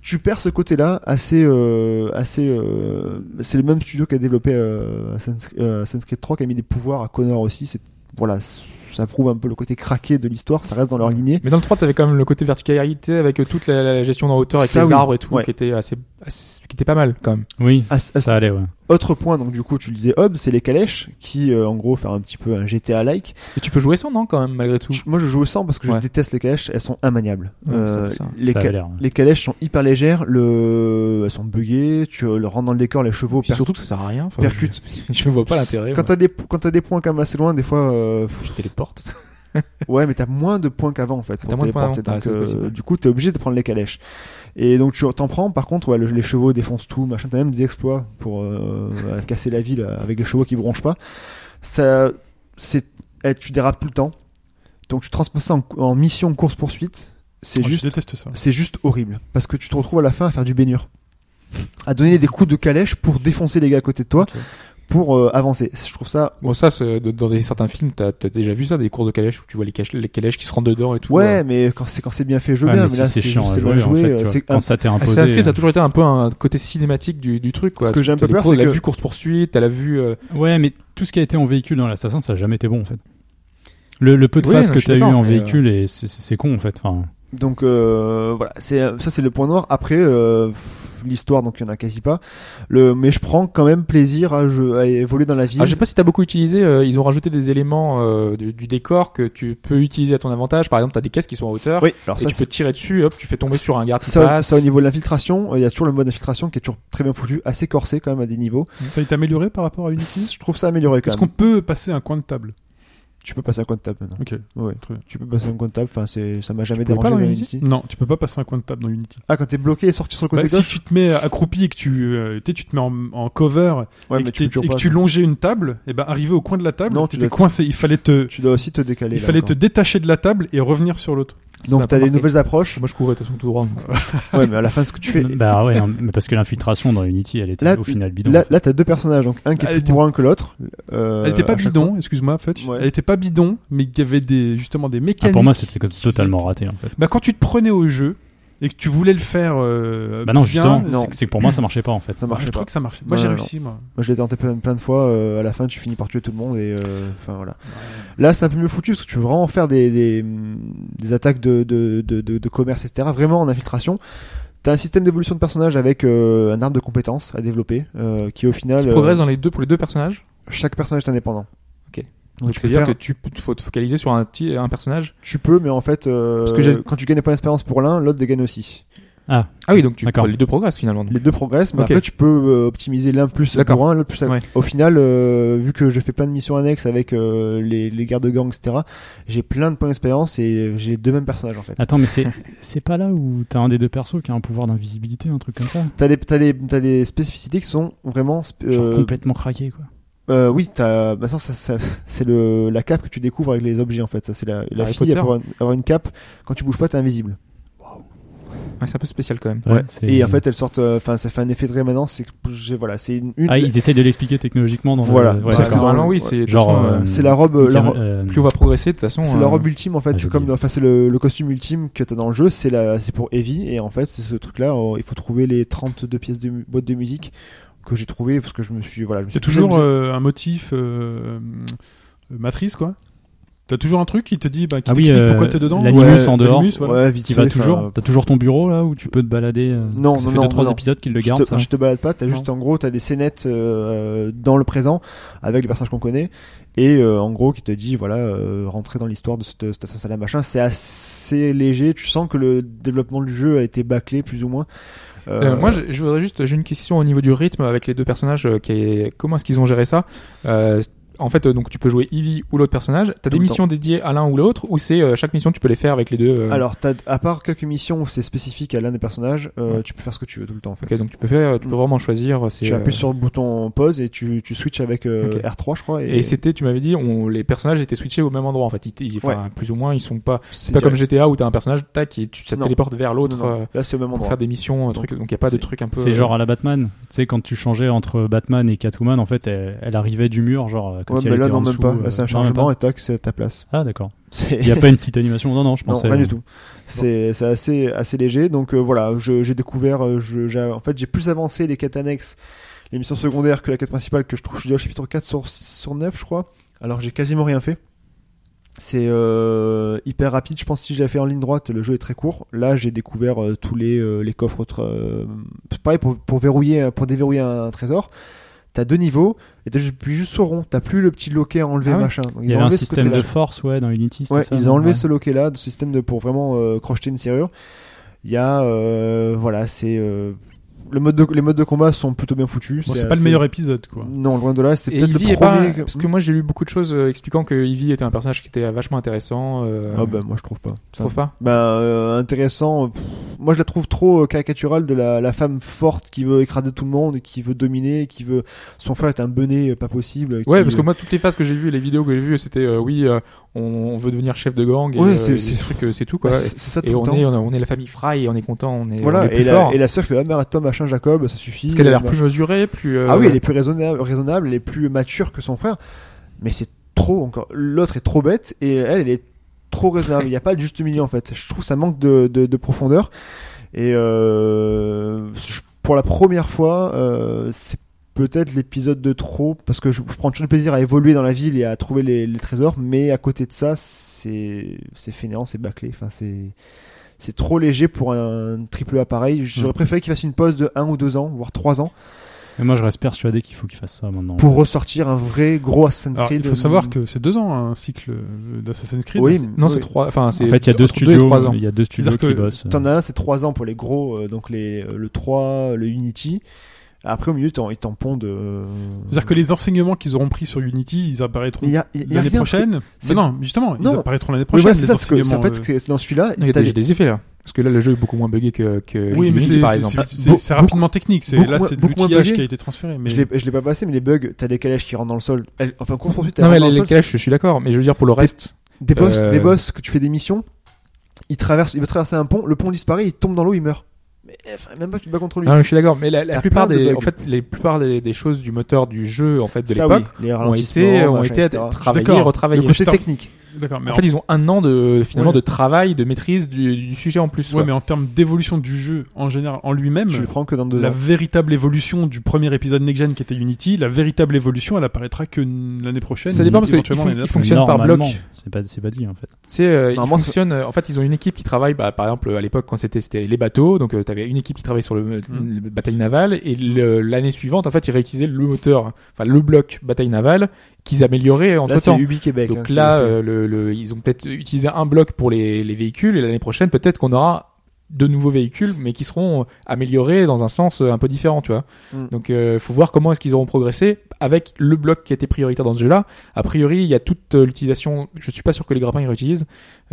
Speaker 4: Tu perds ce côté-là assez, euh, assez. euh, c'est le même studio qui a développé euh, Assassin's Creed- euh, Assassin's Creed 3 qui a mis des pouvoirs à Connor aussi. C'est voilà, ça prouve un peu le côté craqué de l'histoire. Ça reste dans leur lignée.
Speaker 3: Mais dans le 3, t'avais quand même le côté verticalité avec euh, toute la, la gestion en hauteur avec
Speaker 4: Ça,
Speaker 3: les
Speaker 4: oui.
Speaker 3: arbres et tout
Speaker 4: Ouais.
Speaker 3: qui était assez, assez- qui était pas mal quand même.
Speaker 5: Oui,
Speaker 4: À ce- à ce
Speaker 5: ça allait, ouais.
Speaker 4: Autre point, donc du coup, tu le disais Hobbes, c'est les calèches qui, euh, en gros, faire un petit peu un GTA-like.
Speaker 3: Et tu peux jouer sans, non, quand même, malgré tout.
Speaker 4: Je- Moi, je joue sans parce que je
Speaker 3: Ouais.
Speaker 4: déteste les calèches. Elles sont immaniables.
Speaker 3: Ouais,
Speaker 4: Euh,
Speaker 3: ça, ça.
Speaker 4: les, ca-
Speaker 5: Ça avait l'air, ouais.
Speaker 4: les calèches sont hyper légères. Le... Elles sont buggées. Tu euh, le rentres dans le décor, les chevaux
Speaker 3: Puis
Speaker 4: per-
Speaker 3: surtout que ça sert à rien. Enfin,
Speaker 4: percutent.
Speaker 3: Je, *laughs* je vois pas l'intérêt.
Speaker 4: Quand
Speaker 3: moi.
Speaker 4: t'as des quand t'as des points quand même assez loin, des fois, euh, pff,
Speaker 3: Je téléporte.
Speaker 4: *laughs* ouais, mais t'as moins de points qu'avant en fait pour
Speaker 3: Ah, T'as moins de points
Speaker 4: téléporter.
Speaker 3: avant.
Speaker 4: Donc,
Speaker 3: Ouais, c'est
Speaker 4: euh,
Speaker 3: possible.
Speaker 4: du coup, t'es obligé de prendre les calèches. Et donc tu t'en prends. Par contre, ouais, le- les chevaux défoncent tout, machin. T'as même des exploits pour euh, casser la ville euh, avec les chevaux qui bronchent pas. Ça, c'est, eh, tu dérapes tout le temps. Donc tu transposes ça en, en mission course poursuite. C'est
Speaker 2: oh,
Speaker 4: juste
Speaker 2: Je déteste ça.
Speaker 4: C'est juste horrible. Parce que tu te retrouves à la fin à faire du baignure. À donner des coups de calèche pour défoncer les gars à côté de toi.
Speaker 3: Ok.
Speaker 4: Pour euh, avancer. Je trouve ça.
Speaker 3: Bon, ça, c'est- dans des, certains films, t'as as déjà vu ça, des courses de calèches où tu vois les, calèches- les calèches qui se rendent dedans et tout.
Speaker 4: Ouais,
Speaker 3: euh.
Speaker 4: mais quand c'est quand c'est bien fait, je veux
Speaker 5: Ouais,
Speaker 4: bien. Ah,
Speaker 5: mais
Speaker 4: Mais,
Speaker 5: si
Speaker 4: là,
Speaker 5: c'est
Speaker 4: c'est
Speaker 5: chiant
Speaker 4: juste-
Speaker 5: à
Speaker 4: c'est
Speaker 5: jouer,
Speaker 4: mal
Speaker 5: en
Speaker 4: joué.
Speaker 5: fait,
Speaker 4: euh,
Speaker 5: tu vois.
Speaker 4: c'est un-
Speaker 5: quand ça t'est imposé.
Speaker 3: Ah, Assassin's Creed, ça a toujours été un peu un côté cinématique du, du truc, quoi.
Speaker 4: Ce que j'ai un peu
Speaker 3: T'as les
Speaker 4: peur,
Speaker 3: courses,
Speaker 4: c'est
Speaker 3: la
Speaker 4: que-
Speaker 3: vue course-poursuite, t'as la vue, euh,
Speaker 5: Ouais, mais tout ce qui a été en véhicule dans l'Assassin, ça a jamais été bon en fait. Le, le peu de
Speaker 3: Oui,
Speaker 5: phases
Speaker 3: non,
Speaker 5: que
Speaker 3: je suis
Speaker 5: t'as eu
Speaker 3: d'accord,
Speaker 5: en
Speaker 3: mais,
Speaker 4: euh,
Speaker 5: véhicule, et c'est- c'est c'est con en fait. Enfin,
Speaker 4: Donc euh, voilà, c'est ça c'est le point noir. Après euh, pff, l'histoire, donc il y en a quasi pas. Le mais je prends quand même plaisir à, je- à évoluer dans la ville.
Speaker 3: Ah, je sais pas si t'as beaucoup utilisé. euh, ils ont rajouté des éléments euh, du, du décor que tu peux utiliser à ton avantage. Par exemple, t'as des caisses qui sont en hauteur.
Speaker 4: Oui, alors
Speaker 3: et
Speaker 4: ça Ah,
Speaker 3: tu peux tirer dessus, hop, tu fais tomber sur un garde qui
Speaker 4: ça,
Speaker 3: passe.
Speaker 4: ça, au niveau de l'infiltration, euh, il y a toujours le mode d'infiltration qui est toujours très bien foutu, assez corsé quand même à des niveaux.
Speaker 2: Ça est amélioré par rapport à Unity
Speaker 4: Je trouve ça amélioré quand
Speaker 2: Est-ce
Speaker 4: même.
Speaker 2: qu'on peut passer un coin de table
Speaker 4: Tu peux passer un compte table maintenant.
Speaker 2: Ok.
Speaker 4: Ouais,
Speaker 2: Très bien.
Speaker 4: tu peux passer un compte table, enfin, c'est, ça m'a jamais
Speaker 3: pouvais
Speaker 4: dérangé.
Speaker 3: pas dans
Speaker 4: mais
Speaker 3: Unity
Speaker 4: Unity.
Speaker 2: Non, tu peux pas passer un coin de table dans Unity.
Speaker 4: Ah, quand t'es bloqué et sorti sur le côté
Speaker 2: Bah, si
Speaker 4: gauche
Speaker 2: tu te mets accroupi et que tu, euh, tu sais, tu te mets en, en cover
Speaker 4: Ouais,
Speaker 2: et, que
Speaker 4: mais tu
Speaker 2: t'es-
Speaker 4: peux toujours
Speaker 2: et que
Speaker 4: pas.
Speaker 2: tu longeais une table, et ben arrivé au coin de la table,
Speaker 4: Non,
Speaker 2: non,
Speaker 4: tu
Speaker 2: tu étais
Speaker 4: dois-
Speaker 2: coincé. Il fallait te,
Speaker 4: Tu dois aussi te décaler.
Speaker 2: il
Speaker 4: là,
Speaker 2: fallait te
Speaker 4: encore.
Speaker 2: détacher de la table et revenir sur l'autre.
Speaker 3: Ça m'a
Speaker 4: Donc t'as
Speaker 3: pas
Speaker 4: des
Speaker 3: marqué.
Speaker 4: nouvelles approches.
Speaker 3: Moi, je courais de toute façon tout droit. donc.
Speaker 4: ouais, mais à la fin, ce que
Speaker 2: *laughs*
Speaker 4: tu fais.
Speaker 5: bah ouais, hein, mais parce que l'infiltration dans Unity, elle était
Speaker 4: Là,
Speaker 5: au final bidon.
Speaker 4: Là, là, t'as deux personnages, donc un qui est
Speaker 2: Elle
Speaker 4: plus
Speaker 2: était-
Speaker 4: bourrin que l'autre. euh,
Speaker 2: Elle était pas
Speaker 4: à chaque fois.
Speaker 2: bidon, excuse-moi, Fetch.
Speaker 4: Ouais.
Speaker 2: Elle était pas bidon, mais il y avait des, justement des
Speaker 5: Ah,
Speaker 2: mécaniques.
Speaker 5: pour moi, c'était totalement raté en fait.
Speaker 2: Bah, quand tu te prenais au jeu et que tu voulais le faire euh,
Speaker 5: Bah non,
Speaker 2: bien,
Speaker 5: justement,
Speaker 4: non.
Speaker 5: c'est- c'est que pour moi, ça marchait pas en fait.
Speaker 4: Ça
Speaker 2: bah, je
Speaker 4: marchait pas.
Speaker 2: crois que ça marchait. Moi,
Speaker 4: Non,
Speaker 2: j'ai
Speaker 4: non,
Speaker 2: réussi, moi.
Speaker 4: Moi, je l'ai tenté plein, plein de fois. euh, à la fin, tu finis par tuer tout le monde et euh, enfin voilà. Là, c'est un peu mieux foutu parce que tu veux vraiment faire des des, des attaques de de, de, de de commerce etc. Vraiment en infiltration. T'as un système d'évolution de personnage avec euh, un arbre de compétences à développer euh, qui au final
Speaker 3: Tu
Speaker 4: euh,
Speaker 3: progresses dans les deux pour les deux personnages.
Speaker 4: chaque personnage est indépendant.
Speaker 3: Ok.
Speaker 4: Donc,
Speaker 3: Donc,
Speaker 4: tu peux
Speaker 3: c'est-à-dire
Speaker 4: faire
Speaker 3: que tu peux te faut te focaliser sur un, petit- un personnage.
Speaker 4: Tu peux, mais en fait, euh,
Speaker 3: Parce que j'ai-
Speaker 4: quand tu gagnes des points d'expérience pour l'un, l'autre les gagne aussi.
Speaker 3: Ah oui, donc tu
Speaker 5: D'accord.
Speaker 3: les deux progressent finalement.
Speaker 4: Les deux progressent, mais
Speaker 3: Ok.
Speaker 4: après, tu peux euh, optimiser l'un plus
Speaker 3: D'accord.
Speaker 4: pour un, l'autre plus à...
Speaker 3: Ouais.
Speaker 4: Au final, euh, vu que je fais plein de missions annexes avec euh, les, les gardes de gang, etc., j'ai plein de points d'expérience et j'ai les deux mêmes personnages, en
Speaker 3: Ah.
Speaker 4: fait.
Speaker 5: Attends, mais c'est c'est pas là où t'as un des deux persos qui a un pouvoir d'invisibilité, un truc comme ça
Speaker 4: T'as des, t'as des, t'as des spécificités qui sont vraiment... sp-
Speaker 5: Genre
Speaker 4: euh,
Speaker 5: complètement craqué quoi.
Speaker 4: euh, oui, t'as... Bah, ça, ça, ça- c'est le, la cape que tu découvres avec les objets, en fait. Ça, c'est la, la
Speaker 3: Harry
Speaker 4: fille,
Speaker 3: Potter.
Speaker 4: pour avoir une- avoir une cape, quand tu bouges pas, t'es invisible.
Speaker 3: Ouais, c'est un peu spécial quand même.
Speaker 5: Ouais, c'est-
Speaker 4: Et en fait, elle sort... euh, Enfin, ça fait un effet de rémanence, c'est que... j'ai- Voilà, c'est une... une-
Speaker 5: Ah, ils essayent de l'expliquer technologiquement dans le-
Speaker 4: Voilà.
Speaker 5: ouais,
Speaker 4: Parce que
Speaker 3: Parce que
Speaker 5: d'accord.
Speaker 4: dans-
Speaker 3: normalement, oui,
Speaker 4: ouais.
Speaker 3: c'est de toute
Speaker 5: Genre,
Speaker 3: façon,
Speaker 5: euh,
Speaker 3: euh,
Speaker 4: C'est la robe... euh, la, ro-
Speaker 5: Euh,
Speaker 3: Plus on va progresser, de toute façon.
Speaker 4: C'est
Speaker 3: euh,
Speaker 4: la robe ultime en fait,
Speaker 5: ah,
Speaker 4: c'est
Speaker 5: j'ai
Speaker 4: comme
Speaker 5: oublié.
Speaker 4: enfin c'est le, le costume ultime que t'as dans le jeu, c'est la c'est pour Heavy et en fait c'est ce truc là, il faut trouver les 32 pièces de mu- boîtes de musique que j'ai trouvé parce que je me suis voilà, je me
Speaker 2: C'est
Speaker 4: suis
Speaker 2: toujours
Speaker 4: amusé.
Speaker 2: euh, un motif euh, euh, matrice, quoi. T'as toujours un truc qui te dit, bah, qui
Speaker 5: Ah oui,
Speaker 2: t'explique
Speaker 5: euh,
Speaker 2: pourquoi t'es dedans.
Speaker 5: l'animus
Speaker 4: Ouais,
Speaker 5: en dehors.
Speaker 2: l'animus, voilà.
Speaker 4: Ouais, vite
Speaker 5: T'y
Speaker 4: fait,
Speaker 5: vas
Speaker 4: enfin,
Speaker 5: toujours T'as toujours ton bureau là où tu peux te balader euh,
Speaker 4: Non,
Speaker 5: parce
Speaker 4: non,
Speaker 5: que ça fait
Speaker 4: non,
Speaker 5: deux, trois
Speaker 4: non.
Speaker 5: épisodes qu'ils le
Speaker 4: tu
Speaker 5: gardent.
Speaker 4: te,
Speaker 5: ça.
Speaker 4: tu te balades pas, t'as
Speaker 5: Non.
Speaker 4: juste en gros t'as des scénettes euh, dans le présent avec les personnages qu'on connaît et euh, en gros qui te dit voilà euh, rentrer dans l'histoire de cette, cet assassinat machin, c'est assez léger, tu sens que le développement du jeu a été bâclé plus ou moins.
Speaker 3: Euh,
Speaker 4: Euh,
Speaker 3: moi, je, je voudrais juste, j'ai une question au niveau du rythme avec les deux personnages. euh, qui est, comment est-ce qu'ils ont géré ça Euh, en fait, euh, donc tu peux jouer Eevee ou l'autre personnage. T'as
Speaker 4: Tout
Speaker 3: des
Speaker 4: le
Speaker 3: missions dédiées à l'un ou l'autre, ou c'est euh, chaque mission tu peux les faire avec les deux. euh,
Speaker 4: Alors, t'as- à part quelques missions où c'est spécifique à l'un des personnages, euh, tu peux faire ce que tu veux tout le temps. En fait.
Speaker 3: Ok, donc tu peux faire, tu peux
Speaker 4: Mm.
Speaker 3: vraiment choisir. euh, c'est,
Speaker 4: Tu
Speaker 3: euh,
Speaker 4: appuies sur le bouton pause et tu, tu switches avec euh,
Speaker 3: Ok.
Speaker 4: R3, je crois.
Speaker 3: Et c'était, tu m'avais dit, on, les personnages étaient switchés au même endroit en fait. Ils, ils- enfin, plus ou moins, ils sont pas. C'est pas comme GTA où t'as un personnage, tac, et tu, ça te
Speaker 4: Non.
Speaker 3: téléporte vers l'autre euh,
Speaker 4: Là, c'est au même
Speaker 3: pour
Speaker 4: endroit.
Speaker 3: faire des missions, euh, trucs. Donc il y a pas de
Speaker 4: c'est-
Speaker 3: trucs un peu.
Speaker 5: C'est
Speaker 3: euh,
Speaker 5: genre à la Batman. Tu sais, quand tu changeais entre Batman et Catwoman, en fait, elle, elle arrivait du mur, genre euh, comme
Speaker 4: Ouais,
Speaker 5: si
Speaker 4: mais
Speaker 5: elle
Speaker 4: là,
Speaker 5: était
Speaker 4: non,
Speaker 5: en
Speaker 4: même
Speaker 5: dessous,
Speaker 4: pas.
Speaker 5: euh,
Speaker 4: Là, c'est
Speaker 5: non,
Speaker 4: un
Speaker 5: même
Speaker 4: chargement
Speaker 5: pas.
Speaker 4: et toc, c'est à ta place.
Speaker 5: Ah,
Speaker 4: *laughs*
Speaker 5: d'accord.
Speaker 4: C'est-
Speaker 5: Il n'y a pas une petite animation. Non, non, je
Speaker 4: Non,
Speaker 5: pensais.
Speaker 4: rien
Speaker 5: euh,
Speaker 4: du tout. C'est c'est assez, assez léger. Donc euh, voilà, je- j'ai découvert. euh, je- j'ai- en fait, j'ai plus avancé les quêtes annexes, les missions secondaires que la quête principale que je trouve. Je suis déjà au chapitre 4 sur, sur 9, je crois. Alors que j'ai quasiment rien fait. C'est euh, hyper rapide. Je pense que si je l'avais fait en ligne droite, le jeu est très court. Là, j'ai découvert euh, tous les, euh, les coffres. autres, euh, c'est pareil, pour, pour, verrouiller, pour déverrouiller un, trésor, t'as deux niveaux et t'as juste, puis juste au rond. T'as plus le petit loquet à enlever,
Speaker 3: Ah ouais.
Speaker 4: machin. Donc,
Speaker 5: Il y
Speaker 4: ont
Speaker 5: avait un
Speaker 4: enlevé ce
Speaker 5: système
Speaker 4: côté-là.
Speaker 5: de force, ouais, dans Unity. c'était
Speaker 4: Ouais,
Speaker 5: ça,
Speaker 4: ils
Speaker 5: non
Speaker 4: ont enlevé
Speaker 5: Ouais.
Speaker 4: ce loquet-là, ce système de, pour vraiment euh, crocheter une serrure. Il y a, euh, voilà, c'est euh, le mode de, les modes de combat sont plutôt bien foutus.
Speaker 2: Bon, c'est pas le meilleur épisode, quoi.
Speaker 4: Non, loin de là, c'est
Speaker 3: et
Speaker 4: peut-être
Speaker 3: Eevee
Speaker 4: le
Speaker 3: est pas-
Speaker 4: premier. que-
Speaker 3: Parce que moi j'ai lu beaucoup de choses euh, expliquant que Eevee était un personnage qui était vachement intéressant. euh,
Speaker 4: Ah bah moi je trouve pas.
Speaker 3: tu trouves pas
Speaker 4: Bah euh, intéressant. pff, moi je la trouve trop euh, caricaturale de la, la femme forte qui veut écraser tout le monde, et qui veut dominer, qui veut. Son frère est un benet, euh, pas possible.
Speaker 3: Ouais,
Speaker 4: qui-
Speaker 3: parce que moi toutes les phases que j'ai vues, les vidéos que j'ai vues, c'était euh, oui, euh, on, on veut devenir chef de gang. Et,
Speaker 4: Ouais,
Speaker 3: euh,
Speaker 4: c'est-
Speaker 3: et des
Speaker 4: c'est-
Speaker 3: trucs, euh, c'est tout
Speaker 4: Bah,
Speaker 3: quoi.
Speaker 4: c'est c'est ça tout
Speaker 3: et
Speaker 4: le
Speaker 3: on
Speaker 4: temps.
Speaker 3: est, on est- on est la famille Fry et on est content, on est, on
Speaker 4: voilà.
Speaker 3: est plus
Speaker 4: Et la,
Speaker 3: fort.
Speaker 4: et la sœur fait ah, merde, toi machin Jacob, ça suffit. bah.
Speaker 3: Parce qu'elle a l'air
Speaker 4: machin.
Speaker 3: plus mesurée, plus. euh,
Speaker 4: Ah oui, elle est plus raisonnable, raisonnable, elle est plus mature que son frère, mais c'est trop encore. L'autre est trop bête et elle, elle est trop raisonnable. Il n'y a pas de juste milieu en fait. Je trouve que ça manque de, de, de profondeur. Et euh, je- pour la première fois, euh, c'est peut-être l'épisode de trop parce que je, je prends toujours le plaisir à évoluer dans la ville et à trouver les, les trésors, mais à côté de ça, c'est c'est fainéant, c'est bâclé. Enfin, c'est c'est trop léger pour un triple appareil. J'aurais préféré qu'il fasse une pause de 1 ou 2 ans, voire 3 ans
Speaker 5: Et moi, je reste persuadé qu'il faut qu'il fasse ça maintenant.
Speaker 4: pour ressortir un vrai gros Assassin's
Speaker 2: Alors,
Speaker 4: Creed. euh,
Speaker 2: il faut savoir que c'est deux ans un cycle euh, d'Assassin's Creed.
Speaker 4: Oui,
Speaker 2: C'est-
Speaker 3: Non,
Speaker 4: oui.
Speaker 3: c'est trois. Enfin, c'est
Speaker 5: En fait, il y a deux
Speaker 3: entre et
Speaker 5: studios,
Speaker 3: trois ans.
Speaker 5: il y a deux studios
Speaker 2: C'est-à-dire
Speaker 5: qui
Speaker 2: que
Speaker 5: bossent.
Speaker 4: T'en as un, c'est 3 ans pour les gros, euh, donc les, euh, le 3, le Unity. Après, au milieu, t'en- ils t'en pondent. euh,
Speaker 2: C'est-à-dire que les enseignements qu'ils auront pris sur Unity, ils apparaîtront
Speaker 4: Mais y a- y a- y a
Speaker 2: l'année
Speaker 4: rien.
Speaker 2: prochaine.
Speaker 4: c'est-
Speaker 2: Mais non, justement, ils
Speaker 4: Non.
Speaker 2: apparaîtront l'année
Speaker 4: Oui,
Speaker 2: prochaine.
Speaker 4: voilà, c'est
Speaker 2: les
Speaker 4: ça, parce que c'est en
Speaker 2: enseignements,
Speaker 4: fait,
Speaker 2: euh.
Speaker 4: c'est dans celui-là,
Speaker 3: Il y a
Speaker 4: t'as
Speaker 3: des,
Speaker 4: les-
Speaker 3: des effets là. Parce que là, le jeu est beaucoup moins buggé que, que
Speaker 2: Oui, mais
Speaker 3: Unity,
Speaker 2: c'est-
Speaker 3: par
Speaker 2: c'est-
Speaker 3: exemple.
Speaker 2: c'est- c'est c'est
Speaker 4: Beaucoup-
Speaker 2: rapidement technique. C'est
Speaker 4: beaucoup
Speaker 2: là,
Speaker 4: moins-
Speaker 2: c'est de
Speaker 4: beaucoup moins
Speaker 2: l'outillage
Speaker 4: bugué.
Speaker 2: qui a été transféré. Mais
Speaker 4: je l'ai je l'ai pas passé, mais les bugs, t'as des calèches qui rentrent dans le sol. Elles- enfin, course poursuite, elles
Speaker 3: Non,
Speaker 4: rentrent
Speaker 3: mais les,
Speaker 4: dans
Speaker 3: les
Speaker 4: le sol.
Speaker 3: clashs, je suis d'accord. Mais je veux dire, pour le reste.
Speaker 4: Des boss,
Speaker 3: euh,
Speaker 4: des boss que tu fais des missions, il traverse, il veut traverser un pont, le pont disparaît, il tombe dans l'eau, il meurt. Mais enfin, même pas tu te bats contre lui.
Speaker 3: Non, mais je suis d'accord. Mais la, la
Speaker 4: T'as
Speaker 3: plupart
Speaker 4: plein de
Speaker 3: des,
Speaker 4: bugs.
Speaker 3: en fait, les plupart des, des choses du moteur du jeu, en fait, de
Speaker 4: ça oui,
Speaker 3: l'époque,
Speaker 4: les
Speaker 3: ont
Speaker 4: ralentissements,
Speaker 3: été, ont
Speaker 4: machin,
Speaker 3: été
Speaker 4: etc.
Speaker 3: travaillées,
Speaker 2: d'accord.
Speaker 4: Le
Speaker 3: retravaillées.
Speaker 4: côté
Speaker 2: Je-
Speaker 4: technique.
Speaker 2: d'accord. Mais
Speaker 3: En fait, ils ont un an de finalement
Speaker 2: Ouais.
Speaker 3: de travail, de maîtrise du, du sujet en plus.
Speaker 2: Ouais,
Speaker 3: quoi.
Speaker 2: mais en termes d'évolution du jeu en général, en lui-même,
Speaker 4: Tu le prends que dans deux
Speaker 2: la
Speaker 4: ans.
Speaker 2: véritable évolution du premier épisode Next Gen qui était Unity, la véritable évolution, elle apparaîtra que n- l'année prochaine.
Speaker 3: Ça dépend parce que
Speaker 2: éventuellement
Speaker 3: ils font-
Speaker 2: l'année
Speaker 3: ils
Speaker 2: d'après.
Speaker 3: font- fonctionne par
Speaker 5: Normalement,
Speaker 3: bloc.
Speaker 5: C'est pas, c'est pas dit en fait.
Speaker 3: Tu sais, euh, ils
Speaker 4: Normalement, c'est-
Speaker 3: fonctionnent. euh, En fait, ils ont une équipe qui travaille. Bah, par exemple, à l'époque, quand c'était c'était les bateaux, donc tu t'avais une équipe qui travaillait sur le,
Speaker 2: Mm.
Speaker 3: le bataille navale. Et le- l'année suivante, en fait, ils réutilisaient le moteur, enfin le bloc bataille navale qu'ils amélioraient
Speaker 4: Là,
Speaker 3: entre
Speaker 4: c'est
Speaker 3: temps.
Speaker 4: Ubi Québec. hein,
Speaker 3: Donc
Speaker 4: qui
Speaker 3: là,
Speaker 4: le fait.
Speaker 3: euh, le, le- ils ont peut-être utilisé un bloc pour les, les véhicules. Et l'année prochaine, peut-être qu'on aura de nouveaux véhicules, mais qui seront améliorés dans un sens euh, un peu différent, tu vois.
Speaker 4: Mm.
Speaker 3: Donc, euh, faut voir comment est-ce qu'ils auront progressé avec le bloc qui était prioritaire dans ce jeu-là. A priori, il y a toute euh, l'utilisation. Je suis pas sûr que les grappins ils réutilisent,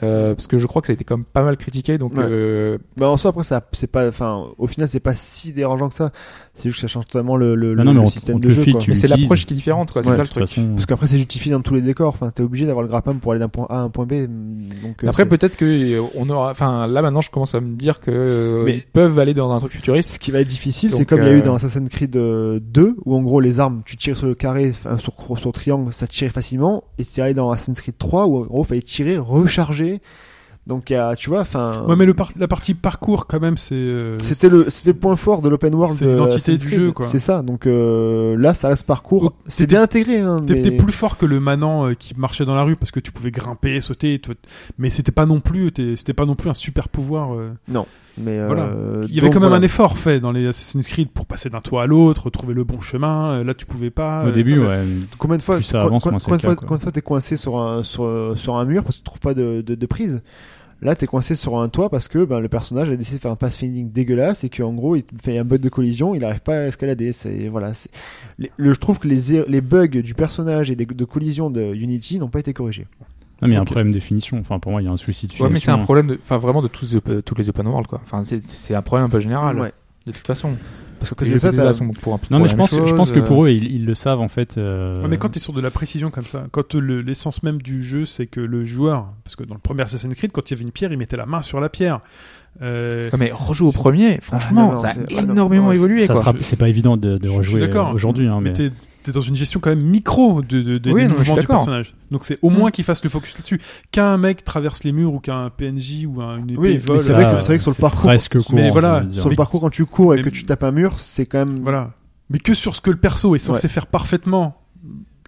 Speaker 3: euh, parce que je crois que ça a été quand même pas mal critiqué. Donc,
Speaker 4: Ouais.
Speaker 3: euh,
Speaker 4: Bah en soi après ça c'est pas enfin au final c'est pas si dérangeant que ça c'est juste que ça change totalement le, le, le
Speaker 5: Non, non, mais on-
Speaker 4: système
Speaker 5: on te
Speaker 4: de
Speaker 5: le
Speaker 4: jeu
Speaker 5: file,
Speaker 4: quoi.
Speaker 5: tu-
Speaker 3: mais c'est
Speaker 5: l'utilises.
Speaker 3: l'approche qui est différente, quoi.
Speaker 4: Ouais,
Speaker 3: c'est ça
Speaker 5: De
Speaker 3: le
Speaker 5: toute
Speaker 3: truc.
Speaker 5: façon,
Speaker 4: parce qu'après c'est justifié dans tous les décors enfin t'es obligé d'avoir le grappin pour aller d'un point A à un point B donc euh,
Speaker 3: Après
Speaker 4: c'est-
Speaker 3: peut-être que euh, on aura, enfin là maintenant je commence à me dire que euh,
Speaker 4: Mais-
Speaker 3: ils peuvent aller dans un truc futuriste.
Speaker 4: ce qui va être difficile c'est
Speaker 3: Donc,
Speaker 4: comme il y a
Speaker 3: euh,
Speaker 4: eu dans Assassin's Creed euh, 2 où en gros les armes tu tires sur le carré enfin, sur sur triangle ça tire facilement et c'est allé dans Assassin's Creed 3 où en gros fallait tirer recharger donc il y a, tu vois enfin
Speaker 2: Ouais, mais le par- la partie parcours quand même, c'est. euh,
Speaker 4: C'était le c'était le point fort de l'open world.
Speaker 2: C'est
Speaker 4: de
Speaker 2: l'identité
Speaker 4: Assassin's
Speaker 2: du
Speaker 4: Creed.
Speaker 2: jeu, quoi.
Speaker 4: C'est ça. Donc euh, là, ça reste
Speaker 2: Oh,
Speaker 4: parcours. C'est bien intégré. Hein,
Speaker 2: T'es
Speaker 4: mais-
Speaker 2: t'es plus fort que le manant euh, qui marchait dans la rue parce que tu pouvais grimper, sauter, toi- mais c'était pas non plus, t'es- c'était pas non plus un super pouvoir. euh.
Speaker 4: Mais
Speaker 2: Voilà.
Speaker 4: euh,
Speaker 2: Il y avait
Speaker 4: donc,
Speaker 2: quand même
Speaker 4: voilà.
Speaker 2: un effort fait dans les Assassin's Creed pour passer d'un toit à l'autre, trouver le bon chemin. euh, Là, tu pouvais
Speaker 3: Ah
Speaker 2: pas.
Speaker 5: au
Speaker 2: euh,
Speaker 5: début, ouais.
Speaker 4: Combien de fois,
Speaker 5: Plus ça
Speaker 4: co-
Speaker 5: avance,
Speaker 4: co-
Speaker 5: moins c'est
Speaker 4: combien
Speaker 5: le
Speaker 4: de fois,
Speaker 5: cas, quoi.
Speaker 4: combien de fois t'es coincé sur un sur, sur un mur parce que tu trouves pas de, de, de prise Là, t'es coincé sur un toit parce que ben, le personnage a décidé de faire un pathfinding dégueulasse et qu'en gros, il fait un bug de collision, il n'arrive pas à escalader. C'est voilà. c'est- les- le- je trouve que les, er- les bugs du personnage et des- de collision de Unity n'ont pas été corrigés.
Speaker 5: Non, mais il y a un
Speaker 3: Ok.
Speaker 5: problème de finition. Enfin, pour moi, il y a un souci de finition.
Speaker 3: Ouais, mais c'est un problème, de- enfin vraiment de tous, euh, tous les open world quoi. Enfin, c'est- c'est un problème un peu
Speaker 2: Ah,
Speaker 3: général.
Speaker 4: Ouais.
Speaker 3: De toute façon,
Speaker 4: Parce que côté
Speaker 3: les jeux
Speaker 4: ça,
Speaker 3: PTA
Speaker 4: t'as-
Speaker 3: sont pour un
Speaker 5: Non, mais je pense, je pense que
Speaker 3: euh.
Speaker 5: pour eux, ils, ils le savent en fait. euh,
Speaker 2: Ouais, mais quand tu es sur de la précision comme ça, quand euh, le- l'essence même du jeu, c'est que le joueur, parce que dans le premier Assassin's Creed, quand il y avait une pierre, il mettait la main sur la pierre. Euh,
Speaker 3: mais rejoue au premier, franchement,
Speaker 4: non, non,
Speaker 3: ça a
Speaker 4: c'est- ah, non,
Speaker 3: énormément
Speaker 4: non, c'est-
Speaker 3: évolué
Speaker 5: ça
Speaker 3: quoi.
Speaker 5: sera- c'est pas évident de, de
Speaker 2: je suis
Speaker 5: rejouer
Speaker 2: d'accord.
Speaker 5: euh, aujourd'hui. hein,
Speaker 2: mais
Speaker 5: mais
Speaker 2: t'es t'es dans une gestion quand même micro de, de- de-
Speaker 3: Oui,
Speaker 2: des
Speaker 3: non, je suis
Speaker 2: mouvements du
Speaker 3: d'accord.
Speaker 2: personnage. Donc c'est au moins qu'il fasse le focus là-dessus. Qu'un mec traverse les murs ou qu'un PNJ ou un, une épée
Speaker 4: Oui,
Speaker 2: vole. euh,
Speaker 4: mais c'est
Speaker 5: ça,
Speaker 4: vrai que- c'est vrai que sur le parcours-
Speaker 5: Presque courant, j'ai
Speaker 2: voilà,
Speaker 5: envie de dire.
Speaker 4: Sur le
Speaker 2: Mais-
Speaker 4: parcours, quand tu cours et
Speaker 2: mais-
Speaker 4: que tu tapes un mur, c'est quand même.
Speaker 2: Voilà. Mais que sur ce que le perso est censé faire parfaitement.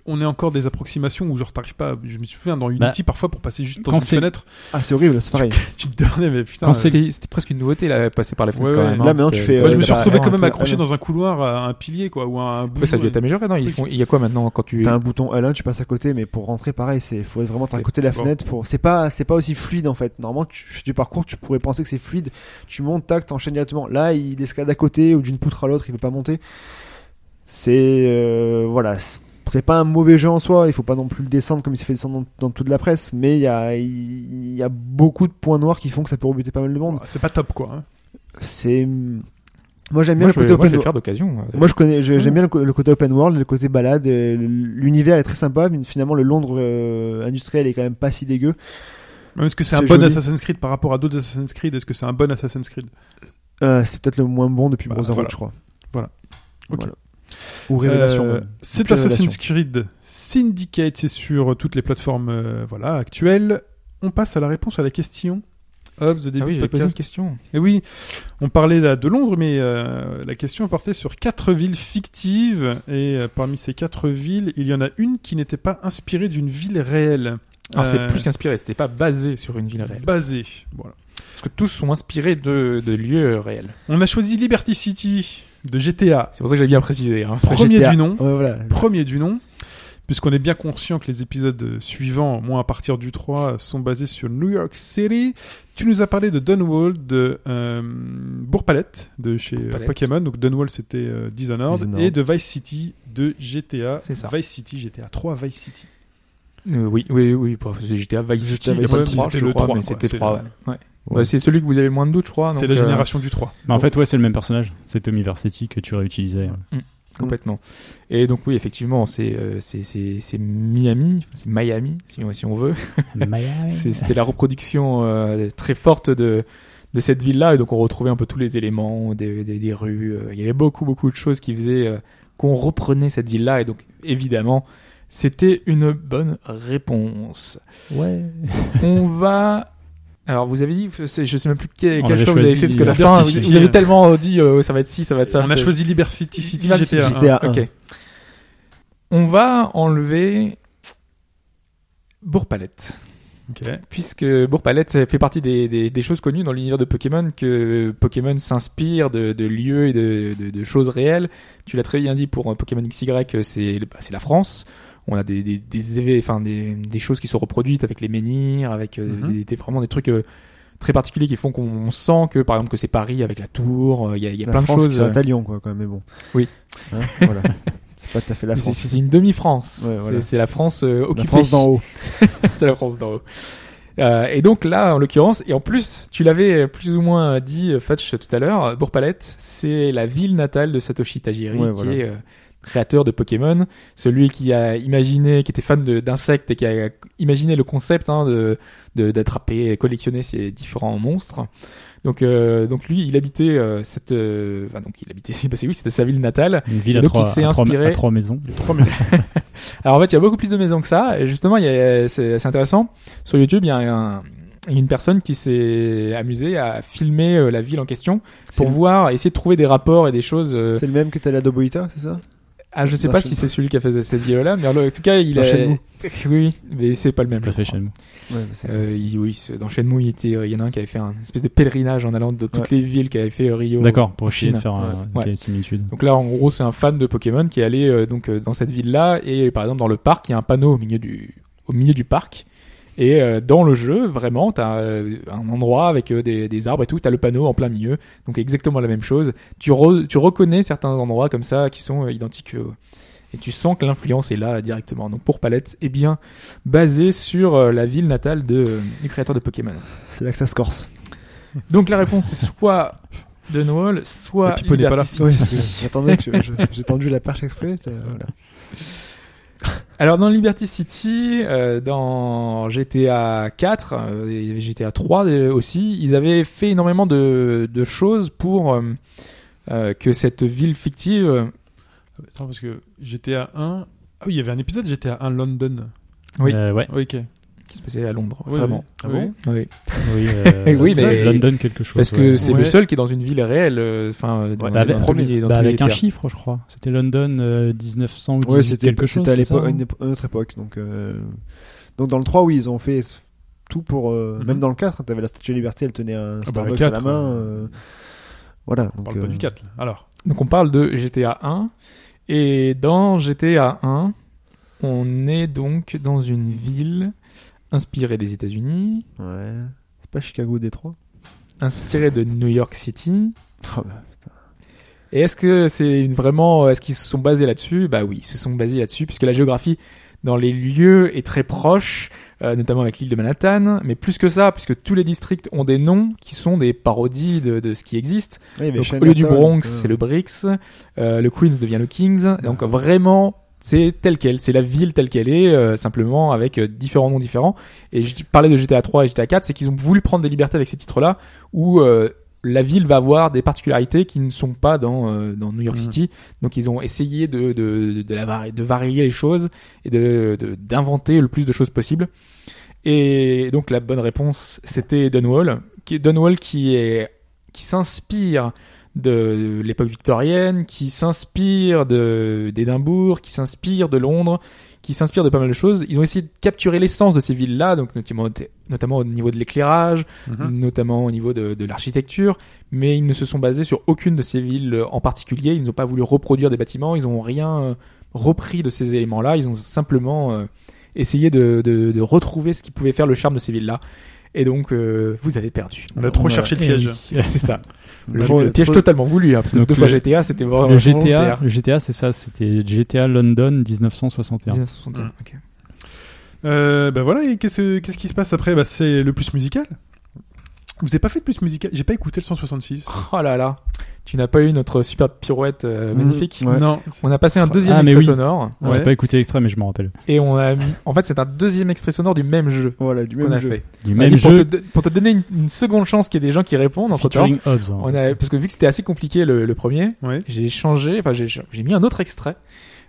Speaker 2: On est encore des approximations où genre t'arrives pas. à- Je me souviens dans Unity parfois pour passer juste dans
Speaker 5: quand
Speaker 2: une
Speaker 5: c'est-
Speaker 2: fenêtre,
Speaker 4: Ah, c'est
Speaker 2: *laughs*
Speaker 4: horrible, c'est pareil.
Speaker 2: tu te demandais mais putain.
Speaker 5: Quand
Speaker 2: euh,
Speaker 5: c'est-
Speaker 3: C'était c'était presque une nouveauté là, passer par les fenêtres
Speaker 2: Ouais,
Speaker 3: quand
Speaker 2: ouais.
Speaker 3: même. hein,
Speaker 4: Là,
Speaker 3: parce
Speaker 4: maintenant,
Speaker 3: que-
Speaker 4: tu fais,
Speaker 2: moi,
Speaker 4: euh,
Speaker 2: je me
Speaker 4: ça
Speaker 2: suis
Speaker 4: va
Speaker 2: retrouvé
Speaker 4: vraiment
Speaker 2: quand même
Speaker 4: être-
Speaker 2: accroché
Speaker 4: ah non.
Speaker 2: dans un couloir à un pilier quoi ou à un bout.
Speaker 3: Après, ça a dû être amélioré, non Ils
Speaker 2: truc.
Speaker 3: font, il y a quoi maintenant quand tu
Speaker 4: T'as un bouton L1, tu passes à côté, mais pour rentrer, pareil, c'est faut être vraiment être à
Speaker 3: Ouais.
Speaker 4: côté de la
Speaker 2: Bon.
Speaker 4: fenêtre. Pour c'est pas c'est pas aussi fluide en fait. Normalement, tu, du parcours, tu pourrais penser que c'est fluide. Tu montes, tac, t'enchaînes directement. Là, il escalade à côté ou d'une poutre à l'autre, il veut pas monter. C'est euh, voilà, c'est- c'est pas un mauvais jeu en soi. Il faut pas non plus le descendre comme il s'est fait descendre dans, dans toute la presse. Mais il y a il y a beaucoup de points noirs qui font que ça peut rebuter pas mal de monde.
Speaker 2: C'est pas top quoi. hein.
Speaker 4: C'est moi j'aime bien
Speaker 3: Moi,
Speaker 4: le côté
Speaker 3: je, moi, je
Speaker 4: open
Speaker 3: vais
Speaker 4: world.
Speaker 3: faire d'occasion. euh,
Speaker 4: Moi, je connais, je- j'aime bien le, co- le côté open world, le côté balade. euh, L'univers est très sympa, mais finalement, le Londres euh, industriel est quand même pas si dégueu.
Speaker 2: Même est-ce que c'est un
Speaker 4: C'est
Speaker 2: bon
Speaker 4: joli.
Speaker 2: Assassin's Creed par rapport à d'autres Assassin's Creed Est-ce que c'est un bon Assassin's Creed
Speaker 4: Euh, c'est peut-être le moins bon depuis
Speaker 2: Bah,
Speaker 4: Brotherhood,
Speaker 2: voilà.
Speaker 4: je crois.
Speaker 2: Voilà. Ok.
Speaker 4: Voilà. Ou Révélation.
Speaker 2: Euh,
Speaker 4: même.
Speaker 2: c'est
Speaker 4: Plus
Speaker 2: Assassin's Creed Syndicate, c'est sur euh, toutes les plateformes euh, voilà, actuelles. On passe à la réponse à la question. Hobbs, au début
Speaker 3: Ah oui,
Speaker 2: du
Speaker 3: j'ai posé une
Speaker 2: podcast.
Speaker 3: question.
Speaker 2: Eh oui, on parlait là de Londres, mais euh, la question portait sur quatre villes fictives. Et euh, parmi ces quatre villes, il y en a une qui n'était pas inspirée d'une ville réelle.
Speaker 3: Ah, c'est
Speaker 2: Euh,
Speaker 3: plus qu'inspiré, c'était pas basé sur une ville réelle.
Speaker 2: Basée. Voilà.
Speaker 3: Parce que tous sont inspirés de, de lieux réels.
Speaker 2: On a choisi Liberty City de GTA,
Speaker 3: C'est pour ça que j'ai bien précisé. Hein.
Speaker 4: Ah,
Speaker 2: premier
Speaker 4: GTA.
Speaker 2: du nom.
Speaker 4: Ouais, voilà.
Speaker 2: premier du nom, puisqu'on est bien conscient que les épisodes euh, suivants, au moins à partir du 3, sont basés sur New York City. Tu nous as parlé de Dunwall, de euh, Bourg-Palette, de chez euh,
Speaker 3: Bourg-Palette.
Speaker 2: Pokémon. Donc Dunwall, c'était euh, Dishonored,
Speaker 4: Dishonored.
Speaker 2: Et de Vice City, de GTA.
Speaker 3: C'est ça.
Speaker 2: Vice City, GTA 3, Vice City.
Speaker 3: Euh, oui, oui, oui. bah, c'est GTA Vice
Speaker 4: GTA
Speaker 3: City, il y a
Speaker 4: Vice
Speaker 3: pas de
Speaker 4: City,
Speaker 3: trois,
Speaker 2: c'était
Speaker 3: je
Speaker 2: le
Speaker 3: crois,
Speaker 2: trois,
Speaker 3: mais
Speaker 2: quoi.
Speaker 3: c'était
Speaker 2: C'est
Speaker 3: le trois,
Speaker 2: le-
Speaker 3: ouais. Ouais. Bah, c'est celui que vous avez le moins de doute, je crois.
Speaker 2: C'est
Speaker 3: donc,
Speaker 2: la
Speaker 3: euh,
Speaker 2: génération du 3.
Speaker 5: Bah, en fait, ouais, c'est le même personnage. C'est Tommy Versetti que tu réutilisais.
Speaker 3: Complètement. Et donc oui, effectivement, c'est euh, c'est- c'est c'est Miami, enfin, c'est Miami, si on, si on veut. C'est- C'était la reproduction euh, très forte de de cette ville-là, et donc on retrouvait un peu tous les éléments des, des, des rues. euh, Il y avait beaucoup beaucoup de choses qui faisaient euh, qu'on reprenait cette ville-là, et donc évidemment, c'était une bonne réponse.
Speaker 5: Ouais.
Speaker 3: on va. Alors, vous avez dit, c'est- je sais même plus quel,
Speaker 5: On
Speaker 3: quel
Speaker 5: avait
Speaker 3: choix vous avez
Speaker 5: choisi
Speaker 3: fait, parce que la
Speaker 5: Liberty
Speaker 3: fin, vous,
Speaker 2: City.
Speaker 3: vous avez tellement dit euh, ça va être ci, ça va être ça.
Speaker 2: On a
Speaker 3: c'est-
Speaker 2: choisi Liberty City,
Speaker 3: Liberty
Speaker 2: GTA.
Speaker 3: City.
Speaker 2: hein.
Speaker 4: GTA un.
Speaker 3: Ah, Ok. On va enlever Bourg-Palette
Speaker 2: Ok.
Speaker 3: puisque Bourg-Palette ça fait partie des, des, des choses connues dans l'univers de Pokémon, que Pokémon s'inspire de, de lieux et de, de, de choses réelles. Tu l'as très bien dit pour euh, Pokémon XY, euh, c'est bah, c'est la France. On a des, des, des, éve- enfin, des, des choses qui sont reproduites avec les menhirs, avec euh,
Speaker 2: Mhm.
Speaker 3: des, des- vraiment des trucs euh, très particuliers qui font qu'on sent que, par exemple, que c'est Paris avec la tour, euh, il y a, il y a
Speaker 4: La
Speaker 3: plein
Speaker 4: France qui
Speaker 3: de choses.
Speaker 4: s'arrête à Lyon, quoi, quand même, mais bon.
Speaker 3: Oui.
Speaker 4: Hein, voilà. *laughs* C'est pas tout à fait la
Speaker 3: Mais c'est-
Speaker 4: France.
Speaker 3: C'est une demi-France.
Speaker 4: Ouais,
Speaker 3: C'est-
Speaker 4: voilà.
Speaker 3: C'est la France euh, occupée.
Speaker 4: La France d'en haut.
Speaker 3: *laughs* C'est la France d'en haut. Euh, et donc là, en l'occurrence, et en plus, tu l'avais euh, plus ou moins dit, euh, Fatch, tout à l'heure, euh, Bourg-Palette, c'est la ville natale de Satoshi Tajiri,
Speaker 4: Ouais,
Speaker 3: qui
Speaker 4: voilà.
Speaker 3: est euh, créateur de Pokémon, celui qui a imaginé, qui était fan de- d'insectes et qui a imaginé le concept hein, de de- d'attraper et collectionner ces différents monstres. Donc, euh, donc lui, il habitait euh, cette, euh, enfin donc il habitait, *laughs* bah, c'est oui, c'était sa ville natale.
Speaker 5: Une ville
Speaker 3: Et
Speaker 5: à
Speaker 3: donc, il
Speaker 5: trois,
Speaker 3: s'est
Speaker 5: à trois-
Speaker 3: inspiré-
Speaker 5: à trois maisons.
Speaker 3: Alors en fait, il y a beaucoup plus de maisons que ça. Et justement, il y a- c'est c'est intéressant. Sur YouTube, il y a un- une personne qui s'est amusée à filmer euh, la ville en question
Speaker 4: C'est
Speaker 3: pour
Speaker 4: le-
Speaker 3: voir, essayer de trouver des rapports et des choses. euh,
Speaker 4: C'est le même que t'as la Doboita, c'est ça
Speaker 3: Ah, je sais
Speaker 4: dans
Speaker 3: pas
Speaker 4: Shenmue.
Speaker 3: si c'est celui qui a fait cette ville-là, mais en tout cas, il
Speaker 4: Dans
Speaker 3: a.
Speaker 4: Shenmue.
Speaker 3: *laughs* Oui, mais c'est pas le même.
Speaker 5: Tout à
Speaker 3: je
Speaker 5: fait,
Speaker 3: crois.
Speaker 5: Shenmue.
Speaker 4: Ouais, mais c'est-
Speaker 3: Euh, il- oui, c'est- dans Shenmue, il, était, euh, il y en a un qui avait fait un espèce de pèlerinage en allant de toutes les villes qu'avait fait euh, Rio.
Speaker 5: D'accord, pour
Speaker 3: en
Speaker 5: essayer de
Speaker 3: Chine.
Speaker 5: faire un-
Speaker 3: Ouais.
Speaker 5: une similitude.
Speaker 3: Donc là, en gros, c'est un fan de Pokémon qui est allé euh, donc euh, dans cette ville-là et par exemple dans le parc, il y a un panneau au milieu du au milieu du parc Et euh, dans le jeu, vraiment, t'as euh, un endroit avec euh, des, des arbres et tout, t'as le panneau en plein milieu, donc exactement la même chose. Tu, re- tu reconnais certains endroits comme ça qui sont euh, identiques. euh, et tu sens que l'influence est là euh, directement. Donc pour Palette, eh bien, basé sur euh, la ville natale de, euh, du créateur de Pokémon.
Speaker 4: C'est là que ça se corse.
Speaker 3: Donc la réponse est soit de Noël, soit
Speaker 2: Papy Poney est pas là.
Speaker 3: Liberty
Speaker 4: Oui,
Speaker 3: City.
Speaker 4: j'attendais que je- je- j'ai tendu la perche exprès. t'as- voilà.
Speaker 3: Alors dans Liberty City, euh, dans GTA 4 euh, et GTA 3 euh, aussi, ils avaient fait énormément de, de choses pour euh, euh, que cette ville fictive. euh,
Speaker 2: Ah, Attends, parce que GTA 1. Ah oui, il y avait un épisode GTA 1 London.
Speaker 3: Oui.
Speaker 5: Euh, ouais.
Speaker 2: Ok.
Speaker 3: qui se passait à Londres,
Speaker 2: Oui,
Speaker 3: vraiment.
Speaker 2: oui. Ah bon
Speaker 3: Oui. *laughs*
Speaker 5: Oui, euh,
Speaker 3: Oui, mais-
Speaker 5: London quelque chose.
Speaker 3: Parce que
Speaker 5: ouais.
Speaker 3: c'est
Speaker 2: Ouais.
Speaker 3: le seul qui est dans une ville réelle, euh, enfin, dans
Speaker 4: Ouais,
Speaker 3: dans
Speaker 5: bah,
Speaker 3: le
Speaker 5: avec-
Speaker 3: premier, dans
Speaker 5: Bah,
Speaker 3: tous les
Speaker 5: avec un
Speaker 3: GTA.
Speaker 5: chiffre, je crois. C'était London euh, 1900 ou
Speaker 4: Ouais,
Speaker 5: 18
Speaker 4: c'était
Speaker 5: quelque chose.
Speaker 4: C'était à
Speaker 5: c'est ça,
Speaker 4: l'époque,
Speaker 5: hein
Speaker 4: une, épo- une autre époque. Donc, euh, donc dans le 3, oui, ils ont fait s- tout pour. euh,
Speaker 2: Mhm.
Speaker 4: Même dans le 4, hein, t'avais la Statue de Liberté, elle tenait un
Speaker 2: bah,
Speaker 4: Starbucks
Speaker 2: le
Speaker 4: à la
Speaker 2: 4,
Speaker 4: main.
Speaker 2: euh,
Speaker 4: euh, voilà.
Speaker 2: On
Speaker 4: donc,
Speaker 2: parle pas
Speaker 4: euh,
Speaker 2: du 4, là. Alors.
Speaker 3: Donc on parle de GTA 1 et dans GTA 1, on est donc dans une ville inspirée des États-Unis,
Speaker 4: Ouais. C'est pas Chicago Détroit
Speaker 3: inspirée de New York City.
Speaker 4: Ah bah, putain.
Speaker 3: Et est-ce que c'est une- vraiment est-ce qu'ils se sont basés là-dessus Bah oui, ils se sont basés là-dessus puisque la géographie dans les lieux est très proche, euh, notamment avec l'île de Manhattan, mais plus que ça puisque tous les districts ont des noms qui sont des parodies de, de ce qui existe.
Speaker 4: Ouais, il y avait
Speaker 3: Donc, au
Speaker 4: Chinatown,
Speaker 3: lieu du Bronx,
Speaker 4: euh,
Speaker 3: c'est le Brix. euh, le Queens devient le Kings. Donc vraiment, c'est tel quel. C'est la ville telle qu'elle est, euh, simplement avec euh, différents noms différents. Et je parlais de GTA 3 et GTA 4, c'est qu'ils ont voulu prendre des libertés avec ces titres-là, où euh, la ville va avoir des particularités qui ne sont pas dans, euh, dans New York
Speaker 2: Mhm.
Speaker 3: City. Donc ils ont essayé de, de, de, la vari- de varier les choses et de de- d'inventer le plus de choses possible. Et donc la bonne réponse, c'était Dunwall. Qui, Dunwall qui est qui s'inspire de l'époque victorienne, qui s'inspire de d'Édimbourg, qui s'inspire de Londres, qui s'inspire de pas mal de choses. Ils ont essayé de capturer l'essence de ces villes-là, donc notamment, notamment au niveau de l'éclairage, notamment au niveau de, de l'architecture, mais ils ne se sont basés sur aucune de ces villes en particulier. Ils n'ont pas voulu reproduire des bâtiments, ils n'ont rien euh, repris de ces éléments-là. Ils ont simplement euh, essayé de, de- de retrouver ce qui pouvait faire le charme de ces villes-là. Et donc, euh, vous avez perdu. euh,
Speaker 2: On a trop cherché le
Speaker 5: Eh
Speaker 2: piège.
Speaker 5: oui.
Speaker 3: *laughs* C'est ça.
Speaker 4: Bah,
Speaker 3: Le, jeu-
Speaker 4: j'ai
Speaker 3: le piège
Speaker 4: trop-
Speaker 3: totalement voulu, hein, parce que
Speaker 5: Donc
Speaker 3: deux fois
Speaker 5: le-
Speaker 3: GTA, c'était vraiment
Speaker 5: Le
Speaker 3: Oh, volontaire.
Speaker 5: GTA, le GTA c'est ça, c'était GTA London 1961.
Speaker 3: 1961,
Speaker 2: Mm.
Speaker 3: ok.
Speaker 2: Euh, ben voilà, et qu'est-ce qu'est-ce qui se passe après Bah, C'est le plus musical. Vous avez pas fait de plus musical J'ai pas écouté le 166.
Speaker 3: Oh là là, tu n'as pas eu notre superbe pirouette euh,
Speaker 4: Mhm,
Speaker 3: magnifique.
Speaker 4: ouais.
Speaker 2: Non.
Speaker 3: On a passé un deuxième
Speaker 5: Ah, mais
Speaker 3: extrait
Speaker 5: oui.
Speaker 3: sonore
Speaker 2: Ouais.
Speaker 5: J'ai pas écouté l'extrait, mais je m'en rappelle.
Speaker 3: et on a mis- en fait c'est un deuxième extrait sonore du même jeu
Speaker 4: Voilà, du
Speaker 3: qu'on
Speaker 4: même
Speaker 3: a
Speaker 4: jeu.
Speaker 3: fait.
Speaker 5: Du
Speaker 3: On a
Speaker 5: même
Speaker 3: dit Bah, pour,
Speaker 5: jeu,
Speaker 3: te, pour te donner une, une seconde chance qu'il y ait des gens qui répondent entre temps.
Speaker 5: featuring Hobbs. hein.
Speaker 3: On a, parce que vu que c'était assez compliqué le, le premier,
Speaker 2: Ouais.
Speaker 3: j'ai changé, enfin j'ai j'ai mis un autre extrait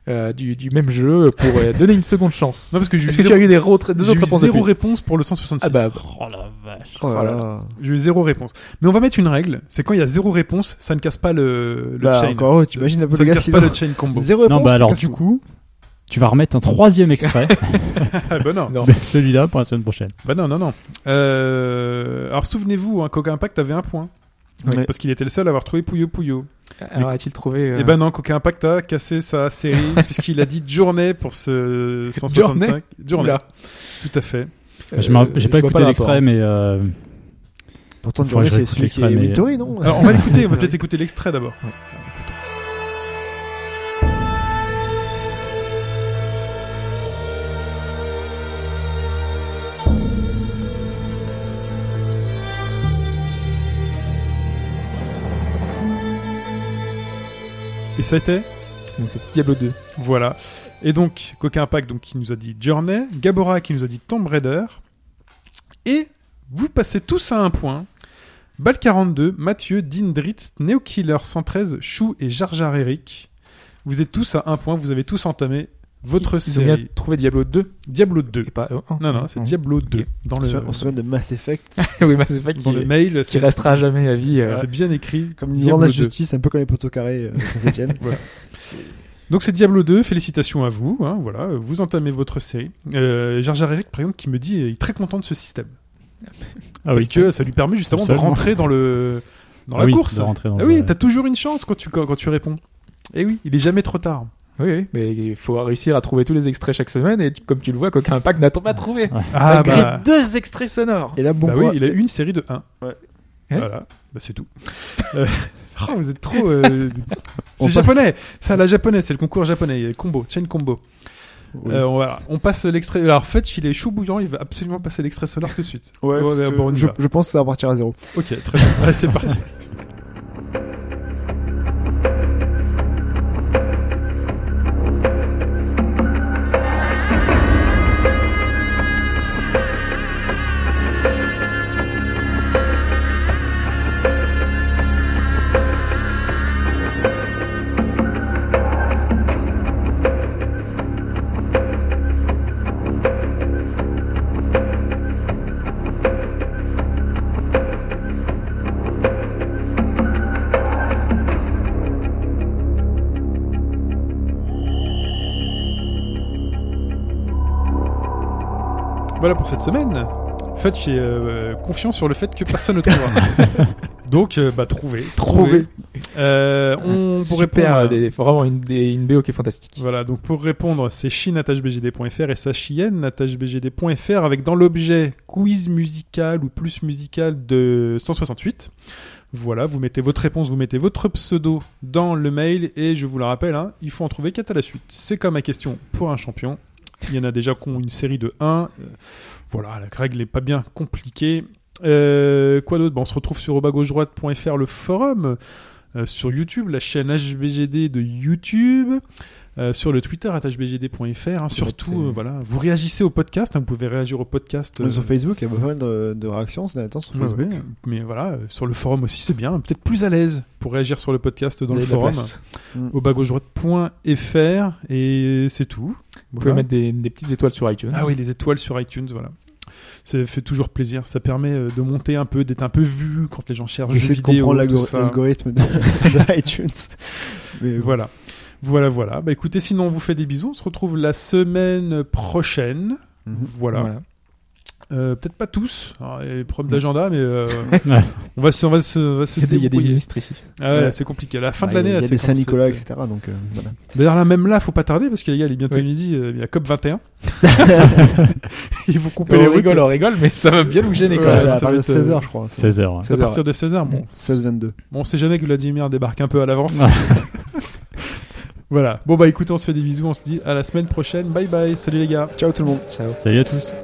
Speaker 3: euh, du, du même jeu pour euh, donner une seconde chance.
Speaker 2: Non, parce que j'ai eu
Speaker 3: Est-ce que tu as
Speaker 2: zéro,
Speaker 3: eu des re- deux
Speaker 2: j'ai
Speaker 3: autres
Speaker 2: eu
Speaker 3: réponses
Speaker 2: zéro
Speaker 3: depuis
Speaker 2: réponse pour le 166.
Speaker 3: Ah bah,
Speaker 5: Oh la vache.
Speaker 4: Oh là
Speaker 3: Voilà.
Speaker 4: là.
Speaker 2: J'ai eu zéro réponse. Mais on va mettre une règle, c'est quand il y a zéro réponse, ça ne casse pas le, le
Speaker 4: Bah,
Speaker 2: chain.
Speaker 4: encore, oh, t'imagines un peu
Speaker 2: ça
Speaker 4: le
Speaker 2: ne
Speaker 4: gars
Speaker 2: casse
Speaker 4: sinon.
Speaker 2: pas le chain combo.
Speaker 4: hein. Zéro
Speaker 5: Non,
Speaker 4: réponse,
Speaker 5: bah
Speaker 4: ça
Speaker 5: alors,
Speaker 4: casse
Speaker 5: du
Speaker 4: tout.
Speaker 5: coup, tu vas remettre un troisième extrait
Speaker 2: Ah bah non.
Speaker 3: *laughs* Non.
Speaker 5: de celui-là pour la semaine prochaine.
Speaker 2: Bah non, non, non. Euh, alors souvenez-vous, hein, Coca Impact avait un point.
Speaker 4: Ouais.
Speaker 2: Parce qu'il était le seul à avoir trouvé Puyo Puyo.
Speaker 3: Alors a-t-il trouvé euh,
Speaker 2: Et ben non, Coca Impact a cassé sa
Speaker 3: *laughs*
Speaker 2: série puisqu'il a dit journée pour ce 165. Journée.
Speaker 3: Oula.
Speaker 2: Tout à fait.
Speaker 3: euh,
Speaker 5: je me rapp- J'ai pas
Speaker 3: je vois
Speaker 5: écouté
Speaker 3: le
Speaker 5: l'extrait,
Speaker 3: rapport.
Speaker 5: mais euh,
Speaker 4: Pourtant,
Speaker 5: Faudrait
Speaker 4: Journée,
Speaker 5: que je
Speaker 4: c'est celui
Speaker 5: réécoute
Speaker 4: qui
Speaker 5: l'extrait,
Speaker 4: est
Speaker 5: mais-
Speaker 4: Victory, non euh,
Speaker 2: Alors Euh, on va l'écouter, on va peut-être écouter l'extrait d'abord. Et ça a été
Speaker 3: Donc c'était Diablo 2.
Speaker 2: Voilà. Et donc, Coca Impact donc, qui nous a dit Journey, Gabora qui nous a dit Tomb Raider. Et vous passez tous à un point. Bal 42, Mathieu, Dindritz, Neo Killer 113, Chou et Jar Jar Eric. Vous êtes tous à un point, vous avez tous entamé votre
Speaker 3: Ils- Ils ont bien
Speaker 2: série
Speaker 3: trouvé Diablo 2
Speaker 2: Diablo 2.
Speaker 3: et pas euh, un.
Speaker 2: Non, non, c'est
Speaker 3: Non.
Speaker 2: Diablo 2.
Speaker 3: Ok.
Speaker 2: Dans
Speaker 4: On
Speaker 2: le,
Speaker 4: se- on se souvient de Mass Effect,
Speaker 3: *laughs* oui, bah, Mass Effect
Speaker 2: dans
Speaker 3: qui,
Speaker 2: le mail,
Speaker 3: qui
Speaker 2: c'est
Speaker 3: restera jamais à vie. euh,
Speaker 2: c'est bien écrit.
Speaker 4: comme une
Speaker 2: Diablo
Speaker 4: grande
Speaker 2: 2.
Speaker 4: justice, un peu comme les poteaux carrés euh, Saint-Etienne.
Speaker 2: Donc c'est Diablo 2, félicitations à vous, hein, voilà, euh, vous entamez votre série. Euh, Jar Jar Eric par exemple qui me dit euh, il est très content de ce système
Speaker 5: ah
Speaker 2: parce
Speaker 5: oui,
Speaker 2: que ça lui permet justement de
Speaker 5: Absolument.
Speaker 2: rentrer dans le dans
Speaker 5: Ah
Speaker 2: la
Speaker 5: oui,
Speaker 2: course.
Speaker 5: de rentrer dans
Speaker 2: ah
Speaker 5: le-
Speaker 2: oui, t'as toujours une chance quand tu quand, quand tu réponds. Et oui, il est jamais trop tard.
Speaker 3: Oui, oui, mais il faut réussir à trouver tous les extraits chaque semaine et tu- comme tu le vois, Coquin Impact n'attend pas de trouver.
Speaker 2: Ah
Speaker 3: Malgré
Speaker 2: bah,
Speaker 3: deux extraits sonores.
Speaker 4: Et là, bon,
Speaker 2: bah oui,
Speaker 4: quoi,
Speaker 2: il a une série de 1.
Speaker 4: Ouais.
Speaker 3: Hein
Speaker 2: Voilà, bah, *laughs* c'est tout.
Speaker 3: Oh, vous êtes
Speaker 2: Trop, *laughs* euh,
Speaker 4: On passe-
Speaker 2: c'est japonais, ça la japonais, c'est le concours japonais, euh, combo, chain combo.
Speaker 4: Oui.
Speaker 2: Euh, on, voilà, on passe l'extrait. Alors Fetch, il est chaud bouillant, il va absolument passer l'extrait sonore tout de suite.
Speaker 4: Ouais, parce
Speaker 2: bah,
Speaker 4: que
Speaker 2: bon, on y
Speaker 4: je,
Speaker 2: va.
Speaker 4: je pense que ça va partir à zéro.
Speaker 2: Ok, très bien. Allez, c'est *laughs* parti. Voilà pour cette semaine. Fetch est euh, confiant sur le fait que personne ne trouvera. Donc, euh, bah, trouver.
Speaker 4: Trouver.
Speaker 2: Euh,
Speaker 3: *laughs*
Speaker 2: on pour répondre.
Speaker 3: super,
Speaker 2: à-
Speaker 3: euh, des- vraiment une, des- une BO qui est fantastique.
Speaker 2: Voilà, donc pour répondre, c'est chine.bgd.fr et sachienne.bgd.fr avec dans l'objet quiz musical ou plus musical de 168. Voilà, vous mettez votre réponse, vous mettez votre pseudo dans le mail et je vous le rappelle, hein, il faut en trouver 4 à la suite. C'est comme ma question pour un champion. Il y en a déjà qui ont une série de 1. Voilà, la règle n'est pas bien compliquée. Euh, quoi d'autre Bon, On se retrouve sur obagauche-droite.fr, le forum. euh, sur YouTube, la chaîne HBGD de YouTube. Euh, sur le Twitter @hbgd.fr. hein, surtout,
Speaker 3: euh,
Speaker 2: euh, voilà, vous réagissez au podcast. hein, vous pouvez réagir au podcast. euh,
Speaker 4: Sur Facebook, il y a pas mal de, de réactions ces derniers temps sur
Speaker 2: ouais,
Speaker 4: Facebook.
Speaker 2: ouais, mais voilà, euh, sur le forum aussi, c'est bien. Peut-être plus à l'aise pour réagir sur le podcast dans
Speaker 3: Vous
Speaker 2: le
Speaker 3: avez de la
Speaker 2: forum.
Speaker 3: place.
Speaker 2: Au bagauche-droite.fr et c'est tout.
Speaker 3: Vous pouvez
Speaker 2: Voilà.
Speaker 3: mettre des, des petites étoiles sur iTunes.
Speaker 2: Ah oui, les étoiles sur iTunes, voilà. Ça fait toujours plaisir. Ça permet euh, de monter un peu, d'être un peu vu quand les gens cherchent jeux
Speaker 4: J'essaie de
Speaker 2: vidéo.
Speaker 4: comprendre
Speaker 2: tout
Speaker 4: l'algo-
Speaker 2: ça.
Speaker 4: l'algorithme de- *laughs* d'iTunes. Mais voilà.
Speaker 2: Voilà. Voilà, voilà. Bah écoutez, sinon on vous fait des bisous. On se retrouve la semaine prochaine.
Speaker 4: Mhm.
Speaker 2: Voilà.
Speaker 3: Voilà.
Speaker 2: Euh, peut-être pas tous, Alors, il y a des
Speaker 4: Mhm.
Speaker 2: problèmes d'agenda, mais euh,
Speaker 5: Ouais.
Speaker 2: on va se, on va se, on va se
Speaker 3: Il y a des, il y a des
Speaker 2: débrouiller.
Speaker 3: ministres ici.
Speaker 2: Ah ouais,
Speaker 4: Ouais.
Speaker 2: c'est compliqué. À la fin de
Speaker 4: Ouais, Bah,
Speaker 2: l'année,
Speaker 4: il y a-
Speaker 2: là,
Speaker 4: il y a
Speaker 2: c'est
Speaker 4: des
Speaker 2: quand
Speaker 4: Saint-Nicolas,
Speaker 2: cette-
Speaker 4: etc. Donc euh, voilà.
Speaker 2: D'ailleurs, là, même là, faut pas tarder parce que les gars, il est bientôt
Speaker 3: Oui.
Speaker 2: midi, euh, il y a
Speaker 4: *laughs*
Speaker 2: COP 21. *laughs* Ils vont
Speaker 4: Oh,
Speaker 2: couper les
Speaker 3: on
Speaker 2: routes.
Speaker 3: rigole, on rigole, mais ça va bien nous gêner quand
Speaker 2: Ouais,
Speaker 4: c'est
Speaker 3: même.
Speaker 2: ça
Speaker 4: à partir
Speaker 2: va
Speaker 4: de
Speaker 2: être,
Speaker 4: 16h,
Speaker 2: euh,
Speaker 4: je crois. C'est
Speaker 5: 16 heures.
Speaker 2: à
Speaker 3: 16 heures.
Speaker 2: partir de 16h, bon.
Speaker 4: 16-22.
Speaker 2: Bon, on sait jamais que Vladimir débarque un peu à l'avance.
Speaker 5: Ah.
Speaker 2: *laughs* voilà. Bon, bah écoutez, on se fait des bisous, on se dit à la semaine prochaine. Bye bye. Salut les gars.
Speaker 4: Ciao tout le monde.
Speaker 5: Salut à tous.